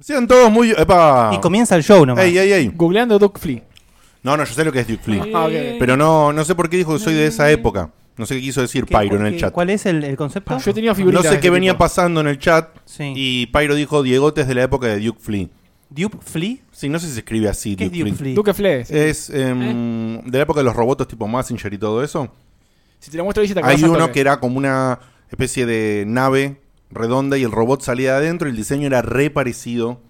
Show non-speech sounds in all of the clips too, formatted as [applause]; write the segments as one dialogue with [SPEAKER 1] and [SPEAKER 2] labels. [SPEAKER 1] Sean todos muy. ¡Epa!
[SPEAKER 2] Y comienza el show nomás.
[SPEAKER 1] Ey, ey, ey.
[SPEAKER 3] Googleando Duck Flea.
[SPEAKER 1] No, no, yo sé lo que es Duke Flea.
[SPEAKER 3] Ah, ok.
[SPEAKER 1] Pero no, no sé por qué dijo que soy de esa época. No sé qué quiso decir
[SPEAKER 2] ¿Qué-
[SPEAKER 1] Pyro en el
[SPEAKER 2] qué-
[SPEAKER 1] chat.
[SPEAKER 2] ¿Cuál es el, el concepto?
[SPEAKER 3] Yo tenía
[SPEAKER 1] No
[SPEAKER 3] figuritas. de
[SPEAKER 1] sé
[SPEAKER 3] este
[SPEAKER 1] qué venía
[SPEAKER 3] tipo.
[SPEAKER 1] pasando en el chat.
[SPEAKER 2] Sí.
[SPEAKER 1] Y Pyro dijo Diegotes de la época de Duke Flea.
[SPEAKER 2] Duke Flea.
[SPEAKER 1] Sí, no sé si se escribe así,
[SPEAKER 2] ¿Qué es Duke Flea?
[SPEAKER 3] Duke ¿Eh? Flex.
[SPEAKER 1] Es em, de la época de los robots tipo Massinger y todo eso.
[SPEAKER 3] Si te la muestro, dice te acordás
[SPEAKER 1] Hay
[SPEAKER 3] al
[SPEAKER 1] uno
[SPEAKER 3] toque.
[SPEAKER 1] que era como una especie de nave redonda y el robot salía de adentro y el diseño era re parecido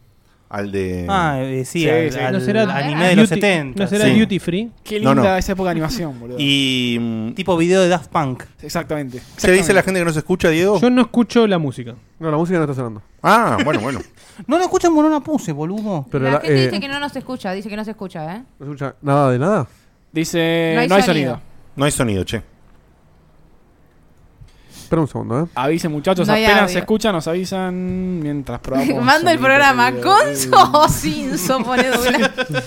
[SPEAKER 1] al de...
[SPEAKER 2] Ah, eh, sí,
[SPEAKER 3] Sí,
[SPEAKER 2] al,
[SPEAKER 3] sí.
[SPEAKER 2] al
[SPEAKER 4] ¿No será
[SPEAKER 2] anime de los
[SPEAKER 4] Duty-
[SPEAKER 2] 70.
[SPEAKER 4] ¿No será
[SPEAKER 1] sí.
[SPEAKER 4] Duty Free?
[SPEAKER 3] Qué
[SPEAKER 1] No,
[SPEAKER 3] linda
[SPEAKER 1] no.
[SPEAKER 3] esa época de animación, boludo.
[SPEAKER 1] y... mm,
[SPEAKER 2] Tipo video de Daft Punk.
[SPEAKER 3] Exactamente.
[SPEAKER 1] ¿Qué dice la
[SPEAKER 3] Exactamente.
[SPEAKER 1] gente que no se escucha, Diego?
[SPEAKER 4] Yo no escucho la música.
[SPEAKER 5] No, la música no está sonando.
[SPEAKER 1] Ah, bueno, bueno.
[SPEAKER 2] [laughs] No lo escuchan, bueno, no la puse, boludo.
[SPEAKER 5] Pero
[SPEAKER 6] la,
[SPEAKER 5] la-
[SPEAKER 6] gente
[SPEAKER 5] eh,
[SPEAKER 6] dice que no nos escucha, dice que no se escucha, ¿eh?
[SPEAKER 5] no escucha nada de nada.
[SPEAKER 3] Dice,
[SPEAKER 6] No hay
[SPEAKER 3] no hay
[SPEAKER 6] sonido.
[SPEAKER 3] sonido.
[SPEAKER 1] No hay sonido, che.
[SPEAKER 5] Espera un segundo, ¿eh?
[SPEAKER 3] Avisen muchachos,
[SPEAKER 6] No hay
[SPEAKER 3] apenas
[SPEAKER 6] audio.
[SPEAKER 3] se escuchan, nos avisan mientras
[SPEAKER 6] [laughs]
[SPEAKER 3] probamos.
[SPEAKER 6] Mando el
[SPEAKER 3] sonido,
[SPEAKER 6] programa
[SPEAKER 3] sonido.
[SPEAKER 6] con so o sin so, pone doblar.
[SPEAKER 5] Espera,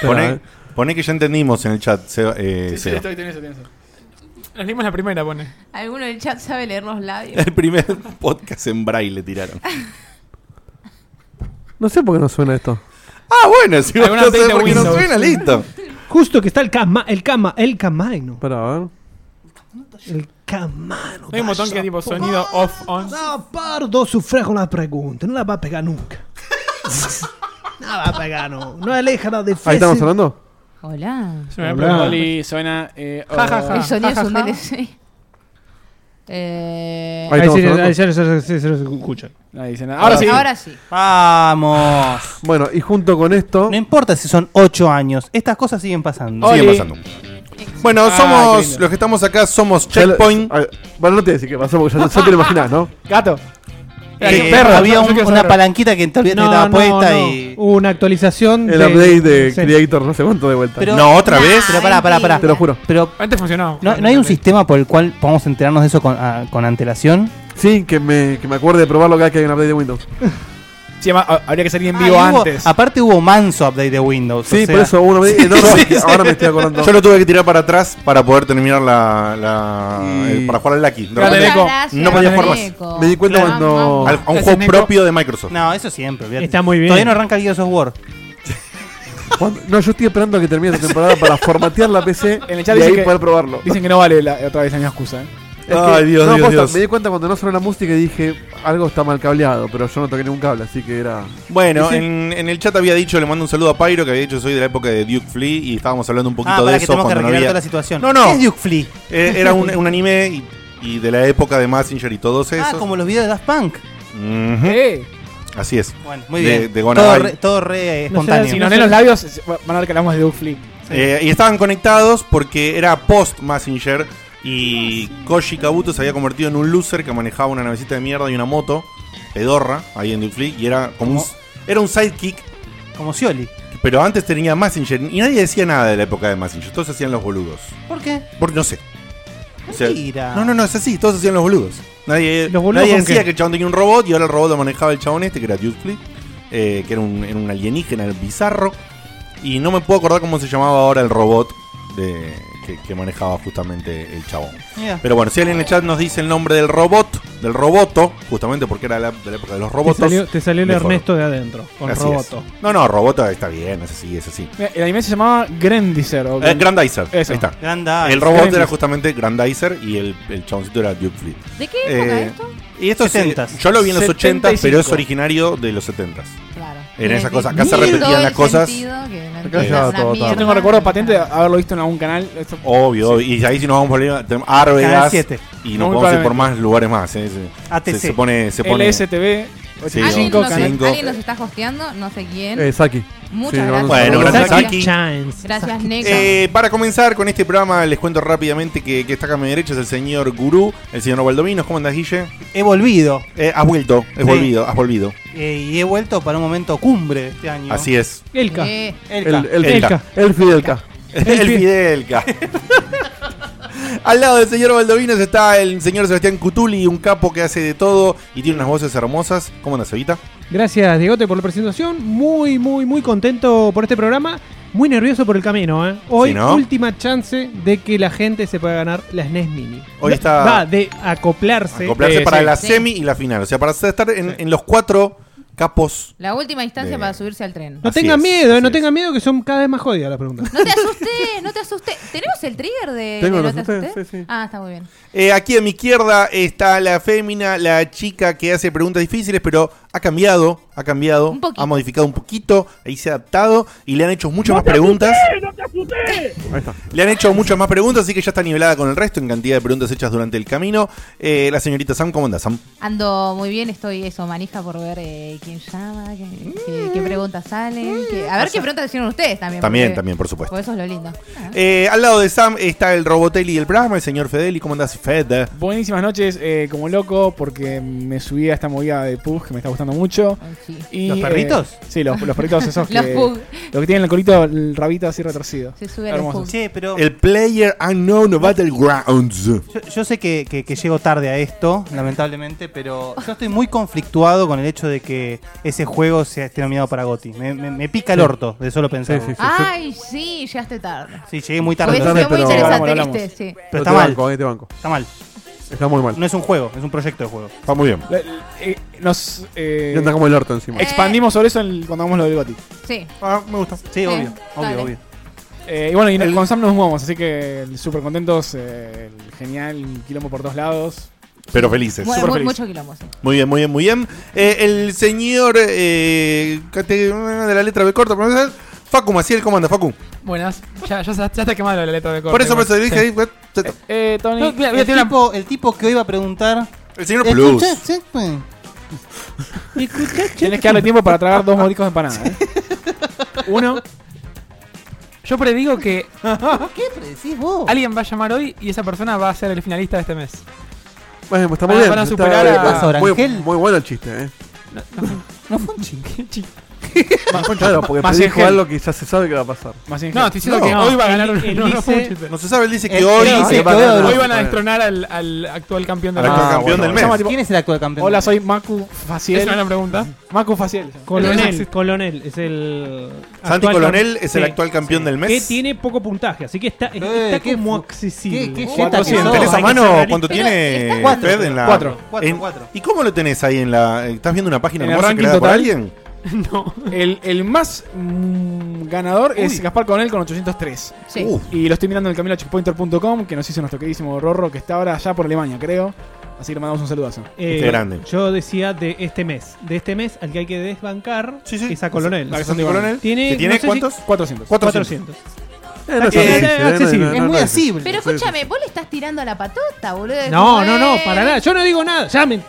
[SPEAKER 1] Poné,
[SPEAKER 5] eh.
[SPEAKER 1] poné que ya entendimos en el chat, Seba- eh,
[SPEAKER 3] Sí, sí,
[SPEAKER 1] Seba.
[SPEAKER 3] estoy- tenés eso, tenés eso.
[SPEAKER 7] Nos leímos la primera, pone.
[SPEAKER 6] Alguno del chat sabe leer los
[SPEAKER 1] [laughs]
[SPEAKER 6] labios.
[SPEAKER 1] El primer podcast en braille tiraron.
[SPEAKER 5] No sé por qué no suena esto.
[SPEAKER 1] Ah, bueno, si vos
[SPEAKER 7] Alguna
[SPEAKER 1] no sabés
[SPEAKER 7] update de
[SPEAKER 1] por qué no
[SPEAKER 7] Windows.
[SPEAKER 1] suena, listo.
[SPEAKER 4] Justo que está el cama, el cama, el camano.
[SPEAKER 5] Espera, a ver.
[SPEAKER 4] El camano.
[SPEAKER 7] No hay un botón que tipo sonido off, on.
[SPEAKER 4] No, pardo, sufre con la pregunta. No la va a pegar nunca. no va a pegar, no. No aleja la defensa.
[SPEAKER 5] Ahí estamos sonando.
[SPEAKER 6] Hola.
[SPEAKER 7] Se me
[SPEAKER 4] Hola.
[SPEAKER 7] preguntó Lili.
[SPEAKER 3] Oli suena. Eh, oh.
[SPEAKER 7] Ja, ja, ja.
[SPEAKER 6] [laughs] El sonido es un
[SPEAKER 7] ja, ja.
[SPEAKER 6] DLC. Eh,
[SPEAKER 5] Ahí
[SPEAKER 4] Ahí,
[SPEAKER 5] estamos
[SPEAKER 4] sí,
[SPEAKER 5] sonando.
[SPEAKER 4] ahí ya, ya- ya- ya se escucha.
[SPEAKER 3] Nadie dice nada. Ahora sí.
[SPEAKER 6] Ahora sí.
[SPEAKER 2] Vamos.
[SPEAKER 5] Bueno, y junto con esto.
[SPEAKER 2] No importa si son 8 años, estas cosas siguen pasando.
[SPEAKER 3] Oli.
[SPEAKER 1] Sigue pasando. Bueno,
[SPEAKER 3] Ah, qué
[SPEAKER 1] somos
[SPEAKER 3] lindo.
[SPEAKER 1] los que estamos acá, somos
[SPEAKER 5] ya lo-
[SPEAKER 1] Checkpoint.
[SPEAKER 5] a ver, Bueno, no te voy a decir qué pasó porque
[SPEAKER 1] [laughs]
[SPEAKER 5] ya, ya te lo imaginás, ¿no?
[SPEAKER 3] Gato.
[SPEAKER 2] Eh,
[SPEAKER 3] perro,
[SPEAKER 2] había
[SPEAKER 3] yo
[SPEAKER 2] un-
[SPEAKER 3] quiero saber.
[SPEAKER 2] una palanquita que todavía
[SPEAKER 4] No,
[SPEAKER 2] estaba
[SPEAKER 4] no,
[SPEAKER 2] puesta
[SPEAKER 4] no.
[SPEAKER 2] y.
[SPEAKER 4] Hubo una actualización.
[SPEAKER 5] El update de
[SPEAKER 4] sí.
[SPEAKER 5] Creator, no sé cuánto de vuelta.
[SPEAKER 2] Pero-
[SPEAKER 1] No, otra
[SPEAKER 6] Nah,
[SPEAKER 1] vez.
[SPEAKER 2] Pero pará, pará, pará.
[SPEAKER 5] Te lo juro.
[SPEAKER 2] Pero,
[SPEAKER 7] Antes funcionaba.
[SPEAKER 2] ¿no, no hay un sistema por el cual podamos enterarnos de eso con, ah, con antelación?
[SPEAKER 5] Sí, que me, que me acuerde de probarlo cada vez que hay un update de Windows.
[SPEAKER 3] Sí, además, ha- habría que salir en
[SPEAKER 2] Ah,
[SPEAKER 3] vivo
[SPEAKER 2] y hubo-
[SPEAKER 3] antes.
[SPEAKER 2] Aparte hubo manso update de Windows.
[SPEAKER 5] Sí,
[SPEAKER 2] o sea,
[SPEAKER 5] por eso uno
[SPEAKER 2] [laughs]
[SPEAKER 5] me
[SPEAKER 2] sí, sí.
[SPEAKER 5] ahora me estoy acordando.
[SPEAKER 1] Yo lo tuve que tirar para atrás para poder terminar la. la-
[SPEAKER 5] Y-
[SPEAKER 1] el- para jugar al Lucky. De
[SPEAKER 3] Dale,
[SPEAKER 1] repente,
[SPEAKER 3] Nico.
[SPEAKER 1] No podía jugar más.
[SPEAKER 6] Nico.
[SPEAKER 5] Me di cuenta
[SPEAKER 6] Claro.
[SPEAKER 5] cuando-
[SPEAKER 1] al- a un
[SPEAKER 7] Ese
[SPEAKER 1] juego
[SPEAKER 7] Nico.
[SPEAKER 1] propio de Microsoft.
[SPEAKER 2] No, eso siempre. olvídate.
[SPEAKER 4] Está muy bien.
[SPEAKER 2] Todavía no arranca el Gears of War.
[SPEAKER 5] Cuando- no, yo estoy esperando a que termine esta temporada para formatear la PC
[SPEAKER 3] En el chat
[SPEAKER 5] y
[SPEAKER 3] dicen
[SPEAKER 5] ahí
[SPEAKER 3] que-
[SPEAKER 5] poder probarlo.
[SPEAKER 3] [laughs] Dicen que no vale la, otra vez la misma excusa. ¿eh?
[SPEAKER 5] Es que-
[SPEAKER 1] Ay, Dios,
[SPEAKER 5] no,
[SPEAKER 1] Dios,
[SPEAKER 5] posta,
[SPEAKER 1] Dios.
[SPEAKER 5] Me di cuenta cuando no sonó la música y dije, algo está mal cableado, pero yo no toqué ningún cable, así que era...
[SPEAKER 1] Bueno,
[SPEAKER 5] Sí, sí.
[SPEAKER 1] en, en el chat había dicho, le mando un saludo a Pyro, que había dicho soy de la época de Duke Flea y estábamos hablando un poquito
[SPEAKER 2] Ah,
[SPEAKER 1] de
[SPEAKER 2] para que
[SPEAKER 1] eso
[SPEAKER 2] tenemos que
[SPEAKER 1] cuando no
[SPEAKER 2] recrear
[SPEAKER 1] había.
[SPEAKER 2] toda la situación.
[SPEAKER 1] No, no.
[SPEAKER 2] ¿Qué es Duke Flea?
[SPEAKER 1] Eh, era un, un anime y, y de la época de Massinger y todos esos.
[SPEAKER 2] Ah, como los videos de Daft Punk.
[SPEAKER 1] Ujú.
[SPEAKER 3] Eh.
[SPEAKER 1] Así es.
[SPEAKER 2] Bueno, muy
[SPEAKER 1] De-
[SPEAKER 2] bien.
[SPEAKER 1] de Gona
[SPEAKER 2] todo,
[SPEAKER 1] Bye.
[SPEAKER 2] re, todo re, eh,
[SPEAKER 4] No sé,
[SPEAKER 2] espontáneo.
[SPEAKER 3] Si
[SPEAKER 4] Sí,
[SPEAKER 3] nos
[SPEAKER 4] no
[SPEAKER 3] leen
[SPEAKER 4] sé.
[SPEAKER 3] los labios, se- van a ver que hablamos de Duke Flea.
[SPEAKER 1] Eh, y estaban conectados porque era post Massinger y Koji Kabuto se había convertido en un loser que manejaba una navecita de mierda y una moto pedorra ahí en Duke Flea y era como un,
[SPEAKER 2] ¿Cómo?
[SPEAKER 1] era un sidekick,
[SPEAKER 2] Como Scioli.
[SPEAKER 1] pero antes tenía Massinger y nadie decía nada de la época de Massinger, todos hacían los boludos.
[SPEAKER 2] ¿Por qué?
[SPEAKER 1] Porque no sé. O
[SPEAKER 5] Eh,
[SPEAKER 1] sea,
[SPEAKER 2] Mentira.
[SPEAKER 1] no, no, no, es así, todos hacían los boludos. Nadie,
[SPEAKER 4] ¿Los boludos
[SPEAKER 1] nadie
[SPEAKER 4] con
[SPEAKER 1] decía
[SPEAKER 4] qué?
[SPEAKER 1] que el chabón tenía un robot y ahora el robot lo manejaba el chabón este, que era Duke Flea, eh, que era un, era un alienígena era bizarro. Y no me puedo acordar cómo se llamaba ahora el robot de, que, que manejaba justamente el chabón.
[SPEAKER 2] Mira.
[SPEAKER 1] Pero bueno, si alguien en el chat nos dice el nombre del robot, del roboto, justamente porque era la- de la época de los
[SPEAKER 4] Te
[SPEAKER 1] robotos.
[SPEAKER 4] salió, te salió el
[SPEAKER 1] mejor.
[SPEAKER 4] Ernesto de adentro, con
[SPEAKER 1] Así es.
[SPEAKER 4] Roboto.
[SPEAKER 1] No, no, roboto está bien, es así, es así.
[SPEAKER 3] Mira, El anime se llamaba Grandizer. o
[SPEAKER 1] Eh, Grandizer,
[SPEAKER 3] Eso.
[SPEAKER 1] ahí está.
[SPEAKER 2] Granda.
[SPEAKER 1] El robot
[SPEAKER 3] Grandizer.
[SPEAKER 1] era justamente Grandizer y el, el chaboncito era Duke Flea.
[SPEAKER 6] ¿De qué época
[SPEAKER 1] Eh,
[SPEAKER 6] esto?
[SPEAKER 1] Y esto es,
[SPEAKER 2] 70s.
[SPEAKER 1] eh, yo lo vi en los 80, pero es
[SPEAKER 3] 75.
[SPEAKER 1] originario de los 70s.
[SPEAKER 6] Claro.
[SPEAKER 1] en esas
[SPEAKER 6] Tiene
[SPEAKER 1] cosas, acá se
[SPEAKER 6] todo
[SPEAKER 1] repetían
[SPEAKER 6] el
[SPEAKER 1] las cosas.
[SPEAKER 6] sentido que no
[SPEAKER 5] Acá
[SPEAKER 1] ya
[SPEAKER 6] entiendo
[SPEAKER 5] todo,
[SPEAKER 6] una
[SPEAKER 5] todo.
[SPEAKER 3] Yo tengo
[SPEAKER 6] mierda.
[SPEAKER 3] recuerdo patente de haberlo visto en algún canal. Esto-
[SPEAKER 1] Obvio, y ahí si nos vamos por ahí, tenemos Arvegas
[SPEAKER 2] Canal 7.
[SPEAKER 1] y nos
[SPEAKER 3] Muy
[SPEAKER 1] podemos ir por
[SPEAKER 3] probablemente.
[SPEAKER 1] más lugares más. eh, se-
[SPEAKER 2] ATC.
[SPEAKER 1] Se, se pone, se pone
[SPEAKER 3] LSTV,
[SPEAKER 1] Sí,
[SPEAKER 6] ¿Alguien,
[SPEAKER 3] 85
[SPEAKER 6] nos,
[SPEAKER 1] sí.
[SPEAKER 3] canal.
[SPEAKER 1] cinco.
[SPEAKER 6] alguien nos está hosteando, no sé quién.
[SPEAKER 5] Eh, Saki.
[SPEAKER 6] Muchas
[SPEAKER 5] sí,
[SPEAKER 6] gracias.
[SPEAKER 1] Bueno, gracias,
[SPEAKER 4] Saki
[SPEAKER 1] Saki.
[SPEAKER 4] Chance.
[SPEAKER 6] Gracias,
[SPEAKER 1] [laughs]
[SPEAKER 6] Neca.
[SPEAKER 1] Eh, para comenzar con este programa, les cuento rápidamente que, que está acá a mi derecha es el señor Gurú, el señor Valdominos. ¿Cómo andás, Guille?
[SPEAKER 2] He volvido.
[SPEAKER 1] Eh, has vuelto, has
[SPEAKER 2] Sí.
[SPEAKER 1] volvido, has volvido.
[SPEAKER 2] eh, y he vuelto para un momento cumbre de este año.
[SPEAKER 1] Así es.
[SPEAKER 4] Elka.
[SPEAKER 6] Eh,
[SPEAKER 5] El,
[SPEAKER 2] Elka.
[SPEAKER 5] el, el,
[SPEAKER 1] Elka.
[SPEAKER 5] el Fidelka.
[SPEAKER 1] [laughs] El Fidelca. Al lado del señor Valdominos está el señor Sebastián Cutuli, un capo que hace de todo y tiene unas voces hermosas. ¿Cómo andas, Evita?
[SPEAKER 4] Gracias, Diegote, por la presentación. Muy, muy, muy contento por este programa. Muy nervioso por el camino, ¿eh? Hoy,
[SPEAKER 1] Sí, ¿no?
[SPEAKER 4] última chance de que la gente se pueda ganar la SNES Mini.
[SPEAKER 1] Hoy está-
[SPEAKER 4] Va de acoplarse.
[SPEAKER 1] acoplarse
[SPEAKER 3] Eh,
[SPEAKER 1] para
[SPEAKER 3] sí.
[SPEAKER 1] la
[SPEAKER 6] Sí.
[SPEAKER 1] semi y la final. O sea, para estar en, en los cuatro capos.
[SPEAKER 6] La última instancia
[SPEAKER 1] De-
[SPEAKER 6] para subirse al tren.
[SPEAKER 4] No
[SPEAKER 1] Así
[SPEAKER 4] tengan
[SPEAKER 1] es,
[SPEAKER 4] miedo, eh,
[SPEAKER 1] así
[SPEAKER 4] no
[SPEAKER 1] es.
[SPEAKER 4] tengan miedo que son cada vez más jodidas las preguntas.
[SPEAKER 6] No te asustes, no te asustes. ¿Tenemos el trigger de,
[SPEAKER 5] Tengo
[SPEAKER 6] de
[SPEAKER 5] el
[SPEAKER 6] no te
[SPEAKER 5] asusté,
[SPEAKER 6] asustes?
[SPEAKER 5] sí, sí.
[SPEAKER 6] Ah, está muy bien.
[SPEAKER 1] Eh, aquí a mi izquierda está la fémina, la chica que hace preguntas difíciles, pero ha cambiado, ha cambiado,
[SPEAKER 6] Un poquito.
[SPEAKER 1] ha modificado un poquito, ahí se ha adaptado y le han hecho muchas más preguntas.
[SPEAKER 5] Ahí está.
[SPEAKER 1] Le han hecho muchas más preguntas, así que ya está nivelada con el resto en cantidad de preguntas hechas durante el camino. Eh, la señorita Sam, ¿cómo anda, Sam?
[SPEAKER 6] Ando muy bien, estoy eso, manija por ver eh, quién llama, qué, qué- qué preguntas salen. qué- a ver qué preguntas hicieron ustedes también.
[SPEAKER 1] También,
[SPEAKER 6] porque-
[SPEAKER 1] también, por supuesto.
[SPEAKER 6] Porque eso es lo lindo. Ah.
[SPEAKER 1] Eh, al lado de Sam está el Robotelli y el Brahma, el señor Fedeli. ¿Cómo andás, Fed?
[SPEAKER 3] Buenísimas noches, eh, como loco, porque me subí a esta movida de PUG que me está gustando mucho.
[SPEAKER 6] Ay, sí.
[SPEAKER 3] Y,
[SPEAKER 2] ¿Los
[SPEAKER 3] eh,
[SPEAKER 2] perritos?
[SPEAKER 3] sí, los, los perritos esos que,
[SPEAKER 6] [laughs] Los pug.
[SPEAKER 3] Lo que tienen el colito, el rabito así retorcido.
[SPEAKER 6] Se sube a los
[SPEAKER 3] Hermoso.
[SPEAKER 6] pug.
[SPEAKER 2] Che, pero
[SPEAKER 1] El Player Unknown Battlegrounds.
[SPEAKER 2] yo, yo sé que, que- que llego tarde a esto, lamentablemente, pero yo estoy muy conflictuado con el hecho de que ese juego sea esté nominado para Gotti. Me, me- me pica el orto de solo pensar. Sí,
[SPEAKER 5] Sí, sí, sí.
[SPEAKER 6] Ah. Ay, sí, llegaste tarde.
[SPEAKER 2] llegué muy tarde.
[SPEAKER 6] Hubiese
[SPEAKER 5] Tarde,
[SPEAKER 6] sido muy
[SPEAKER 5] pero-
[SPEAKER 6] interesante
[SPEAKER 3] Hablamos,
[SPEAKER 6] este, sí.
[SPEAKER 2] Pero
[SPEAKER 5] te
[SPEAKER 2] está mal,
[SPEAKER 5] banco, eh, te banco.
[SPEAKER 2] está mal.
[SPEAKER 5] Está muy mal.
[SPEAKER 2] No es un juego, es un proyecto de juego.
[SPEAKER 1] Está muy bien.
[SPEAKER 3] La- eh, nos eh,
[SPEAKER 5] Y anda como el orto encima.
[SPEAKER 6] Eh.
[SPEAKER 3] expandimos sobre eso en- cuando hagamos lo del Gothic.
[SPEAKER 6] Sí.
[SPEAKER 2] Ah, me gusta. Sí,
[SPEAKER 6] Eh,
[SPEAKER 2] obvio,
[SPEAKER 6] dale.
[SPEAKER 2] obvio, obvio.
[SPEAKER 3] Eh, y bueno, y con Sam nos jugamos, así que súper contentos, eh, el genial, quilombo por dos lados.
[SPEAKER 1] Pero felices.
[SPEAKER 6] Mu-
[SPEAKER 3] súper
[SPEAKER 6] mu-
[SPEAKER 3] feliz.
[SPEAKER 6] mucho quilombo, sí.
[SPEAKER 1] Muy bien, muy bien, muy bien. Eh, el señor eh, cate- de la letra B corta, por ejemplo, Facu Maciel, ¿cómo anda, Facu?
[SPEAKER 7] Buenas. Ya, ya, ya está quemado la letra de corte.
[SPEAKER 1] Por eso, por eso, le dije ahí,
[SPEAKER 3] Eh, eh, Tony,
[SPEAKER 7] No, mira,
[SPEAKER 2] El
[SPEAKER 7] mira, tiene una-
[SPEAKER 2] tipo, el tipo que hoy va a preguntar.
[SPEAKER 1] El señor Plus.
[SPEAKER 2] ¿Escuchaste? Pues,
[SPEAKER 3] tenés que darle tiempo para tragar dos moriscos de empanada. ¿eh?
[SPEAKER 7] Uno. Yo predigo [laughs] que
[SPEAKER 2] ¿Qué predecís vos?
[SPEAKER 7] alguien va a llamar hoy y esa persona va a ser el finalista de este mes.
[SPEAKER 5] Bueno, está
[SPEAKER 7] Van-
[SPEAKER 5] muy bien.
[SPEAKER 7] van a
[SPEAKER 5] está-
[SPEAKER 7] superar a-
[SPEAKER 5] está muy,
[SPEAKER 2] Orangel.
[SPEAKER 5] muy bueno el chiste, eh.
[SPEAKER 2] No fue un chingue.
[SPEAKER 5] [laughs] Claro, porque
[SPEAKER 3] más
[SPEAKER 5] predijo
[SPEAKER 3] Angel.
[SPEAKER 5] algo que ya se sabe que va a pasar.
[SPEAKER 3] Más bien,
[SPEAKER 7] No, estoy diciendo
[SPEAKER 1] No,
[SPEAKER 7] que hoy va a ganar un
[SPEAKER 2] él
[SPEAKER 7] no, no fue un
[SPEAKER 2] dice-
[SPEAKER 7] chiste.
[SPEAKER 1] No se sabe, él dice que
[SPEAKER 2] El-
[SPEAKER 1] hoy.
[SPEAKER 2] el-
[SPEAKER 1] se
[SPEAKER 2] el-
[SPEAKER 1] va
[SPEAKER 2] el-
[SPEAKER 1] ganar-
[SPEAKER 2] no,
[SPEAKER 7] Hoy
[SPEAKER 2] no,
[SPEAKER 7] van a
[SPEAKER 5] no.
[SPEAKER 7] destronar al, al actual campeón
[SPEAKER 1] [laughs]
[SPEAKER 7] de
[SPEAKER 1] Al
[SPEAKER 7] la
[SPEAKER 1] actual
[SPEAKER 5] Ah,
[SPEAKER 1] campeón
[SPEAKER 5] bueno,
[SPEAKER 1] del
[SPEAKER 5] bueno.
[SPEAKER 1] mes.
[SPEAKER 2] ¿Quién es el actual campeón?
[SPEAKER 3] Hola, soy Macu
[SPEAKER 7] Es una
[SPEAKER 3] Faciel.
[SPEAKER 7] buena pregunta.
[SPEAKER 3] Macu Faciel.
[SPEAKER 4] Colonel,
[SPEAKER 7] Existe.
[SPEAKER 4] Colonel es el.
[SPEAKER 1] Santi
[SPEAKER 4] actual
[SPEAKER 1] Colonel
[SPEAKER 4] cam-
[SPEAKER 1] es el
[SPEAKER 4] sí,
[SPEAKER 1] actual campeón del
[SPEAKER 4] Que
[SPEAKER 1] mes.
[SPEAKER 4] tiene poco puntaje, así que está,
[SPEAKER 2] Eh,
[SPEAKER 4] está
[SPEAKER 2] qué
[SPEAKER 4] como
[SPEAKER 2] fu-
[SPEAKER 4] accesible.
[SPEAKER 2] qué- qué
[SPEAKER 4] Oh,
[SPEAKER 2] jeta que
[SPEAKER 4] hay
[SPEAKER 2] sos.
[SPEAKER 1] ¿Tenés a
[SPEAKER 4] ser
[SPEAKER 1] mano
[SPEAKER 4] realista.
[SPEAKER 1] cuatro, cuánto
[SPEAKER 6] Pero,
[SPEAKER 1] tiene
[SPEAKER 6] ¿está cuatro?
[SPEAKER 1] Fed en la.
[SPEAKER 3] Cuatro.
[SPEAKER 2] Cuatro,
[SPEAKER 1] en-
[SPEAKER 2] cuatro.
[SPEAKER 1] ¿Y cómo lo tenés ahí en la. ¿Estás viendo una página
[SPEAKER 3] En el
[SPEAKER 1] hermosa
[SPEAKER 3] ranking
[SPEAKER 1] creada por
[SPEAKER 3] total. [laughs]
[SPEAKER 1] alguien?
[SPEAKER 3] El, el más mm, ganador es Gaspar Coronel con 803.
[SPEAKER 6] Sí.
[SPEAKER 1] Uh,
[SPEAKER 3] Y lo estoy mirando en el camino a checkpointer.com, que nos hizo nuestro queridísimo Rorro, que está ahora allá por Alemania, creo. Así que le mandamos un saludazo.
[SPEAKER 4] Eh,
[SPEAKER 5] Este
[SPEAKER 1] Qué grande.
[SPEAKER 4] Yo decía de este mes. De este mes, al que hay que desbancar
[SPEAKER 1] Sí, sí.
[SPEAKER 4] es a Colonel.
[SPEAKER 3] La que
[SPEAKER 1] Santi
[SPEAKER 3] Santi
[SPEAKER 1] Coronel.
[SPEAKER 4] Tiene-
[SPEAKER 1] ¿Que tiene
[SPEAKER 4] no sé si- Ah,
[SPEAKER 1] cuántos?
[SPEAKER 3] 400.
[SPEAKER 4] 400.
[SPEAKER 5] Eh, no
[SPEAKER 4] Está
[SPEAKER 5] difícil,
[SPEAKER 4] bien,
[SPEAKER 5] eh,
[SPEAKER 4] es accesible.
[SPEAKER 2] Es muy
[SPEAKER 5] difícil.
[SPEAKER 2] asible.
[SPEAKER 6] Pero escúchame, vos le estás tirando a la patota, boludo. Es
[SPEAKER 4] No,
[SPEAKER 6] como,
[SPEAKER 4] no, no,
[SPEAKER 6] eh,
[SPEAKER 4] para nada. Yo no digo nada. Llamen.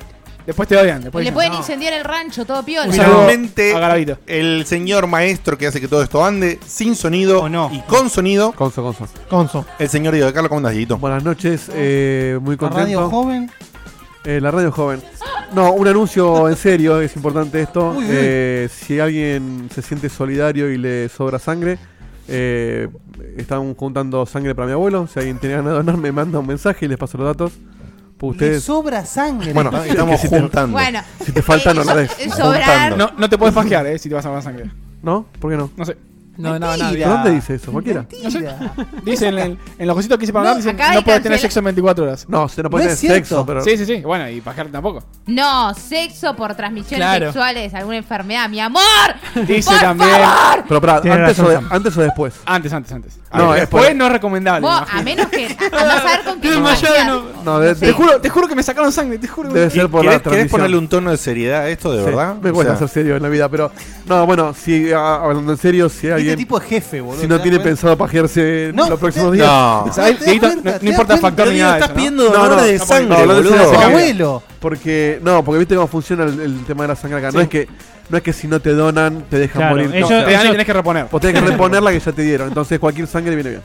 [SPEAKER 3] Después te odian.
[SPEAKER 6] Y
[SPEAKER 3] Después
[SPEAKER 6] le
[SPEAKER 3] dicen,
[SPEAKER 6] pueden
[SPEAKER 3] "No".
[SPEAKER 6] incendiar el rancho, todo
[SPEAKER 3] Un
[SPEAKER 6] piola.
[SPEAKER 3] saludo
[SPEAKER 1] Finalmente-
[SPEAKER 3] a Garavito.
[SPEAKER 1] El señor maestro que hace que todo esto ande sin sonido
[SPEAKER 2] O no.
[SPEAKER 1] y con sonido.
[SPEAKER 5] Conso, conso.
[SPEAKER 4] Conso.
[SPEAKER 1] El señor Diego de Carlos, ¿cómo andas, Dieguito?
[SPEAKER 5] Buenas noches, eh, muy
[SPEAKER 2] ¿La
[SPEAKER 5] contento.
[SPEAKER 2] radio joven?
[SPEAKER 5] Eh, la radio joven. No, un anuncio en serio, es importante esto.
[SPEAKER 2] Uy, uy.
[SPEAKER 5] Eh, si alguien se siente solidario y le sobra sangre, eh, están juntando sangre para mi abuelo. Si alguien tiene ganas de donar, me manda un mensaje y les paso los datos. Pues
[SPEAKER 2] Le
[SPEAKER 5] ustedes,
[SPEAKER 2] sobra sangre. [laughs]
[SPEAKER 1] Bueno, estamos
[SPEAKER 5] si te-
[SPEAKER 1] juntando.
[SPEAKER 6] Bueno,
[SPEAKER 5] si te falta, no
[SPEAKER 6] eh,
[SPEAKER 5] la
[SPEAKER 6] so-
[SPEAKER 5] des.
[SPEAKER 6] Sobrar.
[SPEAKER 1] Juntando.
[SPEAKER 3] No, no te puedes fajear, eh, si te vas a dar sangre.
[SPEAKER 5] ¿No? ¿Por qué no?
[SPEAKER 3] No sé.
[SPEAKER 7] No, no, no.
[SPEAKER 2] Mentira.
[SPEAKER 5] ¿Dónde dice eso? ¿Cualquiera?
[SPEAKER 3] [laughs]
[SPEAKER 2] Mentira.
[SPEAKER 3] Dicen en, en los cositos que hice para
[SPEAKER 6] No,
[SPEAKER 3] hablar, dicen
[SPEAKER 6] acá hay
[SPEAKER 3] no puedes tener
[SPEAKER 6] cancela-
[SPEAKER 3] sexo en 24 horas.
[SPEAKER 5] No, se no
[SPEAKER 2] No
[SPEAKER 5] puede
[SPEAKER 2] es
[SPEAKER 5] tener sexo,
[SPEAKER 2] cierto.
[SPEAKER 5] pero.
[SPEAKER 3] Sí, sí, sí. Bueno, y pajear tampoco.
[SPEAKER 6] No, sexo por transmisiones
[SPEAKER 7] Claro.
[SPEAKER 6] sexuales, alguna enfermedad, mi amor.
[SPEAKER 3] Dice
[SPEAKER 6] por
[SPEAKER 3] también.
[SPEAKER 6] favor.
[SPEAKER 5] Pero pará,
[SPEAKER 4] Tiene
[SPEAKER 5] antes,
[SPEAKER 4] razón,
[SPEAKER 5] o de-
[SPEAKER 4] Sam.
[SPEAKER 5] antes o después.
[SPEAKER 3] Antes, antes, antes.
[SPEAKER 5] No,
[SPEAKER 3] No,
[SPEAKER 5] después.
[SPEAKER 3] después, no es recomendable.
[SPEAKER 6] Vos, ah,
[SPEAKER 3] me
[SPEAKER 6] a
[SPEAKER 3] imagino.
[SPEAKER 6] menos que. A, a no saber con quién.
[SPEAKER 7] Estoy desmayado,
[SPEAKER 6] confiar.
[SPEAKER 7] no.
[SPEAKER 5] No, de-
[SPEAKER 3] Eh, Te juro, te juro que me sacaron sangre, te juro. que-
[SPEAKER 5] Debe ser por
[SPEAKER 1] ¿Querés,
[SPEAKER 5] la
[SPEAKER 1] querés
[SPEAKER 5] transmisión.
[SPEAKER 1] ponerle un tono de seriedad a esto, de
[SPEAKER 5] Sí,
[SPEAKER 1] verdad?
[SPEAKER 5] Me
[SPEAKER 1] O
[SPEAKER 5] cuesta
[SPEAKER 1] sea,
[SPEAKER 5] ser serio en la vida, pero. No, bueno, si ah, hablando en serio, si
[SPEAKER 2] Este
[SPEAKER 5] alguien.
[SPEAKER 2] tipo es jefe, boludo.
[SPEAKER 5] Si no
[SPEAKER 2] ¿te
[SPEAKER 5] tiene
[SPEAKER 2] das cuenta?
[SPEAKER 5] pensado pajearse en
[SPEAKER 2] No,
[SPEAKER 5] los próximos
[SPEAKER 2] te-
[SPEAKER 5] días.
[SPEAKER 1] No.
[SPEAKER 3] ¿Sabes?
[SPEAKER 2] ¿Te das cuenta?
[SPEAKER 3] Dieguito,
[SPEAKER 2] ¿Te
[SPEAKER 3] no, no
[SPEAKER 2] das
[SPEAKER 3] importa
[SPEAKER 2] cuenta?
[SPEAKER 3] factor ni nada. de
[SPEAKER 1] estás
[SPEAKER 3] eso, ¿no?
[SPEAKER 1] pidiendo
[SPEAKER 5] No,
[SPEAKER 1] donador
[SPEAKER 5] no,
[SPEAKER 1] de
[SPEAKER 5] no,
[SPEAKER 1] sangre,
[SPEAKER 5] no, hablando en
[SPEAKER 1] boludo.
[SPEAKER 5] serio,
[SPEAKER 2] Tu
[SPEAKER 5] se cambia.
[SPEAKER 2] abuelo.
[SPEAKER 5] Porque, no, porque viste cómo funciona el, el tema de la sangre acá. No es que no es que si no te donan, te dejan
[SPEAKER 4] Claro,
[SPEAKER 5] morir. No,
[SPEAKER 4] ellos-
[SPEAKER 5] o sea,
[SPEAKER 3] Te dan y
[SPEAKER 4] Eso-
[SPEAKER 3] tenés que reponer. [laughs]
[SPEAKER 5] vos tenés que reponer la que ya te dieron. Entonces, cualquier sangre viene bien.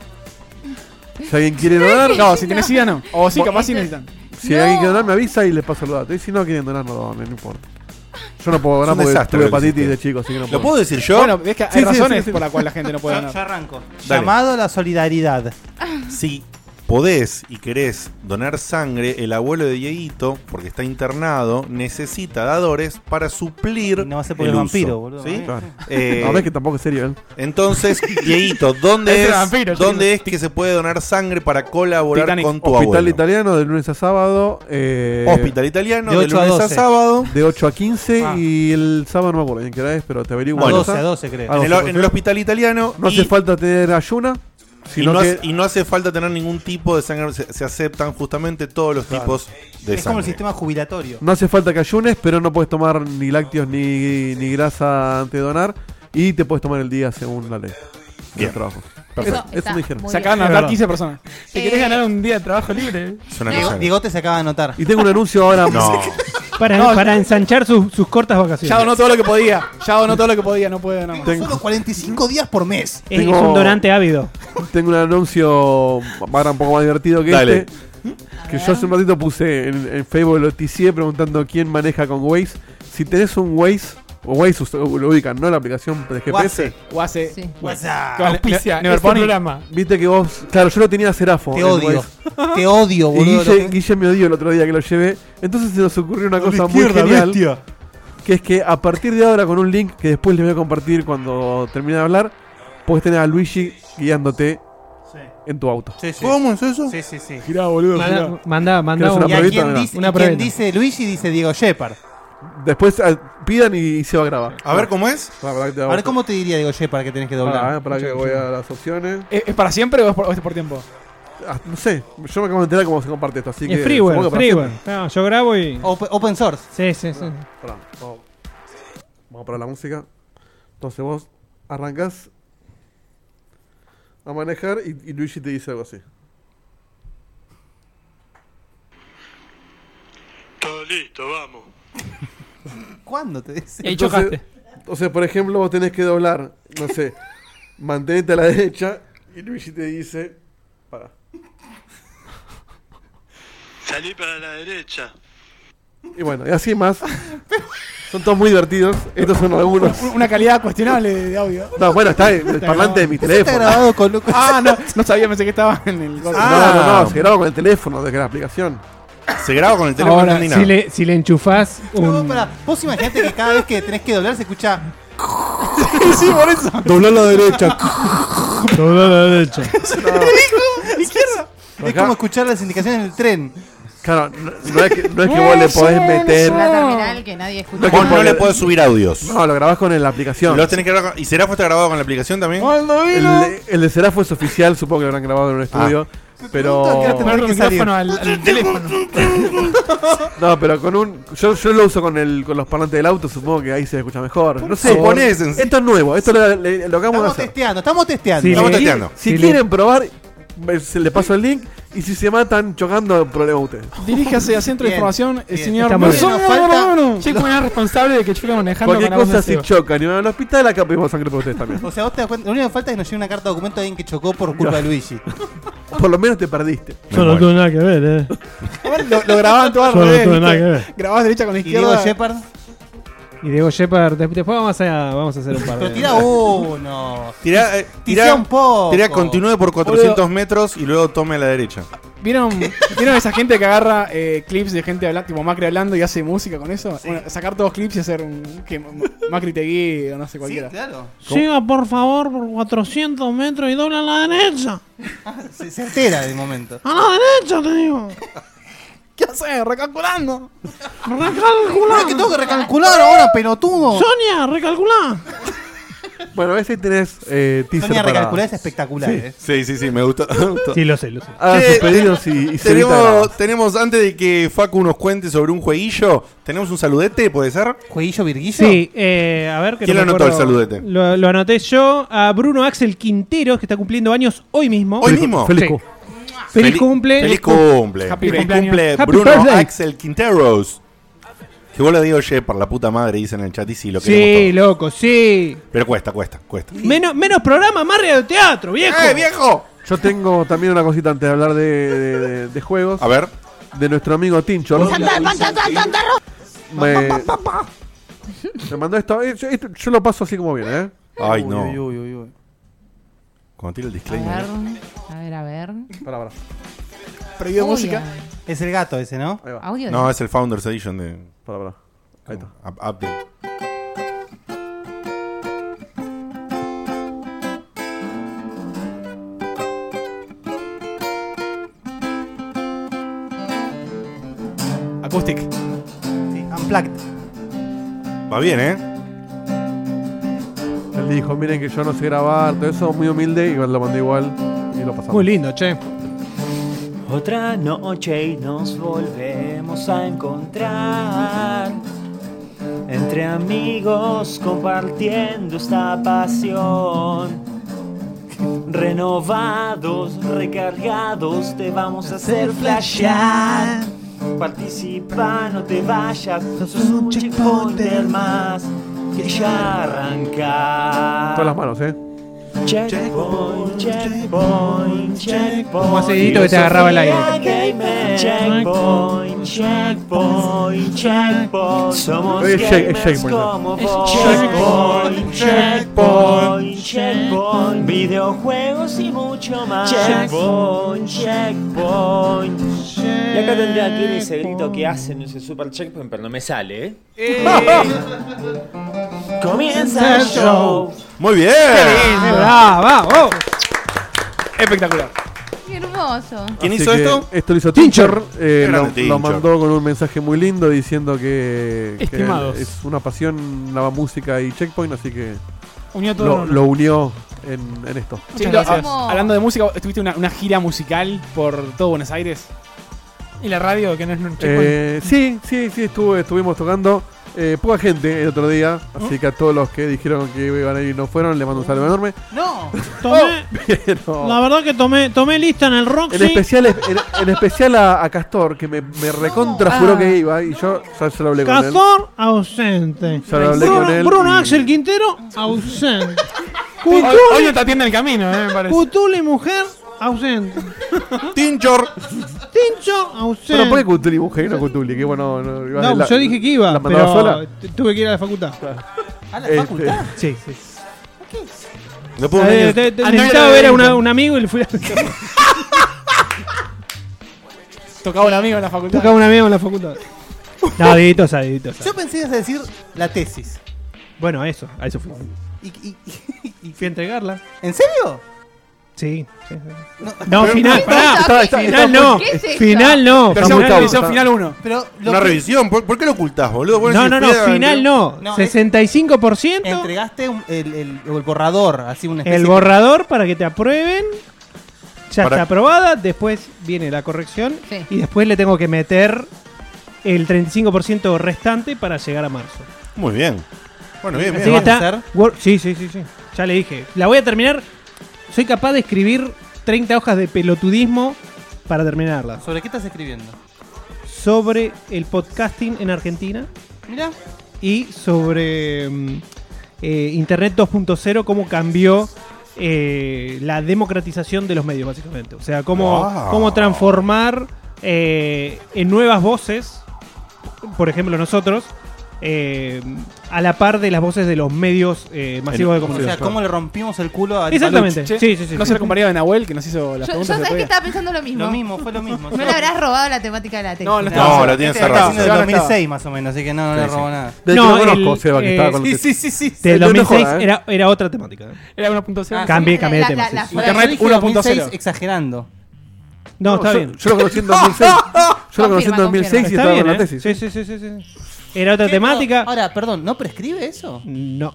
[SPEAKER 5] Si alguien quiere donar,
[SPEAKER 3] No, si tenés sida, no. O sí,
[SPEAKER 6] Bueno,
[SPEAKER 3] capaz sí
[SPEAKER 6] esto-
[SPEAKER 3] necesitan.
[SPEAKER 5] si
[SPEAKER 6] No.
[SPEAKER 5] alguien quiere donar, me avisa y les paso los datos. Y si no quieren donar, no donen, no importa. Yo no puedo donar
[SPEAKER 1] un
[SPEAKER 5] porque
[SPEAKER 1] desastre
[SPEAKER 5] tuve
[SPEAKER 1] lo que
[SPEAKER 5] hepatitis
[SPEAKER 1] hiciste.
[SPEAKER 5] de chico, así que no
[SPEAKER 1] ¿Lo
[SPEAKER 5] puedo.
[SPEAKER 1] puedo decir yo?
[SPEAKER 3] Bueno, es que hay
[SPEAKER 5] Sí, sí,
[SPEAKER 3] razones
[SPEAKER 5] sí, sí.
[SPEAKER 3] por las cuales la gente no puede
[SPEAKER 2] Yo, yo
[SPEAKER 3] ganar.
[SPEAKER 2] arranco.
[SPEAKER 1] Dale.
[SPEAKER 6] Ah,
[SPEAKER 2] Llamado a la solidaridad.
[SPEAKER 1] Si podés y querés donar sangre, el abuelo de Dieguito, porque está internado, necesita dadores para suplir.
[SPEAKER 2] No va a ser por el
[SPEAKER 1] uso,
[SPEAKER 2] vampiro, boludo,
[SPEAKER 1] ¿sí?
[SPEAKER 2] ¿eh?
[SPEAKER 5] Claro.
[SPEAKER 1] Eh,
[SPEAKER 5] A ver que tampoco es serio, ¿eh?
[SPEAKER 1] Entonces,
[SPEAKER 2] [laughs]
[SPEAKER 1] Dieguito, ¿dónde
[SPEAKER 7] Es
[SPEAKER 1] es,
[SPEAKER 7] el vampiro,
[SPEAKER 1] ¿dónde es que se puede donar sangre para colaborar
[SPEAKER 3] Titanic.
[SPEAKER 1] con tu
[SPEAKER 5] Hospital
[SPEAKER 1] abuelo?
[SPEAKER 5] italiano de lunes a sábado. eh,
[SPEAKER 1] Hospital Italiano,
[SPEAKER 2] de
[SPEAKER 1] de,
[SPEAKER 2] 8 a
[SPEAKER 1] lunes a,
[SPEAKER 2] 12.
[SPEAKER 1] sábado.
[SPEAKER 5] De 8 a 15
[SPEAKER 7] Ah.
[SPEAKER 5] y el sábado no me acuerdo bien qué hora es, pero te averiguo.
[SPEAKER 2] a
[SPEAKER 1] Bueno,
[SPEAKER 2] 12, a
[SPEAKER 5] ¿sabes?
[SPEAKER 2] 12 creo.
[SPEAKER 5] Ah,
[SPEAKER 1] En el,
[SPEAKER 5] doce,
[SPEAKER 1] en el Hospital Italiano.
[SPEAKER 5] No
[SPEAKER 1] y-
[SPEAKER 5] hace falta tener ayuna,
[SPEAKER 1] y,
[SPEAKER 5] sino
[SPEAKER 1] no
[SPEAKER 5] que
[SPEAKER 1] hace, y no hace falta tener ningún tipo de sangre. Se, se aceptan justamente todos los tipos de
[SPEAKER 2] Es como el
[SPEAKER 1] sangre.
[SPEAKER 2] sistema jubilatorio.
[SPEAKER 5] no hace falta que ayunes, pero no puedes tomar ni lácteos ni, ni grasa antes de donar y te puedes tomar el día según la ley. de
[SPEAKER 1] Bien.
[SPEAKER 5] trabajo.
[SPEAKER 1] Perfecto.
[SPEAKER 5] Eso me dijeron.
[SPEAKER 6] muy
[SPEAKER 3] Se acaban de
[SPEAKER 6] bien.
[SPEAKER 3] matar 15 personas.
[SPEAKER 7] Si
[SPEAKER 6] Eh,
[SPEAKER 7] querés ganar un día de trabajo libre,
[SPEAKER 1] Es una
[SPEAKER 6] No.
[SPEAKER 1] cosa-
[SPEAKER 2] Diegote se acaba de anotar.
[SPEAKER 5] Y tengo un anuncio ahora.
[SPEAKER 1] No.
[SPEAKER 4] Para,
[SPEAKER 3] No,
[SPEAKER 4] para ensanchar sus- sus cortas
[SPEAKER 3] Ya
[SPEAKER 4] vacaciones.
[SPEAKER 3] donó todo lo que podía. Ya donó todo lo que podía, no puede nada más.
[SPEAKER 5] Tengo-
[SPEAKER 2] Solo 45 días por mes.
[SPEAKER 4] Es, es
[SPEAKER 5] tengo-
[SPEAKER 4] un donante ávido.
[SPEAKER 5] Tengo un anuncio para un poco más divertido que
[SPEAKER 1] Dale.
[SPEAKER 5] este. Que yo hace un ratito puse en, en Facebook, lo ticié preguntando quién maneja con Waze. Si tenés un Waze, o Waze ustedes lo ubican, ¿no? La aplicación de GPS.
[SPEAKER 2] Waze.
[SPEAKER 3] O hace.
[SPEAKER 6] Sí.
[SPEAKER 2] WhatsApp.
[SPEAKER 3] Con-
[SPEAKER 7] auspicia
[SPEAKER 3] Never
[SPEAKER 7] este
[SPEAKER 3] Pony.
[SPEAKER 7] programa.
[SPEAKER 5] Viste que vos. Claro, yo lo tenía Serafo.
[SPEAKER 2] Te
[SPEAKER 5] el
[SPEAKER 2] odio.
[SPEAKER 5] Waze.
[SPEAKER 2] [laughs] Te odio,
[SPEAKER 5] Y
[SPEAKER 2] boludo.
[SPEAKER 5] Guille, Guille me odió el otro día que lo llevé. Entonces se nos ocurrió una cosa muy genial. Que es que a partir de ahora, con un link que después les voy a compartir cuando termine de hablar, puedes tener a Luigi guiándote en tu auto.
[SPEAKER 2] Sí, sí.
[SPEAKER 1] ¿Cómo es eso?
[SPEAKER 2] Sí, sí, sí.
[SPEAKER 3] Girá, boludo, girá.
[SPEAKER 4] Manda, manda, manda
[SPEAKER 5] ¿Querés una
[SPEAKER 4] un-
[SPEAKER 2] Y a
[SPEAKER 5] probita,
[SPEAKER 2] quien
[SPEAKER 5] mirá.
[SPEAKER 2] dice,
[SPEAKER 4] Una
[SPEAKER 2] y quien
[SPEAKER 4] probita.
[SPEAKER 2] dice Luigi, dice Diego Shepard.
[SPEAKER 5] Después eh, pidan y, y se va a grabar.
[SPEAKER 1] A ver cómo es.
[SPEAKER 5] Pará, pará que te
[SPEAKER 2] A
[SPEAKER 5] hago-
[SPEAKER 2] ver, ¿cómo te diría Diego Shepard que tenés que doblar?
[SPEAKER 5] Pará, eh, pará que voy a las opciones.
[SPEAKER 3] ¿Es, es para siempre o es por, o es por tiempo?
[SPEAKER 5] Ah, no sé, yo me acabo de enterar cómo se comparte esto, así que.
[SPEAKER 4] Es freeware,
[SPEAKER 5] supongo que para
[SPEAKER 4] freeware. No, yo grabo y.
[SPEAKER 2] Open, open source.
[SPEAKER 4] Sí, sí, sí.
[SPEAKER 5] siempre. Pará, vamos. Vamos para la música. Entonces vos arrancás a manejar y, y Luigi te dice algo así.
[SPEAKER 8] Todo listo, vamos.
[SPEAKER 2] [laughs] ¿Cuándo te dice?
[SPEAKER 7] Y ahí
[SPEAKER 5] Entonces-
[SPEAKER 7] chocaste.
[SPEAKER 5] Entonces, por ejemplo, vos tenés que doblar, no
[SPEAKER 2] [laughs]
[SPEAKER 5] sé, mantenete a la derecha y Luigi te dice. Pará.
[SPEAKER 8] Salí para la derecha.
[SPEAKER 5] Y bueno, y así
[SPEAKER 2] [laughs]
[SPEAKER 5] más. Son todos muy divertidos. Estos son algunos.
[SPEAKER 3] U- Una calidad cuestionable de audio.
[SPEAKER 5] No, bueno, está el, el parlante de mi
[SPEAKER 2] Está
[SPEAKER 5] teléfono.
[SPEAKER 2] grabado con Lucas. Ah.
[SPEAKER 3] Ah, no, no sabía, pensé que estaba en el. gol.
[SPEAKER 5] No, no, no, se graba con el teléfono desde la aplicación.
[SPEAKER 1] Se graba con el teléfono
[SPEAKER 4] Ahora,
[SPEAKER 1] andina.
[SPEAKER 4] si le, si le enchufás
[SPEAKER 2] No,
[SPEAKER 4] un.
[SPEAKER 2] pará. Vos imaginate que cada vez que tenés que doblar se escucha.
[SPEAKER 3] sí, por eso.
[SPEAKER 5] Doblar la derecha.
[SPEAKER 4] Todo lo derecho.
[SPEAKER 2] Es como escuchar las indicaciones del tren.
[SPEAKER 5] Claro, no, no es que, no es
[SPEAKER 2] [laughs]
[SPEAKER 5] que vos le podés meter.
[SPEAKER 6] La terminal que nadie escucha.
[SPEAKER 1] Vos no
[SPEAKER 5] Porque-
[SPEAKER 1] le podés subir audios.
[SPEAKER 5] No, lo grabás con la aplicación.
[SPEAKER 1] Los tenés que grabar con- ¿Y Serafo está grabado con la aplicación también?
[SPEAKER 5] El, de- el de Serafo es oficial, supongo que lo habrán grabado en un estudio.
[SPEAKER 1] Ah.
[SPEAKER 5] Pero.
[SPEAKER 2] Tenés
[SPEAKER 7] Ponerle
[SPEAKER 2] que
[SPEAKER 7] el
[SPEAKER 2] salir.
[SPEAKER 7] micrófono al, al teléfono.
[SPEAKER 5] No, pero con un. Yo, yo lo uso con el con los parlantes del auto, supongo que ahí se escucha mejor. No sé.
[SPEAKER 1] Suponés, en-
[SPEAKER 5] Esto es nuevo, esto lo, le- lo acabamos de
[SPEAKER 2] Estamos
[SPEAKER 5] hacer.
[SPEAKER 2] testeando, estamos testeando.
[SPEAKER 4] Sí,
[SPEAKER 1] Estamos
[SPEAKER 4] le-
[SPEAKER 1] testeando.
[SPEAKER 5] Si
[SPEAKER 4] Sí,
[SPEAKER 5] quieren probar, me- se le paso el link. Y si se matan chocando, problema a ustedes.
[SPEAKER 3] Diríjase a centro
[SPEAKER 2] Bien,
[SPEAKER 3] de información, el
[SPEAKER 2] bien.
[SPEAKER 3] señor.
[SPEAKER 4] Está muy bien.
[SPEAKER 3] Gonzalo
[SPEAKER 2] Nos falta-
[SPEAKER 3] Romano.
[SPEAKER 7] Che, como era responsable de que yo iba manejando
[SPEAKER 5] Cualquier
[SPEAKER 7] con la voz
[SPEAKER 5] cosa,
[SPEAKER 7] de
[SPEAKER 5] si
[SPEAKER 7] Seba.
[SPEAKER 5] chocan y van al hospital, acá pedimos sangre para ustedes también.
[SPEAKER 2] O sea, vos te das cuenta, lo único que falta es que nos llegue una carta de documento de alguien que chocó por culpa de Luigi.
[SPEAKER 5] Por lo menos te perdiste.
[SPEAKER 1] Me muero.
[SPEAKER 4] nada que ver, eh.
[SPEAKER 3] Igual Lo, lo grababan todo al
[SPEAKER 4] Yo no
[SPEAKER 3] revés.
[SPEAKER 4] tuve nada
[SPEAKER 3] ¿viste?
[SPEAKER 4] que ver.
[SPEAKER 3] Grababas derecha con la
[SPEAKER 2] Y Diego
[SPEAKER 3] izquierda.
[SPEAKER 2] Shepard.
[SPEAKER 4] [laughs] Y Diego Shepard, de- después vamos a, vamos a hacer un par de.
[SPEAKER 2] Pero tira uno.
[SPEAKER 1] Tirá, eh,
[SPEAKER 2] Tirá
[SPEAKER 1] tirá,
[SPEAKER 2] un poco.
[SPEAKER 1] tirá, continúe por 400 metros y luego tome a la derecha.
[SPEAKER 3] ¿Vieron, ¿Vieron esa gente que agarra eh, clips de gente hablando, tipo Macri hablando y hace música con eso? Bueno, sacar todos clips y hacer un. que M- Macri te guíe o no sé
[SPEAKER 2] Sí,
[SPEAKER 3] cualquiera.
[SPEAKER 2] claro.
[SPEAKER 9] Siga por favor por 400 metros y dobla a la derecha.
[SPEAKER 2] Se, se altera de momento.
[SPEAKER 9] A la
[SPEAKER 10] Ah,
[SPEAKER 9] derecha te
[SPEAKER 2] [laughs]
[SPEAKER 9] digo.
[SPEAKER 3] ¿Qué haces? Recalculando.
[SPEAKER 2] Pará,
[SPEAKER 9] Recalcula.
[SPEAKER 2] Ah, que tengo que recalcular ahora, pelotudo.
[SPEAKER 9] Sonia, recalcula.
[SPEAKER 5] Bueno, ese tenés eh, teaser
[SPEAKER 2] Sonia
[SPEAKER 5] para-
[SPEAKER 2] recalcular es espectacular, eh.
[SPEAKER 1] Sí, sí, sí, me gusta.
[SPEAKER 4] [laughs] Sí, lo sé, lo sé.
[SPEAKER 5] Hagan
[SPEAKER 1] Che,
[SPEAKER 5] Ah, sus pedidos y, y se evita
[SPEAKER 1] tenemos, tenemos, antes de que Facu nos cuente sobre un jueguillo, tenemos un saludete, ¿puede ser?
[SPEAKER 2] ¿Jueguillo Virguillo?
[SPEAKER 4] Sí, eh, a ver que
[SPEAKER 1] ¿Quién
[SPEAKER 4] no
[SPEAKER 1] lo
[SPEAKER 4] me
[SPEAKER 1] anotó
[SPEAKER 4] acuerdo.
[SPEAKER 1] el saludete?
[SPEAKER 4] Lo, lo anoté yo a Bruno Axel Quinteros, que está cumpliendo años hoy mismo.
[SPEAKER 1] Hoy
[SPEAKER 4] Feliz-
[SPEAKER 1] mismo.
[SPEAKER 5] Feliz
[SPEAKER 4] Sí.
[SPEAKER 5] cu-
[SPEAKER 4] Feliz
[SPEAKER 1] Fel-
[SPEAKER 4] cumple.
[SPEAKER 1] Feliz cumple.
[SPEAKER 7] Happy
[SPEAKER 1] Feliz
[SPEAKER 7] cumpleaños.
[SPEAKER 1] cumple
[SPEAKER 4] Happy
[SPEAKER 1] Bruno
[SPEAKER 4] birthday.
[SPEAKER 1] Axel Quinteros. Que vos lo digo, oye, por la puta madre, dicen en el chat y sí, lo
[SPEAKER 4] Sí,
[SPEAKER 1] queremos todo.
[SPEAKER 4] loco, sí.
[SPEAKER 1] Pero cuesta, cuesta, cuesta.
[SPEAKER 4] Menos, menos programa, más radioteatro, viejo.
[SPEAKER 1] ¡Eh, viejo!
[SPEAKER 5] Yo tengo también una cosita antes de hablar de, de- de- de juegos.
[SPEAKER 1] A ver.
[SPEAKER 5] De nuestro amigo Tincho. Me, me mandó esto, eh, yo- esto- Yo lo paso así como viene, ¿eh?
[SPEAKER 1] Ay,
[SPEAKER 5] Uy,
[SPEAKER 1] no.
[SPEAKER 5] uy, uy, uy, uy.
[SPEAKER 1] Cuando tira
[SPEAKER 6] A
[SPEAKER 1] el disclaimer.
[SPEAKER 6] ver, a ver, a ver.
[SPEAKER 5] Pará, pará.
[SPEAKER 3] prohibido música.
[SPEAKER 2] Es el gato ese, ¿no?
[SPEAKER 3] Audio
[SPEAKER 1] No, es el Founders Edition de.
[SPEAKER 5] Para, para. Ahí está.
[SPEAKER 1] update.
[SPEAKER 3] Acoustic.
[SPEAKER 2] Unplugged.
[SPEAKER 1] Va bien, ¿eh?
[SPEAKER 5] Él dijo, miren que yo no sé grabar, todo eso, muy humilde, y lo mandé igual y lo pasamos.
[SPEAKER 10] Muy lindo, che.
[SPEAKER 11] Otra noche y nos volvemos a encontrar. Entre amigos compartiendo esta pasión. Renovados, recargados, te vamos a hacer flashear. Participa, no te vayas, sos un checkpointer más que ya arranca.
[SPEAKER 5] Todas las manos, ¿eh?
[SPEAKER 11] Checkpoint, checkpoint, checkpoint.
[SPEAKER 7] Como hace Dito que te agarraba el aire.
[SPEAKER 11] Checkpoint, checkpoint, checkpoint. Somos
[SPEAKER 7] Oye, es shake- es
[SPEAKER 11] gamers
[SPEAKER 7] checkpoint, ¿no?
[SPEAKER 11] como
[SPEAKER 7] Es
[SPEAKER 11] vos.
[SPEAKER 7] checkpoint,
[SPEAKER 11] checkpoint, checkpoint. Videojuegos y mucho más. Checkpoint, checkpoint.
[SPEAKER 12] Y acá tendría que ir ese grito que hacen ese super checkpoint, pero no me sale, ¿eh?
[SPEAKER 11] Comienza el show.
[SPEAKER 1] Muy bien.
[SPEAKER 3] bravo. Espectacular.
[SPEAKER 6] Qué hermoso.
[SPEAKER 5] Así que Esto lo hizo Tincher. eh, lo,
[SPEAKER 1] Grande
[SPEAKER 5] lo
[SPEAKER 1] Tincher.
[SPEAKER 5] mandó con un mensaje muy lindo diciendo que, que
[SPEAKER 7] Estimados.
[SPEAKER 5] es una pasión la música y Checkpoint, así que
[SPEAKER 7] Unió todo
[SPEAKER 5] lo,
[SPEAKER 7] en uno.
[SPEAKER 5] lo unió en, en esto.
[SPEAKER 3] Che, lo-
[SPEAKER 7] Muchas gracias.
[SPEAKER 3] a- ah, hablando de música, ¿estuviste una, una gira musical por todo Buenos Aires?
[SPEAKER 7] Y la radio, que no es un
[SPEAKER 5] Eh, sí, sí, sí, estuve, estuvimos tocando. eh, poca gente el otro día,
[SPEAKER 7] ¿Mm?
[SPEAKER 5] así que a todos los que dijeron que iban a ir y no fueron, les mando un saludo enorme.
[SPEAKER 9] No, tomé,
[SPEAKER 5] Pero-
[SPEAKER 9] la verdad que tomé, tomé lista en el Roxy.
[SPEAKER 5] En Oh. especial, en, en especial a, a Castor, que me, me recontra juró que iba y yo ya se lo hablé con él.
[SPEAKER 9] Castor ausente.
[SPEAKER 5] Ya lo hablé con él
[SPEAKER 9] Bruno, Bruno
[SPEAKER 5] y-
[SPEAKER 9] Axel Quintero ausente.
[SPEAKER 7] Hoy,
[SPEAKER 9] Cutuli,
[SPEAKER 7] hoy no te atiende el camino, eh, me parece.
[SPEAKER 9] Cutuli mujer ausente.
[SPEAKER 1] Tinchor.
[SPEAKER 9] Tincho ausente.
[SPEAKER 5] Bueno, ¿por qué Cutuli mujer y no Cutuli? Que bueno, no, iba-
[SPEAKER 10] No,
[SPEAKER 5] la-
[SPEAKER 10] yo dije que iba,
[SPEAKER 5] ¿La mandaba
[SPEAKER 10] pero
[SPEAKER 5] sola?
[SPEAKER 10] tu- tuve que ir a la facultad.
[SPEAKER 9] ¿A
[SPEAKER 5] la Este- facultad?
[SPEAKER 10] Sí, sí.
[SPEAKER 1] Después de un
[SPEAKER 10] Eh,
[SPEAKER 1] año-
[SPEAKER 10] te- te-
[SPEAKER 1] Ah, no,
[SPEAKER 10] necesitaba
[SPEAKER 1] era
[SPEAKER 10] ver a
[SPEAKER 1] de-
[SPEAKER 10] una- un amigo y le fui a [laughs]
[SPEAKER 3] Tocaba un amigo en la facultad.
[SPEAKER 10] Tocaba un amigo en la facultad. No, Dieguito sabe, Dieguito sabe.
[SPEAKER 2] Yo pensé que ibas a decir la tesis.
[SPEAKER 10] Bueno, eso, a eso fui.
[SPEAKER 2] Y
[SPEAKER 10] fui a entregarla.
[SPEAKER 2] ¿En serio?
[SPEAKER 10] Sí. sí, sí.
[SPEAKER 2] No,
[SPEAKER 10] No,
[SPEAKER 2] Pero
[SPEAKER 10] final,
[SPEAKER 2] no,
[SPEAKER 10] pará.
[SPEAKER 2] está- está-
[SPEAKER 10] final
[SPEAKER 2] está-
[SPEAKER 10] no.
[SPEAKER 2] ¿qué es esto?
[SPEAKER 10] Final no.
[SPEAKER 1] Versión
[SPEAKER 10] Final
[SPEAKER 1] octavo,
[SPEAKER 10] no.
[SPEAKER 1] está-
[SPEAKER 2] Pero lo
[SPEAKER 1] una
[SPEAKER 2] que-
[SPEAKER 1] revisión. ¿Por, por qué lo ocultás, boludo? Vos
[SPEAKER 10] No,
[SPEAKER 1] decís,
[SPEAKER 10] no, no,
[SPEAKER 1] fui a-
[SPEAKER 10] final no.
[SPEAKER 2] No, es-
[SPEAKER 10] 65%.
[SPEAKER 2] Entregaste un- el, el- el borrador, así una especie
[SPEAKER 10] El
[SPEAKER 2] de-
[SPEAKER 10] borrador para que te aprueben. Ya
[SPEAKER 2] Para-
[SPEAKER 10] está aprobada, después viene la corrección
[SPEAKER 6] Sí.
[SPEAKER 10] y después le tengo que meter el 35% restante para llegar a marzo.
[SPEAKER 1] Muy bien. Bueno, bien,
[SPEAKER 10] Así
[SPEAKER 1] bien.
[SPEAKER 10] que está, Word- sí, sí, sí, sí. Ya le dije. La voy a terminar. Soy capaz de escribir 30 hojas de pelotudismo para terminarla.
[SPEAKER 2] ¿Sobre qué estás escribiendo?
[SPEAKER 10] Sobre el podcasting en Argentina
[SPEAKER 2] Mira,
[SPEAKER 10] y sobre mm, eh, Internet 2.0, cómo cambió eh, la democratización de los medios, básicamente. O sea, cómo,
[SPEAKER 11] Wow.
[SPEAKER 10] cómo transformar eh, en nuevas voces, por ejemplo nosotros, eh, a la par de las voces de los medios eh, masivos de
[SPEAKER 2] o
[SPEAKER 10] comunicación.
[SPEAKER 2] sea, ¿cómo le rompimos el culo a
[SPEAKER 10] Exactamente.
[SPEAKER 2] Che,
[SPEAKER 10] Sí, sí, sí,
[SPEAKER 3] ¿No
[SPEAKER 10] sí.
[SPEAKER 3] será compañero de Nahuel que nos hizo las
[SPEAKER 6] Yo, yo
[SPEAKER 3] preguntas?
[SPEAKER 6] sabes
[SPEAKER 3] el
[SPEAKER 6] que
[SPEAKER 3] otro día?
[SPEAKER 6] estaba pensando lo mismo.
[SPEAKER 2] Lo mismo, fue lo
[SPEAKER 6] [laughs]
[SPEAKER 2] mismo.
[SPEAKER 6] No le habrás robado la temática de la tesis.
[SPEAKER 3] No, no
[SPEAKER 1] estaba- No, la tiene
[SPEAKER 2] Este
[SPEAKER 1] cerrada.
[SPEAKER 2] vecino del
[SPEAKER 1] Ahora
[SPEAKER 2] 2006 más o menos, así que no, no le
[SPEAKER 1] Sí, sí.
[SPEAKER 2] robó nada.
[SPEAKER 5] De hecho, lo conozco, Seba, que
[SPEAKER 10] eh,
[SPEAKER 5] estaba con
[SPEAKER 2] Sí,
[SPEAKER 5] los-
[SPEAKER 2] sí, sí, sí.
[SPEAKER 10] Del
[SPEAKER 5] No, no
[SPEAKER 10] 2006
[SPEAKER 5] jodas, ¿eh?
[SPEAKER 10] era, era otra temática.
[SPEAKER 7] Era 1.0.
[SPEAKER 10] Ah, Cambié, cambié de tema. sí, sí.
[SPEAKER 2] Internet 1.0.
[SPEAKER 10] 1.0.
[SPEAKER 2] Exagerando.
[SPEAKER 10] No,
[SPEAKER 5] No,
[SPEAKER 10] está
[SPEAKER 5] yo-
[SPEAKER 10] bien.
[SPEAKER 5] yo lo conocí
[SPEAKER 10] [laughs]
[SPEAKER 5] en 2006. Yo lo conocí en
[SPEAKER 2] Confirma,
[SPEAKER 5] 2006 y
[SPEAKER 10] Está
[SPEAKER 5] estaba
[SPEAKER 10] bien,
[SPEAKER 5] con la
[SPEAKER 10] ¿eh?
[SPEAKER 5] tesis.
[SPEAKER 10] Sí, sí, sí, sí, sí. Era otra temática.
[SPEAKER 2] Ahora, perdón, ¿no prescribe eso?
[SPEAKER 10] No.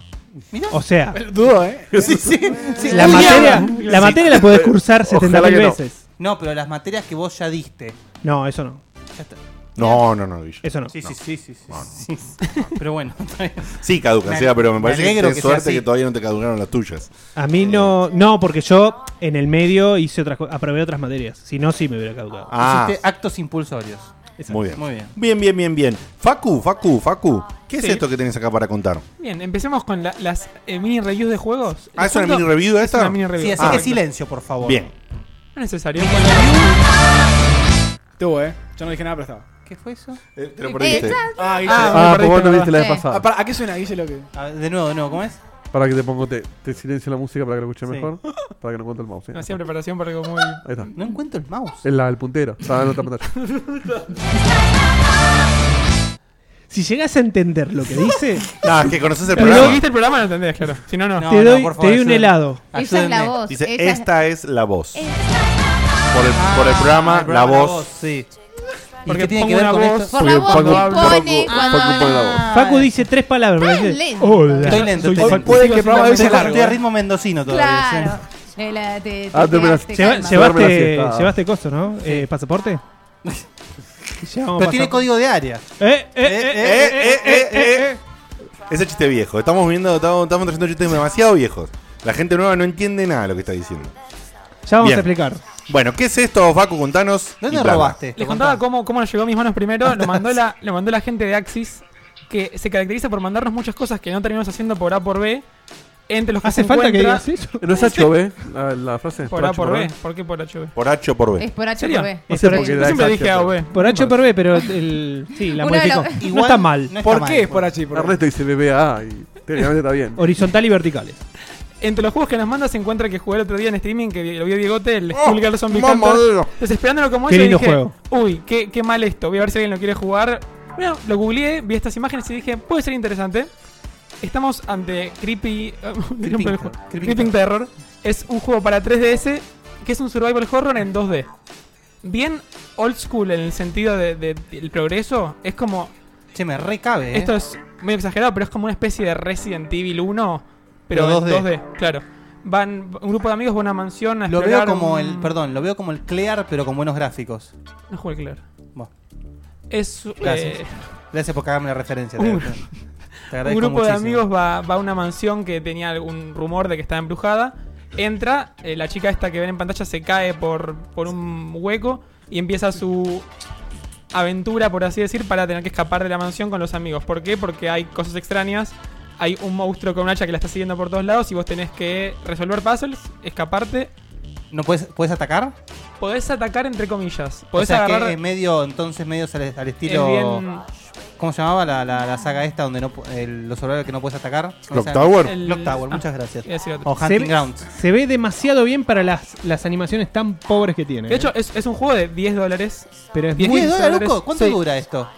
[SPEAKER 2] Mirá.
[SPEAKER 10] O
[SPEAKER 2] [laughs]
[SPEAKER 10] sea,
[SPEAKER 3] Dudo, ¿eh?
[SPEAKER 2] Sí, sí, sí.
[SPEAKER 10] la
[SPEAKER 2] Uy,
[SPEAKER 10] materia,
[SPEAKER 2] ahora.
[SPEAKER 10] la materia la podés cursar 70
[SPEAKER 2] que no.
[SPEAKER 10] veces.
[SPEAKER 2] No, pero las materias que vos ya diste.
[SPEAKER 10] No, eso no.
[SPEAKER 2] Ya está.
[SPEAKER 1] No, no, no, Guille.
[SPEAKER 10] Eso no.
[SPEAKER 2] Sí, sí, sí, sí. sí,
[SPEAKER 1] No, no.
[SPEAKER 2] sí, sí. [laughs] Pero bueno. está bien.
[SPEAKER 1] Sí, caducan,
[SPEAKER 2] Me-
[SPEAKER 1] Seba, pero me parece que
[SPEAKER 2] alegro
[SPEAKER 1] tenés
[SPEAKER 2] sea
[SPEAKER 1] suerte
[SPEAKER 2] así.
[SPEAKER 1] que todavía no te caducaron las tuyas.
[SPEAKER 10] A mí no, no, porque yo en el medio hice otras, co- aprobé otras materias. Si no, sí me hubiera caducado.
[SPEAKER 1] Ah.
[SPEAKER 2] Hiciste actos impulsorios.
[SPEAKER 1] Muy bien.
[SPEAKER 2] Muy bien.
[SPEAKER 1] Bien, bien, bien, bien. Facu, Facu, Facu. ¿Qué es
[SPEAKER 7] Sí.
[SPEAKER 1] esto que tenés acá para contar?
[SPEAKER 7] Bien, empecemos con la- las eh, mini reviews de juegos.
[SPEAKER 1] Ah, ¿es una
[SPEAKER 7] Junto-
[SPEAKER 1] mini review
[SPEAKER 7] es
[SPEAKER 1] esta?
[SPEAKER 7] una mini review.
[SPEAKER 2] Sí, así
[SPEAKER 7] Ah,
[SPEAKER 2] que
[SPEAKER 7] correcto.
[SPEAKER 2] silencio, por favor.
[SPEAKER 1] Bien.
[SPEAKER 7] No es necesario.
[SPEAKER 3] Estuvo, ¿eh? Yo no dije nada, pero estaba.
[SPEAKER 2] ¿Qué fue eso?
[SPEAKER 1] Eh,
[SPEAKER 7] Eh,
[SPEAKER 1] te lo perdiste.
[SPEAKER 3] Ah,
[SPEAKER 5] Ah, pues vos no viste la vez pasada.
[SPEAKER 3] Ah, pará, ¿A qué suena, Guille, lo que...?
[SPEAKER 2] A ver, de nuevo, de nuevo, ¿cómo es?
[SPEAKER 5] Para que te pongo, te, te silencio la música para que lo escuches
[SPEAKER 7] Sí.
[SPEAKER 5] mejor. Para que no encuentre el mouse. ¿eh?
[SPEAKER 7] No hacía preparación para algo muy.
[SPEAKER 5] Ahí está.
[SPEAKER 2] No encuentro el
[SPEAKER 1] [laughs]
[SPEAKER 2] mouse.
[SPEAKER 5] El, la- el puntero. Ah, Está en otra pantalla.
[SPEAKER 10] Si llegas a entender lo que dice.
[SPEAKER 1] No, es Ah, que conoces el
[SPEAKER 10] Pero-
[SPEAKER 1] programa.
[SPEAKER 7] Si viste el programa lo entendés, claro. Si no, no.
[SPEAKER 10] Te No, no, doy- por favor, te doy un ayúdenme. helado.
[SPEAKER 6] Esa es la voz,
[SPEAKER 1] Dice,
[SPEAKER 6] esa es-
[SPEAKER 1] esta es la voz. Por el, por el programa,
[SPEAKER 2] el
[SPEAKER 1] la
[SPEAKER 2] programa La
[SPEAKER 1] voz.
[SPEAKER 2] Voz, sí.
[SPEAKER 7] Porque pongo una voz.
[SPEAKER 6] Por la voz
[SPEAKER 1] Facu-
[SPEAKER 6] que pone cuando
[SPEAKER 1] Facu- Facu pone la voz.
[SPEAKER 10] Facu dice tres palabras. pero dice,
[SPEAKER 6] lento.
[SPEAKER 10] Hola.
[SPEAKER 2] Estoy lento.
[SPEAKER 10] soy
[SPEAKER 2] estoy-
[SPEAKER 10] Facu".
[SPEAKER 2] puede que el programa
[SPEAKER 10] Estoy
[SPEAKER 2] sea largo,
[SPEAKER 10] estoy a
[SPEAKER 2] ¿eh?
[SPEAKER 10] ritmo mendocino todavía. sí.
[SPEAKER 6] Claro. Eh, la- te-
[SPEAKER 10] Ah,
[SPEAKER 6] te-
[SPEAKER 10] te-
[SPEAKER 6] te- te
[SPEAKER 10] Lleva-
[SPEAKER 6] calma.
[SPEAKER 10] llevaste, llevaste coso, ¿no? Eh, ¿Pasaporte?
[SPEAKER 2] Pero tiene código de área.
[SPEAKER 10] Eh, eh,
[SPEAKER 2] eh,
[SPEAKER 1] eh, eh, eh, Ese chiste viejo. Estamos viendo, estamos, estamos trayendo chistes demasiado viejos. La gente nueva no entiende nada de lo que está diciendo.
[SPEAKER 10] Ya vamos
[SPEAKER 1] Bien.
[SPEAKER 10] a explicar.
[SPEAKER 1] Bueno, ¿qué es esto, Facu? Contanos. y plana.
[SPEAKER 7] Les contaba cómo, cómo nos llegó a mis manos primero. Lo mandó, la, lo mandó la gente de Axis, que se caracteriza por mandarnos muchas cosas que no terminamos haciendo por A por B. Entre los que
[SPEAKER 10] ¿Hace
[SPEAKER 7] se
[SPEAKER 10] falta que
[SPEAKER 7] encuentra-
[SPEAKER 10] digas eso?
[SPEAKER 5] No es H o B la, la frase.
[SPEAKER 7] Por A por B. ¿Por qué por H o B?
[SPEAKER 1] Por H o por B.
[SPEAKER 6] Es por H
[SPEAKER 7] ¿Serio?
[SPEAKER 6] por B.
[SPEAKER 5] No sé por qué
[SPEAKER 7] Yo
[SPEAKER 5] la
[SPEAKER 7] siempre
[SPEAKER 5] H
[SPEAKER 7] dije A o B.
[SPEAKER 10] Por H o por B, pero el. Sí, la
[SPEAKER 2] [laughs]
[SPEAKER 6] Una de
[SPEAKER 10] modificó.
[SPEAKER 6] las-
[SPEAKER 10] No
[SPEAKER 6] Igual
[SPEAKER 10] está mal.
[SPEAKER 6] no está
[SPEAKER 7] ¿Por qué es por H y por B?
[SPEAKER 5] Ernesto dice BBA y técnicamente está bien.
[SPEAKER 10] Horizontal y verticales.
[SPEAKER 7] Entre los juegos que nos manda se encuentra que jugué el otro día en streaming, que lo vio Diegote, el
[SPEAKER 1] Oh,
[SPEAKER 7] Skullgirl Zombie
[SPEAKER 1] mamá
[SPEAKER 7] Hunter.
[SPEAKER 1] mía.
[SPEAKER 7] Desesperándolo como
[SPEAKER 10] Qué
[SPEAKER 7] eso, y
[SPEAKER 10] lindo
[SPEAKER 7] dije,
[SPEAKER 10] juego.
[SPEAKER 7] uy, qué, qué mal esto, voy a ver si alguien lo quiere jugar. Bueno, lo googleé, vi estas imágenes y dije, puede ser interesante. Estamos ante Creepy... [laughs] Creeping,
[SPEAKER 2] Terror, Creeping
[SPEAKER 7] Terror. Es un juego para 3DS que es un survival horror en 2D. Bien old school en el sentido del de, del progreso. Es como...
[SPEAKER 2] Che, me recabe.
[SPEAKER 7] Esto es medio exagerado, pero es como una especie de Resident Evil 1, pero,
[SPEAKER 2] Pero
[SPEAKER 7] en
[SPEAKER 2] 2D.
[SPEAKER 7] 2D. claro. Van un grupo de amigos van a una mansión a
[SPEAKER 2] Lo veo
[SPEAKER 7] explorar
[SPEAKER 2] como
[SPEAKER 7] un-
[SPEAKER 2] el. Perdón, lo veo como el Clear, pero con buenos gráficos.
[SPEAKER 7] No jugué al Clear.
[SPEAKER 2] Bueno.
[SPEAKER 7] Es
[SPEAKER 2] Gracias.
[SPEAKER 7] eh,
[SPEAKER 2] Gracias por cagarme la referencia.
[SPEAKER 7] un- un
[SPEAKER 2] agradezco
[SPEAKER 7] grupo de
[SPEAKER 2] muchísimo.
[SPEAKER 7] amigos va, va a una mansión que tenía algún rumor de que estaba embrujada. Entra, eh, la chica esta que ven en pantalla se cae por, por un hueco y empieza su aventura, por así decir, para tener que escapar de la mansión con los amigos. ¿Por qué? Porque hay cosas extrañas. Hay un monstruo con un hacha que la está siguiendo por todos lados y vos tenés que resolver puzzles, escaparte.
[SPEAKER 2] ¿No puedes, puedes atacar?
[SPEAKER 7] Podés atacar entre comillas.
[SPEAKER 2] O
[SPEAKER 7] Podés
[SPEAKER 2] sea,
[SPEAKER 7] agarrar.
[SPEAKER 2] que es medio, entonces, medio al, al estilo.
[SPEAKER 7] Es bien-
[SPEAKER 2] ¿Cómo se llamaba la, la- la saga esta donde no, pu- el- los horarios que no puedes atacar?
[SPEAKER 1] Clock
[SPEAKER 2] O sea,
[SPEAKER 1] Tower.
[SPEAKER 7] El-
[SPEAKER 2] Clock Tower, muchas
[SPEAKER 7] Ah, iba a
[SPEAKER 2] gracias.
[SPEAKER 7] decir otro.
[SPEAKER 2] O
[SPEAKER 10] se,
[SPEAKER 2] Hunting
[SPEAKER 10] ve-
[SPEAKER 2] Grounds.
[SPEAKER 10] se ve demasiado bien para las, las animaciones tan pobres que
[SPEAKER 2] Eh.
[SPEAKER 10] tiene. ¿eh?
[SPEAKER 7] De hecho, es, es un juego de 10 dólares.
[SPEAKER 10] Pero es
[SPEAKER 7] ¿10
[SPEAKER 10] muy-
[SPEAKER 2] dólares, loco? ¿Cuánto
[SPEAKER 7] Sí.
[SPEAKER 2] dura esto?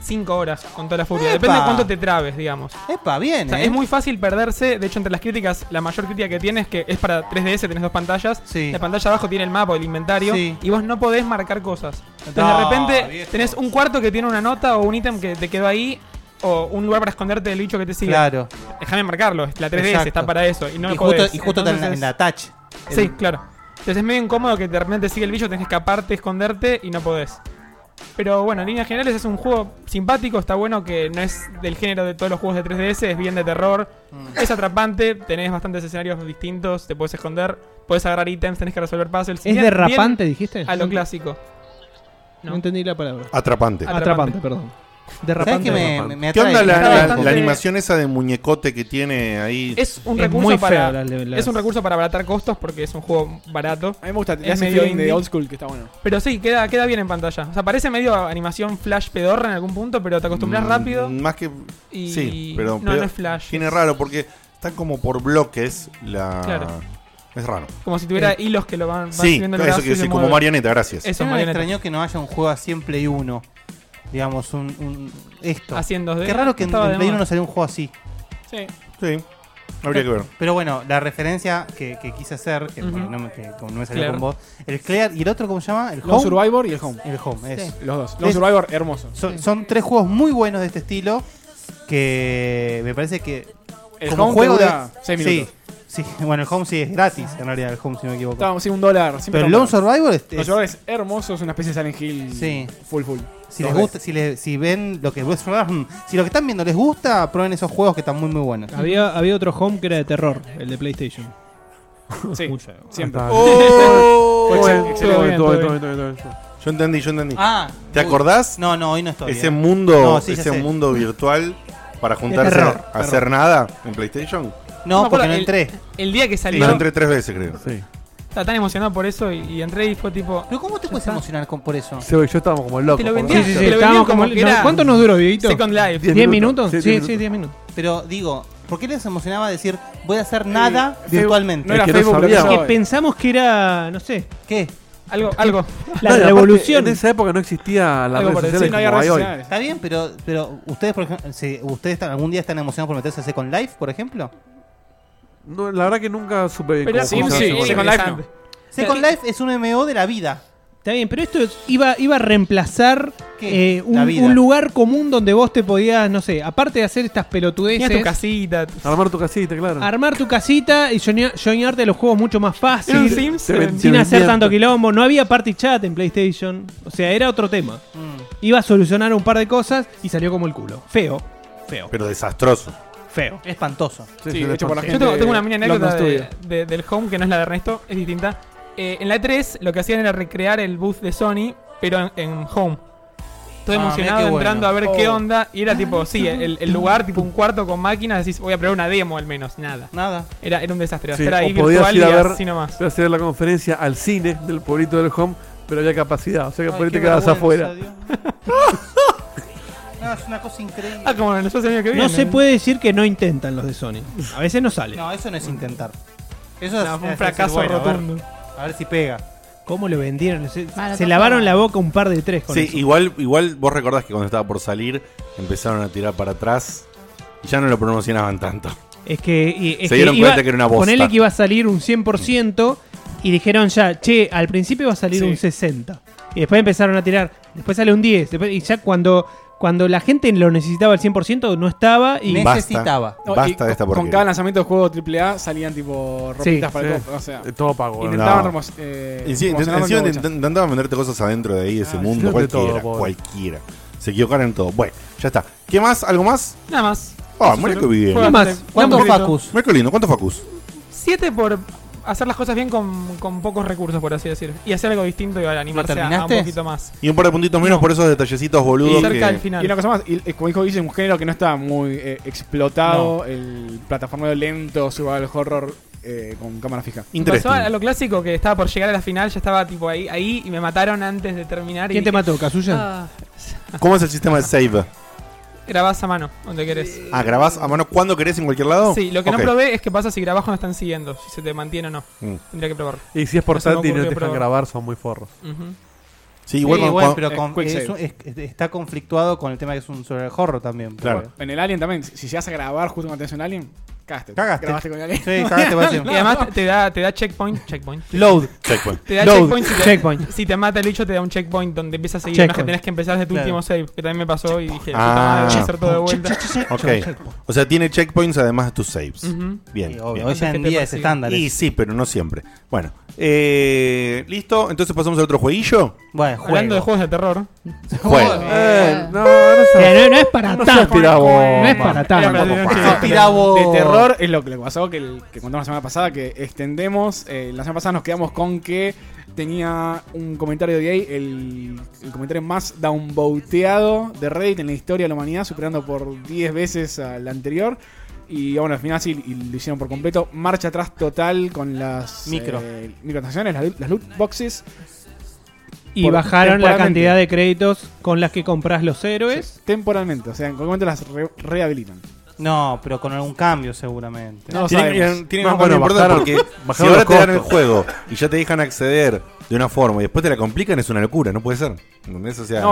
[SPEAKER 7] 5 horas con toda la furia.
[SPEAKER 2] ¡Epa!
[SPEAKER 7] Depende de cuánto te trabes, digamos.
[SPEAKER 2] Epa, bien,
[SPEAKER 7] O sea,
[SPEAKER 2] ¿eh?
[SPEAKER 7] Es muy fácil perderse. De hecho, entre las críticas, la mayor crítica que tiene es que es para 3DS, tenés dos pantallas.
[SPEAKER 2] Sí.
[SPEAKER 7] La pantalla abajo tiene el mapa, el inventario.
[SPEAKER 2] Sí.
[SPEAKER 7] Y vos no podés marcar cosas. Entonces,
[SPEAKER 2] No,
[SPEAKER 7] de repente,
[SPEAKER 2] viejo.
[SPEAKER 7] tenés un cuarto que tiene una nota o un ítem que te quedó ahí. O un lugar para esconderte del bicho que te sigue.
[SPEAKER 2] Claro.
[SPEAKER 7] Déjame marcarlo. es La 3DS
[SPEAKER 2] Exacto.
[SPEAKER 7] está para eso. Y, no
[SPEAKER 2] y justo,
[SPEAKER 7] podés.
[SPEAKER 2] y justo está en la-
[SPEAKER 7] Entonces-
[SPEAKER 2] en la touch.
[SPEAKER 7] Sí,
[SPEAKER 2] El-
[SPEAKER 7] claro. Entonces es medio incómodo que de repente sigue el bicho, tenés que escaparte, esconderte y no podés. Pero bueno, en líneas generales es un juego simpático, está bueno que no es del género de todos los juegos de 3DS, es bien de terror,
[SPEAKER 2] Mm.
[SPEAKER 7] es atrapante, tenés bastantes escenarios distintos, te puedes esconder, puedes agarrar ítems, tenés que resolver puzzles.
[SPEAKER 10] ¿Es
[SPEAKER 7] Bien-
[SPEAKER 10] derrapante,
[SPEAKER 7] bien
[SPEAKER 10] dijiste?
[SPEAKER 7] A lo clásico.
[SPEAKER 10] no. entendí la palabra.
[SPEAKER 1] Atrapante.
[SPEAKER 10] Atrapante, perdón. Derrapante.
[SPEAKER 2] que me-
[SPEAKER 10] derrapante.
[SPEAKER 2] me- me
[SPEAKER 1] ¿Qué onda
[SPEAKER 2] atrae,
[SPEAKER 1] la,
[SPEAKER 2] me
[SPEAKER 1] la-
[SPEAKER 2] atrae
[SPEAKER 1] la
[SPEAKER 2] bastante.
[SPEAKER 1] animación esa de muñecote que tiene ahí?
[SPEAKER 7] Es un
[SPEAKER 10] Es
[SPEAKER 7] recurso
[SPEAKER 10] muy
[SPEAKER 7] para
[SPEAKER 10] feo las- las-
[SPEAKER 7] es un recurso para abaratar costos porque es un juego barato.
[SPEAKER 3] A mí me gusta, le
[SPEAKER 7] Es
[SPEAKER 3] hace
[SPEAKER 7] medio
[SPEAKER 3] feeling de
[SPEAKER 7] indie.
[SPEAKER 3] old school que está bueno.
[SPEAKER 7] Pero sí, queda, queda bien en pantalla. O sea, parece medio animación flash pedorra en algún punto, pero te acostumbras
[SPEAKER 1] Mm,
[SPEAKER 7] rápido.
[SPEAKER 1] Más que.
[SPEAKER 7] Y-
[SPEAKER 1] Sí, pero.
[SPEAKER 7] no,
[SPEAKER 1] pero
[SPEAKER 7] no es flash,
[SPEAKER 1] Tiene
[SPEAKER 7] es-
[SPEAKER 1] raro porque están como por bloques la.
[SPEAKER 7] Claro.
[SPEAKER 1] Es raro.
[SPEAKER 7] Como si tuviera
[SPEAKER 10] Eh,
[SPEAKER 7] hilos que lo van, van
[SPEAKER 1] Sí,
[SPEAKER 7] subiendo el
[SPEAKER 1] eso
[SPEAKER 7] brazo
[SPEAKER 1] quiero
[SPEAKER 7] y se
[SPEAKER 1] decir, como
[SPEAKER 7] mueve.
[SPEAKER 1] marioneta, gracias.
[SPEAKER 7] Eso,
[SPEAKER 2] Yo me
[SPEAKER 7] marioneta.
[SPEAKER 2] extrañó que no haya un juego así en Play 1. Digamos, un, un- esto.
[SPEAKER 7] Así en 2D.
[SPEAKER 2] Qué raro que en,
[SPEAKER 7] Estaba
[SPEAKER 2] en
[SPEAKER 7] de
[SPEAKER 2] Play
[SPEAKER 7] moda.
[SPEAKER 2] 1 no salió un juego así.
[SPEAKER 7] Sí.
[SPEAKER 1] Sí. Habría que ver.
[SPEAKER 2] Pero bueno, la referencia que, que quise hacer, que, porque no, me, que como no me salió
[SPEAKER 7] Claro.
[SPEAKER 2] con vos, el Clear y el otro, ¿cómo se llama? El
[SPEAKER 3] Lone
[SPEAKER 2] Home.
[SPEAKER 3] Survivor y el Home.
[SPEAKER 2] El Home, es.
[SPEAKER 3] Los dos. Lone
[SPEAKER 2] Es-
[SPEAKER 3] Survivor, hermoso.
[SPEAKER 2] Son, son tres juegos muy buenos de este estilo que me parece que
[SPEAKER 3] El Home te dura seis minutos.
[SPEAKER 2] Sí, sí. Bueno, el Home sí es gratis, en realidad, el Home, si no me equivoco.
[SPEAKER 3] Estábamos en un dólar. siempre
[SPEAKER 2] Pero el Lone
[SPEAKER 3] estamos-
[SPEAKER 2] Survivor es-
[SPEAKER 3] Lone Survivor es hermoso, es una especie de Silent Hill.
[SPEAKER 2] Sí.
[SPEAKER 3] Full, full.
[SPEAKER 2] Si les gusta, si, les- si ven lo que [laughs] si lo que están viendo les gusta, prueben esos juegos que están muy muy buenos.
[SPEAKER 10] Había, había otro home que era de terror, el de PlayStation.
[SPEAKER 3] Sí,
[SPEAKER 10] Mucho.
[SPEAKER 3] siempre.
[SPEAKER 5] Ah, Está bien.
[SPEAKER 1] ¡Oh!
[SPEAKER 5] Todo bien,
[SPEAKER 3] Excelente,
[SPEAKER 5] todo bien, todo
[SPEAKER 3] todo
[SPEAKER 5] bien, todo bien, todo bien.
[SPEAKER 1] Yo entendí, yo entendí.
[SPEAKER 2] Ah,
[SPEAKER 1] ¿Te
[SPEAKER 2] uy.
[SPEAKER 1] acordás?
[SPEAKER 2] No, no, hoy no estoy.
[SPEAKER 1] Ese
[SPEAKER 2] eh.
[SPEAKER 1] mundo,
[SPEAKER 2] No, sí, ya
[SPEAKER 1] ese
[SPEAKER 2] sé.
[SPEAKER 1] mundo virtual para juntarse
[SPEAKER 2] terror,
[SPEAKER 1] a hacer nada en PlayStation.
[SPEAKER 2] No,
[SPEAKER 7] me acuerdo,
[SPEAKER 2] porque no
[SPEAKER 7] el-
[SPEAKER 2] entré.
[SPEAKER 7] El, día que salió,
[SPEAKER 1] No entré tres veces, creo.
[SPEAKER 5] Sí.
[SPEAKER 7] estaba tan emocionado por eso y, y entré y fue tipo.
[SPEAKER 2] Pero ¿cómo te puedes
[SPEAKER 7] está.
[SPEAKER 2] emocionar con por eso?
[SPEAKER 5] Sebo y yo estábamos como locos.
[SPEAKER 7] Te lo
[SPEAKER 5] por
[SPEAKER 7] vendía.
[SPEAKER 5] ver.
[SPEAKER 7] te lo vendían
[SPEAKER 10] estábamos como-
[SPEAKER 7] que
[SPEAKER 10] no,
[SPEAKER 7] era
[SPEAKER 10] ¿cuánto nos duró, Dieguito?
[SPEAKER 7] Second Life.
[SPEAKER 5] Diez
[SPEAKER 10] ¿Diez minutos?
[SPEAKER 5] Sí,
[SPEAKER 10] Sí,
[SPEAKER 5] diez
[SPEAKER 10] sí, 10 minutos.
[SPEAKER 2] Pero digo, ¿Por qué les emocionaba decir voy a hacer nada virtualmente?
[SPEAKER 10] Es que
[SPEAKER 2] Es
[SPEAKER 10] sabíamos.
[SPEAKER 2] que
[SPEAKER 10] que pensamos que era, no sé.
[SPEAKER 2] ¿Qué?
[SPEAKER 7] Algo,
[SPEAKER 2] [laughs]
[SPEAKER 10] La
[SPEAKER 7] algo.
[SPEAKER 5] No, y aparte, eh,
[SPEAKER 10] revolución.
[SPEAKER 5] En esa época no existía las redes sociales como hay hoy.
[SPEAKER 2] Está bien, pero, pero ustedes, por ejemplo, si ustedes están- algún día están emocionados por meterse a Second Life, por ejemplo.
[SPEAKER 5] No, la verdad que nunca supe
[SPEAKER 2] Pero
[SPEAKER 5] cómo
[SPEAKER 2] sí,
[SPEAKER 5] funcionaba
[SPEAKER 2] sí,
[SPEAKER 5] ese
[SPEAKER 2] sí,
[SPEAKER 5] modelo.
[SPEAKER 2] Second Life no. Second Life es un MMO de la vida.
[SPEAKER 10] Está bien, pero esto es- iba, iba a reemplazar
[SPEAKER 2] ¿Qué?
[SPEAKER 10] eh, un,
[SPEAKER 2] La vida.
[SPEAKER 10] un lugar común donde vos te podías, no sé, aparte de hacer estas pelotudeces.
[SPEAKER 7] Tenías tu casita.
[SPEAKER 5] Armar tu casita, claro.
[SPEAKER 10] Armar tu casita y soña- soñarte los juegos mucho más fácil.
[SPEAKER 7] Era un Sims, Te ven-
[SPEAKER 10] sin
[SPEAKER 7] te
[SPEAKER 10] hacer
[SPEAKER 7] vendían.
[SPEAKER 10] tanto quilombo. No había party chat en PlayStation. O sea, era otro tema. Iba a solucionar un par de cosas y salió como el culo. Feo. Feo.
[SPEAKER 1] Pero desastroso.
[SPEAKER 10] Feo.
[SPEAKER 2] Espantoso.
[SPEAKER 7] Sí, hecho por la gente Yo tengo, tengo una mini anécdota de- de- del home que no es la de Ernesto, es distinta. Eh, en la E3 lo que hacían era recrear el booth de Sony, pero en, en home. Todo
[SPEAKER 12] Ah,
[SPEAKER 7] emocionado
[SPEAKER 12] mirá qué bueno.
[SPEAKER 7] entrando a ver qué
[SPEAKER 12] Oh.
[SPEAKER 7] onda. Y era tipo, sí, el, el lugar, tipo un cuarto con máquinas, decís, voy a probar una demo al menos, nada.
[SPEAKER 2] Nada.
[SPEAKER 7] Era, era un desastre.
[SPEAKER 5] Sí,
[SPEAKER 7] Estar ahí
[SPEAKER 5] o podías
[SPEAKER 7] virtual
[SPEAKER 5] ir
[SPEAKER 7] y
[SPEAKER 5] a ver,
[SPEAKER 7] así nomás.
[SPEAKER 5] podías ir a la conferencia al cine del pueblito del home, pero había capacidad, o sea que
[SPEAKER 7] Ay,
[SPEAKER 5] por ahí
[SPEAKER 7] qué
[SPEAKER 5] te quedabas
[SPEAKER 7] vergüenza,
[SPEAKER 5] afuera.
[SPEAKER 2] No, es una cosa increíble.
[SPEAKER 7] Ah, como nosotros el año que
[SPEAKER 10] No
[SPEAKER 7] viene.
[SPEAKER 10] se puede decir que no intentan los de Sony. A veces no sale.
[SPEAKER 2] No, eso no es intentar. Eso es,
[SPEAKER 7] No, fue un
[SPEAKER 2] es
[SPEAKER 7] fracaso
[SPEAKER 2] a ver-
[SPEAKER 7] rotundo.
[SPEAKER 2] A ver, si pega.
[SPEAKER 10] ¿Cómo lo vendieron? Se,
[SPEAKER 2] Claro,
[SPEAKER 10] se
[SPEAKER 2] no
[SPEAKER 10] lavaron
[SPEAKER 2] fue-
[SPEAKER 10] la boca un par de tres con
[SPEAKER 1] Sí,
[SPEAKER 10] eso.
[SPEAKER 1] igual, igual vos recordás que cuando estaba por salir empezaron a tirar para atrás y ya no lo promocionaban tanto.
[SPEAKER 10] Es que, y- es
[SPEAKER 1] Se dieron
[SPEAKER 10] que iba-
[SPEAKER 1] cuenta que era una bosta.
[SPEAKER 10] Ponele que iba a salir un 100% y dijeron ya, che, al principio iba a salir
[SPEAKER 7] Sí.
[SPEAKER 10] un 60. Y después empezaron a tirar, después sale un 10. después- y ya cuando, cuando la gente lo necesitaba al 100% no estaba y...
[SPEAKER 3] No, y con- Con cada lanzamiento de juego AAA salían tipo ropitas para el copo. O sea, Intentaban
[SPEAKER 1] No.
[SPEAKER 3] remo- eh,
[SPEAKER 1] Y sí,
[SPEAKER 3] promocionarlo
[SPEAKER 1] encima
[SPEAKER 3] con
[SPEAKER 1] intent-
[SPEAKER 3] muchas.
[SPEAKER 1] intentaban venderte cosas adentro de ahí, de
[SPEAKER 3] Ah,
[SPEAKER 1] ese mundo.
[SPEAKER 5] hicieron de todo,
[SPEAKER 1] Cualquiera,
[SPEAKER 5] pobre.
[SPEAKER 1] cualquiera. Se equivocaron en todo. Bueno, ya está. ¿Qué más? ¿Algo más?
[SPEAKER 7] Nada más.
[SPEAKER 1] Ah,
[SPEAKER 7] Eso
[SPEAKER 1] mira
[SPEAKER 7] solo.
[SPEAKER 1] qué bien.
[SPEAKER 7] Fue bastante- fue un poquito.
[SPEAKER 1] Mira qué lindo, ¿cuánto Facus?
[SPEAKER 7] Siete por hacer las cosas bien con, con pocos recursos, por así decir. Y hacer algo distinto y animarse a- a, un
[SPEAKER 1] terminaste?
[SPEAKER 7] poquito más.
[SPEAKER 1] Y un par de puntitos menos por esos detallecitos boludos.
[SPEAKER 7] cerca
[SPEAKER 1] que-
[SPEAKER 7] al final.
[SPEAKER 3] Y una cosa más, y, eh, como dijo Guille, un género que no está muy eh, explotado, el plataforma lento, survival horror eh, con cámara fija.
[SPEAKER 7] Me Pasó a lo clásico que estaba por llegar a la final, ya estaba tipo ahí, ahí y me mataron antes de terminar. y
[SPEAKER 10] ¿Quién te
[SPEAKER 7] dije,
[SPEAKER 10] mató, Kazuya?
[SPEAKER 7] "Ah,
[SPEAKER 1] ¿Cómo es el sistema de save?
[SPEAKER 7] grabás a mano, donde querés.
[SPEAKER 1] Ah, ¿grabás a mano cuando querés en cualquier lado?
[SPEAKER 7] Sí, lo que
[SPEAKER 1] Ok.
[SPEAKER 7] no probé es qué pasa si grabás cuando están siguiendo, si se te mantiene o no.
[SPEAKER 1] Mm.
[SPEAKER 7] Tendría que probar.
[SPEAKER 5] Y si es portátil y no te dejan
[SPEAKER 7] probar.
[SPEAKER 5] grabar, son muy forros.
[SPEAKER 7] Ujú.
[SPEAKER 1] Sí, igual
[SPEAKER 2] Sí,
[SPEAKER 1] con-
[SPEAKER 2] bueno,
[SPEAKER 1] con-
[SPEAKER 2] pero
[SPEAKER 1] eh,
[SPEAKER 2] con-
[SPEAKER 1] quick
[SPEAKER 2] es
[SPEAKER 1] save.
[SPEAKER 2] un- es- está conflictuado con el tema que es un sobre el horror también. porque-
[SPEAKER 1] Claro.
[SPEAKER 3] En el Alien también, si llegas a grabar justo cuando tenés un Alien, cagaste.
[SPEAKER 2] Cagaste.
[SPEAKER 3] Grabaste con el Alien.
[SPEAKER 2] Sí, cagaste
[SPEAKER 3] [laughs]
[SPEAKER 2] con el Alien.
[SPEAKER 7] [laughs] Y además te da, te da checkpoint. checkpoint.
[SPEAKER 2] Load.
[SPEAKER 1] Checkpoint.
[SPEAKER 7] Te da
[SPEAKER 10] Load.
[SPEAKER 7] checkpoint, si te,
[SPEAKER 10] Checkpoint.
[SPEAKER 7] Si te mata el bicho, te da un checkpoint donde empiezas a seguir. No es que
[SPEAKER 1] Checkpoint.
[SPEAKER 7] tenés que empezar desde tu
[SPEAKER 1] Claro.
[SPEAKER 7] último save, que también me pasó y dije, puta madre,
[SPEAKER 1] Ah,
[SPEAKER 7] voy a hacer todo de vuelta.
[SPEAKER 1] ok. O sea, tiene checkpoints además de tus saves.
[SPEAKER 7] Ujú.
[SPEAKER 1] Bien.
[SPEAKER 2] Sí, obvio.
[SPEAKER 1] bien.
[SPEAKER 2] Hoy en Gente día es pasiva. estándar
[SPEAKER 1] Y
[SPEAKER 2] eso.
[SPEAKER 1] sí, pero no siempre. Bueno, eh, listo. Entonces pasamos al otro jueguillo.
[SPEAKER 2] Bueno,
[SPEAKER 7] Hablando de juegos de terror.
[SPEAKER 1] Juego.
[SPEAKER 5] Eh, no, no,
[SPEAKER 10] Eh, no- no es para
[SPEAKER 5] no
[SPEAKER 10] tanto.
[SPEAKER 5] seas pirabón.
[SPEAKER 10] No es para tanto.
[SPEAKER 3] Era para-
[SPEAKER 10] Tampoco.
[SPEAKER 3] era para-
[SPEAKER 10] Pirabo.
[SPEAKER 3] De terror es lo que lo que pasó que, el- que contamos la semana pasada, que extendemos. eh, la semana pasada nos quedamos con que tenía un comentario de ahí, el, el comentario más downvoteado de Reddit en la historia de la humanidad, superando por 10 veces al anterior. Y bueno, al final sí y lo hicieron por completo. Marcha atrás total con las
[SPEAKER 2] Micro.
[SPEAKER 3] eh, microtransacciones, las, las loot boxes.
[SPEAKER 10] Y
[SPEAKER 3] Por-
[SPEAKER 10] bajaron la
[SPEAKER 3] temporalmente.
[SPEAKER 10] cantidad de créditos con las que compras los héroes.
[SPEAKER 3] Temporalmente, o sea, en cualquier momento las re- rehabilitan.
[SPEAKER 2] No, pero con algún cambio seguramente.
[SPEAKER 3] No lo
[SPEAKER 1] Tiene,
[SPEAKER 3] sabemos.
[SPEAKER 1] tiene
[SPEAKER 3] No,
[SPEAKER 1] un cambio
[SPEAKER 3] bueno,
[SPEAKER 1] importante
[SPEAKER 3] bajaron-
[SPEAKER 1] [laughs] porque si
[SPEAKER 3] bajaron
[SPEAKER 1] ahora
[SPEAKER 3] los
[SPEAKER 1] te dan el
[SPEAKER 3] costos.
[SPEAKER 1] juego y ya te dejan acceder de una forma y después te la complican, es una locura, no puede ser. ¿Entendés? O sea,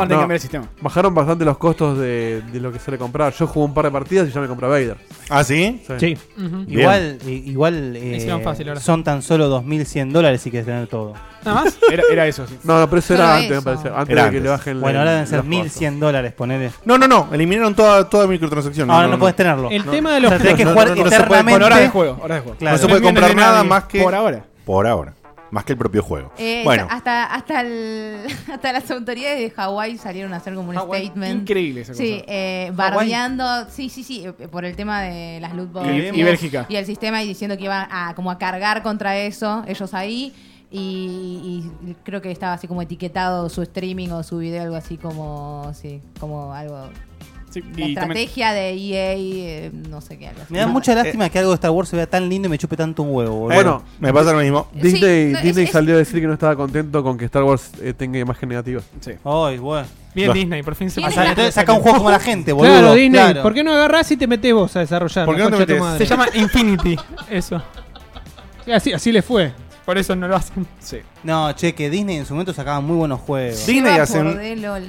[SPEAKER 5] Bajaron bastante los costos de, de lo que suele comprar. Yo jugué un par de partidas y ya me compré Vader.
[SPEAKER 1] ¿Ah, sí?
[SPEAKER 5] Sí.
[SPEAKER 7] Ujú.
[SPEAKER 2] Igual, i- igual eh,
[SPEAKER 7] Hicieron fácil ahora.
[SPEAKER 2] son tan solo 2.100 dólares si quieres tener todo.
[SPEAKER 7] ¿Nada más?
[SPEAKER 3] Era, eso, sí.
[SPEAKER 5] No, no, pero eso
[SPEAKER 2] Solo
[SPEAKER 5] era antes,
[SPEAKER 2] eso.
[SPEAKER 5] me parece. Antes
[SPEAKER 2] Era
[SPEAKER 5] de que
[SPEAKER 2] antes.
[SPEAKER 5] le bajen
[SPEAKER 2] Bueno, ahora deben ser
[SPEAKER 5] las cosas.
[SPEAKER 2] 1.100 dólares, ponele.
[SPEAKER 1] No, no, no. Eliminaron toda, toda microtransacción.
[SPEAKER 2] Ahora no podés tenerlo. El tema de los O sea, tenés que jugar eternamente.
[SPEAKER 1] Por
[SPEAKER 2] Con horas
[SPEAKER 1] ahora
[SPEAKER 2] de juego, horas de juego. Claro.
[SPEAKER 1] No se puede
[SPEAKER 2] No es bien
[SPEAKER 1] comprar
[SPEAKER 2] de
[SPEAKER 1] nada
[SPEAKER 2] nadie.
[SPEAKER 1] más que.
[SPEAKER 2] Por ahora.
[SPEAKER 1] Por ahora. Más que el propio juego.
[SPEAKER 6] Eh,
[SPEAKER 1] bueno.
[SPEAKER 6] hasta, hasta, el- [laughs] hasta las autoridades de Hawái salieron a hacer como un statement.
[SPEAKER 3] increíble esa
[SPEAKER 6] Sí,
[SPEAKER 3] cosa.
[SPEAKER 6] eh, bardeando, sí, sí, sí, eh, por el tema de las loot boxes
[SPEAKER 3] Y- y Bélgica.
[SPEAKER 6] Y el sistema y diciendo que iban a, como a cargar contra eso, ellos ahí. Y, y creo que estaba así como etiquetado su streaming o su video, algo así como, sí, como algo La estrategia de EA, eh, no sé qué. algo así.
[SPEAKER 2] Me da
[SPEAKER 6] No,
[SPEAKER 3] Eh,
[SPEAKER 2] mucha lástima que algo de Star Wars se vea tan lindo y me chupe tanto un huevo. boludo.
[SPEAKER 5] Bueno, Disney,
[SPEAKER 6] Sí, no, es-
[SPEAKER 5] Disney
[SPEAKER 6] es-
[SPEAKER 5] salió a decir que no estaba contento con que Star Wars eh, tenga imagen negativa.
[SPEAKER 3] Sí.
[SPEAKER 2] Ay, bueno.
[SPEAKER 7] Bien,
[SPEAKER 5] No.
[SPEAKER 7] Disney, por fin se
[SPEAKER 2] Ah,
[SPEAKER 7] puso
[SPEAKER 2] sale-
[SPEAKER 7] las pilas.
[SPEAKER 2] saca un juego como la gente, boludo.
[SPEAKER 10] Claro, Disney,
[SPEAKER 2] Claro.
[SPEAKER 10] ¿por qué no agarrás y te metes vos a desarrollar?
[SPEAKER 7] ¿Por qué
[SPEAKER 10] la
[SPEAKER 7] no te
[SPEAKER 10] concha de tu
[SPEAKER 7] metés?
[SPEAKER 10] madre?
[SPEAKER 7] Se llama Infinity, eso.
[SPEAKER 10] Sí, Así, así le fue.
[SPEAKER 7] Por eso no lo hacen.
[SPEAKER 3] Sí.
[SPEAKER 2] No, che, que Disney en su momento sacaba muy buenos juegos.
[SPEAKER 1] Disney hace un-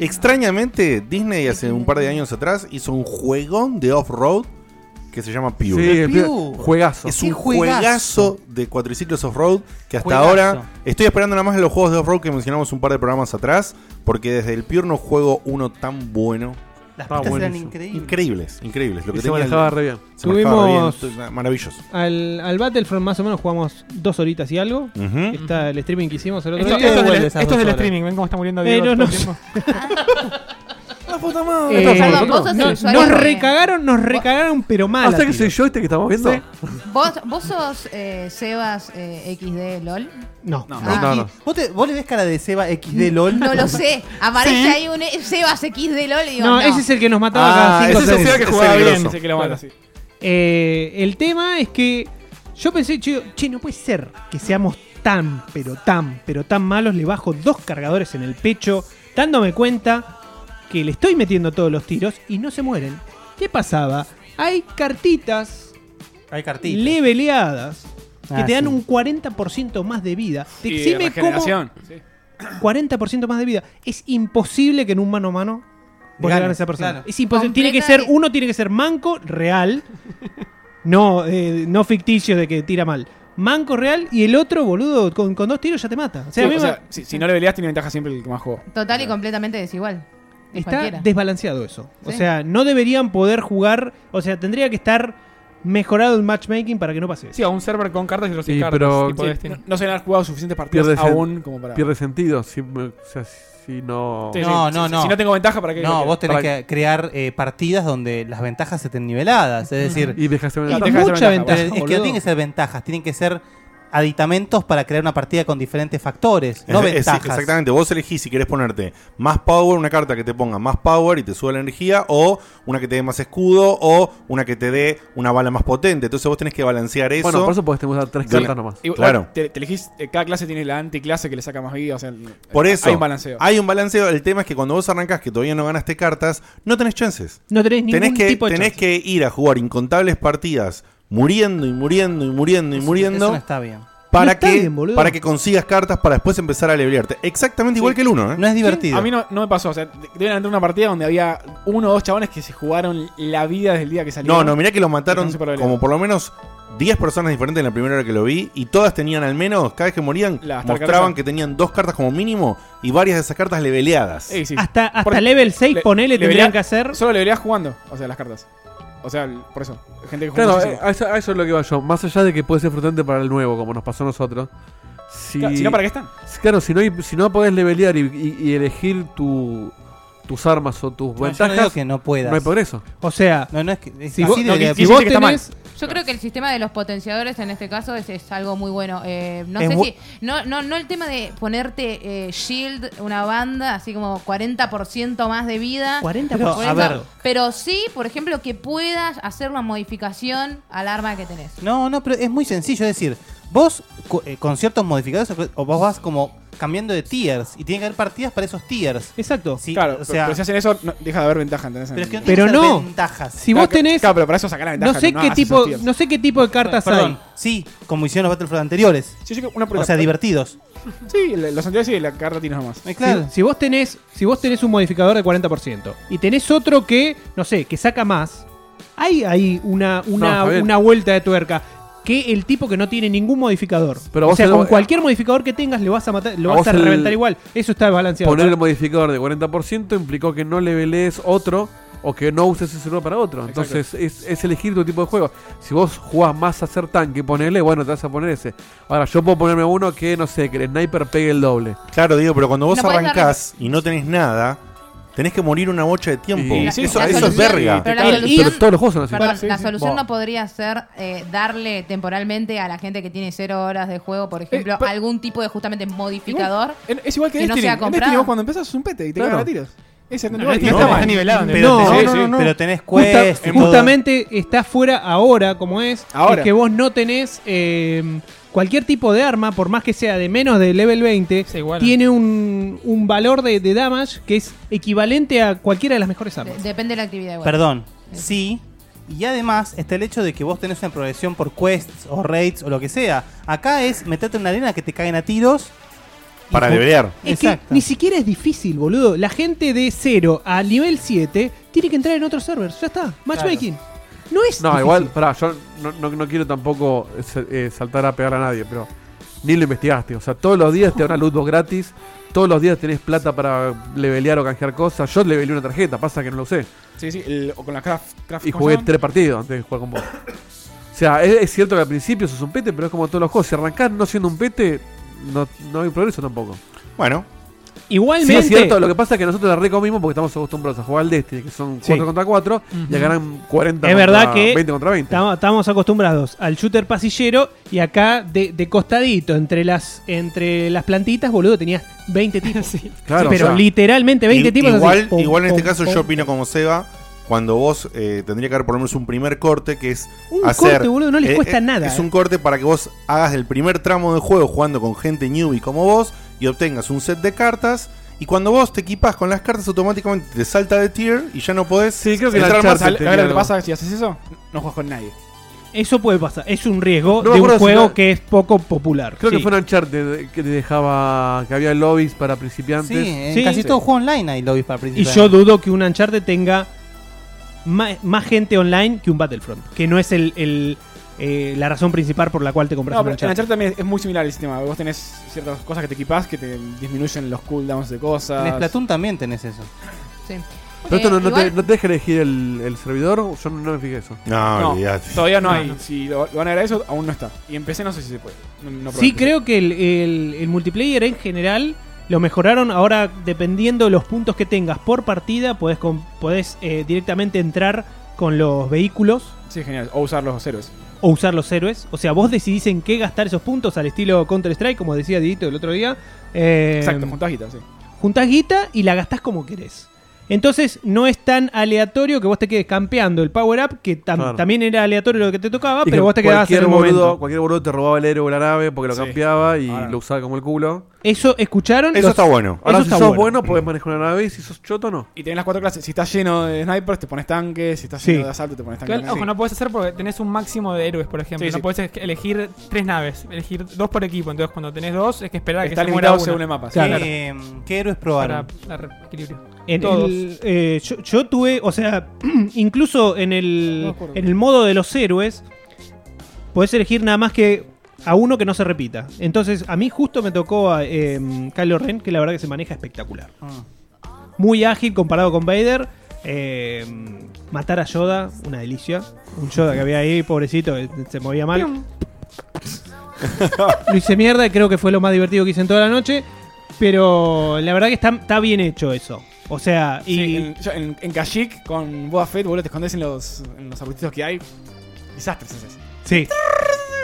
[SPEAKER 1] extrañamente, Disney hace un par de años atrás hizo un juegón de off-road que se llama Pure.
[SPEAKER 5] Sí, el Pure. Juegazo.
[SPEAKER 1] Es
[SPEAKER 5] Qué
[SPEAKER 1] un
[SPEAKER 5] juegazo.
[SPEAKER 1] juegazo. de cuatriciclos off-road que hasta
[SPEAKER 5] Juegazo.
[SPEAKER 1] ahora estoy esperando nada más en los juegos de off-road que mencionamos un par de programas atrás, porque desde el Pure no juego uno tan bueno.
[SPEAKER 2] Las
[SPEAKER 1] Ah,
[SPEAKER 2] pistas
[SPEAKER 1] bueno,
[SPEAKER 2] eran
[SPEAKER 1] eso.
[SPEAKER 2] increíbles.
[SPEAKER 1] Increíbles, increíbles. Lo
[SPEAKER 5] Y
[SPEAKER 1] que
[SPEAKER 5] se
[SPEAKER 1] tenía el-
[SPEAKER 5] manejaba re bien.
[SPEAKER 1] se manejaba re bien,
[SPEAKER 10] Tuvimos-
[SPEAKER 1] esto es maravilloso.
[SPEAKER 10] Al, al Battlefront más o menos jugamos dos horitas y algo.
[SPEAKER 1] Ujú.
[SPEAKER 10] Está el streaming que hicimos el otro
[SPEAKER 7] Esto,
[SPEAKER 10] día.
[SPEAKER 7] esto es del,
[SPEAKER 10] Vuelve
[SPEAKER 7] esto
[SPEAKER 10] esas
[SPEAKER 7] es
[SPEAKER 10] dos
[SPEAKER 7] del
[SPEAKER 10] horas.
[SPEAKER 7] streaming, ven cómo está muriendo
[SPEAKER 10] Eh,
[SPEAKER 7] Diego.
[SPEAKER 10] no,
[SPEAKER 7] todo el
[SPEAKER 10] no. [laughs]
[SPEAKER 7] tiempo.
[SPEAKER 5] La puta
[SPEAKER 10] Eh,
[SPEAKER 5] madre.
[SPEAKER 6] Perdón, vos sos el
[SPEAKER 10] no-
[SPEAKER 6] usuario
[SPEAKER 10] nos
[SPEAKER 6] de-
[SPEAKER 10] recagaron, nos recagaron, pero
[SPEAKER 7] Ah,
[SPEAKER 10] mal.
[SPEAKER 5] O sea
[SPEAKER 10] a
[SPEAKER 5] que
[SPEAKER 10] tiro.
[SPEAKER 5] soy yo este que estamos viendo.
[SPEAKER 10] Sí.
[SPEAKER 6] ¿Vos, vos sos eh, Sebas eh, XD LOL?
[SPEAKER 10] No,
[SPEAKER 6] No,
[SPEAKER 5] no, no, no.
[SPEAKER 2] ¿Vos, te- vos le ves cara de Seba XD LOL?
[SPEAKER 6] No
[SPEAKER 2] [laughs]
[SPEAKER 6] lo sé. Aparece
[SPEAKER 2] Sí.
[SPEAKER 6] ahí un eh, Sebas XD LOL y digo,
[SPEAKER 10] No,
[SPEAKER 6] no.
[SPEAKER 10] ese es el que nos mataba
[SPEAKER 5] Ah,
[SPEAKER 10] cada cinco
[SPEAKER 5] ese es el
[SPEAKER 10] segundos.
[SPEAKER 5] que jugaba Ese es el bien, grosso. ese que lo mata,
[SPEAKER 10] Claro. Eh, el tema es que yo pensé, che, che, no puede ser que seamos tan, pero tan, pero tan malos. Le bajo dos cargadores en el pecho, dándome cuenta que le estoy metiendo todos los tiros y no se mueren. ¿Qué pasaba? Hay cartitas
[SPEAKER 2] Hay cartitas.
[SPEAKER 10] leveleadas que
[SPEAKER 2] Ah,
[SPEAKER 10] te dan
[SPEAKER 2] sí.
[SPEAKER 10] un 40% más de vida. Te
[SPEAKER 3] Y
[SPEAKER 10] exime cómo-
[SPEAKER 3] regeneración. Sí.
[SPEAKER 10] 40% más de vida. Es imposible que en un mano a mano vos le
[SPEAKER 2] Gane,
[SPEAKER 10] ganes a esa persona.
[SPEAKER 2] claro.
[SPEAKER 10] Es imposible. Tiene que
[SPEAKER 6] Completa
[SPEAKER 10] ser,
[SPEAKER 6] y-
[SPEAKER 10] uno tiene que ser manco
[SPEAKER 2] [laughs]
[SPEAKER 10] real. No, eh, no ficticio de que tira mal. Manco real y el otro, boludo, con, con dos tiros ya te mata. O sea, a mí
[SPEAKER 3] Sí, o
[SPEAKER 10] me-
[SPEAKER 3] sea, si, si no le peleas, tiene ventaja siempre el que más jugó.
[SPEAKER 6] Total y completamente desigual. De
[SPEAKER 10] está
[SPEAKER 6] cualquiera.
[SPEAKER 10] desbalanceado eso. O
[SPEAKER 6] Sí.
[SPEAKER 10] sea, no deberían poder jugar. O sea, tendría que estar mejorado el matchmaking para que no pase eso.
[SPEAKER 7] Sí, a un server con cartas y otro sin
[SPEAKER 5] Sí,
[SPEAKER 7] cartas.
[SPEAKER 5] pero-
[SPEAKER 7] tipo
[SPEAKER 5] Sí,
[SPEAKER 7] Destiny.
[SPEAKER 3] No, no se han jugado suficientes partidas
[SPEAKER 5] Pierde, sen-
[SPEAKER 3] aún como para.
[SPEAKER 5] pierde sentido. Si, me- o sea, si no.
[SPEAKER 3] Sí,
[SPEAKER 2] No,
[SPEAKER 3] sí,
[SPEAKER 2] no,
[SPEAKER 3] sí,
[SPEAKER 2] no.
[SPEAKER 3] si no tengo ventaja, ¿para qué lo
[SPEAKER 2] No,
[SPEAKER 3] quiero?
[SPEAKER 2] vos tenés
[SPEAKER 3] Para-
[SPEAKER 2] que crear eh, partidas donde las ventajas estén niveladas. Es decir,
[SPEAKER 5] Y dejas de
[SPEAKER 10] Y
[SPEAKER 5] ventaja.
[SPEAKER 10] mucha ventaja.
[SPEAKER 2] Pero es que
[SPEAKER 10] boludo.
[SPEAKER 2] no tienen que ser ventajas, tienen que ser aditamentos para crear una partida con diferentes factores,
[SPEAKER 1] [laughs]
[SPEAKER 2] no
[SPEAKER 1] Es- es-
[SPEAKER 2] ventajas.
[SPEAKER 1] exactamente, vos elegís si querés ponerte más power, una carta que te ponga más power y te sube la energía, o una que te dé más escudo, o una que te dé una bala más potente. Entonces vos tenés que balancear eso.
[SPEAKER 5] Bueno, por eso podés usar tres
[SPEAKER 1] Sí.
[SPEAKER 5] cartas nomás.
[SPEAKER 3] Y-
[SPEAKER 1] Claro.
[SPEAKER 3] Te, te elegís, eh, cada clase tiene la anticlase que le saca más vida. O sea, el-
[SPEAKER 1] Por eso
[SPEAKER 3] Hay un balanceo.
[SPEAKER 1] Hay un balanceo. El tema es que cuando vos arrancás que todavía no ganaste cartas, no tenés chances.
[SPEAKER 10] No tenés ningún
[SPEAKER 1] Tenés que,
[SPEAKER 10] tipo de
[SPEAKER 1] tenés
[SPEAKER 10] chance.
[SPEAKER 1] que ir a jugar incontables partidas, muriendo y muriendo y muriendo y muriendo.
[SPEAKER 2] Eso no está bien.
[SPEAKER 10] No
[SPEAKER 1] Para,
[SPEAKER 10] está
[SPEAKER 1] que,
[SPEAKER 10] bien, boludo.
[SPEAKER 1] para que consigas cartas para después empezar a levelearte. Exactamente igual que el uno ¿eh?
[SPEAKER 2] No es divertido.
[SPEAKER 3] A mí no, no me pasó. O sea, de- deben entrar una partida donde había uno o dos chabones que se jugaron la vida desde el día que salieron.
[SPEAKER 1] No, no, mirá que los
[SPEAKER 3] Y
[SPEAKER 1] mataron
[SPEAKER 3] no se paró de
[SPEAKER 1] como por lo menos 10 personas diferentes en la primera hora que lo vi. Y todas tenían al menos, cada vez que morían,
[SPEAKER 3] Las
[SPEAKER 1] mostraban
[SPEAKER 3] tarjetas.
[SPEAKER 1] que tenían dos cartas como mínimo y varias de esas cartas leveleadas.
[SPEAKER 3] Eh, sí.
[SPEAKER 10] Hasta, hasta
[SPEAKER 3] Porque
[SPEAKER 10] level 6,
[SPEAKER 3] le-
[SPEAKER 10] ponele,
[SPEAKER 3] le
[SPEAKER 10] tendrían
[SPEAKER 3] vería-
[SPEAKER 10] que hacer.
[SPEAKER 3] Solo le verías jugando, o sea, las cartas. O sea, el- por eso. Gente que juega
[SPEAKER 5] Claro, eh,
[SPEAKER 3] muchísimo.
[SPEAKER 5] a eso, a eso es lo que va yo. Más allá de que puede ser frustrante para el nuevo, como nos pasó a nosotros. Si,
[SPEAKER 3] Claro, si no, ¿para qué están?
[SPEAKER 5] Si- Claro, si no, hay- si no podés levelear y, y- y elegir tu- tus armas o tus
[SPEAKER 2] no
[SPEAKER 5] ventajas.
[SPEAKER 2] digo que no puedas.
[SPEAKER 5] No hay progreso.
[SPEAKER 10] O sea,
[SPEAKER 2] No, no es que es
[SPEAKER 10] si
[SPEAKER 2] así
[SPEAKER 10] vos,
[SPEAKER 2] debería-
[SPEAKER 10] si vos tenés.
[SPEAKER 6] Yo creo que el sistema de los potenciadores en este caso es, es algo muy bueno. Eh, no
[SPEAKER 2] Es
[SPEAKER 6] sé
[SPEAKER 2] bu-
[SPEAKER 6] si. No, no, no el tema de ponerte eh, Shield, una banda, así como 40% más de vida.
[SPEAKER 10] 40
[SPEAKER 2] Pero,
[SPEAKER 6] Por
[SPEAKER 2] a
[SPEAKER 6] eso-
[SPEAKER 2] ver.
[SPEAKER 6] pero sí, por ejemplo, que puedas hacer una modificación al arma que tenés.
[SPEAKER 2] No, no, pero es muy sencillo. Es decir, vos co- eh, con ciertos modificadores o- o vos vas como cambiando de tiers y tiene que haber partidas para esos tiers.
[SPEAKER 10] Exacto.
[SPEAKER 2] Sí,
[SPEAKER 3] Claro,
[SPEAKER 2] o
[SPEAKER 3] pero-
[SPEAKER 2] sea,
[SPEAKER 3] pero si hacen eso, no- deja de haber ventaja, ¿entendés?
[SPEAKER 2] pero es que no
[SPEAKER 10] Pero
[SPEAKER 2] tiene que ser
[SPEAKER 10] no.
[SPEAKER 2] ventajas.
[SPEAKER 10] Si
[SPEAKER 3] Claro
[SPEAKER 10] vos
[SPEAKER 3] que-
[SPEAKER 10] tenés.
[SPEAKER 3] Claro, pero para eso sacar la ventaja.
[SPEAKER 10] No sé
[SPEAKER 3] no
[SPEAKER 10] qué
[SPEAKER 3] hagas
[SPEAKER 10] tipo.
[SPEAKER 3] esos tiros.
[SPEAKER 10] No sé qué tipo de cartas hay.
[SPEAKER 2] Perdón, sí, como hicieron los Battlefront anteriores.
[SPEAKER 3] Sí, sí, que una
[SPEAKER 2] O sea, divertidos.
[SPEAKER 3] Sí, la- los anteriores sí, la carta tiene nomás.
[SPEAKER 2] Eh,
[SPEAKER 10] Si,
[SPEAKER 2] Claro.
[SPEAKER 10] si vos tenés, si vos tenés un modificador de 40% y tenés otro que, no sé, que saca más, hay ahí una,
[SPEAKER 5] No,
[SPEAKER 10] una,
[SPEAKER 5] está bien.
[SPEAKER 10] una vuelta de tuerca que el tipo que no tiene ningún modificador.
[SPEAKER 5] Pero
[SPEAKER 10] o
[SPEAKER 5] vos
[SPEAKER 10] sea,
[SPEAKER 5] el-
[SPEAKER 10] con cualquier modificador que tengas lo vas a matar, lo
[SPEAKER 5] a
[SPEAKER 10] vas a
[SPEAKER 5] vos el-
[SPEAKER 10] reventar igual. Eso está balanceado.
[SPEAKER 5] Poner el modificador de 40% implicó que no levelees otro o que no uses ese uno para otro.
[SPEAKER 3] Exacto.
[SPEAKER 5] Entonces es, es elegir tu tipo de juego. Si vos jugás más a ser tanque, ponele, bueno, te vas a poner ese. Ahora, yo puedo ponerme uno que, no sé, que el sniper pegue el doble.
[SPEAKER 1] Claro, digo, pero cuando vos
[SPEAKER 6] No podés
[SPEAKER 1] arrancás y no tenés nada, tenés que morir una bocha de tiempo.
[SPEAKER 5] Y-
[SPEAKER 1] eso
[SPEAKER 3] sí,
[SPEAKER 1] eso
[SPEAKER 3] la
[SPEAKER 1] es
[SPEAKER 6] solución-
[SPEAKER 1] verga.
[SPEAKER 6] pero la
[SPEAKER 5] Pero-
[SPEAKER 6] solución-
[SPEAKER 5] pero todos los juegos son así.
[SPEAKER 6] Perdón,
[SPEAKER 3] Sí,
[SPEAKER 6] la
[SPEAKER 3] sí.
[SPEAKER 6] solución
[SPEAKER 1] Bueno.
[SPEAKER 6] no podría ser eh, darle temporalmente a la gente que tiene cero horas de juego, por ejemplo,
[SPEAKER 3] Eh, pa-
[SPEAKER 6] algún tipo de justamente modificador.
[SPEAKER 3] Igual- en- es igual que,
[SPEAKER 6] que no
[SPEAKER 3] Destiny.
[SPEAKER 6] sea
[SPEAKER 3] En
[SPEAKER 6] comprado.
[SPEAKER 3] Destiny vos cuando empezás es un pete y te
[SPEAKER 5] Claro.
[SPEAKER 3] cagan a tiros. Es 79.
[SPEAKER 7] No, está nivelado.
[SPEAKER 2] Pero tenés- pero tenés
[SPEAKER 10] Justa-
[SPEAKER 2] quest y todo.
[SPEAKER 10] justamente está fuera ahora, como es,
[SPEAKER 3] Ahora.
[SPEAKER 10] es que vos no tenés eh, cualquier tipo de arma, por más que sea de menos de level 20, tiene un, un valor de, de damage que es equivalente a cualquiera de las mejores armas.
[SPEAKER 6] Eh, Depende de la actividad. igual.
[SPEAKER 2] Perdón, sí. Y además está el hecho de que vos tenés una progresión por quests o raids o lo que sea. Acá es meterte en una arena que te caen a tiros. y
[SPEAKER 1] Para
[SPEAKER 2] ju-
[SPEAKER 1] levelear.
[SPEAKER 10] Es que ni siquiera es difícil, boludo. La gente de 0 a nivel 7 tiene que entrar en otros servers. Ya está. Matchmaking. No es.
[SPEAKER 5] No,
[SPEAKER 10] difícil.
[SPEAKER 5] igual, pará, yo no, no- no quiero tampoco eh, sa- eh, saltar a pegar a nadie, pero ni lo investigaste. O sea, todos los días te dan luz dos gratis, todos los días tenés plata para levelear o canjear cosas. Yo levelé una tarjeta, pasa que no lo usé.
[SPEAKER 3] Sí, sí, el- o con la craft. craft
[SPEAKER 5] Y
[SPEAKER 3] ¿cómo
[SPEAKER 5] jugué
[SPEAKER 3] se llama?
[SPEAKER 5] tres partidos antes de jugar con vos. O sea, es, es cierto que al principio sos un pete, pero es como todos los juegos. Si arrancás no siendo un pete, no, no hay progreso tampoco.
[SPEAKER 1] Bueno.
[SPEAKER 10] Igualmente-
[SPEAKER 5] Sí, es cierto. Lo que pasa es que nosotros la recomimos porque estamos acostumbrados a jugar al Destiny, que son 4 contra 4, y
[SPEAKER 10] Ujú.
[SPEAKER 5] ganan 40
[SPEAKER 10] Es
[SPEAKER 5] contra
[SPEAKER 10] verdad que
[SPEAKER 5] 20 contra 20.
[SPEAKER 10] tamo- Estamos acostumbrados al shooter pasillero y acá de, de costadito, entre las, entre las plantitas, boludo, tenías 20
[SPEAKER 3] [laughs]
[SPEAKER 10] tipos.
[SPEAKER 1] Claro,
[SPEAKER 10] pero
[SPEAKER 1] o sea,
[SPEAKER 10] literalmente 20
[SPEAKER 1] i-
[SPEAKER 10] tipos. así,
[SPEAKER 1] Igual,
[SPEAKER 10] pom,
[SPEAKER 1] igual en este
[SPEAKER 10] pom,
[SPEAKER 1] caso
[SPEAKER 10] pom.
[SPEAKER 1] yo opino como Seba. Cuando vos eh, tendría que haber por lo menos un primer corte que es
[SPEAKER 10] Un
[SPEAKER 1] hacer.
[SPEAKER 10] corte, boludo, no les cuesta nada,
[SPEAKER 1] Es
[SPEAKER 10] eh.
[SPEAKER 1] un corte para que vos hagas el primer tramo de juego jugando con gente newbie como vos y obtengas un set de cartas. Y cuando vos te equipas con las cartas, automáticamente te salta de tier y ya no podés. Sí,
[SPEAKER 3] Creo que la charla- ¿sabes lo que pasa si haces eso? No juegas con nadie.
[SPEAKER 10] Eso puede pasar. Es un riesgo
[SPEAKER 5] No me
[SPEAKER 10] de
[SPEAKER 5] acuerdo
[SPEAKER 10] un
[SPEAKER 5] si
[SPEAKER 10] juego
[SPEAKER 5] no-
[SPEAKER 10] que es poco popular.
[SPEAKER 5] Creo que
[SPEAKER 10] Sí.
[SPEAKER 5] fue un Uncharted que te dejaba que había lobbies para principiantes.
[SPEAKER 2] Sí, en casi todo juego online hay lobbies para
[SPEAKER 10] Y
[SPEAKER 2] principiantes.
[SPEAKER 10] yo dudo que un Uncharted tenga ma- más, gente online que un Battlefront, que no es el, el, eh, la razón principal por la cual te compras
[SPEAKER 3] No,
[SPEAKER 10] un
[SPEAKER 3] pero en
[SPEAKER 10] Uncharted.
[SPEAKER 3] Uncharted también es muy similar el sistema. Vos tenés ciertas cosas que te equipás que te disminuyen los cooldowns de cosas.
[SPEAKER 2] En Splatoon también tenés eso.
[SPEAKER 6] Sí.
[SPEAKER 5] Pero esto
[SPEAKER 3] Eh,
[SPEAKER 5] no, no te,
[SPEAKER 3] igual-
[SPEAKER 5] no te deja elegir el, el servidor, yo no, no me fijé eso.
[SPEAKER 1] No, olvidate.
[SPEAKER 3] Todavía no
[SPEAKER 5] No,
[SPEAKER 3] hay.
[SPEAKER 5] no.
[SPEAKER 3] Si lo, lo van a agregar eso, aún no está. Y empecé, no sé si se puede. No, no probé
[SPEAKER 10] sí,
[SPEAKER 3] el PC.
[SPEAKER 10] creo que el, el- el multiplayer en general lo mejoraron. Ahora, dependiendo de los puntos que tengas por partida, podés, con- podés eh, directamente entrar con los vehículos
[SPEAKER 3] Sí, genial. O usar los héroes.
[SPEAKER 10] o usar los héroes. O sea, vos decidís en qué gastar esos puntos al estilo Counter-Strike, como decía Didito el otro día. Eh,
[SPEAKER 3] Exacto, juntás guita, sí.
[SPEAKER 10] juntás guita y la gastás como querés. Entonces no es tan aleatorio que vos te quedes campeando el power up, que tam-
[SPEAKER 5] Claro.
[SPEAKER 10] también era aleatorio lo que te tocaba,
[SPEAKER 5] Y que
[SPEAKER 10] Ah, pero vos te quedabas en
[SPEAKER 5] cualquier
[SPEAKER 10] el
[SPEAKER 5] boludo,
[SPEAKER 10] momento.
[SPEAKER 5] cualquier boludo te robaba el héroe o la nave porque lo
[SPEAKER 10] Sí.
[SPEAKER 5] campeaba y
[SPEAKER 10] Ahora.
[SPEAKER 5] lo usaba como el culo.
[SPEAKER 10] Eso escucharon.
[SPEAKER 5] Los-
[SPEAKER 10] Los-
[SPEAKER 5] Ahora,
[SPEAKER 10] eso
[SPEAKER 5] si
[SPEAKER 10] está
[SPEAKER 5] sos
[SPEAKER 10] bueno.
[SPEAKER 5] bueno, podés manejar una nave. Si sos choto, no.
[SPEAKER 3] Y tenés las cuatro clases. Si estás lleno de snipers, te pones tanques. Si estás
[SPEAKER 5] Sí.
[SPEAKER 3] lleno de asalto, te pones tanques.
[SPEAKER 7] Claro, ojo, no puedes hacer porque tenés un máximo de héroes, por ejemplo.
[SPEAKER 3] Sí,
[SPEAKER 7] no
[SPEAKER 3] sí.
[SPEAKER 7] puedes elegir tres naves, elegir dos por equipo. Entonces, cuando tenés dos, es que esperar a que
[SPEAKER 3] Está
[SPEAKER 7] se muera
[SPEAKER 3] limitado
[SPEAKER 7] uno.
[SPEAKER 3] según el mapa, sí.
[SPEAKER 7] Claro.
[SPEAKER 2] Eh, ¿Qué héroes probaron?
[SPEAKER 7] Para dar equilibrio.
[SPEAKER 10] En
[SPEAKER 7] Todos.
[SPEAKER 10] el, eh, yo, yo tuve, o sea, [clears throat] incluso en
[SPEAKER 7] No me
[SPEAKER 10] el,
[SPEAKER 7] acuerdo.
[SPEAKER 10] en el modo de los héroes, podés elegir nada más que a uno que no se repita. Entonces, a mí justo me tocó a em, Kylo Ren, que la verdad que se maneja espectacular.
[SPEAKER 7] Ah.
[SPEAKER 10] Muy ágil comparado con Vader. Em, matar a Yoda, una delicia. Un Yoda que había ahí, pobrecito, que se movía mal. [laughs] lo hice mierda y creo que fue lo más divertido que hice en toda la noche. Pero la verdad que está, está bien hecho eso. O sea, y
[SPEAKER 3] Sí, en, yo- en, en Kashyyyk, con Boba Fett, boludo, te escondes en los, en los arbutitos que hay. Desastres haces.
[SPEAKER 10] Sí.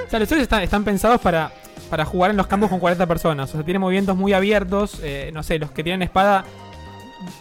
[SPEAKER 7] O sea, los héroes están, están pensados para, para jugar en los campos con 40 personas. O sea, tienen movimientos muy abiertos. eh, no sé, los que tienen espada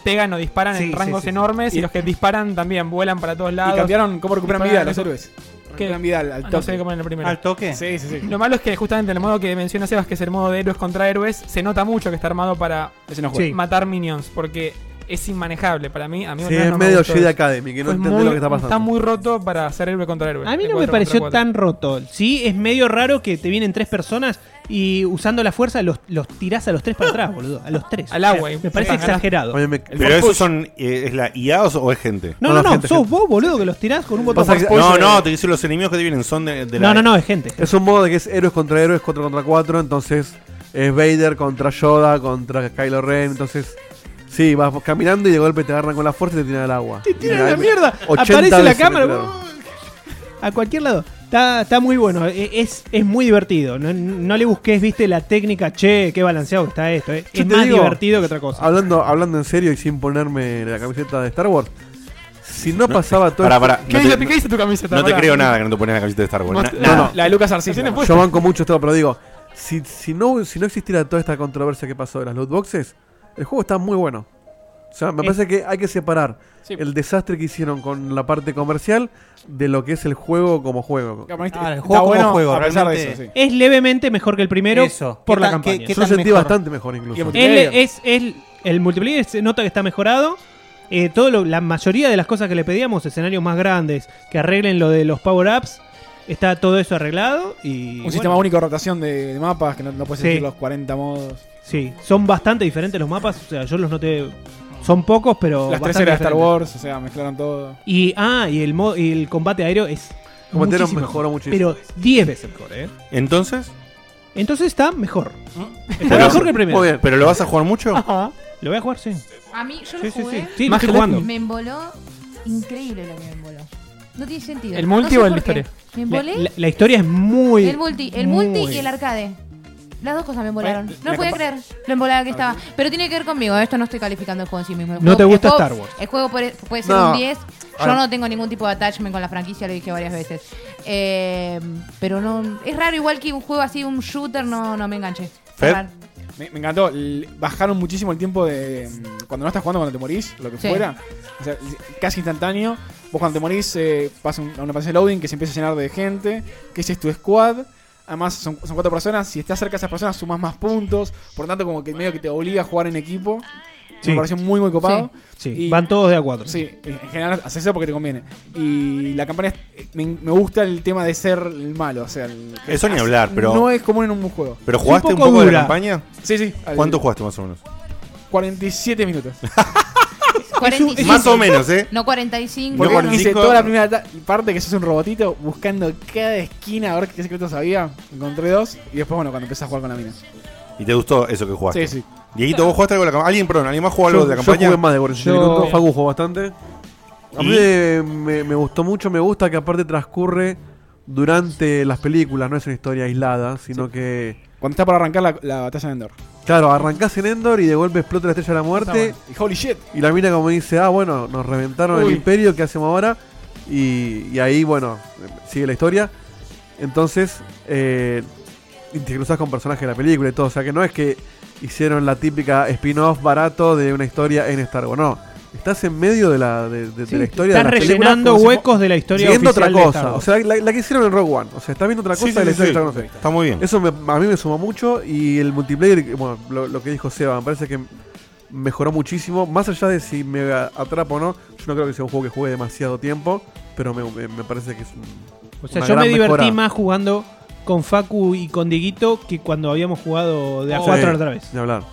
[SPEAKER 7] pegan o disparan
[SPEAKER 3] Sí,
[SPEAKER 7] en
[SPEAKER 3] sí,
[SPEAKER 7] rangos
[SPEAKER 3] sí, sí.
[SPEAKER 7] enormes. Y,
[SPEAKER 3] Y-
[SPEAKER 7] los que disparan también vuelan para todos lados.
[SPEAKER 3] Y cambiaron cómo recuperan vida
[SPEAKER 7] Disparan,
[SPEAKER 3] los
[SPEAKER 7] eso-
[SPEAKER 3] héroes.
[SPEAKER 7] ¿Qué?
[SPEAKER 3] Recuperan vida al, al
[SPEAKER 7] Ah,
[SPEAKER 3] toque.
[SPEAKER 7] no sé cómo en el primero.
[SPEAKER 2] ¿Al toque?
[SPEAKER 3] Sí, sí, sí.
[SPEAKER 7] Lo malo es que justamente el modo que menciona Sebas, que es el modo de héroes contra héroes, se nota mucho que está armado para
[SPEAKER 3] Ese no juega. Sí.
[SPEAKER 7] matar minions, porque es inmanejable para mí. A mí
[SPEAKER 5] Sí,
[SPEAKER 7] al menos
[SPEAKER 5] es
[SPEAKER 7] no me
[SPEAKER 5] medio
[SPEAKER 7] gustó
[SPEAKER 5] Jedi
[SPEAKER 7] eso.
[SPEAKER 5] Academy, que no
[SPEAKER 7] Fue
[SPEAKER 5] entendés
[SPEAKER 7] muy-
[SPEAKER 5] lo que está pasando.
[SPEAKER 7] Está muy roto para hacer héroe contra héroe.
[SPEAKER 10] a mí
[SPEAKER 7] De
[SPEAKER 10] no me
[SPEAKER 7] cuatro
[SPEAKER 10] pareció
[SPEAKER 7] contra cuatro.
[SPEAKER 10] tan roto. Sí, es medio raro que te vienen tres personas y usando la fuerza los, los tirás a los tres para
[SPEAKER 7] [laughs]
[SPEAKER 10] atrás, boludo. A los tres.
[SPEAKER 7] Al
[SPEAKER 10] O sea,
[SPEAKER 7] agua y-
[SPEAKER 10] me parece
[SPEAKER 7] sí,
[SPEAKER 10] exagerado.
[SPEAKER 5] Oye, me-
[SPEAKER 1] Pero esos son. eh, ¿Es la IA o, o es gente?
[SPEAKER 10] No, no, no, sos vos, boludo, que los tirás con un botón.
[SPEAKER 1] Pasa que- no, no, te dicen los enemigos que te vienen son de, de la.
[SPEAKER 5] Es un modo de que es héroes contra héroes, 4 contra 4. Entonces es Vader contra Yoda, contra Kylo Ren. Entonces, sí, vas caminando y de golpe te agarran con la fuerza y te tiran al agua. Te
[SPEAKER 10] tiran a la mierda. Aparece la cámara. uh, a cualquier lado. Está, está muy bueno, e- es, es muy divertido. No, no le busques, viste, la técnica, che, qué balanceado que está esto. eh.
[SPEAKER 5] Yo
[SPEAKER 10] Es
[SPEAKER 5] te
[SPEAKER 10] más
[SPEAKER 5] digo,
[SPEAKER 10] divertido que otra cosa.
[SPEAKER 5] Hablando, hablando en serio y sin ponerme la camiseta de Star Wars, si no, pasaba todo.
[SPEAKER 1] Pará,
[SPEAKER 5] esto-
[SPEAKER 1] pará, no te- No te
[SPEAKER 5] Pará.
[SPEAKER 1] creo nada que no te pones la camiseta de Star Wars. Na-
[SPEAKER 5] No, no.
[SPEAKER 3] La de Lucas Arcilla.
[SPEAKER 5] Yo banco mucho esto, pero digo, si, si, no, si no existiera toda esta controversia que pasó de las loot boxes, el juego está muy bueno. O sea, me parece que hay que separar
[SPEAKER 3] Sí.
[SPEAKER 5] el desastre que hicieron con la parte comercial de lo que es el juego como juego.
[SPEAKER 3] Claro, este- Ah, el juego está como bueno juego, a pesar de realmente- eso,
[SPEAKER 10] Es levemente mejor que el primero
[SPEAKER 5] Eso.
[SPEAKER 10] por
[SPEAKER 5] ¿Qué
[SPEAKER 10] la
[SPEAKER 5] tan-
[SPEAKER 10] campaña.
[SPEAKER 5] qué- qué Yo tan sentí mejor? bastante mejor incluso.
[SPEAKER 10] Y el
[SPEAKER 5] Él
[SPEAKER 10] multiplayer. es, es- el multiplayer se nota que está mejorado. Eh, todo lo- la mayoría de las cosas que le pedíamos, escenarios más grandes, que arreglen lo de los power-ups, está todo eso arreglado. Y,
[SPEAKER 3] Un
[SPEAKER 10] bueno,
[SPEAKER 3] sistema único de rotación de, de mapas que no, no puedes
[SPEAKER 10] Sí.
[SPEAKER 3] elegir los 40 modos.
[SPEAKER 10] Sí, son bastante diferentes los mapas. O sea, yo los noté. Son pocos, pero.
[SPEAKER 3] Las tres
[SPEAKER 10] bastante
[SPEAKER 3] eran Star
[SPEAKER 10] diferentes.
[SPEAKER 3] Wars, o sea, mezclaron todo.
[SPEAKER 10] Y, ah, y el, mo- y el combate aéreo es.
[SPEAKER 3] El combate aéreo
[SPEAKER 10] muchísimo,
[SPEAKER 3] mejoró muchísimo.
[SPEAKER 10] Pero 10 veces mejor, ¿eh?
[SPEAKER 1] Entonces.
[SPEAKER 10] Entonces está mejor. Está
[SPEAKER 1] Pero-
[SPEAKER 10] mejor que el primero.
[SPEAKER 1] Muy bien. ¿Pero lo vas a jugar mucho?
[SPEAKER 10] Ajá. Lo voy a jugar, sí.
[SPEAKER 6] A mí, yo lo
[SPEAKER 10] Sí, sí,
[SPEAKER 6] jugué.
[SPEAKER 10] sí. Sí, lo Más estoy que jugando. Lefty.
[SPEAKER 6] Me emboló. Increíble lo que me emboló. No tiene sentido.
[SPEAKER 10] ¿El multi
[SPEAKER 6] No sé
[SPEAKER 10] o el
[SPEAKER 6] por
[SPEAKER 10] de
[SPEAKER 6] qué.
[SPEAKER 10] historia?
[SPEAKER 6] Me
[SPEAKER 10] La,
[SPEAKER 6] embolé.
[SPEAKER 10] la- la historia es muy.
[SPEAKER 6] el multi, el multi
[SPEAKER 10] muy-
[SPEAKER 6] y el arcade. Las dos cosas me embolaron.
[SPEAKER 10] Bueno, la
[SPEAKER 6] No lo podía
[SPEAKER 10] capa-
[SPEAKER 6] creer lo embolada que estaba. Pero tiene que ver conmigo. Esto no estoy calificando el juego en sí mismo. El
[SPEAKER 10] No
[SPEAKER 6] juego-
[SPEAKER 10] te gusta
[SPEAKER 6] el juego-
[SPEAKER 10] Star Wars.
[SPEAKER 6] El juego puede, puede ser
[SPEAKER 10] No.
[SPEAKER 6] un 10. Yo
[SPEAKER 10] Ahora-
[SPEAKER 6] no tengo ningún tipo de attachment con la franquicia, lo dije varias veces. Eh, pero no. Es raro, igual que un juego así, un shooter, no, no me enganché. Es raro.
[SPEAKER 3] Me, me encantó. L- Bajaron muchísimo el tiempo de. mm, Cuando no estás jugando, cuando te morís, lo que
[SPEAKER 6] Sí.
[SPEAKER 3] fuera. O sea, casi instantáneo. Vos cuando te morís, eh, pasa un- una pantalla de loading que se empieza a llenar de gente. Que ese es tu squad. Además, son, son cuatro personas. Si estás cerca de esas personas, sumas más puntos. Por tanto, como que medio que te obliga a jugar en equipo.
[SPEAKER 10] Sí.
[SPEAKER 3] Me pareció muy, muy copado.
[SPEAKER 10] Sí.
[SPEAKER 3] Y-
[SPEAKER 10] Van todos de a cuatro.
[SPEAKER 3] Sí, en en general haces eso porque te conviene. Y la campaña, es- me, me gusta el tema de ser el malo. O sea, el-
[SPEAKER 1] Eso ni hablar, pero-
[SPEAKER 3] No es común en un juego.
[SPEAKER 1] ¿Pero jugaste un poco de la campaña?
[SPEAKER 3] Sí, sí. al-
[SPEAKER 1] ¿Cuánto jugaste más o menos?
[SPEAKER 3] 47
[SPEAKER 1] [laughs]
[SPEAKER 3] minutos.
[SPEAKER 6] 45.
[SPEAKER 1] Más o menos, ¿eh?
[SPEAKER 6] No 45.
[SPEAKER 3] Porque
[SPEAKER 6] no.
[SPEAKER 3] hice toda la primera ta- parte que sos un robotito buscando cada esquina a ver qué secretos había. Encontré dos y después, bueno, cuando empecé a jugar con la mina.
[SPEAKER 1] ¿Y te gustó eso que jugaste?
[SPEAKER 3] Sí, sí.
[SPEAKER 1] Dieguito, ¿vos jugaste algo de la campaña? ¿Alguien, perdón, alguien más jugó algo
[SPEAKER 5] Yo-
[SPEAKER 1] de la
[SPEAKER 5] yo
[SPEAKER 1] campaña?
[SPEAKER 5] jugué más de 47 minutos, Facu jugó bastante. A mí
[SPEAKER 1] ¿Y?
[SPEAKER 5] eh, me, me gustó mucho, me gusta que aparte transcurre durante las películas, no es una historia aislada, sino que...
[SPEAKER 3] Cuando está para arrancar la, la batalla de Endor.
[SPEAKER 5] Claro, arrancás en Endor y de golpe explota la estrella de la muerte.
[SPEAKER 3] Está bueno. Y holy shit.
[SPEAKER 5] Y la mina como dice, ah, bueno, nos reventaron
[SPEAKER 3] Uy.
[SPEAKER 5] el imperio, ¿qué hacemos ahora? Y, y ahí, bueno, sigue la historia. Entonces, eh, y te cruzas con personajes de la película y todo. O sea, que no es que hicieron la típica spin-off barato de una historia en Star Wars. No, estás en medio de la, de, de- de
[SPEAKER 10] Sí,
[SPEAKER 5] la historia.
[SPEAKER 10] estás
[SPEAKER 5] de las películas
[SPEAKER 10] rellenando
[SPEAKER 5] como si fu-
[SPEAKER 10] huecos de la historia
[SPEAKER 5] Siguiendo
[SPEAKER 10] oficial de
[SPEAKER 5] otra
[SPEAKER 10] Star
[SPEAKER 5] cosa. O
[SPEAKER 10] Wars.
[SPEAKER 5] sea, la, la que hicieron en Rogue One. O sea, estás viendo otra
[SPEAKER 1] Sí,
[SPEAKER 5] cosa
[SPEAKER 1] sí,
[SPEAKER 5] de la
[SPEAKER 1] sí,
[SPEAKER 5] historia
[SPEAKER 1] sí.
[SPEAKER 5] de Star Wars.
[SPEAKER 1] Está muy bien.
[SPEAKER 5] Eso me- a mí me sumó mucho. Y el multiplayer, que- bueno, lo, lo que dijo Seba, me parece que mejoró muchísimo. Más allá de si me a- atrapa o no, yo no creo que sea un juego que juegue demasiado tiempo. Pero me, me- me parece que es un.
[SPEAKER 10] O sea,
[SPEAKER 5] una
[SPEAKER 10] yo me
[SPEAKER 5] gran
[SPEAKER 10] divertí
[SPEAKER 5] mejora.
[SPEAKER 10] más jugando con Facu y con Dieguito que cuando habíamos jugado de a
[SPEAKER 3] Oh,
[SPEAKER 5] Sí,
[SPEAKER 10] cuatro otra vez.
[SPEAKER 5] De hablar.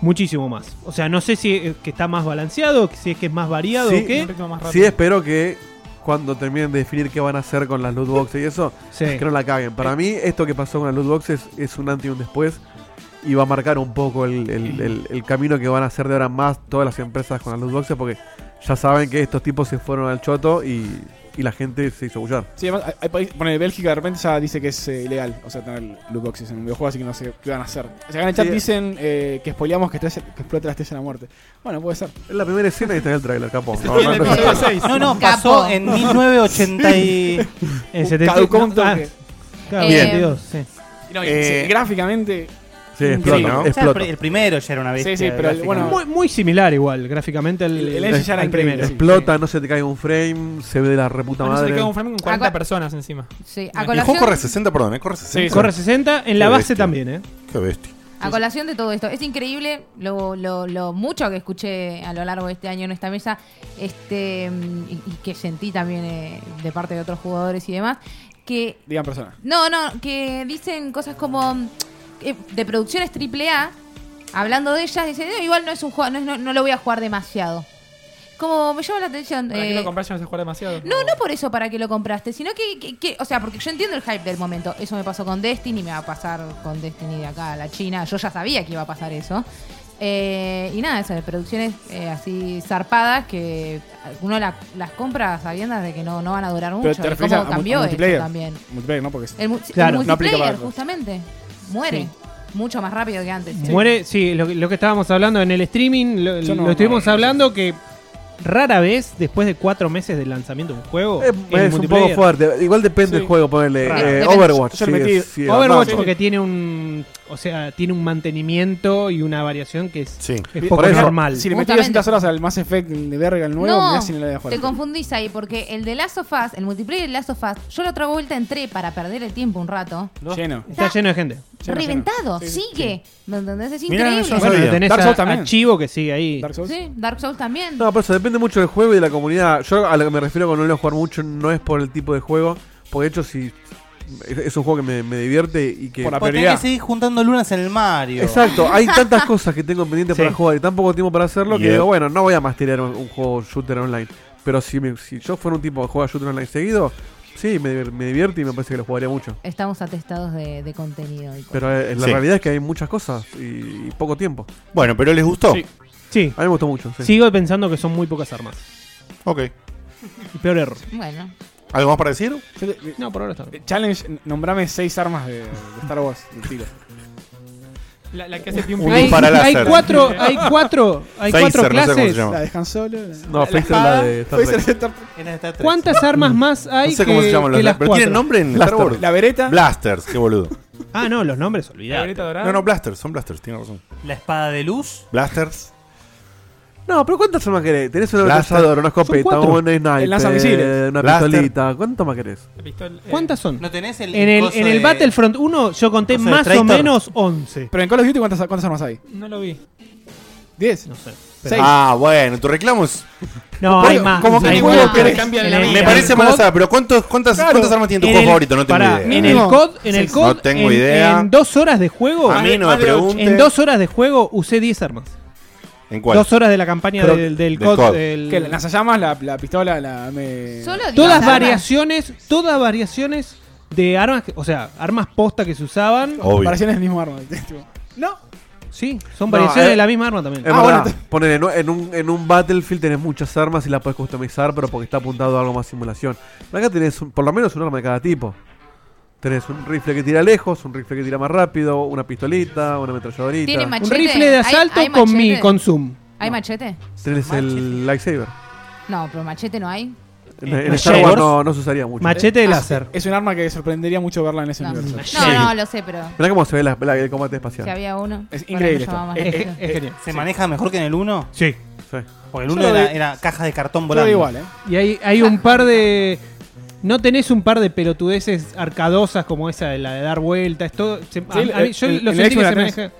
[SPEAKER 10] Muchísimo más. O sea, no sé si es que está más balanceado, que si es que es más variado
[SPEAKER 5] Sí,
[SPEAKER 10] o qué.
[SPEAKER 5] un Sí, espero que cuando terminen de definir qué van a hacer con las loot boxes y eso,
[SPEAKER 10] Sí.
[SPEAKER 5] que no la caguen. Para mí, esto que pasó con las loot boxes es un antes y un después. Y va a marcar un poco el, el- el- el camino que van a hacer de ahora en más todas las empresas con las loot boxes, porque ya saben que estos tipos se fueron al choto y, y la gente se hizo bullar.
[SPEAKER 3] Sí, además, hay- hay países. Bueno, Bélgica de repente ya dice que es eh, ilegal. O sea, tener loot boxes en un videojuego, así que no sé qué van a hacer. O sea, acá en el chat
[SPEAKER 5] Sí.
[SPEAKER 3] dicen eh, que spoileamos que, estés- que explota la estrella de la muerte. Bueno, puede ser.
[SPEAKER 5] Es la primera escena y está en el trailer, capón.
[SPEAKER 2] No, no, pasó en 1980 y...
[SPEAKER 10] En
[SPEAKER 3] Caducó un
[SPEAKER 2] Ah,
[SPEAKER 3] toque.
[SPEAKER 2] claro,
[SPEAKER 6] Eh,
[SPEAKER 10] Bien.
[SPEAKER 2] 72, sí.
[SPEAKER 3] Y no, y
[SPEAKER 2] Eh,
[SPEAKER 3] sí, gráficamente.
[SPEAKER 5] Sí,
[SPEAKER 2] Increíble,
[SPEAKER 5] explota, ¿no?
[SPEAKER 2] O sea,
[SPEAKER 5] Explota.
[SPEAKER 2] el primero ya era una
[SPEAKER 3] Sí,
[SPEAKER 2] bestia.
[SPEAKER 3] sí, pero el- bueno,
[SPEAKER 10] Muy, muy similar igual, gráficamente al
[SPEAKER 3] El- el Edge ya era
[SPEAKER 10] al
[SPEAKER 3] increíble, sí.
[SPEAKER 5] Explota, no se te cae un frame, se ve de la reputa
[SPEAKER 7] No se le
[SPEAKER 5] madre.
[SPEAKER 7] queda un frame con 40
[SPEAKER 6] Acá-
[SPEAKER 7] personas encima.
[SPEAKER 6] Sí, a
[SPEAKER 7] Bueno,
[SPEAKER 6] colación-
[SPEAKER 1] corre 60, perdón, ¿eh? Corre 60.
[SPEAKER 10] Sí, corre 60, en la
[SPEAKER 1] Qué
[SPEAKER 10] base
[SPEAKER 1] bestia.
[SPEAKER 10] también, ¿eh?
[SPEAKER 1] Qué bestia.
[SPEAKER 6] A colación de todo esto, es increíble lo, lo- lo mucho que escuché a lo largo de este año en esta mesa este mm, y, y que sentí también eh, de parte de otros jugadores y demás, que
[SPEAKER 3] Digan personas.
[SPEAKER 6] no, no, que dicen cosas como mm, eh, de producciones AAA, hablando de ellas, dicen, "No, igual no es un juego, no, es- no- no lo voy a jugar demasiado. Como me llama la atención.
[SPEAKER 7] Para que
[SPEAKER 6] eh,
[SPEAKER 7] lo compras ya no se juega demasiado.
[SPEAKER 6] no, no por eso para que lo compraste, sino que, que- que- o sea, porque yo entiendo el hype del momento. Eso me pasó con Destiny, me va a pasar con Destiny de acá a la China. Yo ya sabía que iba a pasar eso. Eh, y nada, eso, de producciones eh, así zarpadas que uno la- las compra sabiendo de que no, no van a durar mucho.
[SPEAKER 3] Pero te
[SPEAKER 6] y
[SPEAKER 3] refieres a,
[SPEAKER 6] cómo
[SPEAKER 3] mu-
[SPEAKER 6] cambió eso
[SPEAKER 3] multiplayer.
[SPEAKER 6] también.
[SPEAKER 3] Multiplayer, ¿no? Porque es-
[SPEAKER 6] El, mu- el
[SPEAKER 3] No aplica para
[SPEAKER 6] multiplayer,
[SPEAKER 3] todos.
[SPEAKER 6] justamente, muere mucho más rápido que antes.
[SPEAKER 10] Muere, sí, lo, que- lo que estábamos hablando en el streaming, lo,
[SPEAKER 3] Yo no-
[SPEAKER 10] lo estuvimos
[SPEAKER 3] no-
[SPEAKER 10] hablando que rara vez después de cuatro meses del lanzamiento de un juego.
[SPEAKER 5] Eh,
[SPEAKER 10] el
[SPEAKER 5] es un
[SPEAKER 10] multiplayer.
[SPEAKER 5] poco fuerte. Igual depende
[SPEAKER 10] Sí.
[SPEAKER 5] del juego, ponerle
[SPEAKER 10] Raro.
[SPEAKER 5] Overwatch.
[SPEAKER 10] Yo le
[SPEAKER 5] sí,
[SPEAKER 10] metí
[SPEAKER 5] es- sí, es
[SPEAKER 10] Overwatch
[SPEAKER 5] bastante.
[SPEAKER 10] porque tiene un, o sea, tiene un mantenimiento y una variación que es, es
[SPEAKER 3] Por
[SPEAKER 10] poco
[SPEAKER 3] eso,
[SPEAKER 10] normal.
[SPEAKER 3] Si le metí 200 horas al Mass Effect de verga el nuevo, mirá
[SPEAKER 6] No,
[SPEAKER 3] si no le voy a jugar.
[SPEAKER 6] te confundís ahí, porque el de Last of Us, el multiplayer de Last of Us, yo la otra vuelta entré para perder el tiempo un rato.
[SPEAKER 3] Lleno.
[SPEAKER 10] Está lleno de gente.
[SPEAKER 6] Reventado, sigue. ¿Me entendés? Es
[SPEAKER 10] Mirá,
[SPEAKER 6] increíble.
[SPEAKER 10] yo no Bueno, sabía. tenés Dark a- Souls también. a Chivo que sigue ahí.
[SPEAKER 6] Sí, Dark Souls también.
[SPEAKER 5] No, pero eso depende mucho del juego y de la comunidad. Yo a lo que me refiero con no lo jugar mucho no es por el tipo de juego. Porque de hecho, si es- es un juego que me, me divierte y que.
[SPEAKER 2] Por Pues tenés que seguir juntando lunas en el Mario.
[SPEAKER 5] Exacto,
[SPEAKER 2] [laughs]
[SPEAKER 5] hay tantas cosas que tengo pendiente
[SPEAKER 2] Sí.
[SPEAKER 5] para jugar y tan poco tiempo para hacerlo que
[SPEAKER 2] Yep.
[SPEAKER 5] digo, bueno, no voy a masterear un, un juego shooter online. Pero si, me- si yo fuera un tipo que juega shooter online seguido, sí, me, divir- me divierte y me parece que lo jugaría mucho.
[SPEAKER 6] Estamos atestados de, de contenido. y cosas.
[SPEAKER 5] Pero eh, la
[SPEAKER 1] Sí.
[SPEAKER 5] realidad es que hay muchas cosas y, y poco tiempo.
[SPEAKER 1] Bueno, pero ¿les gustó?
[SPEAKER 10] Sí. Sí.
[SPEAKER 5] A mí me gustó mucho. sí.
[SPEAKER 10] Sigo pensando que son muy pocas armas.
[SPEAKER 1] Ok.
[SPEAKER 10] Y peor error.
[SPEAKER 6] Bueno.
[SPEAKER 1] ¿Algo más para decir?
[SPEAKER 10] No, por ahora está.
[SPEAKER 3] Challenge, nombrame seis armas de, de Star Wars, de tiro.
[SPEAKER 7] La, la que hace
[SPEAKER 10] Un Hay- dispara láser. hay cuatro- hay cuatro- hay Phaser, cuatro no sé cómo se clases. llama.
[SPEAKER 3] La dejan solo. la-
[SPEAKER 5] No, Phaser es la
[SPEAKER 3] espada.
[SPEAKER 5] de Star
[SPEAKER 3] Phaser
[SPEAKER 5] Trek.
[SPEAKER 3] es de Star-
[SPEAKER 10] [laughs] ¿Cuántas armas más hay?
[SPEAKER 1] Mm. No sé cómo
[SPEAKER 10] que-
[SPEAKER 1] se llaman los
[SPEAKER 10] que las
[SPEAKER 1] pero tienen
[SPEAKER 10] cuatro?
[SPEAKER 1] nombre en Star Wars. Blasters, qué boludo.
[SPEAKER 10] Ah, no, los nombres, olvidar.
[SPEAKER 1] No, no, Blasters, son Blasters, tiene razón.
[SPEAKER 2] La espada de luz.
[SPEAKER 1] Blasters.
[SPEAKER 5] No, pero ¿cuántas armas querés? Tenés una
[SPEAKER 1] Blaster.
[SPEAKER 5] lanzadora, una
[SPEAKER 1] Son
[SPEAKER 5] escopeta,
[SPEAKER 1] cuatro.
[SPEAKER 5] un sniper,
[SPEAKER 1] El lanzamisiles.
[SPEAKER 5] una
[SPEAKER 1] Blaster.
[SPEAKER 5] pistolita. ¿Cuántas más querés?
[SPEAKER 7] eh.
[SPEAKER 10] ¿Cuántas son?
[SPEAKER 2] ¿No tenés el
[SPEAKER 10] en el,
[SPEAKER 2] coso
[SPEAKER 10] en el
[SPEAKER 2] de-
[SPEAKER 10] Battlefront 1 yo conté
[SPEAKER 2] coso de
[SPEAKER 10] más o
[SPEAKER 2] Traitor?
[SPEAKER 10] menos 11.
[SPEAKER 3] Pero en Call of Duty, ¿cuántas, cuántas armas hay?
[SPEAKER 7] No lo vi.
[SPEAKER 3] ¿Diez?
[SPEAKER 10] No sé.
[SPEAKER 1] Ah, bueno, tu reclamo es.
[SPEAKER 10] No,
[SPEAKER 1] Bueno,
[SPEAKER 10] hay más.
[SPEAKER 1] Como que
[SPEAKER 10] hay
[SPEAKER 1] el juego
[SPEAKER 10] más.
[SPEAKER 1] querés-
[SPEAKER 10] En el-
[SPEAKER 1] Me parece
[SPEAKER 10] en el
[SPEAKER 1] mala
[SPEAKER 10] COD-
[SPEAKER 1] saga, pero ¿cuántos- cuántas,
[SPEAKER 10] Claro.
[SPEAKER 1] cuántas armas tiene tu
[SPEAKER 10] En
[SPEAKER 1] juego
[SPEAKER 10] el-
[SPEAKER 1] favorito? No tengo
[SPEAKER 10] pará,
[SPEAKER 1] idea.
[SPEAKER 10] En el COD, en el COD,
[SPEAKER 1] No tengo
[SPEAKER 10] en-
[SPEAKER 1] idea.
[SPEAKER 10] En dos horas de juego.
[SPEAKER 1] A mí no me pregunten.
[SPEAKER 10] En dos horas de juego usé 10 armas.
[SPEAKER 1] ¿En cuál?
[SPEAKER 10] Dos horas de la campaña
[SPEAKER 1] Pero-
[SPEAKER 10] del, del
[SPEAKER 1] del
[SPEAKER 10] COD.
[SPEAKER 1] COD.
[SPEAKER 10] del-
[SPEAKER 3] Que las llamas, la, la pistola, la. Me...
[SPEAKER 10] todas variaciones, todas variaciones de armas, que- o sea, armas posta que se usaban.
[SPEAKER 3] Obvio. Variaciones del mismo arma. [laughs] no.
[SPEAKER 10] Sí, son
[SPEAKER 5] No,
[SPEAKER 10] variaciones
[SPEAKER 5] eh,
[SPEAKER 10] de la misma arma también.
[SPEAKER 5] Es
[SPEAKER 3] Ah,
[SPEAKER 5] verdad. Ponele, en, un- en un, en un Battlefield tenés muchas armas y las puedes customizar, pero porque está apuntado a algo más simulación. Acá tenés un- por lo menos un arma de cada tipo. Tenés un rifle que tira lejos, un rifle que tira más rápido, una pistolita, una ametralladorita.
[SPEAKER 6] ¿Tiene machete?
[SPEAKER 10] Un rifle de
[SPEAKER 6] ¿Hay-
[SPEAKER 10] asalto
[SPEAKER 6] hay
[SPEAKER 10] con
[SPEAKER 6] machete?
[SPEAKER 10] mi con zoom.
[SPEAKER 6] ¿Hay machete?
[SPEAKER 5] Tenés el lightsaber.
[SPEAKER 6] No, pero machete no hay.
[SPEAKER 5] En,
[SPEAKER 6] Eh,
[SPEAKER 5] en Star Wars no, no se usaría mucho. ¿eh?
[SPEAKER 6] Ah,
[SPEAKER 10] Machete de láser.
[SPEAKER 3] Ah, Es un arma que sorprendería mucho verla en ese
[SPEAKER 6] No.
[SPEAKER 3] universo.
[SPEAKER 6] No, no, lo sé, pero
[SPEAKER 5] Mirá cómo se ve la- la- el combate espacial.
[SPEAKER 6] si había uno.
[SPEAKER 3] Es
[SPEAKER 6] bueno,
[SPEAKER 3] increíble
[SPEAKER 6] me
[SPEAKER 3] esto.
[SPEAKER 6] llamaba más
[SPEAKER 3] Es-
[SPEAKER 6] la
[SPEAKER 3] es-
[SPEAKER 6] atención.
[SPEAKER 3] es genial.
[SPEAKER 2] ¿Se maneja mejor que en el 1?
[SPEAKER 10] Sí.
[SPEAKER 2] Porque el
[SPEAKER 10] Yo
[SPEAKER 2] 1
[SPEAKER 10] lo Ah,
[SPEAKER 2] era,
[SPEAKER 10] vi-
[SPEAKER 2] era caja de
[SPEAKER 10] Yo
[SPEAKER 2] cartón
[SPEAKER 10] lo
[SPEAKER 2] volando.
[SPEAKER 10] vi igual,
[SPEAKER 3] ¿eh?
[SPEAKER 10] Y hay, hay un par de. No tenés un par de pelotudeces arcadosas como esa de la de dar vueltas. Todo, se- a-
[SPEAKER 3] el-
[SPEAKER 10] a mí- yo
[SPEAKER 3] el-
[SPEAKER 10] lo
[SPEAKER 3] el
[SPEAKER 10] sentí
[SPEAKER 3] Xbox
[SPEAKER 10] que
[SPEAKER 3] la
[SPEAKER 10] se
[SPEAKER 3] tenés.
[SPEAKER 10] maneja.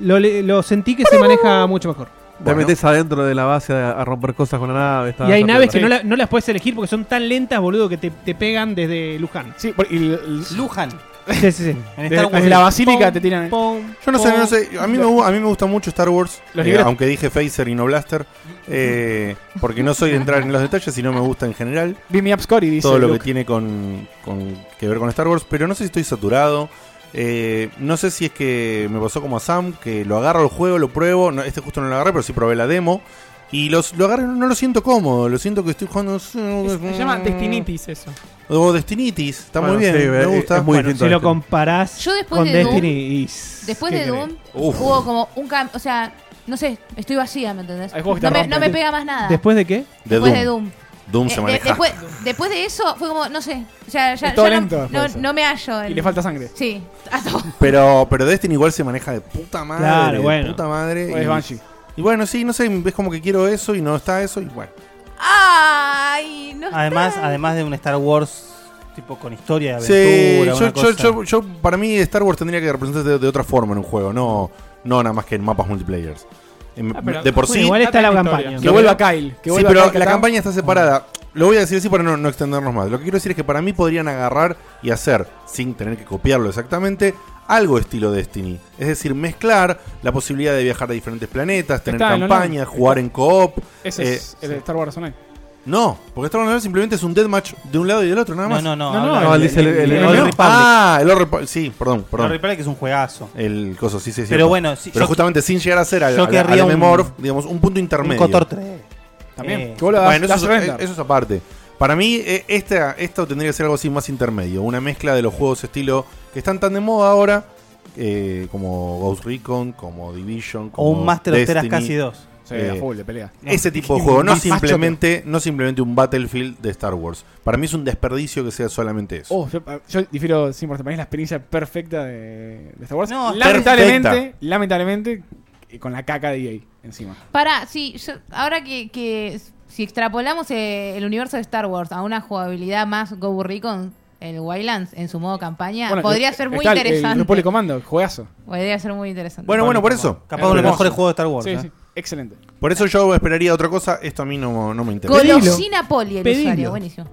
[SPEAKER 10] Lo, le- lo sentí que se maneja mucho mejor.
[SPEAKER 5] Te metes adentro de la base a, a romper cosas con la nave. está-
[SPEAKER 10] y hay
[SPEAKER 5] está
[SPEAKER 10] naves que
[SPEAKER 5] piola.
[SPEAKER 10] no, la- no las puedes elegir porque son tan lentas, boludo, que te, te pegan desde Luján.
[SPEAKER 3] Sí, por- y el-
[SPEAKER 2] Luján.
[SPEAKER 10] Sí, sí,
[SPEAKER 6] [laughs]
[SPEAKER 10] sí.
[SPEAKER 2] En
[SPEAKER 3] Desde- desde la basílica te tiran.
[SPEAKER 1] Yo no sé, no sé. A mí me, gu- a mí me gusta mucho Star Wars,
[SPEAKER 3] Los
[SPEAKER 1] eh,
[SPEAKER 3] libros-
[SPEAKER 1] aunque dije Phaser y no Blaster, eh, porque no soy de entrar en los detalles y no me gusta en general.
[SPEAKER 3] Beam me up, Scotty, dice
[SPEAKER 1] Todo lo
[SPEAKER 3] Luke.
[SPEAKER 1] que tiene con, con- que ver con Star Wars, pero no sé si estoy saturado. eh, no sé si es que me pasó como a Sam, que lo agarro el juego, lo pruebo. no, este justo no lo agarré, pero sí probé la demo. Y los, lo agarré, no lo siento cómodo, lo siento que estoy jugando.
[SPEAKER 7] Se llama Destinitis eso.
[SPEAKER 1] O Destinitis, está
[SPEAKER 5] Bueno,
[SPEAKER 1] muy bien,
[SPEAKER 5] sí,
[SPEAKER 1] me
[SPEAKER 5] es-
[SPEAKER 1] gusta.
[SPEAKER 5] es muy Bueno, distinto
[SPEAKER 10] Si lo comparás
[SPEAKER 6] Yo después
[SPEAKER 10] con
[SPEAKER 6] de Doom-
[SPEAKER 10] Destiny y.
[SPEAKER 6] Después
[SPEAKER 10] ¿qué
[SPEAKER 6] de
[SPEAKER 10] querés?
[SPEAKER 6] Doom hubo como un cambio. O sea, no sé, estoy vacía, ¿me entendés?
[SPEAKER 10] Hay
[SPEAKER 6] No
[SPEAKER 10] juegos que te
[SPEAKER 6] me,
[SPEAKER 10] rompen.
[SPEAKER 6] no me pega más nada.
[SPEAKER 10] ¿Después de qué?
[SPEAKER 1] De
[SPEAKER 6] después
[SPEAKER 1] Doom.
[SPEAKER 6] de Doom.
[SPEAKER 1] Doom se
[SPEAKER 6] Eh, de-
[SPEAKER 1] maneja.
[SPEAKER 6] después, después de eso fue como, no sé. O sea, ya,
[SPEAKER 3] Es todo
[SPEAKER 6] ya no-
[SPEAKER 3] lento
[SPEAKER 6] no,
[SPEAKER 3] después de eso.
[SPEAKER 6] no me hallo. en-
[SPEAKER 3] Y le falta sangre.
[SPEAKER 6] Sí, a todo.
[SPEAKER 1] Pero, pero Destiny igual se maneja de puta madre.
[SPEAKER 3] Claro,
[SPEAKER 1] de
[SPEAKER 3] bueno.
[SPEAKER 1] Puta madre.
[SPEAKER 3] O es Banshee.
[SPEAKER 1] y bueno, sí, no sé, es como que quiero eso y no está eso y bueno.
[SPEAKER 6] Ay, no
[SPEAKER 2] Además, además de un Star Wars tipo con historia de
[SPEAKER 1] Sí,
[SPEAKER 2] aventura,
[SPEAKER 1] yo,
[SPEAKER 2] una
[SPEAKER 1] yo,
[SPEAKER 2] cosa.
[SPEAKER 1] yo, yo- para mí Star Wars tendría que representarse de, de otra forma en un juego, no, no nada más que en mapas multiplayers. En-
[SPEAKER 3] pero-
[SPEAKER 1] de por sí.
[SPEAKER 10] Bueno, igual está la campaña.
[SPEAKER 3] Que vuelva Kyle. Que
[SPEAKER 1] sí,
[SPEAKER 3] vuelva
[SPEAKER 1] pero
[SPEAKER 3] Kyle
[SPEAKER 1] la
[SPEAKER 3] Katarn.
[SPEAKER 1] campaña está separada. Lo voy a decir así para no, no extendernos más. Lo que quiero decir es que para mí podrían agarrar y hacer, sin tener que copiarlo exactamente, algo estilo Destiny. Es decir, mezclar la posibilidad de viajar a diferentes planetas, tener
[SPEAKER 3] Está en online.
[SPEAKER 1] campaña, jugar en co-op.
[SPEAKER 3] Ese
[SPEAKER 1] eh,
[SPEAKER 3] es el de Star Wars Online.
[SPEAKER 1] No, porque Star Wars Online simplemente es un deathmatch de un lado y del otro, nada
[SPEAKER 2] No,
[SPEAKER 1] más.
[SPEAKER 2] no, no, No, habla- no, él dice el- el- el- el
[SPEAKER 1] MMO.
[SPEAKER 2] Old Republic.
[SPEAKER 1] Ah, el Old Republic. Sí, perdón, perdón.
[SPEAKER 2] Old Republic es un juegazo.
[SPEAKER 1] El coso, sí, sí, sí.
[SPEAKER 2] Pero bueno, sí,
[SPEAKER 1] Pero
[SPEAKER 2] yo-
[SPEAKER 1] justamente sin llegar a ser al,
[SPEAKER 2] yo
[SPEAKER 1] al,
[SPEAKER 2] querría
[SPEAKER 1] al
[SPEAKER 2] un-
[SPEAKER 1] MMORPH, digamos, un punto intermedio.
[SPEAKER 2] un Cotor 3.
[SPEAKER 3] También.
[SPEAKER 2] Eh,
[SPEAKER 3] Que vuelva
[SPEAKER 1] bueno,
[SPEAKER 3] Dash-
[SPEAKER 1] eso,
[SPEAKER 3] Dash
[SPEAKER 1] es-
[SPEAKER 3] Render.
[SPEAKER 1] eso es aparte. Para mí, eh, esta, esto tendría que ser algo así más intermedio. Una mezcla de los juegos estilo que están tan de moda ahora, eh, como Ghost Recon, como Division, como
[SPEAKER 2] un Master of Teras
[SPEAKER 1] Destiny. Eh,
[SPEAKER 2] casi 2.
[SPEAKER 3] Sí, a full, de pelea.
[SPEAKER 1] Ese tipo de juego, no simplemente, no simplemente un Battlefield de Star Wars. Para mí es un desperdicio que sea solamente eso.
[SPEAKER 3] Oh, yo, yo difiero 100%. Para mí es la experiencia perfecta de, de Star Wars.
[SPEAKER 2] No,
[SPEAKER 3] lamentablemente,
[SPEAKER 1] perfecta.
[SPEAKER 3] lamentablemente, eh, con la caca de EA encima.
[SPEAKER 6] Para, sí, yo- ahora que, que si extrapolamos eh, el universo de Star Wars a una jugabilidad más Go Burricon, el Wildlands en su modo campaña,
[SPEAKER 3] Bueno,
[SPEAKER 6] podría
[SPEAKER 3] eh,
[SPEAKER 6] ser muy
[SPEAKER 3] está el- El
[SPEAKER 6] interesante.
[SPEAKER 3] Republic Commando, juegazo.
[SPEAKER 6] podría ser muy interesante.
[SPEAKER 2] Capaz uno de los mejores juegos de Star Wars,
[SPEAKER 3] Sí,
[SPEAKER 2] ¿eh?
[SPEAKER 3] sí, excelente.
[SPEAKER 1] Por eso yo esperaría otra cosa. Esto a mí no, no me interesa.
[SPEAKER 6] Golosina Poli, el
[SPEAKER 10] Pedilo.
[SPEAKER 6] usuario, buenísimo.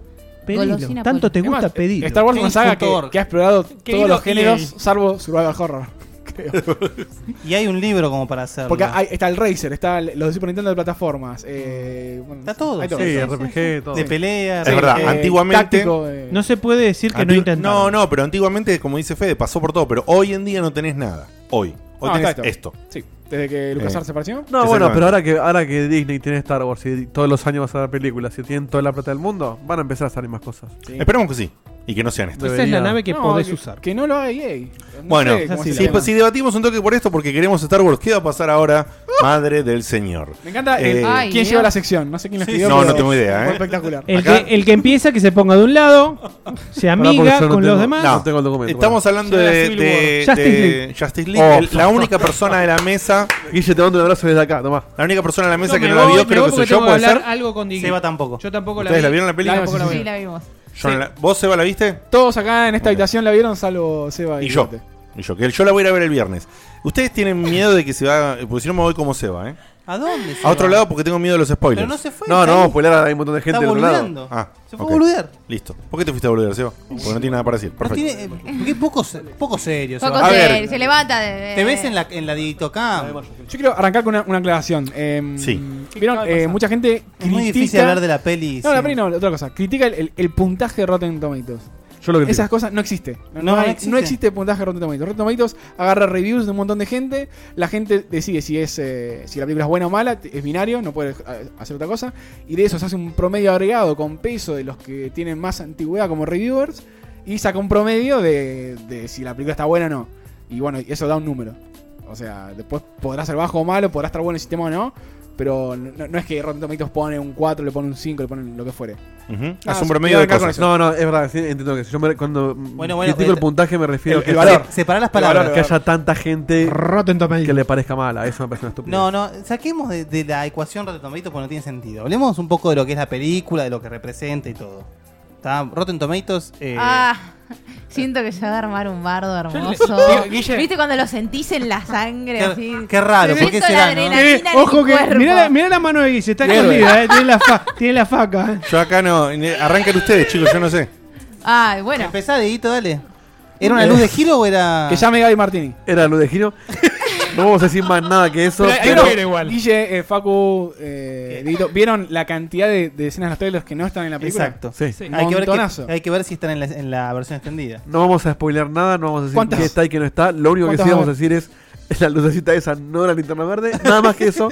[SPEAKER 10] Pedilo.
[SPEAKER 6] Golosina
[SPEAKER 10] Tanto te
[SPEAKER 6] Poli.
[SPEAKER 10] gusta pedir.
[SPEAKER 3] Star Wars es una saga que,
[SPEAKER 2] Games.org.
[SPEAKER 3] que ha explorado
[SPEAKER 2] Querido
[SPEAKER 3] todos los géneros,
[SPEAKER 2] EA.
[SPEAKER 3] salvo Survival Horror. [laughs] creo.
[SPEAKER 2] Y hay un libro como para hacerlo.
[SPEAKER 3] Porque hay- está el Racer, está el- los de Super Nintendo de plataformas. eh, bueno,
[SPEAKER 2] Está todo.
[SPEAKER 3] hay
[SPEAKER 2] Sí,
[SPEAKER 5] RPG, todo.
[SPEAKER 2] De pelea,
[SPEAKER 1] Es verdad,
[SPEAKER 3] eh,
[SPEAKER 1] antiguamente-
[SPEAKER 3] táctico, eh,
[SPEAKER 10] No se puede decir que no
[SPEAKER 1] Antigu-
[SPEAKER 10] intentaron.
[SPEAKER 1] No, no, pero antiguamente, como dice Fede, pasó por todo. Pero hoy en día no tenés nada. Hoy. Hoy
[SPEAKER 3] no,
[SPEAKER 1] tenés
[SPEAKER 3] está
[SPEAKER 1] esto.
[SPEAKER 3] Sí, desde que LucasArts se apareció.
[SPEAKER 5] No, bueno, pero ahora que, ahora que Disney tiene Star Wars y todos los años va a sacar películas y tienen toda la plata del mundo, van a empezar a salir más cosas.
[SPEAKER 1] Esperemos que sí. Y que no sean estas.
[SPEAKER 10] Esa es la nave que
[SPEAKER 3] No,
[SPEAKER 10] podés
[SPEAKER 3] que-
[SPEAKER 10] usar.
[SPEAKER 3] Que no lo haga EA. No
[SPEAKER 1] Bueno, pues
[SPEAKER 3] sé cómo
[SPEAKER 1] si,
[SPEAKER 3] se llama.
[SPEAKER 1] si debatimos un toque por esto porque queremos Star Wars, ¿qué va a pasar ahora? Madre del Señor.
[SPEAKER 3] Me encanta el-
[SPEAKER 1] Eh,
[SPEAKER 3] quién
[SPEAKER 6] Dios.
[SPEAKER 3] lleva la sección. No sé quién la
[SPEAKER 1] Sí,
[SPEAKER 3] escribió.
[SPEAKER 1] no,
[SPEAKER 3] pero
[SPEAKER 1] no tengo idea,
[SPEAKER 3] fue
[SPEAKER 1] ¿eh?
[SPEAKER 3] espectacular.
[SPEAKER 10] El
[SPEAKER 1] Acá-
[SPEAKER 10] que, el que empieza, que se ponga de un lado, se amiga con los demás.
[SPEAKER 1] No,
[SPEAKER 5] No tengo el documento,
[SPEAKER 1] Estamos hablando
[SPEAKER 10] Se
[SPEAKER 1] de,
[SPEAKER 10] ve la Civil
[SPEAKER 1] de-
[SPEAKER 10] War. Justice
[SPEAKER 1] de
[SPEAKER 10] League.
[SPEAKER 1] Justice League,
[SPEAKER 5] Oh,
[SPEAKER 1] el- la única persona de la mesa.
[SPEAKER 5] Guille, te mando un abrazo desde acá, tomá.
[SPEAKER 1] La única persona de la mesa
[SPEAKER 10] No,
[SPEAKER 1] que
[SPEAKER 10] me
[SPEAKER 1] no la
[SPEAKER 10] voy,
[SPEAKER 1] vio,
[SPEAKER 10] me
[SPEAKER 1] creo
[SPEAKER 10] voy
[SPEAKER 1] que soy
[SPEAKER 10] porque
[SPEAKER 1] yo,
[SPEAKER 10] tengo que
[SPEAKER 1] puede ser.
[SPEAKER 10] hablar algo con Diggy.
[SPEAKER 2] Seba tampoco.
[SPEAKER 10] Yo tampoco la vi.
[SPEAKER 1] ¿Ustedes la vieron la peli?
[SPEAKER 10] Yo tampoco la vi.
[SPEAKER 6] Sí, la vimos.
[SPEAKER 1] Yo no la- ¿Vos, Seba, la viste?
[SPEAKER 3] Todos acá en esta habitación la vieron, salvo Seba y,
[SPEAKER 1] Y yo.
[SPEAKER 3] Diegote.
[SPEAKER 1] Y yo, que yo la voy a ir a ver el viernes. Ustedes tienen miedo de que se va. Porque si no me voy como se va, ¿eh?
[SPEAKER 2] ¿A dónde?
[SPEAKER 1] A otro
[SPEAKER 2] va?
[SPEAKER 1] lado porque tengo miedo de los spoilers.
[SPEAKER 2] Pero no se fue,
[SPEAKER 5] No,
[SPEAKER 2] está
[SPEAKER 5] no,
[SPEAKER 2] ahí.
[SPEAKER 5] spoiler, hay un montón de gente
[SPEAKER 2] Está
[SPEAKER 5] del otro lado.
[SPEAKER 2] boludeando.
[SPEAKER 1] Ah,
[SPEAKER 2] Se fue
[SPEAKER 1] ok.
[SPEAKER 2] a boludear.
[SPEAKER 1] Listo. ¿Por qué te fuiste a boludear, Seba? Porque no tiene nada para decir.
[SPEAKER 2] No
[SPEAKER 1] Perfecto.
[SPEAKER 2] tiene, eh,
[SPEAKER 6] [laughs]
[SPEAKER 2] qué poco, se- poco serio.
[SPEAKER 6] Poco
[SPEAKER 2] Sebastián.
[SPEAKER 1] ver.
[SPEAKER 6] serio, se levanta de, de-
[SPEAKER 2] Te ves en la, en la Digitocam.
[SPEAKER 3] Yo quiero arrancar con una, una aclaración. Eh,
[SPEAKER 1] Sí.
[SPEAKER 3] ¿Vieron?
[SPEAKER 7] acaba de
[SPEAKER 3] Eh,
[SPEAKER 7] pasar?
[SPEAKER 3] mucha gente
[SPEAKER 2] Es muy difícil
[SPEAKER 3] critica-
[SPEAKER 2] hablar de la peli.
[SPEAKER 3] No,
[SPEAKER 2] sin-
[SPEAKER 3] la peli no, otra cosa. Critica el, el- el puntaje de Rotten Tomatoes.
[SPEAKER 5] Yo lo que
[SPEAKER 3] Esas cosas no existe. No,
[SPEAKER 2] No,
[SPEAKER 3] no hay-
[SPEAKER 2] no
[SPEAKER 3] no
[SPEAKER 2] existe.
[SPEAKER 3] existe. puntaje de Rotten Tomatoes. Rotten Tomatoes agarra reviews de un montón de gente. La gente decide si es eh, si la película es buena o mala. t- Es binario, no puede eh, hacer otra cosa. Y de eso se hace un promedio agregado con peso de los que tienen más antigüedad como reviewers. Y saca un promedio de, de si la película está buena o no. Y bueno, y eso da un número. O sea, después podrá ser bajo o malo, podrá estar bueno el sistema o no. Pero no, no es que Rotten Tomatoes pone un 4, le pone un 5, le pone lo que fuere.
[SPEAKER 1] Ujú.
[SPEAKER 3] Ah,
[SPEAKER 1] Haz
[SPEAKER 3] sí,
[SPEAKER 1] un promedio de
[SPEAKER 3] quiero arrancar
[SPEAKER 1] cosas.
[SPEAKER 5] No, no, es verdad, sí, entiendo que sí. Yo me- cuando
[SPEAKER 2] Bueno, bueno,
[SPEAKER 5] critico
[SPEAKER 2] eh,
[SPEAKER 5] el puntaje me refiero
[SPEAKER 3] el-
[SPEAKER 5] a que,
[SPEAKER 3] el valor.
[SPEAKER 2] Separar las
[SPEAKER 5] que
[SPEAKER 2] palabras.
[SPEAKER 5] haya tanta gente
[SPEAKER 10] Rotten Tomatoes.
[SPEAKER 5] que le parezca mala. Eso me parece una estupidez.
[SPEAKER 2] No, no, saquemos de, de la ecuación Rotten Tomatoes porque no tiene sentido. Hablemos un poco de lo que es la película, de lo que representa y todo. ¿Está? Rotten Tomatoes. eh,
[SPEAKER 6] Ah, siento que se va a armar un bardo hermoso.
[SPEAKER 7] Yo le- Guille.
[SPEAKER 6] ¿Viste cuando lo sentís en la sangre? así?
[SPEAKER 2] qué, qué raro, ¿por qué
[SPEAKER 6] Siento
[SPEAKER 2] será?
[SPEAKER 6] la
[SPEAKER 2] no?
[SPEAKER 6] adrenalina.
[SPEAKER 10] Eh,
[SPEAKER 6] Imagina en
[SPEAKER 10] ojo
[SPEAKER 6] mi
[SPEAKER 10] que.
[SPEAKER 6] cuerpo.
[SPEAKER 10] Mirá la, mirá la mano de Guille, está
[SPEAKER 1] Héroe.
[SPEAKER 10] escondida, eh, tiene, la fa- tiene la faca. eh.
[SPEAKER 1] Yo acá no. ne- Arranquen ustedes, chicos, yo no sé.
[SPEAKER 6] Ay, bueno.
[SPEAKER 2] Empezá, Dieguito, dale. ¿Era una
[SPEAKER 5] Eh,
[SPEAKER 2] luz de giro o era.?
[SPEAKER 3] Que llame Gaby Martini.
[SPEAKER 5] Era lo de Giro. [laughs] no vamos a decir más nada que eso.
[SPEAKER 7] Pero-
[SPEAKER 5] Pero,
[SPEAKER 7] Pero igual.
[SPEAKER 3] Guille, eh, Facu, eh, Dieguito, ¿vieron la cantidad de, de escenas de los trailers que no están en la película?
[SPEAKER 2] Exacto.
[SPEAKER 5] sí.
[SPEAKER 7] Sí.
[SPEAKER 2] Hay que, ver
[SPEAKER 3] Montonazo.
[SPEAKER 2] que- hay que ver si están en la, en la versión extendida.
[SPEAKER 5] No vamos a spoilear nada, no vamos a decir
[SPEAKER 3] ¿Cuántas?
[SPEAKER 5] qué está y qué no está. Lo único que
[SPEAKER 3] ¿Cuántas
[SPEAKER 5] sí
[SPEAKER 3] va a
[SPEAKER 5] vamos a decir es es la lucecita esa, no la linterna verde. Nada más que eso.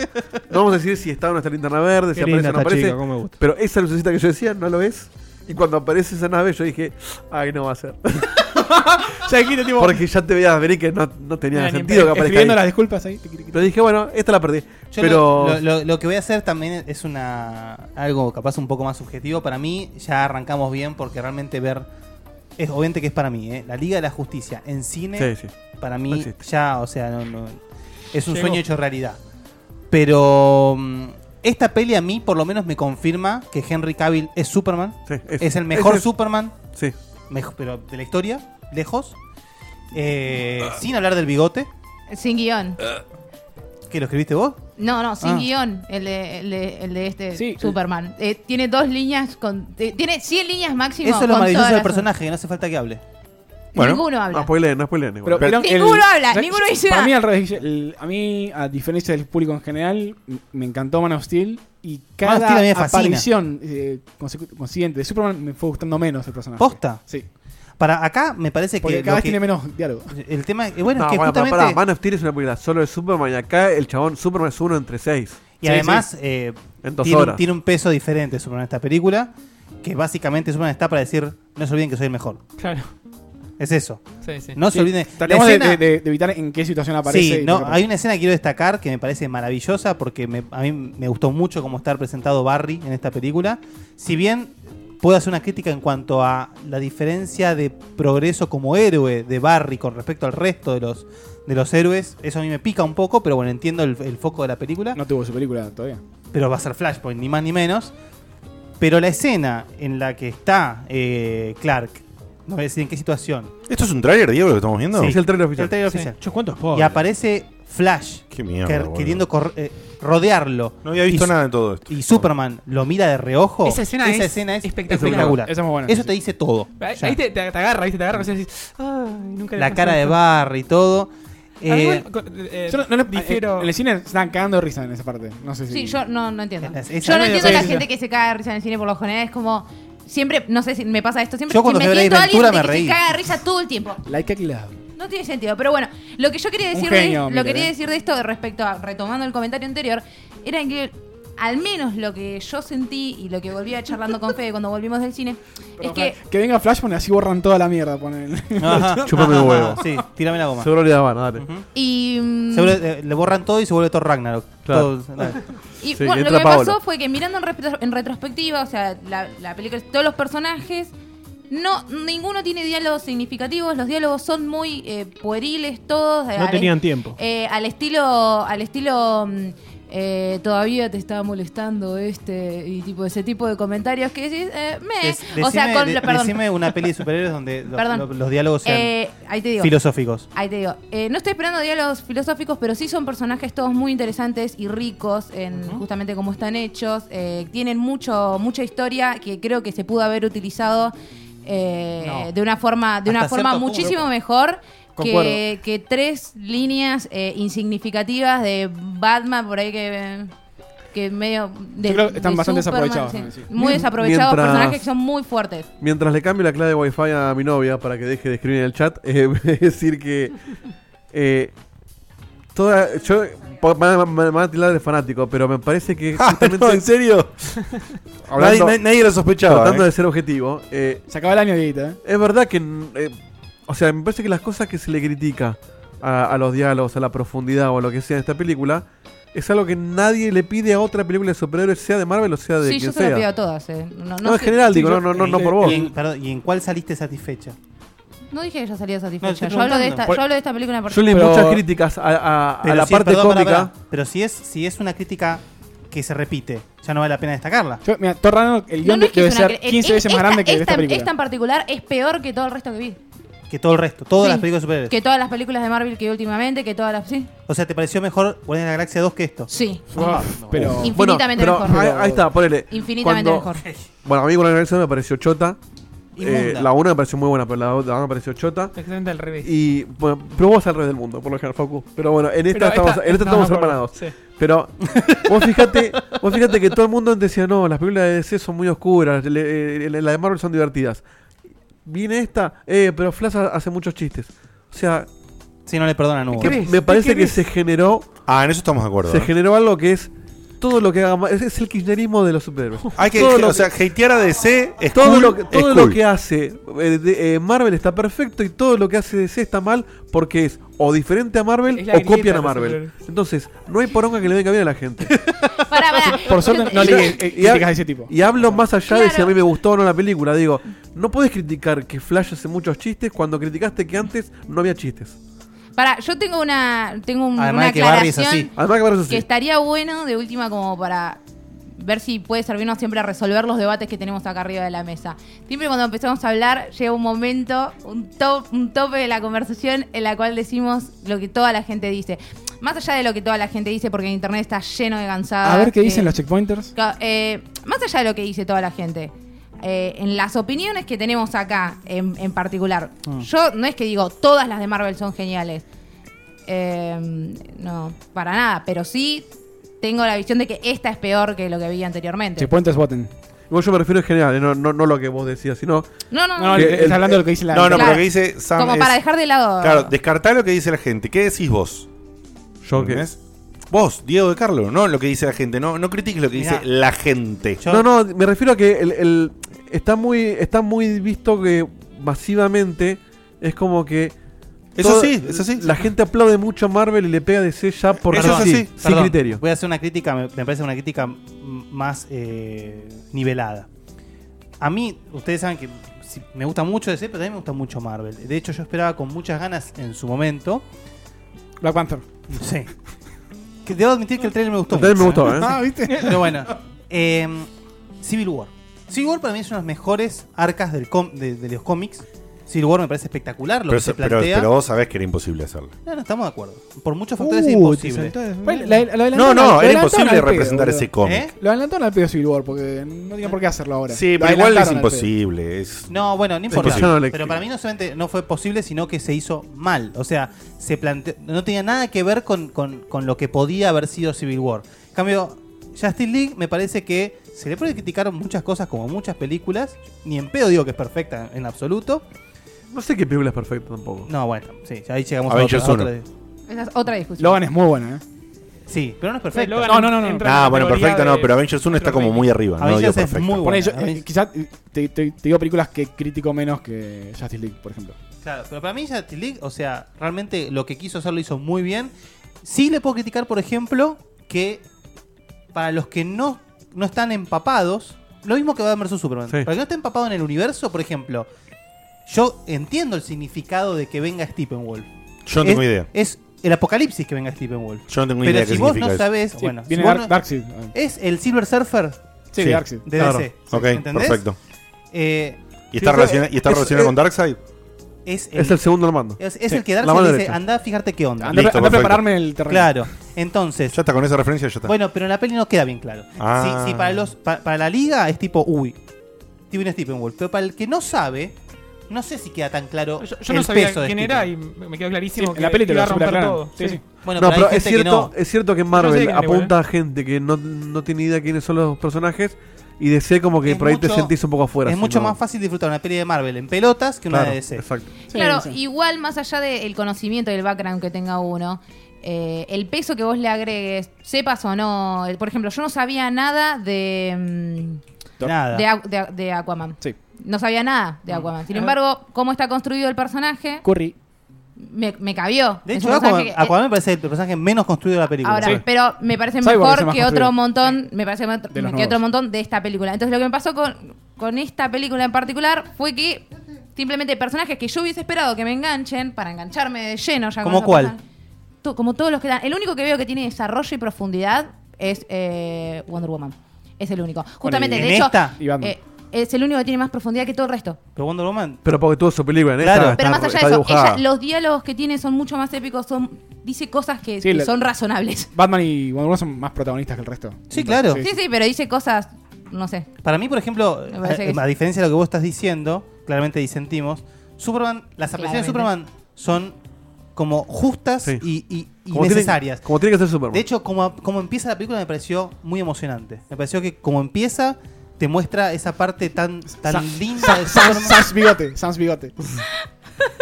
[SPEAKER 5] No vamos a decir si está o no está linterna verde, si
[SPEAKER 10] Qué linda
[SPEAKER 5] aparece o no
[SPEAKER 10] esta
[SPEAKER 5] aparece.
[SPEAKER 10] chica, cómo me gusta.
[SPEAKER 5] Pero esa lucecita que yo decía no lo es. Y cuando aparece esa nave, yo dije, ay, no va a ser.
[SPEAKER 3] Ya Guille, tipo,
[SPEAKER 5] Porque ya te veías venir que no, no tenía
[SPEAKER 7] Mira, ni
[SPEAKER 5] sentido que aparezca.
[SPEAKER 3] escribiendo las
[SPEAKER 5] Ahí.
[SPEAKER 3] disculpas ahí. tiqui, tiqui, tiqui.
[SPEAKER 5] Pero dije, bueno, esta la perdí.
[SPEAKER 2] Yo
[SPEAKER 5] pero.
[SPEAKER 2] lo, lo- lo que voy a hacer también es una algo capaz un poco más subjetivo. Para mí ya arrancamos bien porque realmente ver, es obviamente que es para mí, ¿eh? la Liga de la Justicia en cine,
[SPEAKER 5] Sí, sí.
[SPEAKER 2] para
[SPEAKER 5] No
[SPEAKER 2] mí
[SPEAKER 5] existe.
[SPEAKER 2] ya, o sea, no, no- es un
[SPEAKER 7] Llegó.
[SPEAKER 2] sueño hecho realidad. Pero mm, esta peli a mí por lo menos me confirma que Henry Cavill es Superman,
[SPEAKER 5] Sí,
[SPEAKER 2] es, el mejor
[SPEAKER 5] ese es-
[SPEAKER 2] Superman,
[SPEAKER 5] Sí.
[SPEAKER 2] mejo- pero de la historia, lejos. Eh, sin hablar del bigote,
[SPEAKER 6] Sin guión.
[SPEAKER 2] que lo escribiste vos.
[SPEAKER 6] No, no, sin
[SPEAKER 2] Ah.
[SPEAKER 6] guión, el de, el de, el de este
[SPEAKER 3] Sí.
[SPEAKER 6] Superman. Eh, tiene dos líneas con. eh, tiene 100 líneas máximo.
[SPEAKER 2] Eso es
[SPEAKER 6] con
[SPEAKER 2] lo
[SPEAKER 6] todas
[SPEAKER 2] maravilloso
[SPEAKER 6] las-
[SPEAKER 2] del personaje, que no hace falta que hable.
[SPEAKER 1] Bueno,
[SPEAKER 6] Ninguno
[SPEAKER 5] No
[SPEAKER 6] habla.
[SPEAKER 5] spoileen, no spoileen. igual.
[SPEAKER 3] Pero,
[SPEAKER 1] Pero-
[SPEAKER 3] ¿vieron
[SPEAKER 6] Ninguno habla,
[SPEAKER 3] ya-
[SPEAKER 6] ninguno dice
[SPEAKER 3] Para
[SPEAKER 6] nada.
[SPEAKER 3] mí, al revés, Guille, el- a mí, a diferencia del público en general, m- me encantó Man of Steel. Y
[SPEAKER 2] Man of
[SPEAKER 3] cada
[SPEAKER 2] Steel a mí me fascina.
[SPEAKER 3] aparición eh, consecu- consiguiente de Superman me fue gustando menos el personaje.
[SPEAKER 2] ¿Posta?
[SPEAKER 3] Sí.
[SPEAKER 2] Para acá me parece
[SPEAKER 3] Porque
[SPEAKER 2] que,
[SPEAKER 3] cada
[SPEAKER 2] lo
[SPEAKER 3] vez
[SPEAKER 2] que-
[SPEAKER 3] tiene menos diálogo.
[SPEAKER 2] el tema eh, bueno
[SPEAKER 5] no,
[SPEAKER 2] es que
[SPEAKER 5] bueno, pará,
[SPEAKER 2] justamente
[SPEAKER 5] pará, Man of Steel es una película solo de Superman y acá el chabón Superman es uno entre seis.
[SPEAKER 2] y
[SPEAKER 3] Sí,
[SPEAKER 2] además eh,
[SPEAKER 5] En dos
[SPEAKER 2] tiene, un-
[SPEAKER 5] horas.
[SPEAKER 2] tiene un peso diferente Superman en esta película que básicamente Superman está para decir no se olviden que soy el mejor.
[SPEAKER 7] Claro.
[SPEAKER 2] Es eso.
[SPEAKER 7] Sí, sí.
[SPEAKER 2] No se olviden.
[SPEAKER 3] Tratemos
[SPEAKER 2] la
[SPEAKER 3] de,
[SPEAKER 2] escena-
[SPEAKER 3] de- de evitar en qué situación aparece.
[SPEAKER 2] Sí,
[SPEAKER 3] y
[SPEAKER 2] no,
[SPEAKER 3] lo que-
[SPEAKER 2] hay una escena que quiero destacar que me parece maravillosa porque me- a mí me gustó mucho cómo está representado Barry en esta película. Si bien puedo hacer una crítica en cuanto a la diferencia de progreso como héroe de Barry con respecto al resto de los, de los héroes, eso a mí me pica un poco, pero bueno, entiendo el, el foco de la película.
[SPEAKER 3] No tuvo su película todavía.
[SPEAKER 2] Pero va a ser Flashpoint, ni más ni menos. Pero la escena en la que está eh, Clark, no voy a decir en qué situación.
[SPEAKER 1] ¿Esto es un tráiler, Diego, lo que estamos viendo?
[SPEAKER 2] Sí,
[SPEAKER 1] Es el tráiler oficial.
[SPEAKER 2] el tráiler
[SPEAKER 1] Sí.
[SPEAKER 2] oficial.
[SPEAKER 10] Yo, ¿cuántos pobres?
[SPEAKER 2] Y aparece Flash
[SPEAKER 1] Qué mierda,
[SPEAKER 2] quer-
[SPEAKER 1] boludo.
[SPEAKER 2] queriendo corre- eh, rodearlo.
[SPEAKER 1] No había visto
[SPEAKER 2] Y-
[SPEAKER 1] nada de todo esto.
[SPEAKER 2] Y Superman lo mira de reojo.
[SPEAKER 7] Esa escena es espectacular. Esa es muy buena.
[SPEAKER 2] Eso te dice todo.
[SPEAKER 7] Ahí
[SPEAKER 2] Ya.
[SPEAKER 7] ahí te, te- te agarra, ¿viste? Te agarra. o sea, decís, "Ay, nunca le
[SPEAKER 2] La
[SPEAKER 7] pasó
[SPEAKER 2] cara de
[SPEAKER 7] esto".
[SPEAKER 2] Barry y todo.
[SPEAKER 7] A mí,
[SPEAKER 2] Eh,
[SPEAKER 7] bueno, con- eh,
[SPEAKER 3] Yo no- no le-
[SPEAKER 7] difiero-
[SPEAKER 3] eh, En el cine se están cagando de risa en esa parte. No sé si.
[SPEAKER 6] Sí, yo no, no entiendo.
[SPEAKER 2] Esa-
[SPEAKER 6] yo no
[SPEAKER 2] esa-
[SPEAKER 6] entiendo a la
[SPEAKER 2] sí, sí.
[SPEAKER 6] gente que se caga de risa en el cine por lo general. Es como. Siempre, no sé si me pasa esto. Siempre
[SPEAKER 2] Yo cuando
[SPEAKER 6] si
[SPEAKER 2] fui a
[SPEAKER 6] me
[SPEAKER 2] ver
[SPEAKER 6] siento a alguien
[SPEAKER 2] Aventura
[SPEAKER 6] de
[SPEAKER 2] me
[SPEAKER 6] que
[SPEAKER 2] reí.
[SPEAKER 6] se caga de risa todo el tiempo.
[SPEAKER 3] Like a club.
[SPEAKER 6] No tiene sentido, pero bueno, lo que yo quería
[SPEAKER 3] Un
[SPEAKER 6] decir,
[SPEAKER 3] genio,
[SPEAKER 6] de,
[SPEAKER 3] Miller,
[SPEAKER 6] lo quería
[SPEAKER 3] ¿eh?
[SPEAKER 6] decir de esto, respecto a, retomando el comentario anterior, era que al menos lo que yo sentí y lo que volví a charlando con Fede cuando volvimos del cine, es que
[SPEAKER 3] Que venga Flashpoint así borran toda la mierda. Ponen.
[SPEAKER 2] [laughs] Ajá.
[SPEAKER 5] [laughs] Chúpame el huevo.
[SPEAKER 2] Sí, tirame la goma.
[SPEAKER 5] Seguro le daban, dale.
[SPEAKER 6] y, mm,
[SPEAKER 2] Seguro, eh, le borran todo y se vuelve todo Ragnarok.
[SPEAKER 5] Claro. [laughs]
[SPEAKER 2] Todo- dale.
[SPEAKER 6] y,
[SPEAKER 5] Sí,
[SPEAKER 6] bueno, lo
[SPEAKER 5] entra
[SPEAKER 6] que me
[SPEAKER 5] Paolo.
[SPEAKER 6] pasó fue que mirando en, retro- en retrospectiva, o sea, la, la película, todos los personajes, no, ninguno tiene diálogos significativos, los diálogos son muy eh, pueriles todos. eh,
[SPEAKER 10] No
[SPEAKER 6] al-
[SPEAKER 10] tenían tiempo.
[SPEAKER 6] Eh, al estilo, al estilo mm, eh, todavía te estaba molestando este y tipo ese tipo de comentarios que decís, eh, me.
[SPEAKER 2] Des-
[SPEAKER 6] o sea,
[SPEAKER 2] decime-
[SPEAKER 6] con
[SPEAKER 2] de-
[SPEAKER 6] perdón.
[SPEAKER 2] decime una peli de superhéroes donde los,
[SPEAKER 6] Perdón.
[SPEAKER 2] los- los diálogos sean
[SPEAKER 6] Eh, ahí te digo.
[SPEAKER 2] filosóficos.
[SPEAKER 6] Ahí te digo. Eh, no estoy esperando diálogos filosóficos, pero sí son personajes todos muy interesantes y ricos en justamente cómo están hechos. Eh, tienen mucho, mucha historia que creo que se pudo haber utilizado eh,
[SPEAKER 13] No.
[SPEAKER 6] de una forma, de una
[SPEAKER 13] Hasta
[SPEAKER 6] forma
[SPEAKER 13] cierto punto.
[SPEAKER 6] muchísimo mejor. Que,
[SPEAKER 13] Concuerdo.
[SPEAKER 6] que tres líneas eh, insignificativas de Batman por ahí que, que medio de-
[SPEAKER 3] Yo creo que están
[SPEAKER 6] de
[SPEAKER 3] bastante
[SPEAKER 6] Superman,
[SPEAKER 3] desaprovechados,
[SPEAKER 6] sí.
[SPEAKER 3] ¿no? Sí.
[SPEAKER 6] muy desaprovechados
[SPEAKER 5] Mientras-
[SPEAKER 6] personajes que son muy fuertes
[SPEAKER 5] Mientras le cambio la clave de Wi-Fi a mi novia para que deje de escribir en el chat, eh, [laughs] voy a decir que. eh, toda, yo. po- Me van- me van a tildar de fanático, pero me parece
[SPEAKER 1] [laughs]
[SPEAKER 5] que. justamente-
[SPEAKER 1] Ah, no, ¿en serio?
[SPEAKER 5] [laughs] Hablando-
[SPEAKER 1] Nadie- nadie lo sospechaba,
[SPEAKER 5] Tratando
[SPEAKER 1] eh.
[SPEAKER 5] de ser objetivo. eh,
[SPEAKER 3] Se acaba el año, Dieguita, ¿eh?
[SPEAKER 5] Es verdad que. mm, eh, o sea, me parece que las cosas que se le critica a, a los diálogos, a la profundidad o a lo que sea de esta película, es algo que nadie le pide a otra película de superhéroes, sea de Marvel o sea de
[SPEAKER 6] sí
[SPEAKER 5] quien
[SPEAKER 6] yo se
[SPEAKER 5] sea.
[SPEAKER 6] lo pido a todas eh. no,
[SPEAKER 5] No, en
[SPEAKER 6] sé-
[SPEAKER 5] general, digo, no, no, no, no por vos.
[SPEAKER 2] ¿Y en, perdón, ¿y en cuál saliste satisfecha?
[SPEAKER 6] No dije que yo salía
[SPEAKER 2] No, te
[SPEAKER 6] satisfecha.
[SPEAKER 2] estoy
[SPEAKER 6] yo, hablo de
[SPEAKER 2] preguntando.
[SPEAKER 6] esta, yo hablo de esta película en
[SPEAKER 5] Yo leí
[SPEAKER 2] Pero-
[SPEAKER 5] muchas críticas a, a- a
[SPEAKER 2] Pero
[SPEAKER 5] la
[SPEAKER 2] si es-
[SPEAKER 5] parte
[SPEAKER 2] perdón, pará,
[SPEAKER 5] cómica.
[SPEAKER 2] pará. Pero si es, si es una crítica que se repite, ya no vale la pena destacarla.
[SPEAKER 3] Yo, mira, Thor Ragnarok, el
[SPEAKER 6] No,
[SPEAKER 3] guión
[SPEAKER 6] no es que
[SPEAKER 3] debe
[SPEAKER 6] es una
[SPEAKER 3] ser
[SPEAKER 6] cre-
[SPEAKER 3] 15
[SPEAKER 6] es-
[SPEAKER 3] veces más
[SPEAKER 6] esta-
[SPEAKER 3] grande que de esta
[SPEAKER 6] esta,
[SPEAKER 3] película.
[SPEAKER 6] esta en particular es peor que todo el resto que vi.
[SPEAKER 2] Que todo el resto, todas
[SPEAKER 6] Sí.
[SPEAKER 2] las películas de superhéroes.
[SPEAKER 6] Que todas las películas de Marvel que vi últimamente, que todas las. Sí.
[SPEAKER 2] O sea, ¿te pareció mejor Guardianes de la Galaxia 2 que esto?
[SPEAKER 6] Sí.
[SPEAKER 5] pero-
[SPEAKER 6] Infinitamente
[SPEAKER 5] Bueno, pero
[SPEAKER 6] mejor.
[SPEAKER 5] Ahí, ahí está, ponele.
[SPEAKER 6] Infinitamente
[SPEAKER 5] Cuando-
[SPEAKER 6] mejor.
[SPEAKER 5] Bueno, a mí con la Galaxia me pareció chota.
[SPEAKER 7] Inmunda.
[SPEAKER 5] Eh, la 1 me pareció muy buena, pero la 2 me pareció chota.
[SPEAKER 7] Exactamente al revés.
[SPEAKER 5] Y bueno, pero vos al revés del mundo, por lo general, Facu. Pero bueno, en esta
[SPEAKER 7] Pero
[SPEAKER 5] estamos,
[SPEAKER 7] esta-
[SPEAKER 5] en esta
[SPEAKER 7] no,
[SPEAKER 5] estamos
[SPEAKER 7] me acuerdo,
[SPEAKER 5] hermanados.
[SPEAKER 7] sí.
[SPEAKER 5] Pero vos fíjate, vos fíjate que todo el mundo antes decía, no, las películas de DC son muy oscuras, le- eh, las de Marvel son divertidas. Viene esta, eh, pero Flash ha- hace muchos chistes. O sea,
[SPEAKER 2] Si no le perdonan uno.
[SPEAKER 5] me- me parece que se generó.
[SPEAKER 1] Ah, en eso estamos de acuerdo.
[SPEAKER 5] Se
[SPEAKER 1] ¿eh?
[SPEAKER 5] generó algo que es todo lo que haga Ma- es, es el kirchnerismo de los superhéroes.
[SPEAKER 1] Hay que,
[SPEAKER 5] Todo lo
[SPEAKER 1] o sea, hatear a DC es
[SPEAKER 5] todo
[SPEAKER 1] cool,
[SPEAKER 5] lo que,
[SPEAKER 1] es
[SPEAKER 5] todo lo
[SPEAKER 1] cool.
[SPEAKER 5] que hace eh, de- eh, Marvel está perfecto y todo lo que hace DC está mal porque es o diferente a Marvel
[SPEAKER 7] Es la
[SPEAKER 5] o
[SPEAKER 7] grieta
[SPEAKER 5] copian a
[SPEAKER 7] de los
[SPEAKER 5] Marvel.
[SPEAKER 7] superhéroes.
[SPEAKER 5] Entonces, no hay poronga que le venga bien a
[SPEAKER 6] [laughs]
[SPEAKER 5] la gente. [laughs]
[SPEAKER 3] Por suerte no leí eh,
[SPEAKER 5] Y hab-
[SPEAKER 3] críticas de ese tipo.
[SPEAKER 5] Y hablo más allá de si a mí me gustó o no la película. Digo, no puedes criticar que Flash hace muchos chistes cuando criticaste que antes no había chistes.
[SPEAKER 6] Para, yo tengo una, tengo un-
[SPEAKER 5] Además
[SPEAKER 6] una
[SPEAKER 5] de que Barry es
[SPEAKER 6] aclaración
[SPEAKER 5] así. Además de que Barry es así.
[SPEAKER 6] estaría bueno de última como para ver si puede servirnos siempre a resolver los debates que tenemos acá arriba de la mesa. Siempre cuando empezamos a hablar llega un momento, un, top, un tope de la conversación en la cual decimos lo que toda la gente dice. Más allá de lo que toda la gente dice, porque internet está lleno de eh, gansadas.
[SPEAKER 3] A ver qué
[SPEAKER 6] que-
[SPEAKER 3] dicen los checkpointers.
[SPEAKER 6] Ca- eh, más allá de lo que dice toda la gente, eh, en las opiniones que tenemos acá en, en particular,
[SPEAKER 13] Mm.
[SPEAKER 6] yo no es que digo todas las de Marvel son geniales. Eh, no, para nada, pero sí tengo la visión de que esta es peor que lo que vi anteriormente.
[SPEAKER 1] pues,
[SPEAKER 3] Checkpointers voten.
[SPEAKER 5] Igual yo me refiero en general, eh, no, no, no lo que vos decías, sino.
[SPEAKER 6] No, no, no.
[SPEAKER 3] No,
[SPEAKER 5] que
[SPEAKER 3] estás
[SPEAKER 5] el-
[SPEAKER 3] hablando de lo que dice la
[SPEAKER 1] No, no, pero
[SPEAKER 6] Claro.
[SPEAKER 1] lo que dice Sam
[SPEAKER 6] Como
[SPEAKER 1] es-
[SPEAKER 6] para dejar de lado.
[SPEAKER 1] Claro, descartá lo que dice la gente. ¿Qué decís vos?
[SPEAKER 5] ¿Yo
[SPEAKER 1] qué? Vos, Diego de Carlo, no lo que dice la gente. No, no critiques lo que
[SPEAKER 5] Mirá.
[SPEAKER 1] dice la gente.
[SPEAKER 5] No, no, me refiero a que el, el- está, muy, está muy visto que masivamente Es como que.
[SPEAKER 1] Eso
[SPEAKER 5] toda-
[SPEAKER 1] sí, eso sí.
[SPEAKER 5] La gente aplaude mucho a Marvel y le pega a DC ya por
[SPEAKER 2] Perdón,
[SPEAKER 5] sí, sin
[SPEAKER 2] perdón.
[SPEAKER 5] criterio.
[SPEAKER 2] Voy a hacer una crítica, me, me parece una crítica m- más eh, nivelada. A mí, ustedes saben que si- me gusta mucho DC, pero también me gusta mucho Marvel. De hecho, yo esperaba con muchas ganas en su momento.
[SPEAKER 3] Black Panther.
[SPEAKER 2] Sí. Que debo admitir que el trailer me gustó.
[SPEAKER 5] El trailer me
[SPEAKER 2] mucho,
[SPEAKER 5] gustó, ¿eh? Ah,
[SPEAKER 3] ¿viste?
[SPEAKER 2] Pero bueno. eh, Civil War. Civil War para mí es una de las mejores arcas del com- de, de los cómics. Civil War me parece espectacular lo
[SPEAKER 1] Pero,
[SPEAKER 2] que se
[SPEAKER 1] se- pero-
[SPEAKER 2] plantea.
[SPEAKER 1] pero vos sabés que era imposible hacerlo.
[SPEAKER 2] No, no estamos de acuerdo. Por muchos factores es
[SPEAKER 3] Uh,
[SPEAKER 2] imposible.
[SPEAKER 3] te saltó-
[SPEAKER 5] eh.
[SPEAKER 3] Bueno, la- la- la adelantaron
[SPEAKER 1] no,
[SPEAKER 3] al-
[SPEAKER 1] era
[SPEAKER 3] lo adelantaron
[SPEAKER 1] imposible
[SPEAKER 3] al pedo,
[SPEAKER 1] representar
[SPEAKER 3] boludo.
[SPEAKER 1] ese cómic.
[SPEAKER 2] ¿Eh?
[SPEAKER 3] Lo adelantaron al pedo Civil War porque no tenían por qué hacerlo ahora.
[SPEAKER 1] Sí,
[SPEAKER 3] Lo
[SPEAKER 1] pero igual es
[SPEAKER 3] adelantaron al pedo.
[SPEAKER 1] imposible. Es...
[SPEAKER 2] No, bueno, no
[SPEAKER 1] Es
[SPEAKER 2] importa.
[SPEAKER 1] imposible.
[SPEAKER 2] Pero para mí no solamente no fue posible, sino que se hizo mal. O sea, se plante- no tenía nada que ver con, con- con lo que podía haber sido Civil War. En cambio, Justice League me parece que se le puede criticar muchas cosas como muchas películas. Ni en pedo digo que es perfecta en absoluto.
[SPEAKER 5] No sé qué película es perfecta tampoco.
[SPEAKER 2] No, bueno, sí, ahí llegamos
[SPEAKER 1] Avengers
[SPEAKER 2] a otra.
[SPEAKER 1] 1.
[SPEAKER 6] Esa es otra discusión.
[SPEAKER 3] Logan es muy buena, ¿eh?
[SPEAKER 2] Sí, pero no es perfecta.
[SPEAKER 3] Logan No, no, no, no. entra en
[SPEAKER 1] Ah,
[SPEAKER 3] la
[SPEAKER 1] bueno,
[SPEAKER 3] categoría
[SPEAKER 1] perfecta no,
[SPEAKER 3] de
[SPEAKER 1] pero Avengers 1 está como muy arriba. No digo perfecta.
[SPEAKER 3] Por ello, eh, quizás eh, te, te- te digo películas que critico menos que Justice League, por ejemplo.
[SPEAKER 2] Claro, pero para mí Justice League, o sea, realmente lo que quiso hacer lo hizo muy bien. Sí le puedo criticar, por ejemplo, que para los que no, no están empapados, lo mismo que Batman vs Superman, para el que no esté empapado en el universo, por ejemplo, yo entiendo el significado de que venga Steppenwolf.
[SPEAKER 1] Yo no
[SPEAKER 2] Es-
[SPEAKER 1] tengo idea.
[SPEAKER 2] Es el apocalipsis que venga Steppenwolf.
[SPEAKER 1] Yo no tengo
[SPEAKER 2] pero
[SPEAKER 1] idea de
[SPEAKER 2] si
[SPEAKER 1] qué
[SPEAKER 2] vos
[SPEAKER 1] significa
[SPEAKER 2] no
[SPEAKER 1] eso.
[SPEAKER 2] sabés,
[SPEAKER 1] Sí,
[SPEAKER 2] bueno, si
[SPEAKER 3] viene
[SPEAKER 2] vos
[SPEAKER 3] Dark-
[SPEAKER 2] no-
[SPEAKER 3] Darkseid.
[SPEAKER 2] Es el Silver Surfer.
[SPEAKER 3] Sí, de Darkseid.
[SPEAKER 2] De
[SPEAKER 1] Claro.
[SPEAKER 2] DC.
[SPEAKER 1] Ok,
[SPEAKER 2] ¿entendés?
[SPEAKER 1] perfecto.
[SPEAKER 2] Eh,
[SPEAKER 1] ¿Y está
[SPEAKER 2] sí,
[SPEAKER 1] relaciona- y está
[SPEAKER 2] es-
[SPEAKER 1] relacionado con Darkseid?
[SPEAKER 2] es
[SPEAKER 5] Es el segundo al mando.
[SPEAKER 2] Es, es
[SPEAKER 5] Sí.
[SPEAKER 2] el que
[SPEAKER 5] La
[SPEAKER 2] Darkseid
[SPEAKER 5] mano
[SPEAKER 2] dice,
[SPEAKER 5] derecha.
[SPEAKER 2] anda, fíjate qué onda.
[SPEAKER 1] Anda- Ah, Listo, anda a perfecto. prepararme
[SPEAKER 3] el terreno.
[SPEAKER 2] Claro. Entonces.
[SPEAKER 1] Ya está, con esa referencia ya está.
[SPEAKER 2] Bueno, pero en la peli no queda bien claro.
[SPEAKER 1] Ah.
[SPEAKER 2] Si, si para, los, pa- para la liga es tipo, uy, Steven Steppenwolf. Pero para el que no sabe, no sé si queda tan claro
[SPEAKER 7] Yo, yo
[SPEAKER 2] el
[SPEAKER 7] no sabía
[SPEAKER 2] peso de
[SPEAKER 7] quién
[SPEAKER 2] Steppenwolf.
[SPEAKER 7] era y me me quedó clarísimo
[SPEAKER 3] Sí,
[SPEAKER 7] que
[SPEAKER 3] en la peli te
[SPEAKER 7] iba a
[SPEAKER 3] lo super
[SPEAKER 7] romper
[SPEAKER 3] aclaran.
[SPEAKER 7] todo. Sí,
[SPEAKER 3] Sí.
[SPEAKER 7] sí.
[SPEAKER 2] Bueno,
[SPEAKER 5] no,
[SPEAKER 2] pero hay
[SPEAKER 5] pero es
[SPEAKER 2] gente que
[SPEAKER 5] cierto,
[SPEAKER 2] no.
[SPEAKER 5] es cierto que
[SPEAKER 2] Yo no sé
[SPEAKER 5] Marvel
[SPEAKER 2] quién era
[SPEAKER 5] apunta a gente que no, no tiene idea quiénes son los personajes y DC como que
[SPEAKER 2] Es
[SPEAKER 5] por ahí te
[SPEAKER 2] mucho-
[SPEAKER 5] sentís un poco afuera.
[SPEAKER 2] Es
[SPEAKER 5] si
[SPEAKER 2] mucho
[SPEAKER 5] no-
[SPEAKER 2] más fácil disfrutar una peli de Marvel en pelotas que una
[SPEAKER 5] Claro,
[SPEAKER 2] de DC.
[SPEAKER 5] Exacto.
[SPEAKER 6] Claro, igual más allá del conocimiento y del background que tenga uno, eh, el peso que vos le agregues, sepas o no. el- Por ejemplo, yo no sabía nada de. mm,
[SPEAKER 2] Nada. Mm.
[SPEAKER 6] De, Aqu- de- de Aquaman.
[SPEAKER 3] Sí.
[SPEAKER 6] No sabía nada de Aquaman. Sin embargo, cómo está construido el personaje,
[SPEAKER 3] Curry.
[SPEAKER 6] me, me cabió.
[SPEAKER 2] De
[SPEAKER 6] Es
[SPEAKER 2] hecho,
[SPEAKER 6] un
[SPEAKER 2] Aquaman,
[SPEAKER 6] personaje que-
[SPEAKER 2] Aquaman me parece el personaje menos construido de la película.
[SPEAKER 6] Ahora, pero me parece
[SPEAKER 2] Cyborg es el
[SPEAKER 6] mejor
[SPEAKER 2] más
[SPEAKER 6] que
[SPEAKER 2] construido.
[SPEAKER 6] otro montón, me parece más-
[SPEAKER 2] De los
[SPEAKER 6] que otro
[SPEAKER 2] nuevos.
[SPEAKER 6] montón de esta película. Entonces lo que me pasó con, con esta película en particular fue que simplemente personajes que yo hubiese esperado que me enganchen para engancharme de lleno ya con
[SPEAKER 2] ¿Cómo
[SPEAKER 6] esa
[SPEAKER 2] cuál?
[SPEAKER 6] persona. To- como todos los que dan. El único que veo que tiene desarrollo y profundidad es eh, Wonder Woman. Es el único. Justamente,
[SPEAKER 2] ¿en
[SPEAKER 6] de hecho,
[SPEAKER 2] esta? Y Batman.
[SPEAKER 6] eh, es el único que tiene más profundidad que todo el resto.
[SPEAKER 2] Pero Wonder Woman.
[SPEAKER 5] Pero porque tuvo su película en
[SPEAKER 2] Claro.
[SPEAKER 5] esta,
[SPEAKER 6] Pero
[SPEAKER 5] está-
[SPEAKER 6] más allá
[SPEAKER 5] está
[SPEAKER 6] de eso,
[SPEAKER 5] dibujada.
[SPEAKER 6] ella- los diálogos que tiene son mucho más épicos, son dice cosas que,
[SPEAKER 3] Sí,
[SPEAKER 6] que
[SPEAKER 3] la-
[SPEAKER 6] son razonables.
[SPEAKER 3] Batman y Wonder Woman son más protagonistas que el resto.
[SPEAKER 2] Sí, claro.
[SPEAKER 6] Sí, sí, pero dice cosas, no sé.
[SPEAKER 2] Para mí, por ejemplo,
[SPEAKER 6] Me parece que
[SPEAKER 2] a, a
[SPEAKER 6] sí.
[SPEAKER 2] diferencia de lo que vos estás diciendo, claramente disentimos, Superman, las apariciones de Superman
[SPEAKER 6] Claramente.
[SPEAKER 2] son como justas
[SPEAKER 5] Sí.
[SPEAKER 2] y, y- y
[SPEAKER 5] Como tiene-
[SPEAKER 2] necesarias.
[SPEAKER 5] como tiene que ser Superman.
[SPEAKER 2] De hecho, como, como empieza la película me pareció muy emocionante. Me pareció que como empieza te muestra esa parte tan, tan
[SPEAKER 3] Sa-
[SPEAKER 2] linda de
[SPEAKER 3] Sa- Sans,
[SPEAKER 2] Superman.
[SPEAKER 3] Sans Bigote. Sans
[SPEAKER 2] [laughs]
[SPEAKER 3] Bigote.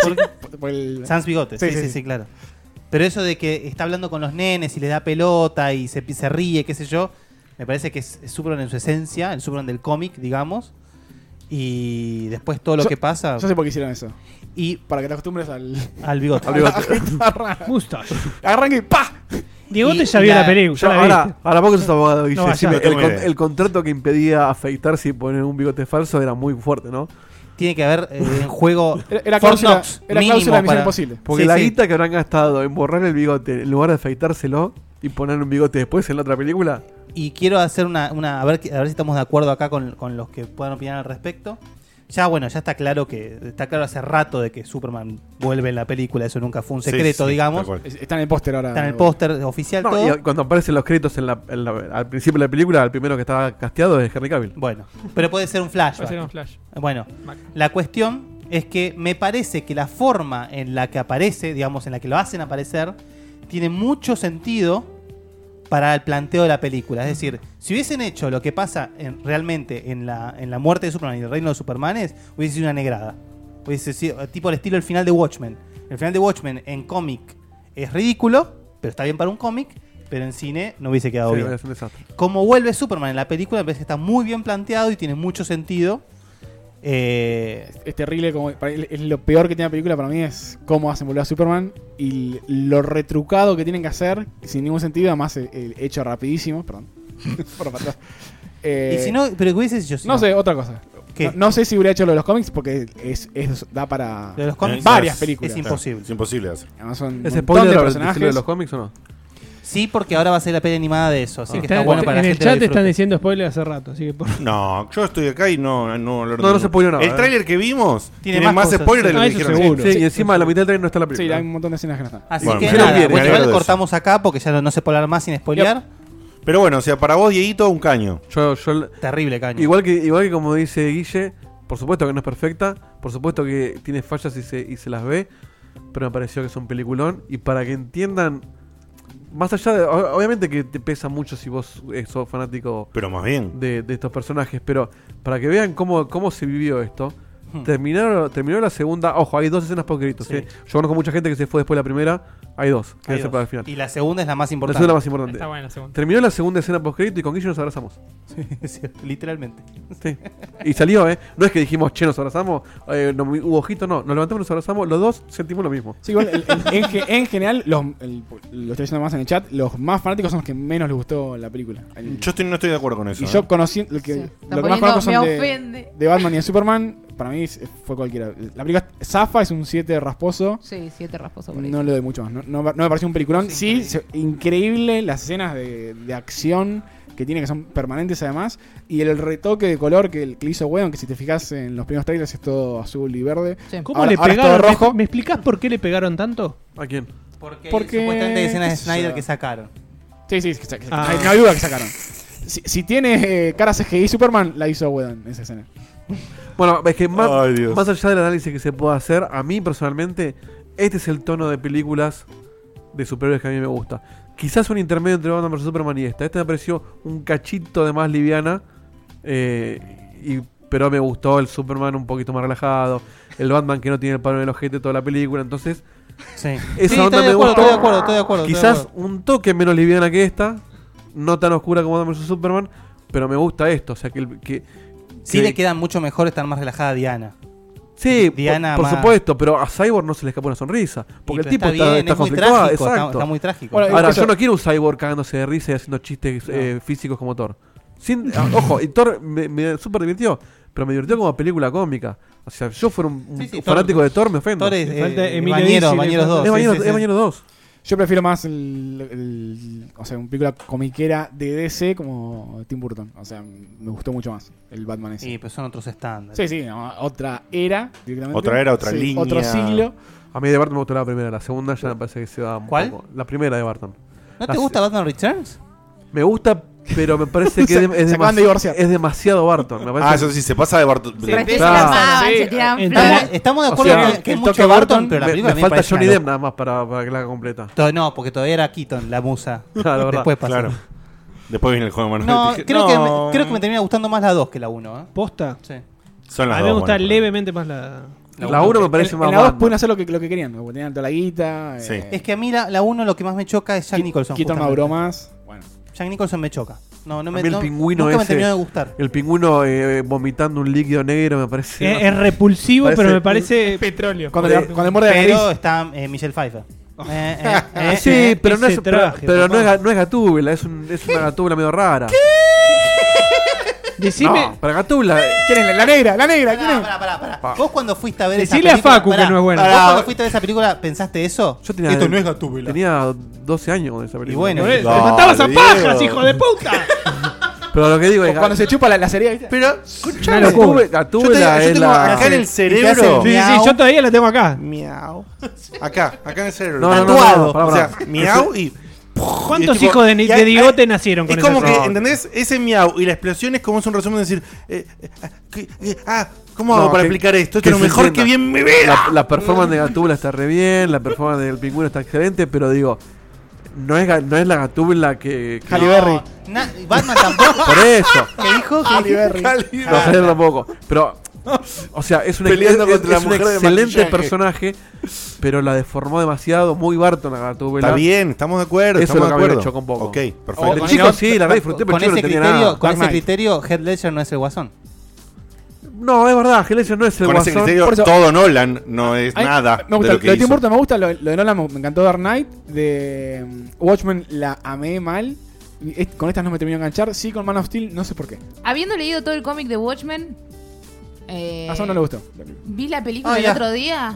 [SPEAKER 3] Por- por el-
[SPEAKER 2] Sans Bigote, sí, sí, sí, claro. Pero eso de que está hablando con los nenes y les da pelota y se, se ríe, qué sé yo, me parece que es, es Superman en su esencia, el Superman del cómic, digamos. Y después todo lo
[SPEAKER 3] Yo-
[SPEAKER 2] que pasa.
[SPEAKER 3] Yo sé por qué hicieron eso.
[SPEAKER 2] Y
[SPEAKER 3] para que te acostumbres al.
[SPEAKER 2] Al bigote.
[SPEAKER 3] [laughs] a la guitarra.
[SPEAKER 10] Mustache.
[SPEAKER 3] Arranque y ¡pa!
[SPEAKER 10] Diegote
[SPEAKER 3] Y-
[SPEAKER 10] ya vio
[SPEAKER 3] y
[SPEAKER 10] la película, ya la
[SPEAKER 5] ahora,
[SPEAKER 10] viste.
[SPEAKER 5] ahora vos que sos abogado, Guille,
[SPEAKER 10] No, ya
[SPEAKER 5] decime,
[SPEAKER 10] no
[SPEAKER 5] el,
[SPEAKER 10] tengo
[SPEAKER 5] con-
[SPEAKER 10] idea.
[SPEAKER 5] el contrato que impedía afeitarse y poner un bigote falso era muy fuerte, ¿no?
[SPEAKER 2] Tiene que haber eh, en juego.
[SPEAKER 3] [laughs] Era- era
[SPEAKER 2] Fort
[SPEAKER 3] cláusula-
[SPEAKER 2] Knox,
[SPEAKER 3] era
[SPEAKER 2] mínimo
[SPEAKER 3] cláusula de Misión
[SPEAKER 2] para-
[SPEAKER 3] Imposible.
[SPEAKER 5] Porque
[SPEAKER 2] Sí,
[SPEAKER 5] la
[SPEAKER 2] sí.
[SPEAKER 5] guita que habrán gastado en borrar el bigote en lugar de afeitárselo y poner un bigote después en la otra película.
[SPEAKER 2] Y quiero hacer una. una- a, ver, que- a ver si estamos de acuerdo acá con, con los que puedan opinar al respecto. Ya, bueno, ya está claro que. Está claro hace rato de que Superman vuelve en la película. Eso nunca fue un
[SPEAKER 5] Sí,
[SPEAKER 2] secreto,
[SPEAKER 5] sí,
[SPEAKER 2] digamos.
[SPEAKER 5] tal cual.
[SPEAKER 3] Es- Está en el póster ahora.
[SPEAKER 2] Está en el póster oficial
[SPEAKER 5] No,
[SPEAKER 2] todo.
[SPEAKER 5] y a- cuando aparecen los créditos en la- en la- al principio de la película, el primero que estaba casteado es Henry Cavill.
[SPEAKER 2] Bueno, pero puede ser un flashback.
[SPEAKER 7] Puede ser un flash.
[SPEAKER 2] Bueno, la cuestión es que me parece que la forma en la que aparece, digamos, en la que lo hacen aparecer, tiene mucho sentido para el planteo de la película. Es decir, si hubiesen hecho lo que pasa en- realmente en la, en la muerte de Superman y el reino de Supermanes, hubiese sido una negrada. Hubiese sido eh, tipo el estilo el final de Watchmen. El final de Watchmen en cómic es ridículo, pero está bien para un cómic, pero en cine no hubiese quedado
[SPEAKER 5] Sí,
[SPEAKER 2] bien.
[SPEAKER 5] es un desastre.
[SPEAKER 2] Como vuelve Superman en la película, me parece que está muy bien planteado y tiene mucho sentido. Eh,
[SPEAKER 3] Eh, es terrible. Como, para- es lo peor que tiene la película para mí es cómo hacen volver a Superman y lo retrucado que tienen que hacer, sin ningún sentido. Además, el, el hecho rapidísimo. Perdón. [laughs] Por atrás. Eh,
[SPEAKER 2] y si no, pero ¿qué hubieses hecho? si
[SPEAKER 3] no sé, otra cosa.
[SPEAKER 2] ¿Qué?
[SPEAKER 3] No, no sé si hubiera hecho lo de los cómics porque es, es- da para
[SPEAKER 2] Lo de los cómics
[SPEAKER 3] varias
[SPEAKER 2] es-
[SPEAKER 3] películas.
[SPEAKER 2] es imposible.
[SPEAKER 1] Eh, Es imposible hacer.
[SPEAKER 3] Además son
[SPEAKER 5] ¿Es
[SPEAKER 3] un
[SPEAKER 5] spoiler
[SPEAKER 3] montón de
[SPEAKER 5] del
[SPEAKER 3] personajes.
[SPEAKER 5] estilo de los cómics o no?
[SPEAKER 2] Sí, porque ahora va a ser la peli animada de eso, así que
[SPEAKER 10] Ah. Está-
[SPEAKER 2] está bueno para
[SPEAKER 10] en
[SPEAKER 2] la
[SPEAKER 10] el
[SPEAKER 2] gente.
[SPEAKER 10] chat
[SPEAKER 2] lo
[SPEAKER 10] están
[SPEAKER 2] disfrute.
[SPEAKER 10] diciendo spoilers hace rato, así que por
[SPEAKER 1] No, yo estoy acá y no. No,
[SPEAKER 5] No, no se spoileó nada,
[SPEAKER 1] El
[SPEAKER 5] eh.
[SPEAKER 1] tráiler que vimos tiene, más,
[SPEAKER 5] cosas.
[SPEAKER 1] spoilers de lo
[SPEAKER 5] Ah,
[SPEAKER 1] que
[SPEAKER 5] eso
[SPEAKER 1] dijeron.
[SPEAKER 5] seguro. Sí,
[SPEAKER 1] Sí.
[SPEAKER 5] y encima de la mitad del tren no está la
[SPEAKER 3] Sí,
[SPEAKER 5] película.
[SPEAKER 3] hay un montón de escenas que no están.
[SPEAKER 2] Así
[SPEAKER 1] Bueno,
[SPEAKER 2] que
[SPEAKER 1] me
[SPEAKER 2] nada,
[SPEAKER 1] alegro,
[SPEAKER 2] bueno,
[SPEAKER 1] me
[SPEAKER 2] igual
[SPEAKER 1] alegro de
[SPEAKER 2] cortamos acá porque ya no, no se puede hablar más sin spoilear.
[SPEAKER 1] Pero bueno, o sea, para vos, Dieguito, un caño.
[SPEAKER 5] Yo, yo-
[SPEAKER 2] Terrible caño.
[SPEAKER 5] Igual que, igual que como dice Guille, por supuesto que no es perfecta, por supuesto que tiene fallas y se, y se las ve, pero me pareció que es un peliculón. Y para que entiendan, más allá de. o- Obviamente que te pesa mucho si vos eh, sos fanático.
[SPEAKER 1] Pero más bien.
[SPEAKER 5] De, de estos personajes, pero para que vean cómo, cómo se vivió esto.
[SPEAKER 1] Hmm.
[SPEAKER 5] Terminaron, terminó la segunda. Ojo, hay dos escenas post gritos.
[SPEAKER 2] Sí.
[SPEAKER 5] ¿eh? Yo conozco mucha gente que se fue después de la primera. Hay dos, que
[SPEAKER 2] Hay
[SPEAKER 5] se
[SPEAKER 2] dos.
[SPEAKER 5] para el final.
[SPEAKER 2] Y la segunda es la más
[SPEAKER 5] La segunda es la
[SPEAKER 2] importante.
[SPEAKER 5] más importante.
[SPEAKER 2] Está buena la segunda.
[SPEAKER 5] Terminó la segunda escena post crédito y con Guille nos abrazamos.
[SPEAKER 2] [laughs] Es cierto, Literalmente.
[SPEAKER 5] Sí. Y salió, ¿eh? No es que dijimos, che, nos abrazamos, eh, no, hubo ojito, no. Nos levantamos y nos abrazamos, los dos sentimos lo mismo.
[SPEAKER 3] Sí,
[SPEAKER 5] [laughs]
[SPEAKER 3] igual, el- el- en, ge- en general, los, el- lo estoy diciendo más en el chat, los más fanáticos son los que menos les gustó la película. El-
[SPEAKER 1] Yo estoy- no estoy de acuerdo con eso.
[SPEAKER 3] y
[SPEAKER 1] ¿eh?
[SPEAKER 3] yo conocí, lo que, lo que más
[SPEAKER 6] poniendo,
[SPEAKER 3] conozco son
[SPEAKER 6] "Me
[SPEAKER 3] de,
[SPEAKER 6] ofende".
[SPEAKER 3] de Batman y de Superman, para mí es- fue cualquiera. La película Zafa es un 7 rasposo.
[SPEAKER 6] Sí, siete rasposo por ahí.
[SPEAKER 3] No le doy mucho más. No, no- no me pareció un peliculón. sí, se- increíble las escenas de, de acción que tiene, que son permanentes además. Y el retoque de color que, el- que hizo Weon, que si te fijas en los primeros trailers es todo azul y verde.
[SPEAKER 10] ¿Cómo
[SPEAKER 3] Ahora-
[SPEAKER 10] le
[SPEAKER 3] ahora es todo
[SPEAKER 10] pegaron? ¿Me-
[SPEAKER 3] rojo.
[SPEAKER 10] ¿Me, explicás por qué le pegaron tanto?
[SPEAKER 5] ¿A quién?
[SPEAKER 2] Porque,
[SPEAKER 3] Porque-
[SPEAKER 2] supuestamente hay escenas de
[SPEAKER 3] qué sé
[SPEAKER 2] Snyder
[SPEAKER 3] yo.
[SPEAKER 2] que sacaron.
[SPEAKER 3] Sí, sí, que sa- que
[SPEAKER 10] este-
[SPEAKER 3] sa-
[SPEAKER 2] Ah.
[SPEAKER 3] no hay- no hay duda que sacaron. Si, si tiene eh, cara CGI Superman, la hizo Whedon esa escena.
[SPEAKER 5] Bueno, es que más,
[SPEAKER 1] Ay, Dios.
[SPEAKER 5] más allá del análisis que se pueda hacer, a mí personalmente, este es el tono de películas de superhéroes que a mí me gusta. Quizás un intermedio entre Batman vs Superman y esta. Esta me pareció un cachito de más liviana, eh, y, pero me gustó el Superman un poquito más relajado, el Batman que no tiene el palo en el ojete toda la película, entonces...
[SPEAKER 2] Sí.
[SPEAKER 5] Esa
[SPEAKER 2] Sí,
[SPEAKER 5] onda
[SPEAKER 2] estoy de
[SPEAKER 5] me
[SPEAKER 2] acuerdo,
[SPEAKER 5] gustó.
[SPEAKER 2] estoy de acuerdo, estoy de acuerdo, estoy de
[SPEAKER 5] Quizás
[SPEAKER 2] acuerdo.
[SPEAKER 5] un toque menos liviana que esta, no tan oscura como Batman vs Superman, pero me gusta esto, o sea que... el- que
[SPEAKER 2] Sí
[SPEAKER 5] que-
[SPEAKER 2] le quedan mucho mejor estar más relajada Diana.
[SPEAKER 5] Sí,
[SPEAKER 2] Diana
[SPEAKER 5] por, por
[SPEAKER 2] más-
[SPEAKER 5] supuesto, pero a Cyborg no se le escapa una sonrisa.
[SPEAKER 2] pero
[SPEAKER 5] Porque el tipo
[SPEAKER 2] está
[SPEAKER 5] está,
[SPEAKER 2] bien,
[SPEAKER 5] está
[SPEAKER 2] es muy
[SPEAKER 5] conflictuado.
[SPEAKER 2] trágico, está-
[SPEAKER 5] exacto.
[SPEAKER 2] está muy trágico.
[SPEAKER 5] Ahora,
[SPEAKER 2] Bueno, eso-
[SPEAKER 5] yo no quiero un Cyborg cagándose de risa y haciendo chistes eh, físicos como Thor. Sin, ah, [laughs] ojo, y Thor me, me súper divirtió, pero me divirtió como película cómica. O sea, yo fuera un, un
[SPEAKER 2] Sí, sí,
[SPEAKER 5] fanático
[SPEAKER 2] Thor-
[SPEAKER 5] de Thor, me ofendo.
[SPEAKER 2] Thor es,
[SPEAKER 5] Me
[SPEAKER 2] eh,
[SPEAKER 5] falta
[SPEAKER 2] eh,
[SPEAKER 5] Emilio
[SPEAKER 2] Bañero,
[SPEAKER 5] Dizzi,
[SPEAKER 2] Bañero
[SPEAKER 5] me falta-
[SPEAKER 2] dos,
[SPEAKER 5] Es
[SPEAKER 2] sí,
[SPEAKER 5] Bañero,
[SPEAKER 2] sí,
[SPEAKER 5] es
[SPEAKER 2] sí.
[SPEAKER 5] Bañero 2.
[SPEAKER 3] Yo prefiero más el, el- o sea, una película comiquera de DC como Tim Burton. O sea, me gustó mucho más el Batman ese.
[SPEAKER 2] Sí, pero son otros estándares.
[SPEAKER 3] Sí, sí, no, otra era directamente.
[SPEAKER 1] Otra era, otra
[SPEAKER 3] Sí,
[SPEAKER 1] línea.
[SPEAKER 3] Otro siglo.
[SPEAKER 5] A mí de Barton me gustó la primera, la segunda ya me parece que se va un
[SPEAKER 2] ¿Cuál?
[SPEAKER 5] poco. La primera de Barton.
[SPEAKER 2] ¿No
[SPEAKER 5] La
[SPEAKER 2] te
[SPEAKER 5] se-
[SPEAKER 2] gusta Batman Returns?
[SPEAKER 5] Me gusta, pero me
[SPEAKER 3] [laughs]
[SPEAKER 5] parece que es,
[SPEAKER 2] Se-
[SPEAKER 5] de- es
[SPEAKER 2] se acaban de
[SPEAKER 5] demasi-
[SPEAKER 2] divorciar.
[SPEAKER 5] es demasiado Barton. me parece-
[SPEAKER 1] Ah, eso sí, se pasa de Barton.
[SPEAKER 6] Se recién
[SPEAKER 5] Claro.
[SPEAKER 6] se amaban, se tiraban flores.
[SPEAKER 2] estamos de
[SPEAKER 5] O
[SPEAKER 2] acuerdo
[SPEAKER 5] sea,
[SPEAKER 2] que- que es
[SPEAKER 5] el
[SPEAKER 2] mucho
[SPEAKER 5] toque
[SPEAKER 2] Barton, pero la
[SPEAKER 5] me-
[SPEAKER 2] película a
[SPEAKER 5] me,
[SPEAKER 2] mí me
[SPEAKER 5] falta
[SPEAKER 2] parece
[SPEAKER 5] Johnny
[SPEAKER 2] una [laughs]
[SPEAKER 5] Depp nada más para, para que la haga completa.
[SPEAKER 2] To- No, porque todavía era Keaton, la musa.
[SPEAKER 5] [laughs] Claro, verdad.
[SPEAKER 2] Después pasó.
[SPEAKER 1] Claro. Después viene el juego
[SPEAKER 5] [laughs]
[SPEAKER 1] de manos.
[SPEAKER 2] No,
[SPEAKER 1] Dije,
[SPEAKER 2] creo, Que
[SPEAKER 1] no.
[SPEAKER 2] me, creo que me termina gustando más la 2 que la 1. ¿eh?
[SPEAKER 10] ¿Posta?
[SPEAKER 2] Sí.
[SPEAKER 1] Son las
[SPEAKER 10] a mí me
[SPEAKER 1] dos,
[SPEAKER 10] gusta
[SPEAKER 1] bueno,
[SPEAKER 10] levemente más la.
[SPEAKER 5] La uno me parece
[SPEAKER 3] en,
[SPEAKER 5] más
[SPEAKER 3] en la dos
[SPEAKER 5] Batman.
[SPEAKER 3] pueden hacer lo que, lo que querían. porque Tenían toda la guita.
[SPEAKER 1] Sí.
[SPEAKER 3] eh,
[SPEAKER 2] Es que a mí la, la 1 lo que más me choca es Jack Nicholson.
[SPEAKER 3] Keaton
[SPEAKER 2] justamente.
[SPEAKER 3] maduró más. Bueno.
[SPEAKER 2] Jack Nicholson me choca. No, no
[SPEAKER 5] A
[SPEAKER 2] me,
[SPEAKER 5] mí el
[SPEAKER 2] no-
[SPEAKER 5] pingüino
[SPEAKER 2] nunca me
[SPEAKER 5] ese-
[SPEAKER 2] terminó de gustar.
[SPEAKER 5] El pingüino eh, vomitando un líquido negro me parece.
[SPEAKER 10] Es, es repulsivo,
[SPEAKER 5] Parece-
[SPEAKER 10] pero me
[SPEAKER 5] [laughs]
[SPEAKER 10] parece.
[SPEAKER 7] Petróleo.
[SPEAKER 3] Cuando, le, cuando le muerde la
[SPEAKER 2] Pero
[SPEAKER 3] nariz. Ah,
[SPEAKER 2] está eh,
[SPEAKER 10] [laughs]
[SPEAKER 2] Michelle Pfeiffer. Eh, eh, eh,
[SPEAKER 5] [laughs] sí,
[SPEAKER 2] eh,
[SPEAKER 5] pero, no
[SPEAKER 10] ese
[SPEAKER 5] es, pero-
[SPEAKER 10] traje,
[SPEAKER 5] pero no,
[SPEAKER 10] papá.
[SPEAKER 5] es, ga- no es gatúbela, es, un- es una gatúbela medio rara.
[SPEAKER 10] Decime,
[SPEAKER 5] No, para gatúbela. eh,
[SPEAKER 3] ¿Quién es la, la negra? La negra. ¿Quién
[SPEAKER 2] Pará,
[SPEAKER 3] es?
[SPEAKER 2] pará, pará, pará.
[SPEAKER 5] Pa.
[SPEAKER 2] Vos cuando fuiste a ver
[SPEAKER 10] Decile a
[SPEAKER 2] esa película.
[SPEAKER 10] Facu que no es buena.
[SPEAKER 2] Vos
[SPEAKER 10] Pará.
[SPEAKER 2] cuando fuiste a ver esa película, ¿pensaste eso?
[SPEAKER 5] Yo tenía,
[SPEAKER 1] Esto no es Gatúbela.
[SPEAKER 2] Ah,
[SPEAKER 5] Tenía 12 años con esa película.
[SPEAKER 2] Y bueno,
[SPEAKER 10] por eso,
[SPEAKER 1] Dale,
[SPEAKER 10] te matabas a
[SPEAKER 1] Diego.
[SPEAKER 10] pajas, hijo de puta.
[SPEAKER 5] Pero lo que digo
[SPEAKER 3] O
[SPEAKER 5] es.
[SPEAKER 3] Cuando se chupa la, la cerilla, ¿viste?
[SPEAKER 5] Pero,
[SPEAKER 10] Una locura.
[SPEAKER 5] gatúbela,
[SPEAKER 1] Yo, tengo- yo
[SPEAKER 5] es
[SPEAKER 1] tengo
[SPEAKER 5] la.
[SPEAKER 1] acá en el
[SPEAKER 10] Ah, Sí,
[SPEAKER 1] cerebro.
[SPEAKER 10] sí, sí, yo todavía la tengo acá.
[SPEAKER 1] Miau. Acá, acá en el cerebro.
[SPEAKER 5] No, no, no, no,
[SPEAKER 1] Tatuado.
[SPEAKER 5] pará,
[SPEAKER 1] O
[SPEAKER 5] pará.
[SPEAKER 1] sea, miau y.
[SPEAKER 10] ¿Cuántos
[SPEAKER 1] Y es tipo-
[SPEAKER 10] hijos de, ni-
[SPEAKER 1] y hay-
[SPEAKER 10] de bigote
[SPEAKER 1] hay-
[SPEAKER 10] nacieron con
[SPEAKER 1] Es como
[SPEAKER 10] esa
[SPEAKER 1] que,
[SPEAKER 10] ropa?
[SPEAKER 1] ¿entendés? Ese miau y la explosión es como es un resumen de decir, eh, eh, ah, ¿qué- qué- ah, ¿cómo hago
[SPEAKER 5] No,
[SPEAKER 1] para
[SPEAKER 5] que-
[SPEAKER 1] explicar esto? Esto
[SPEAKER 5] que
[SPEAKER 1] es lo
[SPEAKER 5] se
[SPEAKER 1] mejor
[SPEAKER 5] entienda.
[SPEAKER 1] que vi en mi vida.
[SPEAKER 5] La, la performance de Gatúbela está re bien, la performance del pingüino está excelente, pero digo, no es, ga- no es la Gatúbela que. que-
[SPEAKER 3] Halle Berry.
[SPEAKER 2] Na- Batman tampoco.
[SPEAKER 5] Por eso.
[SPEAKER 2] ¿Qué dijo? ¿Qué
[SPEAKER 3] Halle
[SPEAKER 2] dijo?
[SPEAKER 3] Berry.
[SPEAKER 5] No, Javier tampoco. Pero, o sea, es un,
[SPEAKER 1] Ah. Peleando
[SPEAKER 5] es- es- es
[SPEAKER 1] contra la
[SPEAKER 5] un
[SPEAKER 1] mujer de
[SPEAKER 5] excelente
[SPEAKER 1] maquillaje.
[SPEAKER 5] personaje, pero la deformó demasiado. Muy Barton a Gatúbela.
[SPEAKER 1] Está bien, estamos de acuerdo.
[SPEAKER 5] Eso
[SPEAKER 1] estamos
[SPEAKER 5] es lo
[SPEAKER 1] de
[SPEAKER 5] que había
[SPEAKER 1] acuerdo.
[SPEAKER 5] hecho Oh, con Boco.
[SPEAKER 1] Ok,
[SPEAKER 5] De
[SPEAKER 1] perfecto.
[SPEAKER 2] O-
[SPEAKER 5] chico sí, la re disfruté, pero
[SPEAKER 2] Con
[SPEAKER 5] chico no
[SPEAKER 2] ese
[SPEAKER 5] tenía
[SPEAKER 2] criterio,
[SPEAKER 5] nada.
[SPEAKER 2] con
[SPEAKER 3] Dark
[SPEAKER 2] ese
[SPEAKER 3] Knight.
[SPEAKER 2] criterio, Heath Ledger no es el guasón.
[SPEAKER 5] No, es verdad, Gillespie Ah, no es el
[SPEAKER 1] Con ese
[SPEAKER 5] guasón.
[SPEAKER 1] criterio,
[SPEAKER 5] Por eso-
[SPEAKER 1] todo Nolan no es
[SPEAKER 5] Ay,
[SPEAKER 1] nada
[SPEAKER 3] Me
[SPEAKER 1] de
[SPEAKER 3] gusta,
[SPEAKER 1] lo
[SPEAKER 3] lo,
[SPEAKER 1] que
[SPEAKER 3] de
[SPEAKER 1] hizo.
[SPEAKER 3] Tim Burton me gusta, lo, lo de Nolan me me encantó Dark Knight, de mm, Watchmen la amé mal, y es- con estas no me terminó de enganchar, sí con Man of Steel, no sé por qué.
[SPEAKER 6] Habiendo leído todo el cómic de Watchmen, eh,
[SPEAKER 3] A Sam Ah, no le gustó.
[SPEAKER 6] vi la película
[SPEAKER 2] Ah,
[SPEAKER 6] el
[SPEAKER 2] ya.
[SPEAKER 6] otro día.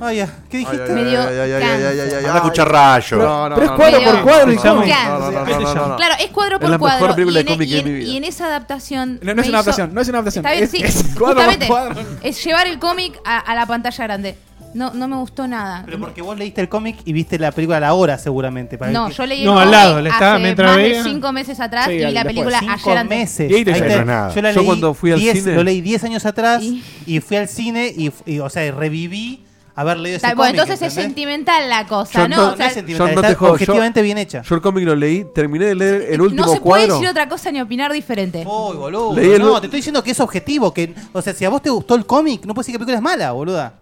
[SPEAKER 2] ¿Qué dijiste?
[SPEAKER 6] Me dio cáncer.
[SPEAKER 1] Anda a escuchar rayos.
[SPEAKER 5] No, no,
[SPEAKER 3] Pero es
[SPEAKER 5] no,
[SPEAKER 3] cuadro
[SPEAKER 5] no,
[SPEAKER 3] por
[SPEAKER 5] no,
[SPEAKER 3] cuadro y
[SPEAKER 5] no,
[SPEAKER 3] cómic.
[SPEAKER 5] no, no, no, no, no, no, no.
[SPEAKER 6] Claro, es cuadro
[SPEAKER 5] Es
[SPEAKER 6] por
[SPEAKER 5] la mejor
[SPEAKER 6] cuadro.
[SPEAKER 5] película
[SPEAKER 6] y,
[SPEAKER 5] de
[SPEAKER 6] en,
[SPEAKER 5] cómic
[SPEAKER 6] y
[SPEAKER 5] de
[SPEAKER 6] en-
[SPEAKER 5] mi vida.
[SPEAKER 6] y en esa adaptación.
[SPEAKER 3] No, no es
[SPEAKER 6] me
[SPEAKER 3] una
[SPEAKER 6] hizo-
[SPEAKER 3] adaptación, no es una adaptación.
[SPEAKER 6] Está
[SPEAKER 3] [laughs]
[SPEAKER 6] bien,
[SPEAKER 3] es,
[SPEAKER 6] sí.
[SPEAKER 3] es cuadro
[SPEAKER 6] justamente,
[SPEAKER 3] por cuadro.
[SPEAKER 6] Es llevar el cómic a, a la pantalla grande. No, no me gustó nada.
[SPEAKER 2] Pero porque vos leíste el cómic y viste la película a la hora, seguramente. para
[SPEAKER 6] no,
[SPEAKER 2] que-
[SPEAKER 6] yo leí el cómic hace más de cinco meses atrás
[SPEAKER 2] Sí,
[SPEAKER 6] y vi la
[SPEAKER 2] después.
[SPEAKER 6] película
[SPEAKER 2] Cinco
[SPEAKER 6] ayer antes.
[SPEAKER 2] meses.
[SPEAKER 5] Y ahí te
[SPEAKER 2] Ahí
[SPEAKER 5] llena.
[SPEAKER 2] te-
[SPEAKER 5] No es nada.
[SPEAKER 2] Yo la
[SPEAKER 5] Yo
[SPEAKER 2] leí
[SPEAKER 5] cuando fui al
[SPEAKER 2] 10
[SPEAKER 5] cine-
[SPEAKER 2] Lo leí 10 años atrás y, fui al cine y, f- y, o sea, y reviví haber leído ese
[SPEAKER 6] Está-
[SPEAKER 2] cómic.
[SPEAKER 6] bueno, entonces es
[SPEAKER 2] ¿entendés?
[SPEAKER 6] sentimental la cosa,
[SPEAKER 5] Yo
[SPEAKER 6] ¿no?
[SPEAKER 5] no-
[SPEAKER 6] O
[SPEAKER 2] no
[SPEAKER 6] sea,
[SPEAKER 2] es sentimental.
[SPEAKER 5] Yo no
[SPEAKER 2] Está
[SPEAKER 5] te jodo, yo-
[SPEAKER 2] objetivamente bien hecha.
[SPEAKER 5] Yo el cómic lo leí, terminé de leer el
[SPEAKER 6] no
[SPEAKER 5] último
[SPEAKER 6] se puede
[SPEAKER 5] cuadro.
[SPEAKER 6] decir otra cosa ni opinar diferente.
[SPEAKER 2] Uy, boludo.
[SPEAKER 5] Leí el-
[SPEAKER 2] No, te estoy diciendo que es objetivo. que O sea, si a vos te gustó el cómic, no puedes decir que la película es mala, boluda.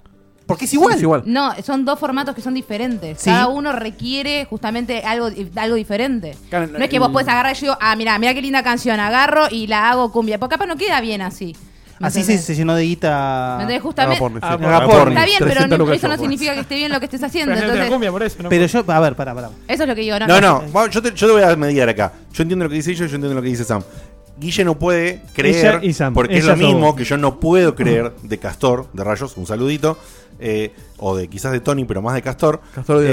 [SPEAKER 2] Porque es igual.
[SPEAKER 6] No, son dos formatos que son diferentes.
[SPEAKER 2] Sí.
[SPEAKER 6] Cada uno requiere justamente algo, algo diferente.
[SPEAKER 3] Claro,
[SPEAKER 6] No es que vos podés agarrar y yo digo, ah, mira, mira qué linda canción, agarro y la hago cumbia. Porque capaz no queda bien así. ¿Me
[SPEAKER 2] Así se,
[SPEAKER 6] entendés?
[SPEAKER 2] se llenó de guita.
[SPEAKER 6] ¿Me entendés? Justamente- Ah,
[SPEAKER 2] Agapornis.
[SPEAKER 6] Está bien, pero
[SPEAKER 2] 300
[SPEAKER 6] no-
[SPEAKER 2] lucas
[SPEAKER 6] eso no
[SPEAKER 2] yo,
[SPEAKER 6] significa que esté bien lo que estés haciendo.
[SPEAKER 7] Pero hacete la
[SPEAKER 6] entonces-
[SPEAKER 7] cumbia por eso, ¿no?
[SPEAKER 2] Pero yo, a ver, pará, pará.
[SPEAKER 6] Eso es lo que digo. No,
[SPEAKER 1] No, no, vamos, yo, te, yo te voy a mediar acá. Yo entiendo lo que dice ella, yo entiendo lo que dice Sam. Guille no puede creer,
[SPEAKER 10] Ella y Sam.
[SPEAKER 1] porque es
[SPEAKER 10] Ella
[SPEAKER 1] lo
[SPEAKER 10] sos
[SPEAKER 1] mismo
[SPEAKER 10] vos.
[SPEAKER 1] que yo no puedo creer de Castor, de Rayos, un saludito, eh, o de quizás de Tony, pero más de Castor. Eh,
[SPEAKER 5] Castor odia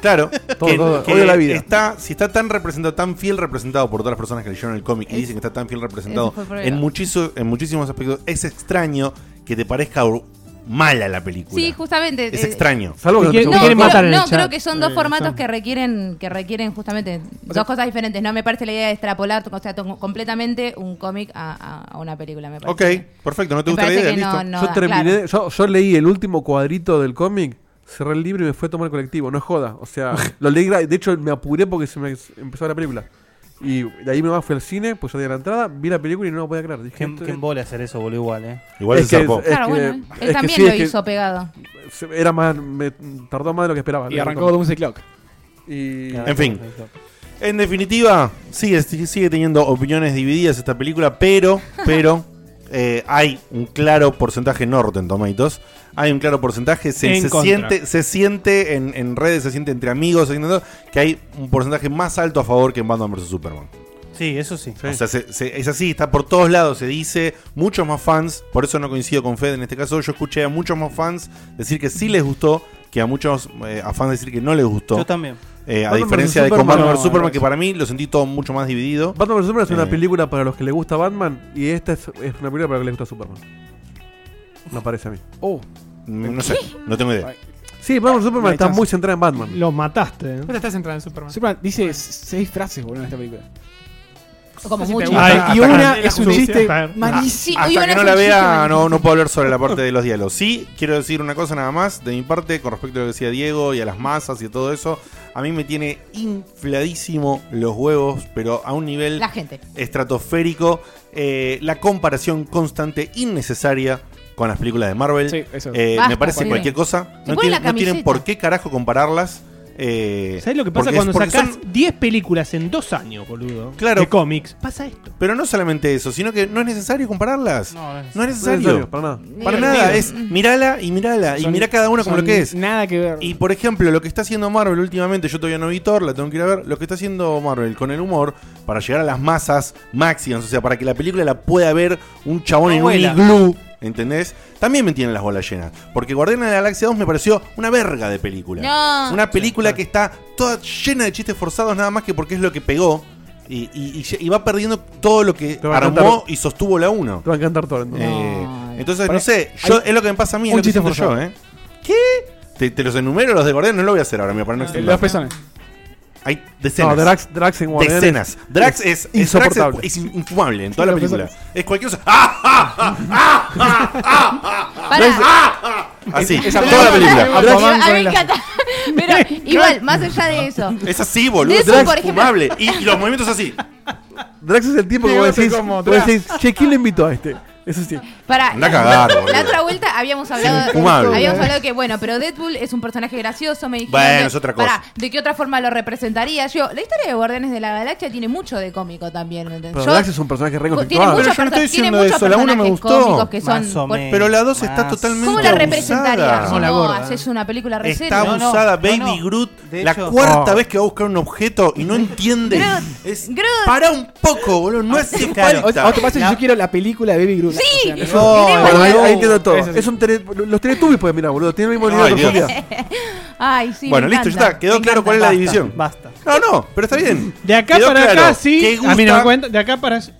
[SPEAKER 1] Claro,
[SPEAKER 5] [laughs] Todo,
[SPEAKER 1] que,
[SPEAKER 5] todo,
[SPEAKER 1] que
[SPEAKER 5] odia la vida.
[SPEAKER 1] Está, si está tan representado, tan fiel representado por todas las personas que leyeron el cómic y dicen que está tan fiel representado
[SPEAKER 6] ese fue el problema.
[SPEAKER 1] en, muchiso- en muchísimos aspectos, es extraño que te parezca ur- mala la película.
[SPEAKER 6] Sí, justamente.
[SPEAKER 1] es
[SPEAKER 6] eh,
[SPEAKER 1] extraño.
[SPEAKER 5] Salvo
[SPEAKER 6] No, creo,
[SPEAKER 5] en
[SPEAKER 6] no,
[SPEAKER 5] el chat.
[SPEAKER 6] creo que son dos
[SPEAKER 5] Eh,
[SPEAKER 6] formatos
[SPEAKER 5] Sam.
[SPEAKER 6] que requieren que requieren justamente dos cosas diferentes. No me parece la idea de extrapolar o sea, to- completamente un cómic a, a- a una película. Me
[SPEAKER 1] Ok,
[SPEAKER 6] parece.
[SPEAKER 1] perfecto, no te
[SPEAKER 6] Me
[SPEAKER 1] gusta la
[SPEAKER 6] parece
[SPEAKER 1] idea,
[SPEAKER 6] que no,
[SPEAKER 1] listo.
[SPEAKER 6] no
[SPEAKER 5] yo
[SPEAKER 6] da,
[SPEAKER 5] terminé,
[SPEAKER 6] claro.
[SPEAKER 5] yo, yo leí el último cuadrito del cómic, cerré el libro y me fue a tomar el colectivo, no es joda. O
[SPEAKER 1] [laughs]
[SPEAKER 5] sea, lo leí, gra- de hecho me apuré porque se me empezó la película. Y de ahí me fui al cine, pues yo di la entrada, vi la película y no la podía creer. Dije,
[SPEAKER 2] Que
[SPEAKER 5] esto-
[SPEAKER 2] embola hacer eso, boludo, igual, eh.
[SPEAKER 1] Igual
[SPEAKER 5] Es
[SPEAKER 1] se
[SPEAKER 5] que-
[SPEAKER 1] zarpó.
[SPEAKER 5] es
[SPEAKER 6] Claro,
[SPEAKER 5] que-
[SPEAKER 6] bueno.
[SPEAKER 5] es
[SPEAKER 6] Él
[SPEAKER 5] que
[SPEAKER 6] también
[SPEAKER 5] sí,
[SPEAKER 6] lo
[SPEAKER 5] es que-
[SPEAKER 6] hizo pegado.
[SPEAKER 5] se- Era más, me tardó más de lo que esperaba.
[SPEAKER 3] Y arrancó Doomsday Clock.
[SPEAKER 5] Y...
[SPEAKER 1] En fin. En definitiva, sigue, sigue teniendo opiniones divididas esta película, pero, pero eh, hay un claro porcentaje en Rotten Tomatoes. Hay un claro porcentaje, se,
[SPEAKER 10] En
[SPEAKER 1] se
[SPEAKER 10] contra.
[SPEAKER 1] siente, se siente en, en redes, se siente entre amigos, se siente en todo, que hay un porcentaje más alto a favor que en Batman vs. Superman.
[SPEAKER 2] Sí, eso sí.
[SPEAKER 1] O sea, se- se- es así, está por todos lados, se dice, muchos más fans, por eso no coincido con Fed en este caso, yo escuché a muchos más fans decir que sí les gustó, que a muchos eh, a fans decir que no les gustó.
[SPEAKER 2] Yo también.
[SPEAKER 1] Eh, a
[SPEAKER 5] Batman
[SPEAKER 1] diferencia de
[SPEAKER 5] versus
[SPEAKER 1] con
[SPEAKER 5] Superman,
[SPEAKER 1] Batman
[SPEAKER 5] no,
[SPEAKER 1] vs. Superman, que
[SPEAKER 5] no.
[SPEAKER 1] para mí lo sentí todo mucho más dividido.
[SPEAKER 5] Batman vs. Superman es una
[SPEAKER 1] Eh.
[SPEAKER 5] película para los que le gusta Batman y esta es, es una película para los que le gusta Superman. Me parece a mí.
[SPEAKER 3] Oh.
[SPEAKER 1] Mm, No sé, no tengo idea.
[SPEAKER 5] Sí, Batman vs.
[SPEAKER 3] No
[SPEAKER 5] Superman
[SPEAKER 3] hay
[SPEAKER 5] está
[SPEAKER 3] chance.
[SPEAKER 5] muy centrada en Batman.
[SPEAKER 10] Lo mataste. ¿eh?
[SPEAKER 7] ¿Vos estás centrada en Superman?
[SPEAKER 3] Superman dice seis frases, boludo, en esta película.
[SPEAKER 6] Como
[SPEAKER 7] Sí, te
[SPEAKER 6] mucho.
[SPEAKER 7] gusta.
[SPEAKER 3] Ay, y
[SPEAKER 7] Hasta
[SPEAKER 3] una
[SPEAKER 7] que-
[SPEAKER 3] es un
[SPEAKER 7] la
[SPEAKER 3] chiste
[SPEAKER 7] justicia.
[SPEAKER 6] malísimo. Y
[SPEAKER 1] Ah, Hasta
[SPEAKER 6] ahora
[SPEAKER 1] que no
[SPEAKER 6] es
[SPEAKER 1] la
[SPEAKER 6] un chiste
[SPEAKER 1] vea,
[SPEAKER 6] malísimo.
[SPEAKER 1] no, no puedo hablar sobre la parte de los diálogos. Sí, quiero decir una cosa nada más de mi parte con respecto a lo que decía Diego y a las masas y todo eso. A mí me tiene infladísimo los huevos, pero a un nivel
[SPEAKER 6] La gente.
[SPEAKER 1] estratosférico. eh, la comparación constante, innecesaria con las películas de Marvel.
[SPEAKER 3] eso.
[SPEAKER 1] Eh,
[SPEAKER 10] Basta,
[SPEAKER 1] me parece
[SPEAKER 10] boludo.
[SPEAKER 1] cualquier cosa.
[SPEAKER 10] Se
[SPEAKER 1] No,
[SPEAKER 10] pone
[SPEAKER 1] tiene-
[SPEAKER 10] la
[SPEAKER 1] no tienen
[SPEAKER 10] camiseta.
[SPEAKER 1] por qué carajo compararlas. eh,
[SPEAKER 10] ¿Sabes lo que pasa
[SPEAKER 1] porque es-
[SPEAKER 10] cuando
[SPEAKER 1] porque
[SPEAKER 10] sacás
[SPEAKER 1] son-
[SPEAKER 10] 10 películas en dos años, boludo?
[SPEAKER 1] Claro.
[SPEAKER 10] De cómics. Pasa esto.
[SPEAKER 1] Pero no solamente eso, sino que no es necesario compararlas. No, es necesario.
[SPEAKER 5] No es necesario, para nada.
[SPEAKER 1] Para
[SPEAKER 5] Ni
[SPEAKER 1] nada,
[SPEAKER 5] divertido.
[SPEAKER 1] es mirala y mirala y
[SPEAKER 5] Son-
[SPEAKER 1] mirá cada una como
[SPEAKER 5] son
[SPEAKER 1] lo que es.
[SPEAKER 3] Nada que ver.
[SPEAKER 1] Y por ejemplo, lo que está haciendo Marvel últimamente, yo todavía no vi Thor, la tengo que ir a ver, lo que está haciendo Marvel con el humor para llegar a las masas máximas, o sea, para que la película la pueda ver un chabón en un
[SPEAKER 10] Abuela.
[SPEAKER 1] iglú, ¿entendés? También me tienen las bolas llenas, porque Guardianes de la Galaxia 2 me pareció una verga de película.
[SPEAKER 10] No.
[SPEAKER 1] Una película que está toda llena de chistes forzados nada más que porque es lo que pegó. Y, y- y- y va perdiendo todo lo que
[SPEAKER 5] va a
[SPEAKER 1] armó
[SPEAKER 5] encantar.
[SPEAKER 1] y sostuvo la 1.
[SPEAKER 5] Te va a encantar todo.
[SPEAKER 1] Eh, entonces,
[SPEAKER 5] Pará,
[SPEAKER 1] no sé, yo-
[SPEAKER 5] hay-
[SPEAKER 1] es lo que me pasa a mí, es
[SPEAKER 5] un
[SPEAKER 1] lo que
[SPEAKER 5] chiste
[SPEAKER 1] siento yo,
[SPEAKER 5] forzado.
[SPEAKER 1] ¿eh? Te, te los enumero los de Guardián, no lo voy a hacer ahora, mira, para no extenderme.
[SPEAKER 3] Los pezones.
[SPEAKER 1] Hay decenas.
[SPEAKER 5] No, Drax- Drax en Guardianes
[SPEAKER 1] Decenas. Drax es,
[SPEAKER 5] es
[SPEAKER 1] es- Drax es-
[SPEAKER 5] insoportable.
[SPEAKER 1] es in- infumable en toda la
[SPEAKER 5] Los
[SPEAKER 1] película.
[SPEAKER 5] pezones.
[SPEAKER 1] Es cualquier cosa. ¡Ah! ¡Ah! Así,
[SPEAKER 6] Es-
[SPEAKER 1] toda la película.
[SPEAKER 6] A mí me encanta. [laughs]
[SPEAKER 1] [laughs]
[SPEAKER 6] Pero igual, más allá de eso.
[SPEAKER 1] Es así, boludo.
[SPEAKER 6] De eso,
[SPEAKER 1] Drax
[SPEAKER 6] por
[SPEAKER 1] es
[SPEAKER 6] ejemplo-
[SPEAKER 1] infumable.
[SPEAKER 6] [laughs]
[SPEAKER 1] Y, y los movimientos así.
[SPEAKER 5] Drax es el tipo que
[SPEAKER 1] Digo,
[SPEAKER 5] vos
[SPEAKER 1] te
[SPEAKER 5] decís,
[SPEAKER 1] como,
[SPEAKER 5] vos decís, che, ¿quién le invitó a este? Eso sí.
[SPEAKER 6] Para
[SPEAKER 5] Anda
[SPEAKER 6] la,
[SPEAKER 5] a cagar, boludo.
[SPEAKER 6] la otra vuelta habíamos hablado,
[SPEAKER 5] Infumable.
[SPEAKER 6] habíamos hablado que bueno, pero Deadpool es un personaje gracioso, me dijeron.
[SPEAKER 1] Bueno,
[SPEAKER 6] que-
[SPEAKER 1] es otra cosa.
[SPEAKER 6] pará, ¿De qué otra forma lo representaría? Yo, la historia de Guardianes de la Galaxia tiene mucho de cómico también, ¿me entendés?
[SPEAKER 5] Pero
[SPEAKER 6] Yo-
[SPEAKER 5] Dax es un personaje re
[SPEAKER 6] Tiene
[SPEAKER 5] conflictuado.
[SPEAKER 6] muchos Pero yo no estoy perso- diciendo tiene muchos eso, la uno me personajes gustó. cómicos que son- Más o por- menos,
[SPEAKER 1] Pero la 2 está
[SPEAKER 2] más.
[SPEAKER 1] totalmente
[SPEAKER 6] ¿Cómo la
[SPEAKER 1] abusada.
[SPEAKER 6] representarías? No, haces una película receta.
[SPEAKER 1] Está abusada Baby Groot. La cuarta
[SPEAKER 5] Oh.
[SPEAKER 2] No.
[SPEAKER 1] vez que va a buscar un objeto y no entiende. Es- Para un poco, boludo. No hace
[SPEAKER 3] Claro,
[SPEAKER 1] falta.
[SPEAKER 3] o te pasa si yo quiero la película de Baby Groot.
[SPEAKER 6] Sí,
[SPEAKER 3] O sea,
[SPEAKER 5] No,
[SPEAKER 3] no.
[SPEAKER 5] bueno, ahí, ahí entiendo todo.
[SPEAKER 3] Eso sí.
[SPEAKER 5] Es un tele- los teletubbies pueden mirar, boludo. Tiene el mismo nivel de
[SPEAKER 1] Ay, Dios.
[SPEAKER 5] profundidad.
[SPEAKER 6] [laughs] Ay, sí.
[SPEAKER 1] bueno,
[SPEAKER 6] me
[SPEAKER 1] listo, ya
[SPEAKER 6] encanta.
[SPEAKER 1] está. Quedó claro cuál es la división.
[SPEAKER 2] Basta.
[SPEAKER 1] No, no, pero está bien.
[SPEAKER 10] De acá
[SPEAKER 1] Quedó
[SPEAKER 10] para
[SPEAKER 1] claro
[SPEAKER 10] acá sí.
[SPEAKER 1] qué
[SPEAKER 10] A mí no me
[SPEAKER 1] gusta-
[SPEAKER 10] cuenta. De acá para.
[SPEAKER 1] Es-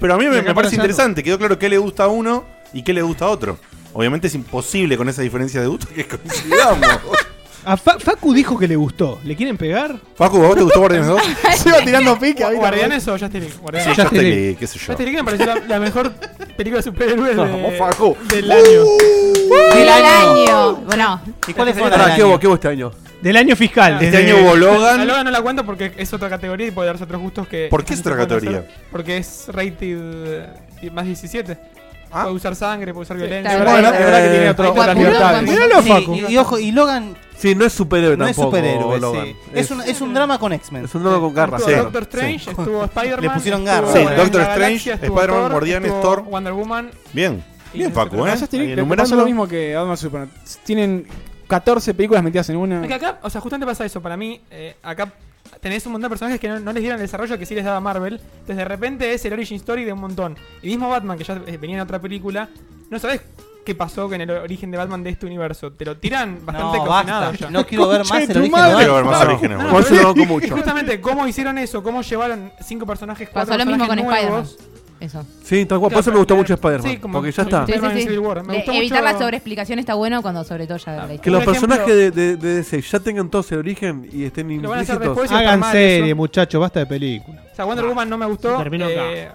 [SPEAKER 1] pero a mí
[SPEAKER 10] Y
[SPEAKER 1] me,
[SPEAKER 10] acá
[SPEAKER 1] me parece
[SPEAKER 10] para allá
[SPEAKER 1] interesante. Quedó claro qué le gusta a uno y qué le gusta a otro. Obviamente es imposible con esa diferencia de gusto que
[SPEAKER 3] [laughs]
[SPEAKER 1] coincidamos.
[SPEAKER 10] A Fa- Facu dijo que le gustó. ¿Le quieren pegar?
[SPEAKER 1] Facu, ¿a vos te gustó Guardianes 2?
[SPEAKER 3] Se va tirando pica. ¿viste?
[SPEAKER 7] ¿Guardianes o Justice League? Guardianes.
[SPEAKER 1] Sí, Justice League, qué sé yo.
[SPEAKER 7] Justice League me pareció la, la mejor película de
[SPEAKER 1] [laughs]
[SPEAKER 7] superhéroes de-
[SPEAKER 5] Vamos, Facu.
[SPEAKER 7] del año.
[SPEAKER 1] Uh.
[SPEAKER 6] Del año. Bueno.
[SPEAKER 10] ¿Y cuáles fueron
[SPEAKER 5] Pará,
[SPEAKER 10] del
[SPEAKER 5] ¿Qué
[SPEAKER 10] año?
[SPEAKER 5] hubo, qué hubo este año?
[SPEAKER 10] Del año fiscal.
[SPEAKER 5] Este
[SPEAKER 10] desde-
[SPEAKER 5] año hubo
[SPEAKER 7] A Logan no la cuento porque es otra categoría y puede darse otros gustos que.
[SPEAKER 1] ¿Por qué es otra
[SPEAKER 7] no se pueden
[SPEAKER 1] categoría?
[SPEAKER 7] hacer, porque es rated eh, más 17.
[SPEAKER 1] Ah.
[SPEAKER 7] Puede usar sangre, puede usar violencia.
[SPEAKER 2] está
[SPEAKER 7] Es verdad,
[SPEAKER 2] bien.
[SPEAKER 7] es verdad que tiene otro-
[SPEAKER 2] Eh,
[SPEAKER 7] otras
[SPEAKER 2] Guapurón,
[SPEAKER 7] libertades.
[SPEAKER 2] Guapurón. Míralo, Facu. Y- y ojo, y Logan-
[SPEAKER 5] Sí, no es superhéroe
[SPEAKER 2] No es
[SPEAKER 5] tampoco.
[SPEAKER 2] superhéroe, sí.
[SPEAKER 5] Logan.
[SPEAKER 2] Es un- es un drama con X-Men.
[SPEAKER 5] Es un drama con garras.
[SPEAKER 7] Estuvo Doctor
[SPEAKER 2] [laughs]
[SPEAKER 7] Strange, estuvo Spider-Man.
[SPEAKER 2] Le pusieron
[SPEAKER 7] estuvo
[SPEAKER 2] garra.
[SPEAKER 1] Sí,
[SPEAKER 7] Guardianes
[SPEAKER 1] Doctor
[SPEAKER 7] de la
[SPEAKER 1] Strange,
[SPEAKER 7] Galaxia, estuvo
[SPEAKER 1] Spider-Man,
[SPEAKER 7] Thor,
[SPEAKER 1] Guardianes,
[SPEAKER 7] estuvo
[SPEAKER 1] Thor.
[SPEAKER 7] Wonder Woman.
[SPEAKER 1] Bien. Bien, Facu, ¿eh?
[SPEAKER 3] Justice League, le pasa
[SPEAKER 1] Enumerando.
[SPEAKER 3] lo mismo que Batman Superman. Tienen 14 películas metidas en una.
[SPEAKER 7] Es que acá, o sea, justamente pasa eso. Para mí, eh, acá tenés un montón de personajes que no, no les dieron el desarrollo que sí les daba Marvel. Entonces, de repente es el origin story de un montón. Y mismo Batman, que ya eh, venía en otra película, no sabés qué pasó con el origen de Batman de este universo. Te lo tiran bastante
[SPEAKER 2] No,
[SPEAKER 7] cocinado
[SPEAKER 2] basta.
[SPEAKER 7] ya.
[SPEAKER 2] No quiero ver más el origen.
[SPEAKER 1] madre. Quiero ver más
[SPEAKER 2] Claro.
[SPEAKER 1] orígenes,
[SPEAKER 7] No,
[SPEAKER 1] boludo.
[SPEAKER 7] pero-
[SPEAKER 1] Eso no banco mucho.
[SPEAKER 7] y Justamente, cómo hicieron eso, cómo llevaron cinco personajes, cuatro
[SPEAKER 6] Pasó lo mismo con
[SPEAKER 7] personajes
[SPEAKER 6] Spider-Man.
[SPEAKER 7] nuevos.
[SPEAKER 6] Eso.
[SPEAKER 5] Sí, tal cual. Por eso me gustó mucho Spider-Man.
[SPEAKER 7] Sí, como-
[SPEAKER 5] porque ya
[SPEAKER 7] como
[SPEAKER 5] está.
[SPEAKER 7] Sí,
[SPEAKER 6] Sí, sí, sí.
[SPEAKER 7] Civil War. Me
[SPEAKER 6] De-
[SPEAKER 7] gustó
[SPEAKER 6] evitar
[SPEAKER 7] mucho-
[SPEAKER 6] la sobreexplicación está bueno cuando sobre todo ya la
[SPEAKER 5] Que los personajes de, de, de DC ya tengan todos el origen y estén
[SPEAKER 7] Lo van a hacer
[SPEAKER 5] implícitos.
[SPEAKER 7] después y está
[SPEAKER 10] Hagan
[SPEAKER 7] mal
[SPEAKER 10] serie,
[SPEAKER 7] eso.
[SPEAKER 10] muchachos. Basta de película.
[SPEAKER 7] O sea, Wonder Woman no me gustó.
[SPEAKER 10] terminó acá.
[SPEAKER 7] eh,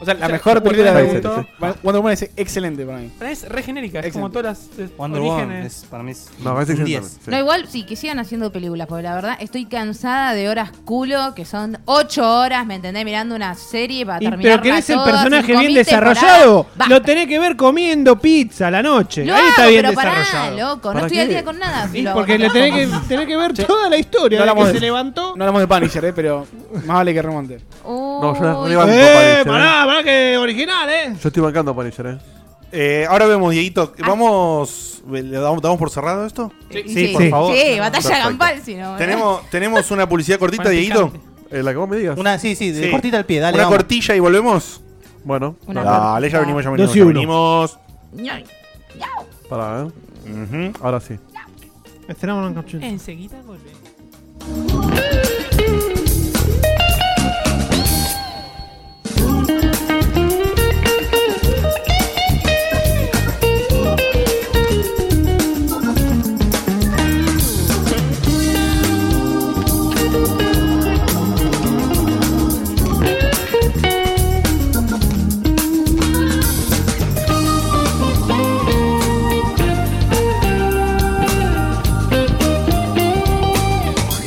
[SPEAKER 3] O sea, la
[SPEAKER 7] o sea,
[SPEAKER 3] mejor
[SPEAKER 7] Wonder
[SPEAKER 3] película
[SPEAKER 7] Woman
[SPEAKER 3] de
[SPEAKER 7] me
[SPEAKER 3] Wonder
[SPEAKER 7] gustó.
[SPEAKER 3] Woman. Wonder Woman es excelente para mí.
[SPEAKER 7] Pero es re genérica, es como todas las eh,
[SPEAKER 2] Wonder Woman
[SPEAKER 7] orígenes.
[SPEAKER 2] es- para mí es
[SPEAKER 5] No, parece
[SPEAKER 2] un
[SPEAKER 5] que
[SPEAKER 2] 10.
[SPEAKER 6] No, igual sí, que sigan haciendo películas, porque la verdad estoy cansada de horas culo, que son ocho horas, ¿me entendés? Mirando una serie para
[SPEAKER 10] Y-
[SPEAKER 6] terminar.
[SPEAKER 10] pero querés el personaje bien desarrollado. Lo tenés que ver comiendo pizza a la noche.
[SPEAKER 6] No,
[SPEAKER 10] Ahí está bien
[SPEAKER 6] pero pará,
[SPEAKER 10] desarrollado.
[SPEAKER 6] loco, no estoy al día con nada.
[SPEAKER 10] Y
[SPEAKER 6] lo-
[SPEAKER 10] porque le tenés [laughs] que, tenés que ver toda la historia de que se levantó.
[SPEAKER 3] No hablamos de Punisher, eh, pero más vale que remonte.
[SPEAKER 5] No, yo no le banco
[SPEAKER 10] Eh,
[SPEAKER 5] a Punisher,
[SPEAKER 10] pará, pará, que original, eh.
[SPEAKER 5] eh. Yo estoy bancando a Punisher, eh.
[SPEAKER 1] Eh, ahora vemos, Dieguito.
[SPEAKER 2] Ah.
[SPEAKER 1] Vamos. ¿Le damos, damos por cerrado esto?
[SPEAKER 6] Sí, sí, sí. Sí, batalla campal, si no, ¿eh?
[SPEAKER 1] Tenemos, tenemos una publicidad cortita, Dieguito.
[SPEAKER 5] Eh, la que vos me digas.
[SPEAKER 2] Una, sí, sí, de cortita al pie, dale.
[SPEAKER 1] Una
[SPEAKER 2] vamos.
[SPEAKER 1] cortilla y volvemos.
[SPEAKER 5] Bueno.
[SPEAKER 6] Una
[SPEAKER 1] dale,
[SPEAKER 6] cortita.
[SPEAKER 1] ya venimos, ya venimos.
[SPEAKER 5] Dos y
[SPEAKER 1] ya
[SPEAKER 5] uno.
[SPEAKER 1] venimos.
[SPEAKER 6] Ñoy.
[SPEAKER 5] Pará, eh. Ahora sí.
[SPEAKER 10] Estrenamos una canción.
[SPEAKER 7] Enseguida volvemos.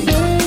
[SPEAKER 13] Thank you.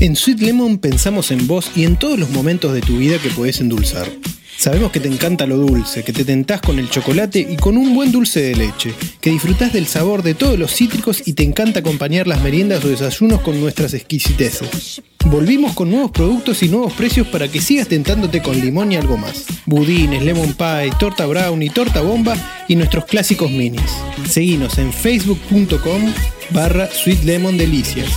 [SPEAKER 13] En Sweet Lemon pensamos en vos y en todos los momentos de tu vida que podés endulzar. Sabemos que te encanta lo dulce, que te tentás con el chocolate y con un buen dulce de leche, que disfrutás del sabor de todos los cítricos y te encanta acompañar las meriendas o desayunos con nuestras exquisiteces. Volvimos con nuevos productos y nuevos precios para que sigas tentándote con limón y algo más. Budines, lemon pie, torta brownie, torta bomba y nuestros clásicos minis. Seguinos en facebook.com barra sweet lemon delicias.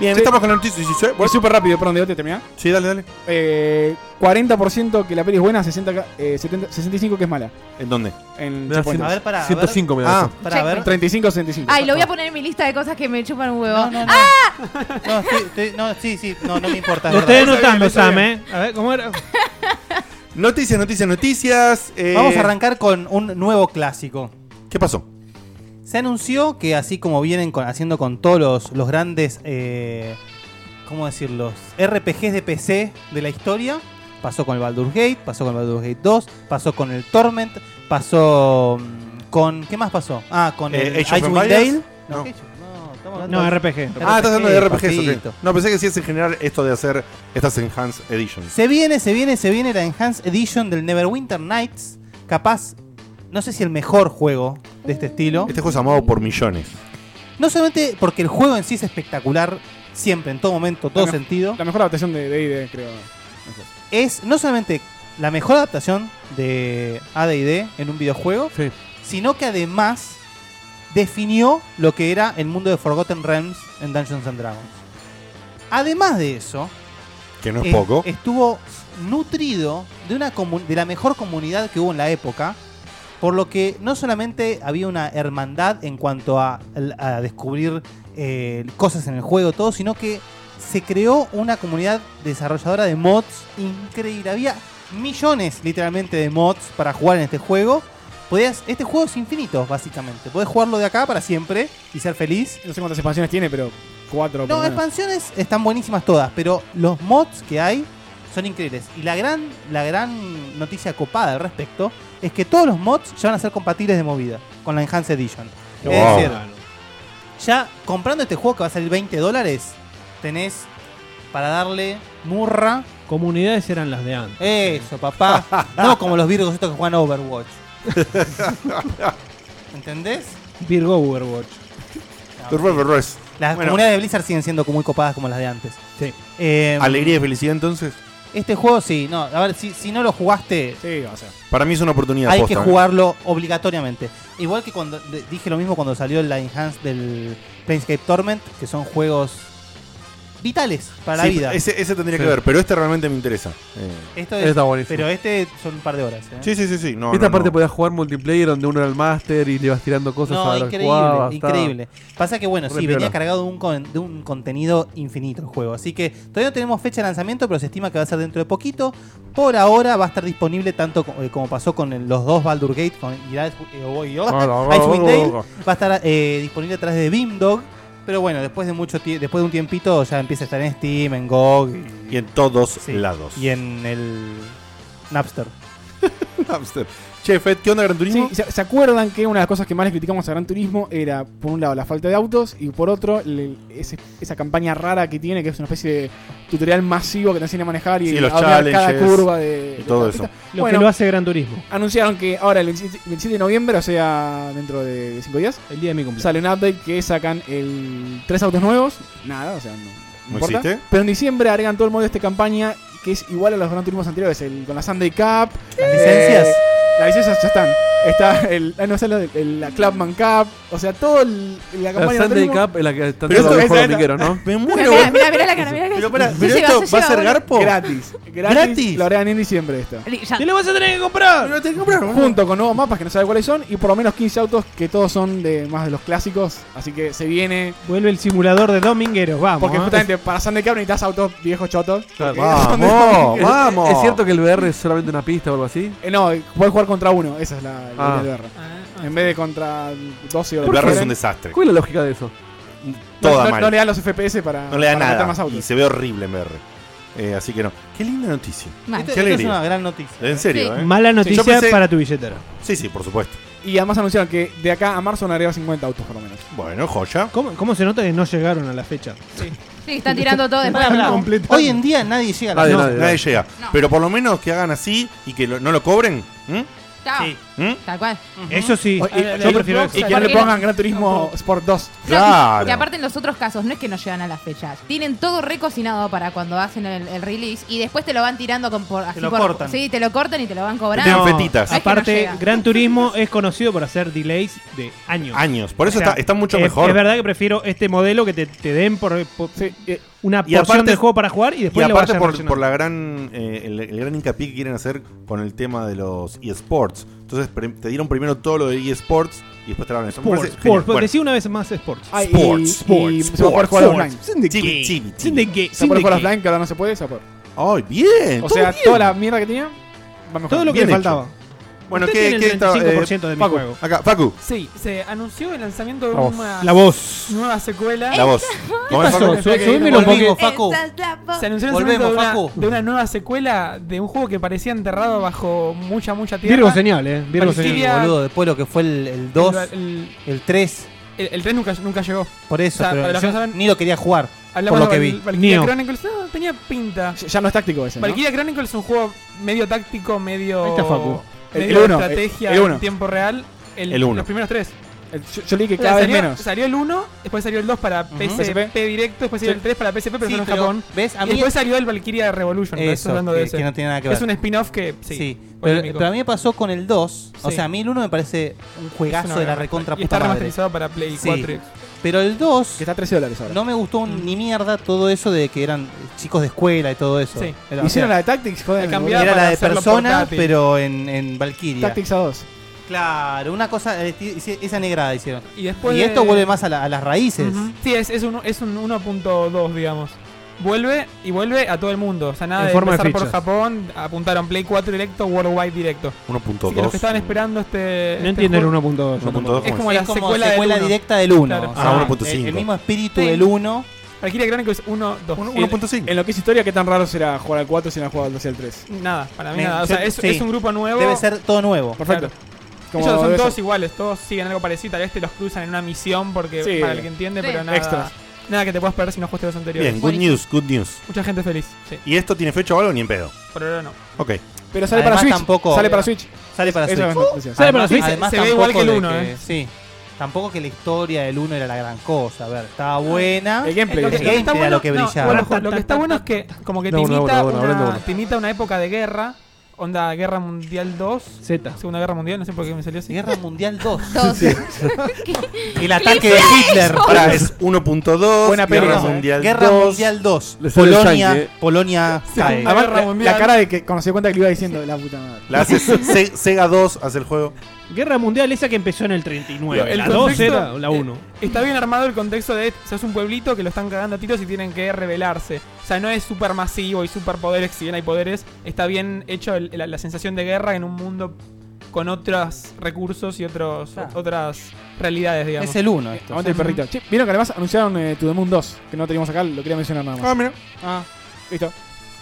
[SPEAKER 1] Bien, estamos con la noticia 16.
[SPEAKER 3] Voy súper rápido, perdón, Diego, ¿te termina?
[SPEAKER 1] Sí, dale, dale.
[SPEAKER 3] Eh, 40% que la peli es buena, 60, ca- eh, 70 65 que es mala.
[SPEAKER 1] ¿En dónde?
[SPEAKER 3] En
[SPEAKER 1] Me da
[SPEAKER 3] Checkpoint.
[SPEAKER 1] cien- A ver, pará, a 105 ver. me da
[SPEAKER 3] Ah,
[SPEAKER 1] eso.
[SPEAKER 2] Pará, a ver.
[SPEAKER 3] 35 65.
[SPEAKER 6] ¿eh? Ay, lo voy a poner en mi lista de cosas que me chupan un huevo. ¡Ah!
[SPEAKER 2] No, estoy- estoy- no, sí, sí, no, no me importa.
[SPEAKER 10] Lo
[SPEAKER 2] es
[SPEAKER 10] estoy
[SPEAKER 2] verdad.
[SPEAKER 10] anotando, Sam, ¿eh? A ver, ¿cómo era?
[SPEAKER 1] [laughs] Noticias, noticias, noticias. eh,
[SPEAKER 2] Vamos a arrancar con un nuevo clásico.
[SPEAKER 1] ¿Qué pasó?
[SPEAKER 2] Se anunció que así como vienen con- haciendo con todos los, los grandes, eh, ¿cómo decirlos? RPGs de PC de la historia. Pasó con el Baldur's Gate, pasó con el Baldur's Gate 2, pasó con el Torment, pasó mm, con... ¿Qué más pasó? Ah, con
[SPEAKER 1] Eh,
[SPEAKER 2] el
[SPEAKER 1] Age of
[SPEAKER 2] Icewind
[SPEAKER 1] Empires.
[SPEAKER 2] Dale.
[SPEAKER 1] No.
[SPEAKER 2] hablando de-
[SPEAKER 1] Ah, estás hablando de RPGs, ok.
[SPEAKER 2] papito.
[SPEAKER 1] No, pensé que sí es en general esto de hacer estas Enhanced Editions.
[SPEAKER 2] Se viene, se viene, se viene la Enhanced Edition del Neverwinter Nights. Capaz, no sé si el mejor juego de este estilo.
[SPEAKER 1] Este juego es amado por millones.
[SPEAKER 2] No solamente porque el juego en sí es espectacular, siempre, en todo momento, todo
[SPEAKER 3] me-
[SPEAKER 2] sentido.
[SPEAKER 3] La mejor adaptación de D&D, creo.
[SPEAKER 2] Es no solamente la mejor adaptación de ADD en un videojuego, sino que además definió lo que era el mundo de Forgotten Realms en Dungeons and Dragons. Además de eso,
[SPEAKER 1] Que no es
[SPEAKER 2] eh,
[SPEAKER 1] poco.
[SPEAKER 2] Estuvo nutrido de, una comu- de la mejor comunidad que hubo en la época, por lo que no solamente había una hermandad en cuanto a, a descubrir eh, cosas en el juego, todo, sino que se creó una comunidad desarrolladora de mods increíble. Había millones literalmente de mods para jugar en este juego. Podías, este juego es infinito, básicamente. Podés jugarlo de acá para siempre y ser feliz.
[SPEAKER 3] No sé cuántas expansiones tiene, pero cuatro.
[SPEAKER 2] No,
[SPEAKER 3] por lo menos.
[SPEAKER 2] expansiones están buenísimas todas, pero los mods que hay son increíbles. Y la gran, la gran noticia copada al respecto es que todos los mods ya van a ser compatibles de movida con la Enhanced Edition.
[SPEAKER 1] Wow.
[SPEAKER 2] Es decir, ya comprando este juego que va a salir 20 dólares, tenés para darle murra.
[SPEAKER 10] Comunidades eran las de antes.
[SPEAKER 2] Eso,
[SPEAKER 10] [laughs]
[SPEAKER 2] papá. no como los virgos estos que juegan Overwatch. ¿Entendés?
[SPEAKER 10] Virgo Overwatch.
[SPEAKER 2] Las
[SPEAKER 10] Bueno.
[SPEAKER 2] comunidades de Blizzard siguen siendo muy copadas como las de antes.
[SPEAKER 10] Sí.
[SPEAKER 2] Eh,
[SPEAKER 1] Alegría y felicidad entonces.
[SPEAKER 2] Este juego sí, no. A ver, si, si no lo jugaste,
[SPEAKER 1] Para mí es una oportunidad.
[SPEAKER 2] hay
[SPEAKER 1] posta,
[SPEAKER 2] que
[SPEAKER 1] ¿eh?
[SPEAKER 2] jugarlo obligatoriamente. Igual que cuando de- dije lo mismo cuando salió la Enhanced del Planescape Torment, que son juegos vitales para
[SPEAKER 1] Sí,
[SPEAKER 2] la vida.
[SPEAKER 1] Ese, ese tendría que ver, pero este realmente me interesa. Eh,
[SPEAKER 2] Esto es,
[SPEAKER 5] Está buenísimo.
[SPEAKER 2] Pero este son un par de horas. ¿eh?
[SPEAKER 1] Sí, sí, sí, sí. No,
[SPEAKER 5] Esta
[SPEAKER 1] no,
[SPEAKER 5] parte
[SPEAKER 1] no.
[SPEAKER 5] podías jugar multiplayer donde uno era el máster y le vas tirando cosas
[SPEAKER 2] No,
[SPEAKER 5] a la
[SPEAKER 2] increíble, increíble. Pasa que, bueno,
[SPEAKER 5] Re
[SPEAKER 2] sí, venía
[SPEAKER 5] piola.
[SPEAKER 2] cargado de un, con- de un contenido infinito el juego. Así que todavía no tenemos fecha de lanzamiento, pero se estima que va a ser dentro de poquito. Por ahora va a estar disponible tanto co- eh, como pasó con el- los dos Baldur Gate con y la- eh, oh, y- Icewind Dale. Va a estar eh, disponible a través de Beamdog. Pero bueno, después de mucho tie- después de un tiempito ya empieza a estar en Steam, en GOG
[SPEAKER 1] Y en todos lados.
[SPEAKER 2] y en el Napster.
[SPEAKER 1] Napster. Che, Fed, ¿qué onda Gran Turismo?
[SPEAKER 3] Sí, ¿se, se acuerdan que una de las cosas que más le criticamos a Gran Turismo era, por un lado, la falta de autos y por otro, el- ese- esa campaña rara que tiene, que es una especie de tutorial masivo que te enseña a manejar y
[SPEAKER 1] Sí, los
[SPEAKER 3] a ver cada
[SPEAKER 1] challenges
[SPEAKER 3] curva de.
[SPEAKER 1] y
[SPEAKER 3] de
[SPEAKER 1] todo
[SPEAKER 3] la
[SPEAKER 1] eso.
[SPEAKER 3] pista.
[SPEAKER 10] Lo
[SPEAKER 3] Bueno,
[SPEAKER 10] que lo hace Gran Turismo.
[SPEAKER 3] Anunciaron que ahora el 27, 27 de noviembre, o sea, dentro de 5 días,
[SPEAKER 10] el día de mi cumpleaños,
[SPEAKER 3] sale un update que sacan el tres autos nuevos. Nada, o sea, no,
[SPEAKER 1] ¿No
[SPEAKER 3] importa.
[SPEAKER 1] existe?
[SPEAKER 3] Pero en diciembre agregan todo el modo de esta campaña que es igual a los Gran Turismos anteriores, el, con la Sunday Cup. eh,
[SPEAKER 2] ¿Las licencias?
[SPEAKER 3] las licencias ya están. Está el, ah, no, está el- el- la Clubman Cup, o sea, todo el, la campaña de
[SPEAKER 5] La
[SPEAKER 3] Gran
[SPEAKER 5] Sunday
[SPEAKER 3] Turismo.
[SPEAKER 5] Cup es la que están
[SPEAKER 1] Pero
[SPEAKER 5] todos
[SPEAKER 1] esto-
[SPEAKER 5] los
[SPEAKER 1] esa-
[SPEAKER 5] domingueros, ¿no?
[SPEAKER 1] [laughs] Me
[SPEAKER 6] Mira, mira, mira, mira la cara, mira la cara.
[SPEAKER 1] Pero pará,
[SPEAKER 6] Sí,
[SPEAKER 1] pero
[SPEAKER 6] se
[SPEAKER 1] esto
[SPEAKER 6] se
[SPEAKER 1] va a ser
[SPEAKER 6] lleva,
[SPEAKER 1] garpo.
[SPEAKER 3] Gratis, gratis.
[SPEAKER 1] Gratis.
[SPEAKER 3] Lo harán en diciembre esto.
[SPEAKER 6] Ya.
[SPEAKER 10] ¿Qué le vas a tener que comprar?
[SPEAKER 1] Lo tenés que comprar, boludo.
[SPEAKER 3] Junto con nuevos mapas que no sabe cuáles son y por lo menos 15 autos que todos son de más de los clásicos. Así que se viene.
[SPEAKER 10] Vuelve el simulador de Domingueros, vamos.
[SPEAKER 3] Porque
[SPEAKER 10] ¿eh?
[SPEAKER 3] justamente para Sunday Cup necesitas autos viejos chotos. Porque [laughs] son de
[SPEAKER 5] ¡Vamos!
[SPEAKER 3] domingueros.
[SPEAKER 5] ¡Vamos! [laughs] ¿Es cierto que el VR es solamente una pista o algo así?
[SPEAKER 3] Eh, no, puedes jugar contra uno, esa es la, la
[SPEAKER 5] Ah.
[SPEAKER 3] idea de guerra. en vez de contra 12 o
[SPEAKER 1] El VR es un
[SPEAKER 3] desastre.
[SPEAKER 1] desastre.
[SPEAKER 5] ¿Cuál es la lógica de eso?
[SPEAKER 1] toda
[SPEAKER 3] no,
[SPEAKER 1] mal.
[SPEAKER 3] no le da los FPS para.
[SPEAKER 1] No le da
[SPEAKER 3] para meter más
[SPEAKER 1] nada.
[SPEAKER 3] autos.
[SPEAKER 1] Y se ve horrible en VR. Eh, así que no. Qué linda noticia.
[SPEAKER 3] Mal.
[SPEAKER 1] Qué
[SPEAKER 3] Esta- esta es
[SPEAKER 1] alegría.
[SPEAKER 3] una gran noticia.
[SPEAKER 1] En serio,
[SPEAKER 3] Sí.
[SPEAKER 1] ¿eh?
[SPEAKER 3] Mala
[SPEAKER 1] Sí.
[SPEAKER 3] noticia
[SPEAKER 1] Yo pensé-
[SPEAKER 3] para tu
[SPEAKER 10] billetera.
[SPEAKER 1] Sí, sí, por supuesto.
[SPEAKER 3] Y además anunciaron que de acá a marzo van a arriba 50 autos por lo menos.
[SPEAKER 1] Bueno, joya.
[SPEAKER 10] ¿Cómo, cómo se nota que no llegaron a la fecha?
[SPEAKER 6] Sí, están tirando todo después.
[SPEAKER 2] Hoy en día nadie llega a la
[SPEAKER 1] Nadie,
[SPEAKER 2] no.
[SPEAKER 1] nadie, nadie llega. Pero por lo menos que hagan así y que lo- no lo cobren. ¿Mm?
[SPEAKER 6] Chao.
[SPEAKER 1] ¿Mm?
[SPEAKER 6] Tal cual.
[SPEAKER 10] Eso sí.
[SPEAKER 1] Oye,
[SPEAKER 10] Ah,
[SPEAKER 1] yo
[SPEAKER 10] el
[SPEAKER 1] prefiero
[SPEAKER 10] Xbox,
[SPEAKER 1] eso.
[SPEAKER 3] Y
[SPEAKER 10] ¿sabes
[SPEAKER 3] que no le
[SPEAKER 10] qué?
[SPEAKER 3] pongan Gran Turismo Sport 2.
[SPEAKER 6] Y aparte en los otros casos, no es que no llegan a las fechas. Tienen todo recocinado para cuando hacen el, el release y después te lo van tirando con por, así
[SPEAKER 10] lo
[SPEAKER 6] por-
[SPEAKER 10] cortan.
[SPEAKER 6] Sí, te lo cortan y te lo van cobrando.
[SPEAKER 1] tiran fetitas.
[SPEAKER 6] No es que no
[SPEAKER 10] Aparte,
[SPEAKER 6] llega.
[SPEAKER 10] Gran Turismo es conocido por hacer delays de años.
[SPEAKER 1] Años. Por eso está- está mucho
[SPEAKER 10] es-
[SPEAKER 1] mejor.
[SPEAKER 10] Es verdad que prefiero este modelo que te, te den por, por- una
[SPEAKER 1] eh, Y
[SPEAKER 10] porción
[SPEAKER 1] aparte-
[SPEAKER 10] del juego para jugar y después
[SPEAKER 1] y
[SPEAKER 10] lo vas
[SPEAKER 1] aparte por, por la gran eh, el, el gran hincapié que quieren hacer con el tema de los eSports. Entonces pre- te dieron primero todo lo de eSports y después te daban eso. Me
[SPEAKER 10] Sports,
[SPEAKER 1] parece
[SPEAKER 10] sports,
[SPEAKER 1] genial.
[SPEAKER 10] porque
[SPEAKER 1] Bueno.
[SPEAKER 10] decí una vez más sports.
[SPEAKER 3] Ay,
[SPEAKER 1] Sports, sports,
[SPEAKER 3] y se va a poder
[SPEAKER 1] sports,
[SPEAKER 3] jugar
[SPEAKER 1] sports.
[SPEAKER 3] online.
[SPEAKER 1] Chibi, chibi, chibi.
[SPEAKER 3] Se va a poder jugar offline, que ahora no se puede, se va a poder.
[SPEAKER 1] Ay, bien.
[SPEAKER 3] O
[SPEAKER 1] todo
[SPEAKER 3] sea,
[SPEAKER 1] bien.
[SPEAKER 3] toda la mierda que tenía va mejor.
[SPEAKER 10] Todo lo que
[SPEAKER 1] Bien
[SPEAKER 10] le
[SPEAKER 1] hecho.
[SPEAKER 10] faltaba.
[SPEAKER 1] Bueno,
[SPEAKER 10] Usted
[SPEAKER 1] ¿qué,
[SPEAKER 10] tiene el
[SPEAKER 1] qué está, eh, Ah,
[SPEAKER 10] 35% de mi
[SPEAKER 1] Facu,
[SPEAKER 10] juego.
[SPEAKER 1] Acá, Facu.
[SPEAKER 7] Sí, se anunció el lanzamiento de
[SPEAKER 1] La voz.
[SPEAKER 7] una
[SPEAKER 1] La voz.
[SPEAKER 7] nueva secuela.
[SPEAKER 1] La voz.
[SPEAKER 7] ¿Qué
[SPEAKER 1] Momento,
[SPEAKER 7] pasó?
[SPEAKER 1] Facu.
[SPEAKER 7] Sub- subímelo un poquito. Se anunció el
[SPEAKER 2] Volvemos,
[SPEAKER 7] lanzamiento de una,
[SPEAKER 2] Facu.
[SPEAKER 7] de una nueva secuela de un juego que parecía enterrado bajo mucha, mucha tierra.
[SPEAKER 10] Virgo señal, eh. Virgo
[SPEAKER 7] Parecía-
[SPEAKER 10] señal.
[SPEAKER 2] Boludo, después lo que fue el, el 2,
[SPEAKER 7] el-
[SPEAKER 2] el, 3,
[SPEAKER 7] El, el 3 nunca, nunca llegó.
[SPEAKER 2] por eso,
[SPEAKER 7] O sea, para
[SPEAKER 2] pero
[SPEAKER 7] los
[SPEAKER 2] yo
[SPEAKER 7] que no saben,
[SPEAKER 2] ni lo quería jugar,
[SPEAKER 7] hablamos
[SPEAKER 2] por lo
[SPEAKER 7] de
[SPEAKER 2] que
[SPEAKER 7] Val-
[SPEAKER 2] vi.
[SPEAKER 7] Valkyria
[SPEAKER 2] Neo.
[SPEAKER 7] Chronicles no, tenía pinta.
[SPEAKER 3] Ya no es táctico ese. ¿no?
[SPEAKER 7] Valkyria Chronicles es un juego medio táctico, medio.
[SPEAKER 3] Ahí está Facu. El-
[SPEAKER 7] medio
[SPEAKER 3] el uno,
[SPEAKER 7] de estrategia
[SPEAKER 3] el- el uno.
[SPEAKER 7] en tiempo real. El,
[SPEAKER 1] El uno.
[SPEAKER 7] Los primeros tres.
[SPEAKER 3] El- yo, yo leí que
[SPEAKER 7] O sea,
[SPEAKER 3] cada vez
[SPEAKER 7] salió,
[SPEAKER 3] menos.
[SPEAKER 7] salió el 1, después salió el 2 para PSP directo, después salió
[SPEAKER 3] Sí.
[SPEAKER 7] el 3 para PSP, pero
[SPEAKER 2] Sí,
[SPEAKER 7] solo en
[SPEAKER 2] pero,
[SPEAKER 7] Japón.
[SPEAKER 2] ¿ves? A
[SPEAKER 7] Y
[SPEAKER 2] mí-
[SPEAKER 7] después salió el Valkyria Revolution, pero
[SPEAKER 2] Eso,
[SPEAKER 7] estoy hablando de
[SPEAKER 2] que-
[SPEAKER 7] ese.
[SPEAKER 2] que no tiene nada que ver.
[SPEAKER 7] Es un spin-off que. Sí.
[SPEAKER 2] Sí, pero,
[SPEAKER 7] polémico.
[SPEAKER 2] pero a mí me pasó con el 2, o
[SPEAKER 7] Sí.
[SPEAKER 2] sea, a mí el 1 me parece un
[SPEAKER 7] Es
[SPEAKER 2] juegazo
[SPEAKER 7] una
[SPEAKER 2] de la
[SPEAKER 7] gran-
[SPEAKER 2] recontra
[SPEAKER 7] y
[SPEAKER 2] puta
[SPEAKER 7] está
[SPEAKER 2] madre.
[SPEAKER 7] remasterizado para Play 4 y- Mm.
[SPEAKER 2] Pero el 2...
[SPEAKER 3] Que está a 13 dólares ahora.
[SPEAKER 2] No me gustó un- ni mierda todo eso de que eran chicos de escuela y todo eso.
[SPEAKER 7] Sí.
[SPEAKER 2] Era, o sea,
[SPEAKER 3] Hicieron la de Tactics, joder.
[SPEAKER 7] La cambiaron
[SPEAKER 2] era
[SPEAKER 7] para
[SPEAKER 2] la de
[SPEAKER 7] hacerlo
[SPEAKER 2] persona,
[SPEAKER 7] portátil.
[SPEAKER 2] pero en, en Valkyria.
[SPEAKER 3] Tactics a 2.
[SPEAKER 2] Claro, una cosa, eh, ti- hice- esa negrada hicieron.
[SPEAKER 7] Y después de-
[SPEAKER 2] esto vuelve más a, la- a las raíces.
[SPEAKER 7] Ujú. Sí, es, es un, es un 1.2, digamos. Vuelve y vuelve a todo el mundo. O sea, nada
[SPEAKER 10] En
[SPEAKER 7] de
[SPEAKER 10] forma de
[SPEAKER 7] empezar por
[SPEAKER 10] fichas.
[SPEAKER 7] Japón, apuntaron Play 4 directo, Worldwide directo. Así que los
[SPEAKER 1] 1.2.
[SPEAKER 7] que estaban esperando este.
[SPEAKER 10] No
[SPEAKER 7] este
[SPEAKER 10] entiendo el
[SPEAKER 7] juego-
[SPEAKER 10] 1.2. yo
[SPEAKER 1] 1.2.
[SPEAKER 10] tampoco.
[SPEAKER 7] Es como
[SPEAKER 2] Es
[SPEAKER 7] la
[SPEAKER 2] como
[SPEAKER 7] secuela,
[SPEAKER 2] secuela
[SPEAKER 7] del
[SPEAKER 2] directa del uno,
[SPEAKER 7] Claro.
[SPEAKER 2] o
[SPEAKER 1] Ah,
[SPEAKER 2] El,
[SPEAKER 1] 1.5.
[SPEAKER 2] el mismo espíritu
[SPEAKER 7] Sí.
[SPEAKER 2] del 1.
[SPEAKER 7] Valkyria Chronicles 1, 2.
[SPEAKER 1] Uno-
[SPEAKER 7] El-
[SPEAKER 1] 1.5.
[SPEAKER 3] En lo que es historia, qué tan raro será jugar al 4 si no has jugado al 2 y al 3.
[SPEAKER 7] Nada, para mí
[SPEAKER 2] Me-
[SPEAKER 7] nada. O sea,
[SPEAKER 2] yo-
[SPEAKER 7] es,
[SPEAKER 2] sí.
[SPEAKER 7] es un grupo nuevo.
[SPEAKER 2] Debe ser todo nuevo.
[SPEAKER 3] Perfecto. Como
[SPEAKER 7] Ellos son
[SPEAKER 3] debe
[SPEAKER 7] todos
[SPEAKER 3] ser.
[SPEAKER 7] iguales, todos siguen algo parecido. Tal vez te los cruzan en una misión porque
[SPEAKER 3] Sí.
[SPEAKER 7] para el que entiende,
[SPEAKER 6] Sí.
[SPEAKER 7] pero nada.
[SPEAKER 3] Extras.
[SPEAKER 7] Nada que te puedas perder si no jugaste los anteriores.
[SPEAKER 1] Bien, good news, good news.
[SPEAKER 7] Mucha gente feliz. Sí,
[SPEAKER 1] ¿Y esto tiene fecha o algo? Ni en pedo.
[SPEAKER 7] por ahora no.
[SPEAKER 1] Ok.
[SPEAKER 3] Pero sale
[SPEAKER 2] Además,
[SPEAKER 3] para Switch.
[SPEAKER 2] tampoco-
[SPEAKER 3] Sale para Switch.
[SPEAKER 2] Sale para
[SPEAKER 3] Eso
[SPEAKER 2] Switch.
[SPEAKER 3] es lo que decía.
[SPEAKER 7] Sale para
[SPEAKER 2] Además-
[SPEAKER 7] Switch,
[SPEAKER 2] además
[SPEAKER 7] se ve igual que el
[SPEAKER 2] tampoco de
[SPEAKER 7] 1,
[SPEAKER 2] que-
[SPEAKER 7] eh.
[SPEAKER 2] Sí. Tampoco que la historia del 1 era la gran cosa. A ver, estaba buena.
[SPEAKER 3] El gameplay.
[SPEAKER 7] Lo que-
[SPEAKER 2] El
[SPEAKER 7] lo que
[SPEAKER 2] gameplay era
[SPEAKER 7] está bueno-
[SPEAKER 2] lo que
[SPEAKER 7] no,
[SPEAKER 2] brillaba.
[SPEAKER 7] bueno, lo que está bueno es que como que te
[SPEAKER 5] No, no,
[SPEAKER 7] imita,
[SPEAKER 5] no, no,
[SPEAKER 7] una,
[SPEAKER 5] hablando bueno.
[SPEAKER 7] te imita una época de guerra, onda Guerra Mundial 2,
[SPEAKER 10] Z.
[SPEAKER 7] Segunda Guerra Mundial, no sé por qué me salió así.
[SPEAKER 2] Guerra Mundial
[SPEAKER 7] [laughs]
[SPEAKER 2] 2.
[SPEAKER 6] Dos.
[SPEAKER 2] El ataque de Hitler.
[SPEAKER 1] Ahora [laughs] es 1.2.
[SPEAKER 3] Buena
[SPEAKER 1] Guerra
[SPEAKER 3] pelea.
[SPEAKER 1] Mundial
[SPEAKER 2] Guerra
[SPEAKER 1] 2.
[SPEAKER 2] Mundial 2.
[SPEAKER 5] Le sale el yankee, eh.
[SPEAKER 2] Polonia, Polonia cae.
[SPEAKER 3] Además,
[SPEAKER 7] Guerra
[SPEAKER 3] la- la,
[SPEAKER 7] Mundial.
[SPEAKER 3] cara de que cuando se dio cuenta que le iba diciendo la puta madre.
[SPEAKER 1] La
[SPEAKER 3] [laughs]
[SPEAKER 1] hace Se- Sega 2, hace el juego.
[SPEAKER 10] Guerra Mundial esa que empezó en el 39.
[SPEAKER 7] El
[SPEAKER 10] la 2
[SPEAKER 7] contexto- eh,
[SPEAKER 10] era la 1.
[SPEAKER 7] Está bien armado el contexto de, o sea, es un pueblito que lo están cagando a tiros y tienen que rebelarse. O sea, no es súper masivo y súper poderes, si bien hay poderes, está bien hecho el- la, la sensación de guerra en un mundo con otros recursos y otros
[SPEAKER 2] Claro.
[SPEAKER 7] otras realidades, digamos.
[SPEAKER 2] Es el 1 esto.
[SPEAKER 3] Aguante el perrito. Che, vieron que además anunciaron eh, To The Moon 2, que no teníamos acá, lo quería mencionar nada más.
[SPEAKER 1] Ah, mira.
[SPEAKER 3] Ah, listo.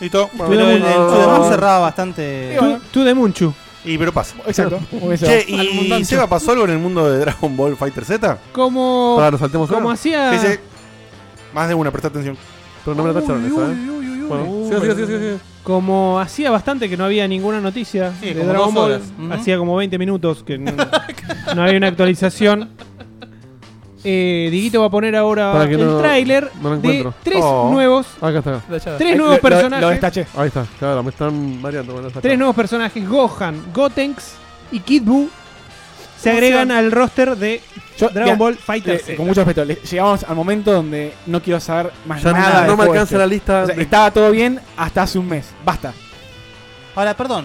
[SPEAKER 1] Listo.
[SPEAKER 2] Pero el, el
[SPEAKER 5] Ah.
[SPEAKER 2] Sudamón cerraba bastante.
[SPEAKER 3] Y bueno,
[SPEAKER 10] Tú de Munchu.
[SPEAKER 1] Y pero pasa.
[SPEAKER 3] ¿eh? exacto. Muy bien,
[SPEAKER 1] Che,
[SPEAKER 3] Seba. Al
[SPEAKER 1] ¿y
[SPEAKER 3] mundancho.
[SPEAKER 1] Sega pasó algo en el mundo de Dragon Ball Fighter Z?
[SPEAKER 10] Como,
[SPEAKER 5] Ahora nos saltemos
[SPEAKER 10] como
[SPEAKER 5] una.
[SPEAKER 10] hacía...
[SPEAKER 1] Dice. Más de una, presta atención.
[SPEAKER 5] Pero no me la tacharon esa, ¿eh? Bueno, siga, siga, siga, siga, siga.
[SPEAKER 10] Como hacía bastante que no había ninguna noticia
[SPEAKER 2] Sí,
[SPEAKER 10] de
[SPEAKER 2] como
[SPEAKER 10] Dragon
[SPEAKER 2] dos
[SPEAKER 10] Ball,
[SPEAKER 2] horas. Ujú.
[SPEAKER 10] hacía como 20 minutos que no, no había una actualización. Eh, Diguito va a poner ahora
[SPEAKER 5] Para que
[SPEAKER 10] el
[SPEAKER 5] no-
[SPEAKER 10] tráiler
[SPEAKER 5] no lo
[SPEAKER 10] de
[SPEAKER 5] encuentro. Ah,
[SPEAKER 10] tres
[SPEAKER 1] Oh.
[SPEAKER 10] nuevos,
[SPEAKER 5] Acá está. acá.
[SPEAKER 7] Tachada.
[SPEAKER 10] tres
[SPEAKER 3] Lo-
[SPEAKER 10] nuevos
[SPEAKER 3] lo- Lo
[SPEAKER 10] personajes,
[SPEAKER 3] destaché.
[SPEAKER 5] Ahí está, claro, me están mareando. bueno, está
[SPEAKER 10] tres
[SPEAKER 5] acá.
[SPEAKER 10] nuevos personajes, Gohan, Gotenks y Kid Buu se agregan al roster de
[SPEAKER 3] Yo-
[SPEAKER 10] Dragon
[SPEAKER 3] mira,
[SPEAKER 10] Ball
[SPEAKER 3] le- eh,
[SPEAKER 10] Fighter.
[SPEAKER 3] con mucho respeto, le- llegamos al momento donde no quiero saber más
[SPEAKER 5] Ya no-
[SPEAKER 3] nada. del
[SPEAKER 5] no me
[SPEAKER 3] juego
[SPEAKER 5] alcanza
[SPEAKER 3] este.
[SPEAKER 5] la lista.
[SPEAKER 3] O sea,
[SPEAKER 5] de-
[SPEAKER 3] estaba todo bien hasta hace un mes. Basta.
[SPEAKER 2] Ahora, perdón.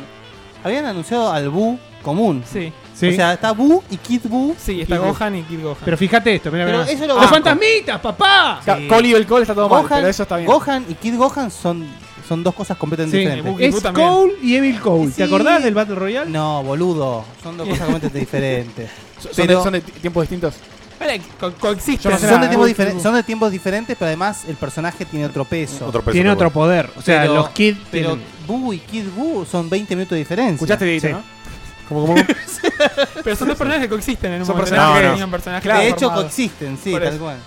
[SPEAKER 2] Habían anunciado al Bu común.
[SPEAKER 7] Sí,
[SPEAKER 10] Sí.
[SPEAKER 2] O sea, está Bu y Kid Bu.
[SPEAKER 7] sí, está
[SPEAKER 2] Y-
[SPEAKER 7] Gohan y Kid Gohan.
[SPEAKER 10] pero fíjate esto, mira,
[SPEAKER 2] Pero
[SPEAKER 10] mira.
[SPEAKER 2] eso lo
[SPEAKER 10] ¡Los
[SPEAKER 2] banco.
[SPEAKER 10] fantasmitas, papá!
[SPEAKER 3] Ca- Col y el col está todo mal,
[SPEAKER 2] Gohan,
[SPEAKER 3] pero eso está bien.
[SPEAKER 2] Gohan y Kid Gohan son, son dos cosas completamente
[SPEAKER 10] Sí,
[SPEAKER 2] diferentes.
[SPEAKER 7] Buu- Kid
[SPEAKER 10] es
[SPEAKER 7] también.
[SPEAKER 10] Cole y Evil Cole.
[SPEAKER 2] Sí.
[SPEAKER 10] ¿Te acordás del Battle Royale?
[SPEAKER 2] No, boludo. Son dos cosas completamente diferentes.
[SPEAKER 3] [laughs] Son- son,
[SPEAKER 2] Pero-
[SPEAKER 3] de, son de ti- tiempos distintos.
[SPEAKER 7] Pero co- coexisten.
[SPEAKER 2] Son, de tiempos diferen- son de tiempos diferentes, pero además el personaje tiene otro peso.
[SPEAKER 10] Otro peso, Tiene otro poder. O sea, los Kid
[SPEAKER 2] Pero
[SPEAKER 10] tienen-
[SPEAKER 2] Boo y Kid Boo son 20 minutos de diferencia.
[SPEAKER 10] Escuchaste, Dieguito, ¿no?
[SPEAKER 2] [laughs]
[SPEAKER 5] ¿Cómo, cómo?
[SPEAKER 7] Pero son dos personajes que coexisten en un
[SPEAKER 2] Son
[SPEAKER 7] momento.
[SPEAKER 2] personajes-
[SPEAKER 7] No, no.
[SPEAKER 2] No, no.
[SPEAKER 7] Personajes
[SPEAKER 2] Claro, de hecho
[SPEAKER 7] formados.
[SPEAKER 2] coexisten, sí,
[SPEAKER 7] Por
[SPEAKER 2] tal
[SPEAKER 7] eso.
[SPEAKER 2] cual.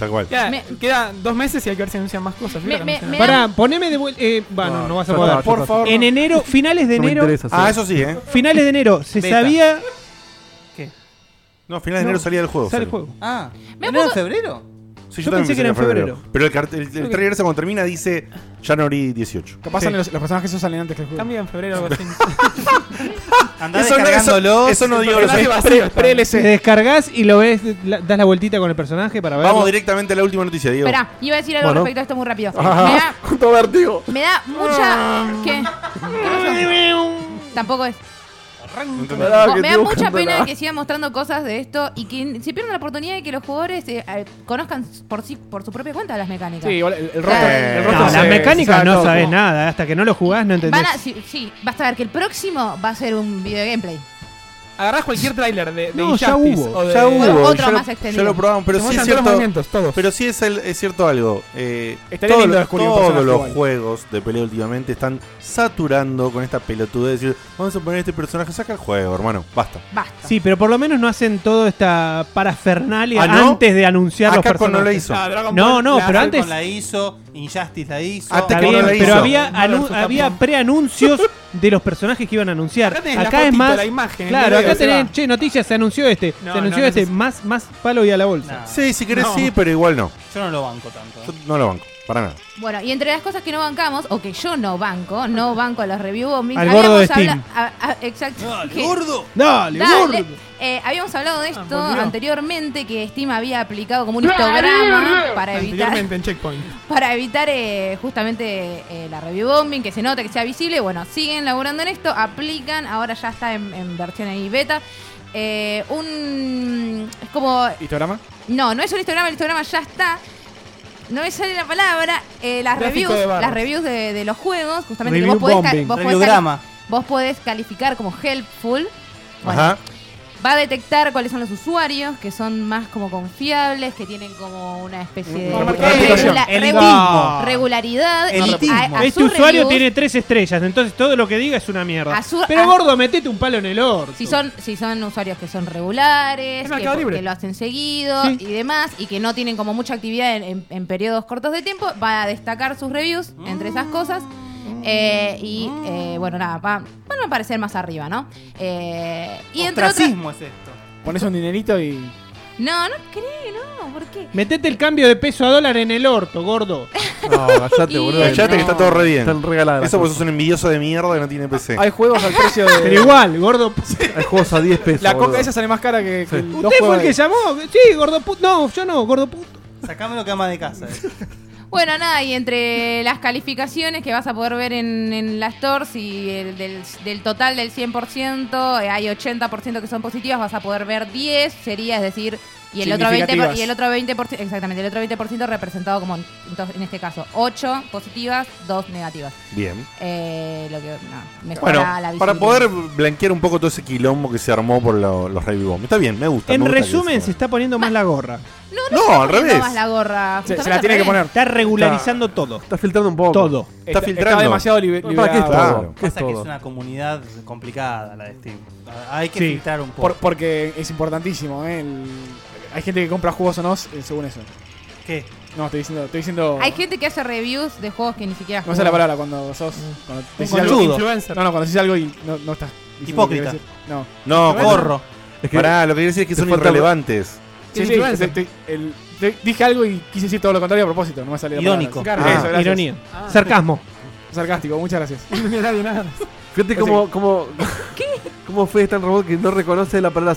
[SPEAKER 1] Tal cual.
[SPEAKER 7] Queda,
[SPEAKER 6] Me-
[SPEAKER 7] queda dos meses y hay que ver si anuncian más cosas.
[SPEAKER 6] Me- me- me
[SPEAKER 7] Pará,
[SPEAKER 10] Pará, poneme de vuelta. Eh, va, no,
[SPEAKER 7] No,
[SPEAKER 10] no vas a
[SPEAKER 7] ya
[SPEAKER 10] poder.
[SPEAKER 7] está, ya está.
[SPEAKER 10] En enero, finales de
[SPEAKER 7] No me
[SPEAKER 10] enero.
[SPEAKER 7] interesa, sí. Ah, eso sí, ¿eh?
[SPEAKER 10] Finales de enero, se
[SPEAKER 2] Beta.
[SPEAKER 10] sabía.
[SPEAKER 1] No, a final de enero salía el juego.
[SPEAKER 10] Sale el
[SPEAKER 1] salió.
[SPEAKER 10] juego.
[SPEAKER 2] Ah,
[SPEAKER 6] Me
[SPEAKER 2] ¿enero en
[SPEAKER 6] acuerdo-
[SPEAKER 2] febrero?
[SPEAKER 1] Sí,
[SPEAKER 10] Yo
[SPEAKER 1] también
[SPEAKER 10] pensé que era en febrero.
[SPEAKER 1] Pero el, cartel- el, el trailer ese cuando termina dice January 18.
[SPEAKER 3] Capaz salen los, los personajes esos salen antes que el juego.
[SPEAKER 7] También en febrero algo así.
[SPEAKER 2] Andá
[SPEAKER 1] Eso no-
[SPEAKER 2] descargándolos.
[SPEAKER 1] eso- eso no digo,
[SPEAKER 2] Porque
[SPEAKER 1] lo sé.
[SPEAKER 2] nadie va a
[SPEAKER 1] Pre-
[SPEAKER 2] hacer esto.
[SPEAKER 10] Te descargas y lo ves, la- das la vueltita con el personaje para ver.
[SPEAKER 1] Vamos directamente a la última noticia, Diego.
[SPEAKER 6] Esperá, iba a decir algo
[SPEAKER 1] Bueno.
[SPEAKER 6] respecto a esto muy rápido.
[SPEAKER 1] Ajá. Junto a Vertigo.
[SPEAKER 6] Me da, me da
[SPEAKER 10] Ah.
[SPEAKER 6] mucha. ¿Qué?
[SPEAKER 10] [laughs]
[SPEAKER 6] ¿Qué pasó? Tampoco es.
[SPEAKER 1] Pará,
[SPEAKER 6] Mo-
[SPEAKER 1] Ah, que
[SPEAKER 6] me da
[SPEAKER 1] estoy
[SPEAKER 6] mucha
[SPEAKER 1] buscando
[SPEAKER 6] pena
[SPEAKER 1] la-
[SPEAKER 6] que sigan mostrando cosas de esto y que se pierdan la oportunidad de que los jugadores eh, eh, conozcan por sí por su propia cuenta las mecánicas.
[SPEAKER 3] Sí, igual el, el
[SPEAKER 6] Claro.
[SPEAKER 1] Eh,
[SPEAKER 3] rostro. el rostro
[SPEAKER 10] No,
[SPEAKER 3] se-
[SPEAKER 10] las
[SPEAKER 3] se
[SPEAKER 10] mecánicas
[SPEAKER 3] sabe
[SPEAKER 10] no
[SPEAKER 3] todo,
[SPEAKER 10] sabes
[SPEAKER 3] ¿cómo?
[SPEAKER 10] nada. ¿eh? Hasta que no lo jugás, no entendés.
[SPEAKER 6] Van a- sí, sí, vas a ver que el próximo va a ser un video gameplay.
[SPEAKER 7] Agarrás cualquier tráiler de, de
[SPEAKER 10] No, ya
[SPEAKER 7] Injustice
[SPEAKER 10] hubo,
[SPEAKER 7] o de-
[SPEAKER 1] Ya hubo.
[SPEAKER 6] Otro
[SPEAKER 1] ya,
[SPEAKER 6] más
[SPEAKER 1] lo-
[SPEAKER 6] extendido.
[SPEAKER 1] ya lo probamos, pero
[SPEAKER 7] Te
[SPEAKER 1] sí es
[SPEAKER 7] muestran todos los
[SPEAKER 1] cierto.
[SPEAKER 7] movimientos, todos.
[SPEAKER 1] Pero sí es, el, es cierto algo. eh,
[SPEAKER 7] Estaría
[SPEAKER 1] todo-
[SPEAKER 7] lindo descubrir un
[SPEAKER 1] todos
[SPEAKER 7] personaje
[SPEAKER 1] los
[SPEAKER 7] igual.
[SPEAKER 1] juegos de pelea últimamente están saturando con esta pelotudez de decir, vamos a poner este personaje, saca el juego, hermano. Basta.
[SPEAKER 10] Sí, pero por lo menos no hacen toda esta parafernalia
[SPEAKER 1] Ah, ¿no?
[SPEAKER 10] antes de anunciar los
[SPEAKER 1] Capcom
[SPEAKER 10] personajes.
[SPEAKER 1] no lo hizo. Ah,
[SPEAKER 2] Dragon
[SPEAKER 10] no,
[SPEAKER 2] Ball,
[SPEAKER 10] no,
[SPEAKER 2] la
[SPEAKER 10] pero
[SPEAKER 2] Falcon
[SPEAKER 10] antes.
[SPEAKER 2] la hizo, Injustice la
[SPEAKER 7] Ah,
[SPEAKER 2] hizo.
[SPEAKER 10] Está bien, pero había, anu- había preanuncios de los personajes que iban a anunciar.
[SPEAKER 7] Acá
[SPEAKER 10] Acá,
[SPEAKER 7] tenés la fotito,
[SPEAKER 10] es más.
[SPEAKER 7] la imagen, el
[SPEAKER 10] claro,
[SPEAKER 7] video,
[SPEAKER 10] acá
[SPEAKER 7] se
[SPEAKER 10] tenés,
[SPEAKER 7] va.
[SPEAKER 10] che, noticias, se anunció este,
[SPEAKER 7] No,
[SPEAKER 10] se anunció
[SPEAKER 7] no, no es
[SPEAKER 10] este,
[SPEAKER 7] así.
[SPEAKER 10] más, más palo y a la bolsa.
[SPEAKER 1] Sí, si querés
[SPEAKER 10] No.
[SPEAKER 1] sí, pero igual no.
[SPEAKER 2] Yo no lo banco tanto.
[SPEAKER 1] Yo no lo banco, para nada.
[SPEAKER 6] Bueno, y entre las cosas que no bancamos, o que yo no banco, no banco a los review bombing.
[SPEAKER 1] Al gordo de
[SPEAKER 6] habla-
[SPEAKER 1] Steam.
[SPEAKER 6] a- a- exacto. que-
[SPEAKER 10] Dale,
[SPEAKER 6] Dale.
[SPEAKER 10] gordo.
[SPEAKER 6] Eh, habíamos hablado
[SPEAKER 1] Ah,
[SPEAKER 6] de esto
[SPEAKER 7] volvió.
[SPEAKER 6] anteriormente, que Steam había aplicado como un
[SPEAKER 7] Dale,
[SPEAKER 6] histograma
[SPEAKER 7] dale.
[SPEAKER 6] para evitar,
[SPEAKER 7] Anteriormente en Checkpoint.
[SPEAKER 6] para evitar eh, justamente eh, la review bombing, que se nota, que sea visible. Bueno, siguen laburando en esto, aplican, ahora ya está en, en versión ahí beta. eh, un... Es como...
[SPEAKER 3] ¿Histograma?
[SPEAKER 6] No, no es un histograma, el histograma ya está. No me sale la palabra. eh, las,
[SPEAKER 2] Gráfico
[SPEAKER 6] reviews,
[SPEAKER 2] de barras.
[SPEAKER 6] las reviews de, de los juegos, justamente que
[SPEAKER 2] Review
[SPEAKER 6] vos podés, ca-
[SPEAKER 2] bombing.
[SPEAKER 6] vos podés
[SPEAKER 2] Reviewgrama.
[SPEAKER 6] cali- vos podés calificar como helpful.
[SPEAKER 1] Ajá.
[SPEAKER 6] Va a detectar cuáles son los usuarios, que son más como confiables, que tienen como una especie de
[SPEAKER 10] Como
[SPEAKER 6] regula-
[SPEAKER 10] reputación.
[SPEAKER 6] regula-
[SPEAKER 10] Elitismo.
[SPEAKER 6] regularidad. y a- a
[SPEAKER 10] Este
[SPEAKER 6] sus
[SPEAKER 10] usuario
[SPEAKER 6] reviews,
[SPEAKER 10] tiene tres estrellas, entonces todo lo que diga es una mierda.
[SPEAKER 6] A su-
[SPEAKER 10] pero
[SPEAKER 6] a-
[SPEAKER 10] gordo, metete un palo en el orto.
[SPEAKER 6] Si son, si son usuarios que son regulares, que,
[SPEAKER 10] Mercado
[SPEAKER 6] por-
[SPEAKER 10] Libre.
[SPEAKER 6] que lo hacen seguido
[SPEAKER 10] Sí.
[SPEAKER 6] y demás, y que no tienen como mucha actividad en, en- en periodos cortos de tiempo, va a destacar sus reviews entre esas cosas. Eh, y eh, bueno, nada, va- van a aparecer más arriba, ¿no? Eh, y entre otras.
[SPEAKER 2] Ostracismo es esto.
[SPEAKER 3] Pones un dinerito y.
[SPEAKER 6] No, no creo, no, ¿por qué?
[SPEAKER 10] Metete el cambio de peso a dólar en el orto, gordo.
[SPEAKER 5] No,
[SPEAKER 6] Y
[SPEAKER 5] callate, boludo.
[SPEAKER 1] Callate que está todo re bien.
[SPEAKER 5] Están regaladas.
[SPEAKER 1] Eso pues sos un envidioso de mierda que no tiene PC.
[SPEAKER 3] Hay juegos al precio de.
[SPEAKER 10] Pero igual, gordo.
[SPEAKER 5] Hay juegos a 10 pesos.
[SPEAKER 3] La coca
[SPEAKER 5] boludo.
[SPEAKER 3] esa sale más cara que. que dos
[SPEAKER 10] Usted fue el
[SPEAKER 3] juegos
[SPEAKER 10] que
[SPEAKER 3] de-
[SPEAKER 10] llamó. Sí, gordo puto. No, yo no, gordo puto.
[SPEAKER 2] Sacame lo que ama de casa. eh.
[SPEAKER 6] Bueno, nada, y entre las calificaciones que vas a poder ver en, en las TORs y el del, del total del 100%, eh, hay 80% que son positivas, vas a poder ver 10, sería, es decir, y el otro 20%, por- y el otro 20% exactamente, el otro 20% representado como, en, entonces, en este caso, 8 positivas, 2 negativas.
[SPEAKER 1] Bien.
[SPEAKER 6] Eh, lo que, nada, mejora
[SPEAKER 1] Bueno,
[SPEAKER 6] la visibilidad.
[SPEAKER 1] para poder blanquear un poco todo ese quilombo que se armó por lo- los review bombs. Está bien, me gusta.
[SPEAKER 10] En
[SPEAKER 1] me gusta que
[SPEAKER 10] resumen, se está poniendo más la gorra.
[SPEAKER 1] No,
[SPEAKER 6] está
[SPEAKER 1] al
[SPEAKER 6] poniendo
[SPEAKER 1] revés.
[SPEAKER 6] más la gorra, justamente al revés.
[SPEAKER 10] Está regularizando todo.
[SPEAKER 5] Está filtrando un poco.
[SPEAKER 10] Todo.
[SPEAKER 1] Está filtrando.
[SPEAKER 2] Bueno,
[SPEAKER 5] ¿Para qué es
[SPEAKER 2] liberado.
[SPEAKER 5] todo? ¿Qué es
[SPEAKER 2] Pasa que es
[SPEAKER 5] todo?
[SPEAKER 2] una comunidad complicada la de Steam. Hay que
[SPEAKER 3] Sí.
[SPEAKER 2] filtrar un poco.
[SPEAKER 3] Por-
[SPEAKER 1] Eh,
[SPEAKER 3] porque es importantísimo, ¿eh? El- hay gente que compra juegos o no eh, según eso.
[SPEAKER 2] ¿Qué?
[SPEAKER 3] No, estoy diciendo. Estoy diciendo
[SPEAKER 6] Hay gente que hace reviews de juegos que ni siquiera
[SPEAKER 3] no sé
[SPEAKER 6] jugó.
[SPEAKER 3] la palabra cuando sos. Cuando decís algo.
[SPEAKER 2] conchudo.
[SPEAKER 3] No, no, cuando decís algo y no, no estás. diciendo lo que
[SPEAKER 2] Hipócrita.
[SPEAKER 3] querés decir. No.
[SPEAKER 1] No,
[SPEAKER 3] Bueno,
[SPEAKER 1] corro.
[SPEAKER 5] Es que-
[SPEAKER 1] Pará, lo que quiero decir es que
[SPEAKER 5] te
[SPEAKER 1] son
[SPEAKER 5] falta-
[SPEAKER 1] irrelevantes.
[SPEAKER 3] Sí, sí,
[SPEAKER 5] Influencer.
[SPEAKER 3] te- te- el- te- dije algo y quise decir todo lo contrario a propósito. No me salió la palabra.
[SPEAKER 5] Irónico.
[SPEAKER 3] Claro,
[SPEAKER 5] Ah.
[SPEAKER 3] eso, gracias.
[SPEAKER 10] Ironía. Sarcasmo.
[SPEAKER 3] Sarcástico, muchas gracias.
[SPEAKER 5] Fíjate cómo,
[SPEAKER 10] [laughs]
[SPEAKER 5] cómo, cómo fue tan robot que no reconoce la palabra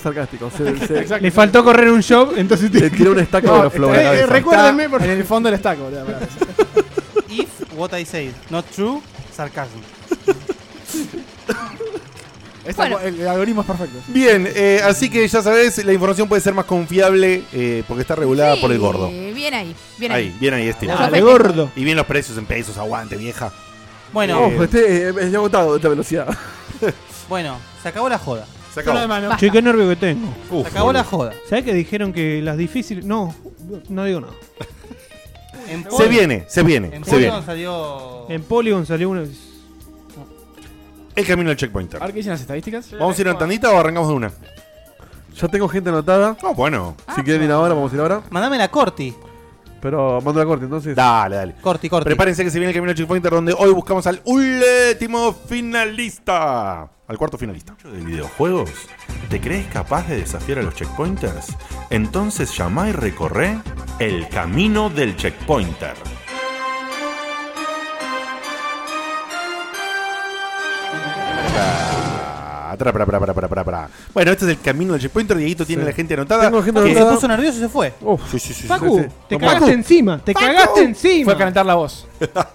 [SPEAKER 3] [laughs]
[SPEAKER 5] sarcástico. Se- se-
[SPEAKER 3] Exacto.
[SPEAKER 10] Le faltó correr un show, entonces eh,
[SPEAKER 5] le tiró
[SPEAKER 10] [laughs]
[SPEAKER 5] un estaca de
[SPEAKER 3] No,
[SPEAKER 5] los flow a la
[SPEAKER 3] está-
[SPEAKER 5] cabeza.
[SPEAKER 3] recuérdenme por- en el fondo del stack, boludo. pará.
[SPEAKER 2] [laughs] If what I said not true, sarcasmo.
[SPEAKER 3] Esta-
[SPEAKER 6] Bueno.
[SPEAKER 3] El el algoritmo es perfecto.
[SPEAKER 1] Bien, eh, así que ya sabés, la información puede ser más confiable eh, porque está regulada por el gordo.
[SPEAKER 6] Sí, Bien ahí, bien
[SPEAKER 1] ahí,
[SPEAKER 6] ahí.
[SPEAKER 1] bien ahí, Steam.
[SPEAKER 6] Dale, Perfecto.
[SPEAKER 10] gordo.
[SPEAKER 1] Y bien los precios en pesos, aguante, vieja.
[SPEAKER 2] Bueno, [laughs]
[SPEAKER 1] eh,
[SPEAKER 5] Ojo, este eh, es agotado de esta velocidad.
[SPEAKER 2] bueno, se acabó la joda.
[SPEAKER 1] Se acabó.
[SPEAKER 10] Che, qué nervio que tengo.
[SPEAKER 1] Uf, Se acabó la
[SPEAKER 2] joda.
[SPEAKER 10] ¿Sabés que dijeron que las difíciles. No, no digo nada.
[SPEAKER 1] Se viene, se viene, se viene.
[SPEAKER 2] salió.
[SPEAKER 10] En Polygon salió uno.
[SPEAKER 1] El camino al checkpointer.
[SPEAKER 3] A ver qué dicen las estadísticas.
[SPEAKER 1] ¿Vamos a ir a una tandita o arrancamos de una?
[SPEAKER 5] Ya tengo gente anotada.
[SPEAKER 1] No, bueno.
[SPEAKER 5] Ah,
[SPEAKER 10] Ah,
[SPEAKER 5] Si quieren ir ahora, vamos a ir ahora.
[SPEAKER 2] Mandame la corti.
[SPEAKER 5] Pero mando la corte, entonces.
[SPEAKER 1] Dale, dale.
[SPEAKER 2] Corti, corti.
[SPEAKER 1] Prepárense que se viene el camino al checkpointer donde hoy buscamos al último finalista. Al cuarto finalista. de videojuegos? ¿Te crees capaz de desafiar a los checkpointers? Entonces llama y recorre el camino del checkpointer. Ah, tra, pra, pra, pra, pra, pra, pra. Bueno, este es el camino del checkpointer. Dieguito tiene
[SPEAKER 5] Sí.
[SPEAKER 1] la gente anotada.
[SPEAKER 5] Tengo gente
[SPEAKER 1] que-
[SPEAKER 5] anotada. Se puso
[SPEAKER 2] nervioso y se fue.
[SPEAKER 1] Uf, sí, sí, sí, sí,
[SPEAKER 10] Facu,
[SPEAKER 1] sí.
[SPEAKER 10] te
[SPEAKER 1] Facu.
[SPEAKER 10] cagaste encima. Te
[SPEAKER 1] Facu.
[SPEAKER 10] cagaste encima.
[SPEAKER 1] Fue a
[SPEAKER 3] calentar la voz.
[SPEAKER 5] bueno,